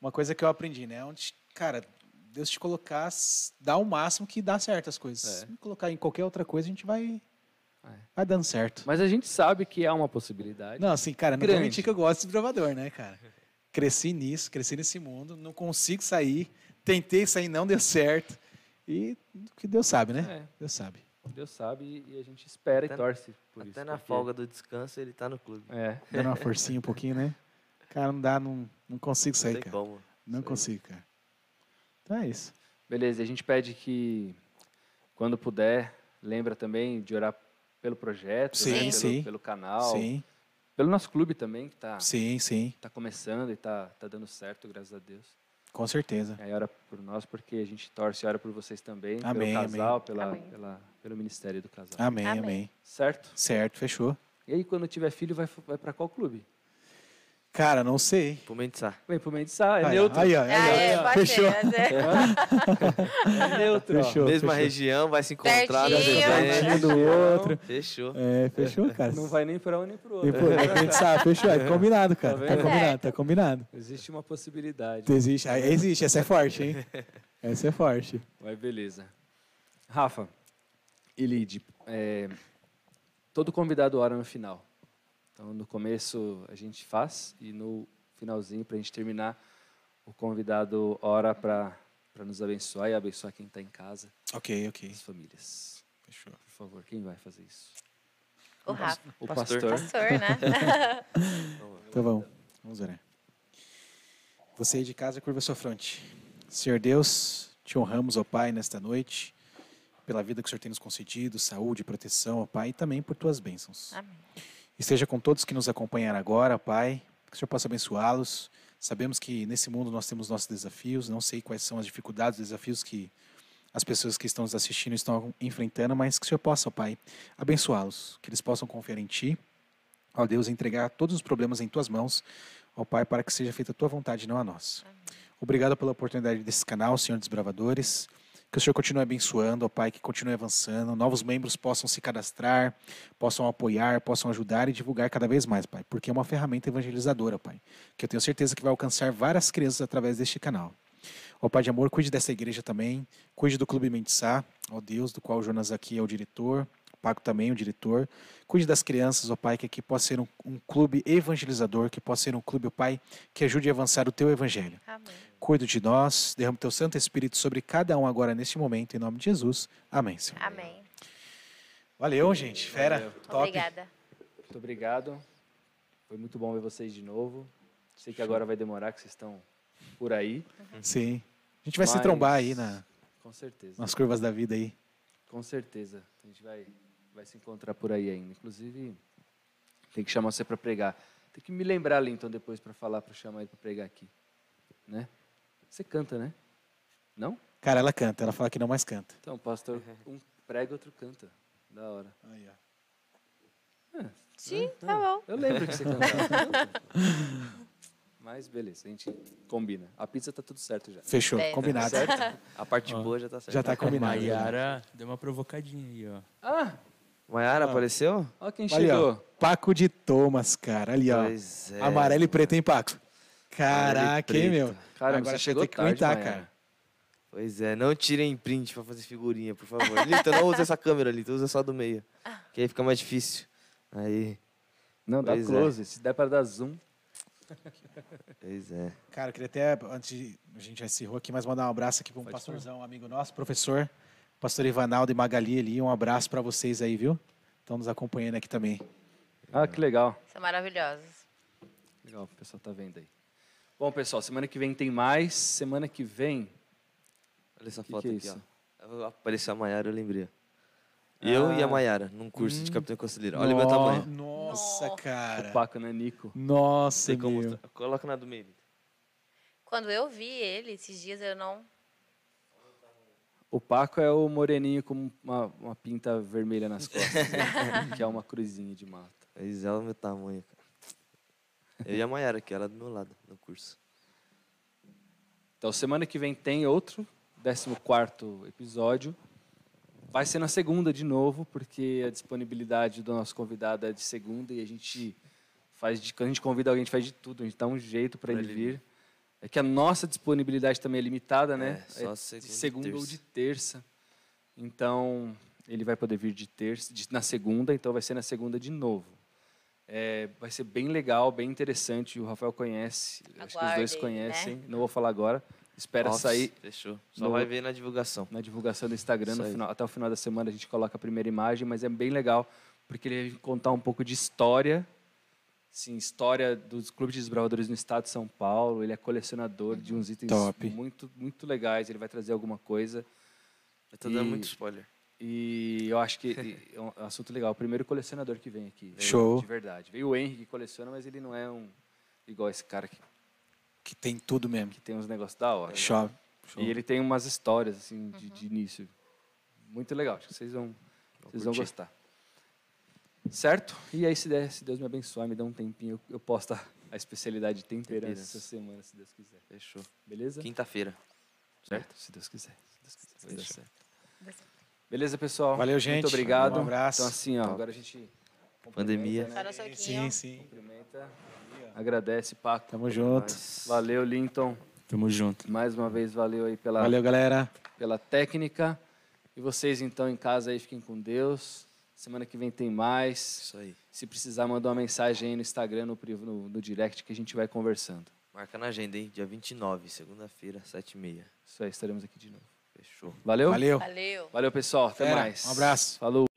[SPEAKER 4] Uma coisa que eu aprendi, né? Onde, cara, Deus te colocar, s- dá o máximo que dá certo as coisas.
[SPEAKER 1] É.
[SPEAKER 4] Se colocar em qualquer outra coisa, a gente vai.
[SPEAKER 1] É.
[SPEAKER 4] Vai dando certo.
[SPEAKER 1] Mas a gente sabe que há uma possibilidade.
[SPEAKER 4] Não, assim, cara, não vou
[SPEAKER 1] Grande.
[SPEAKER 4] mentir que eu gosto de desbravador, né, cara? Cresci nisso, cresci nesse mundo, não consigo sair. Tentei sair, não deu certo. E o que Deus sabe, né?
[SPEAKER 1] É,
[SPEAKER 4] Deus sabe.
[SPEAKER 1] Deus sabe e- e a gente espera
[SPEAKER 2] Até
[SPEAKER 1] e
[SPEAKER 2] na-
[SPEAKER 1] torce por
[SPEAKER 2] Até
[SPEAKER 1] isso.
[SPEAKER 2] na
[SPEAKER 1] porque-
[SPEAKER 2] folga do descanso ele tá no clube.
[SPEAKER 1] É.
[SPEAKER 4] Dando uma forcinha um pouquinho, né? Cara, não dá, não, não consigo
[SPEAKER 2] Não
[SPEAKER 4] sair,
[SPEAKER 2] tem
[SPEAKER 4] cara.
[SPEAKER 2] como.
[SPEAKER 4] Não consigo, cara. Então é isso.
[SPEAKER 1] Beleza, e a gente pede que, quando puder, lembra também de orar pelo projeto,
[SPEAKER 4] Sim,
[SPEAKER 1] né? pelo,
[SPEAKER 4] sim.
[SPEAKER 1] pelo canal,
[SPEAKER 4] Sim,
[SPEAKER 1] pelo nosso clube também, que está
[SPEAKER 4] sim, sim.
[SPEAKER 1] tá começando e está tá dando certo, tá graças a Deus.
[SPEAKER 4] Com certeza.
[SPEAKER 1] Aí ora por nós, porque a gente torce e ora por vocês também, pelo
[SPEAKER 4] Amém, amém.
[SPEAKER 1] casal, Pela,
[SPEAKER 9] Amém.
[SPEAKER 1] pela- pelo ministério do casal.
[SPEAKER 4] Amém, amém.
[SPEAKER 3] Amém.
[SPEAKER 1] Certo?
[SPEAKER 4] Certo, fechou.
[SPEAKER 1] E aí, quando tiver filho, vai, vai para qual clube?
[SPEAKER 4] Cara, não sei.
[SPEAKER 2] Pro Mendesá.
[SPEAKER 1] Vem pro Mendesá, é
[SPEAKER 4] Aí, ó,
[SPEAKER 1] neutro.
[SPEAKER 4] aí, ó, aí, ó.
[SPEAKER 3] Ah, é, pode
[SPEAKER 4] Fechou.
[SPEAKER 3] ser. mas é-
[SPEAKER 1] É neutro. ó.
[SPEAKER 4] Fechou.
[SPEAKER 2] Mesma
[SPEAKER 4] fechou.
[SPEAKER 2] região, vai se encontrar.
[SPEAKER 3] Pertinho.
[SPEAKER 1] né?
[SPEAKER 2] fazer
[SPEAKER 4] Um
[SPEAKER 2] bem.
[SPEAKER 4] do outro.
[SPEAKER 2] Fechou.
[SPEAKER 4] É, fechou, cara.
[SPEAKER 1] Não vai nem para um nem para o
[SPEAKER 4] E,
[SPEAKER 1] outro.
[SPEAKER 4] pô, a gente sabe, fechou. É combinado, cara.
[SPEAKER 1] Tá
[SPEAKER 4] Tá
[SPEAKER 1] vendo?
[SPEAKER 4] combinado,
[SPEAKER 3] Certo.
[SPEAKER 4] tá combinado.
[SPEAKER 1] Existe uma possibilidade.
[SPEAKER 4] Existe, ah, existe, essa é forte, hein? Essa é forte.
[SPEAKER 1] Mas beleza. Rafa, Elide, é, todo convidado ora no final. Então, no começo a gente faz e no finalzinho, para a gente terminar, o convidado ora para nos abençoar e abençoar quem está em casa,
[SPEAKER 4] Ok, ok.
[SPEAKER 1] as famílias.
[SPEAKER 4] Fechou.
[SPEAKER 1] Por favor, quem vai fazer isso?
[SPEAKER 3] O Rafa,
[SPEAKER 1] O
[SPEAKER 2] Pastor.
[SPEAKER 1] pastor.
[SPEAKER 3] pastor, né?
[SPEAKER 4] Então vamos, vamos orar. Você aí de casa, curva sua fronte. Senhor Deus, te honramos, ó Pai, nesta noite, pela vida que o Senhor tem nos concedido, saúde, proteção, ó Pai, e também por tuas bênçãos.
[SPEAKER 3] Amém.
[SPEAKER 4] Esteja com todos que nos acompanharam agora, Pai, que o Senhor possa abençoá-los. Sabemos que nesse mundo nós temos nossos desafios, não sei quais são as dificuldades, os desafios que as pessoas que estão nos assistindo estão enfrentando, mas que o Senhor possa, ó Pai, abençoá-los, que eles possam confiar em Ti ó Deus, entregar todos os problemas em tuas mãos, ó Pai, para que seja feita a tua vontade e não a nossa. Obrigado pela oportunidade desse canal, Senhor Desbravadores. Que o Senhor continue abençoando, ó Pai, que continue avançando, novos membros possam se cadastrar, possam apoiar, possam ajudar e divulgar cada vez mais, Pai, porque é uma ferramenta evangelizadora, Pai, que eu tenho certeza que vai alcançar várias crianças através deste canal. Ó Pai de amor, cuide dessa igreja também, cuide do Clube Mendesá, ó Deus, do qual o Jonas aqui é o diretor, o Paco também é o diretor, Cuide das crianças, ó Pai, que aqui possa ser um, um clube evangelizador, que possa ser um clube, ó Pai, que ajude a avançar o teu evangelho.
[SPEAKER 3] Amém.
[SPEAKER 4] Cuide de nós, derrama o teu Santo Espírito sobre cada um agora neste momento, em nome de Jesus. Amém, Senhor.
[SPEAKER 3] Amém.
[SPEAKER 4] Valeu, gente. Fera. Top.
[SPEAKER 3] Obrigada.
[SPEAKER 1] Muito obrigado. Foi muito bom ver vocês de novo. Sei que agora vai demorar, que vocês estão por aí.
[SPEAKER 4] Sim. A gente vai se
[SPEAKER 1] Mas-
[SPEAKER 4] trombar aí na-
[SPEAKER 1] Com certeza.
[SPEAKER 4] nas curvas da vida aí.
[SPEAKER 1] Com certeza. A gente vai, vai se encontrar por aí ainda. Inclusive, tem que chamar você para pregar. Tem que me lembrar, Linton, depois para falar, para chamar ele para pregar aqui. Né? Você canta, né? Não?
[SPEAKER 4] Cara, ela canta, ela fala que não mais canta.
[SPEAKER 1] Então, pastor, um prega, outro canta. Da hora.
[SPEAKER 3] Sim, tá bom.
[SPEAKER 1] Eu lembro que você cantava. Mas beleza, a gente combina. A pizza tá tudo certo já.
[SPEAKER 4] Fechou,
[SPEAKER 3] Bem,
[SPEAKER 4] combinado.
[SPEAKER 2] A parte boa já tá certa.
[SPEAKER 4] Já tá combinado.
[SPEAKER 5] Maiara deu uma provocadinha aí, ó.
[SPEAKER 1] Ah,
[SPEAKER 2] Maiara apareceu?
[SPEAKER 1] olha quem
[SPEAKER 4] Ali, ó.
[SPEAKER 1] chegou.
[SPEAKER 4] Paco de Thomas, cara. Ali, ó.
[SPEAKER 2] Pois é.
[SPEAKER 4] Amarelo e preto, hein, Paco? Caraca, hein, meu?
[SPEAKER 1] Cara,
[SPEAKER 4] Agora
[SPEAKER 1] você
[SPEAKER 4] você
[SPEAKER 1] chegou
[SPEAKER 4] tem que
[SPEAKER 1] tarde,
[SPEAKER 4] aguentar,
[SPEAKER 1] Maiara.
[SPEAKER 4] cara.
[SPEAKER 2] Pois é, não tirem print pra fazer figurinha, por favor. Lito, não usa essa câmera, Lito, usa só a do meio. Que aí fica mais difícil. Aí,
[SPEAKER 1] Não, dá
[SPEAKER 2] Pois é.
[SPEAKER 1] close. Se der para dar zoom,
[SPEAKER 2] pois é.
[SPEAKER 4] Cara, eu queria até, antes de a gente já encerrou aqui, mas mandar um abraço aqui para um pastorzão, um amigo nosso, professor, pastor Ivanaldo e Magali ali. Um abraço para vocês aí, viu? Estão nos acompanhando aqui também.
[SPEAKER 1] Ah, que legal.
[SPEAKER 3] São maravilhosos.
[SPEAKER 1] Legal, o pessoal tá vendo aí. Bom, pessoal, semana que vem tem mais. Semana que vem.
[SPEAKER 2] Olha essa
[SPEAKER 1] Que
[SPEAKER 2] foto
[SPEAKER 1] que é
[SPEAKER 2] aqui,
[SPEAKER 1] isso?
[SPEAKER 2] ó. Apareceu a Maiara, eu lembrei. Eu e a Maiara, num curso de Capitão Conselheiro. Olha o meu
[SPEAKER 4] No-
[SPEAKER 2] tamanho.
[SPEAKER 4] Ah. Hum. Nossa,
[SPEAKER 3] Nossa.
[SPEAKER 1] O
[SPEAKER 4] cara.
[SPEAKER 1] Paco, né, Nico?
[SPEAKER 4] Nossa,
[SPEAKER 2] Sei como.
[SPEAKER 4] meu.
[SPEAKER 2] Coloca na do meio. Lito.
[SPEAKER 3] Quando eu vi ele esses dias, eu não.
[SPEAKER 1] O Paco é o moreninho com uma, uma pinta vermelha nas costas, né? que é uma cruzinha de mata.
[SPEAKER 2] Pois é, olha o meu tamanho, cara. Eu e a Maiara aqui, ela é do meu lado, no curso.
[SPEAKER 1] Então, semana que vem tem outro, 14 episódio. Vai ser na segunda de novo, porque a disponibilidade do nosso convidado é de segunda e a gente faz de. Quando a gente convida alguém, a gente faz de tudo, a gente dá um jeito para
[SPEAKER 2] Pra
[SPEAKER 1] ele
[SPEAKER 2] ele
[SPEAKER 1] vir. É que a nossa disponibilidade também é limitada, né?
[SPEAKER 2] É, só segunda
[SPEAKER 1] de
[SPEAKER 2] e
[SPEAKER 1] segunda ou
[SPEAKER 2] terça.
[SPEAKER 1] de terça. Então, ele vai poder vir de terça, de- na segunda, então vai ser na segunda de novo. É, vai ser bem legal, bem interessante. O Rafael conhece, acho que os dois
[SPEAKER 3] Aguardem,
[SPEAKER 1] conhecem. Não vou falar agora. Espera
[SPEAKER 2] Office,
[SPEAKER 1] sair
[SPEAKER 2] Fechou. Só
[SPEAKER 1] no-
[SPEAKER 2] vai ver na divulgação.
[SPEAKER 1] na divulgação do Instagram. no
[SPEAKER 2] Isso aí.
[SPEAKER 1] final- até o final da semana a gente coloca a primeira imagem, mas é bem legal, porque ele vai contar um pouco de história. Sim, história dos clubes de desbravadores no estado de São Paulo. Ele é colecionador de uns itens
[SPEAKER 4] Top.
[SPEAKER 1] muito muito legais. Ele vai trazer alguma coisa.
[SPEAKER 2] Eu tô dando
[SPEAKER 1] E-
[SPEAKER 2] muito spoiler.
[SPEAKER 1] E eu acho que e- é um assunto legal. O primeiro colecionador que vem aqui. né,
[SPEAKER 4] Show.
[SPEAKER 1] De verdade. Veio o Henry que coleciona, mas ele não é um igual esse cara que
[SPEAKER 8] que tem tudo mesmo.
[SPEAKER 1] que tem uns negócios da hora.
[SPEAKER 8] Show. show.
[SPEAKER 1] E ele tem umas histórias, assim, de, de início. Muito legal, acho que vocês vão, vocês vão
[SPEAKER 2] curtir.
[SPEAKER 1] gostar. Certo? E aí, se, der, se Deus me abençoar, me dá um tempinho, eu, eu posto a, a especialidade temperança
[SPEAKER 2] Temperança.
[SPEAKER 1] essa semana, se Deus quiser.
[SPEAKER 2] Fechou.
[SPEAKER 1] Beleza?
[SPEAKER 2] Quinta-feira.
[SPEAKER 1] Certo? Se Deus quiser. Se Deus quiser. Vai dar certo. Beleza, pessoal?
[SPEAKER 8] Valeu, gente.
[SPEAKER 1] Muito obrigado.
[SPEAKER 8] Um abraço.
[SPEAKER 1] Então, assim, ó, agora a gente.
[SPEAKER 2] Pandemia.
[SPEAKER 1] cumprimenta,
[SPEAKER 3] Só
[SPEAKER 1] né?
[SPEAKER 3] no soquinho.
[SPEAKER 8] Sim, sim.
[SPEAKER 1] Cumprimenta. Agradece, Paco.
[SPEAKER 8] Tamo junto.
[SPEAKER 1] Valeu, Linton.
[SPEAKER 5] Tamo junto.
[SPEAKER 1] Mais uma vez, valeu aí pela,
[SPEAKER 8] Valeu, galera.
[SPEAKER 1] pela técnica. E vocês, então, em casa aí, fiquem com Deus. Semana que vem tem mais.
[SPEAKER 2] Isso aí.
[SPEAKER 1] Se precisar, manda uma mensagem aí no Instagram, no, priv- no, no direct, que a gente vai conversando.
[SPEAKER 2] Marca na agenda, hein? Dia 29, segunda-feira, 7h30.
[SPEAKER 1] Isso aí, estaremos aqui de novo.
[SPEAKER 2] Fechou.
[SPEAKER 1] Valeu?
[SPEAKER 8] Valeu.
[SPEAKER 3] Valeu.
[SPEAKER 1] Valeu, pessoal. Até
[SPEAKER 8] Fera,
[SPEAKER 1] mais.
[SPEAKER 8] um abraço.
[SPEAKER 1] Falou.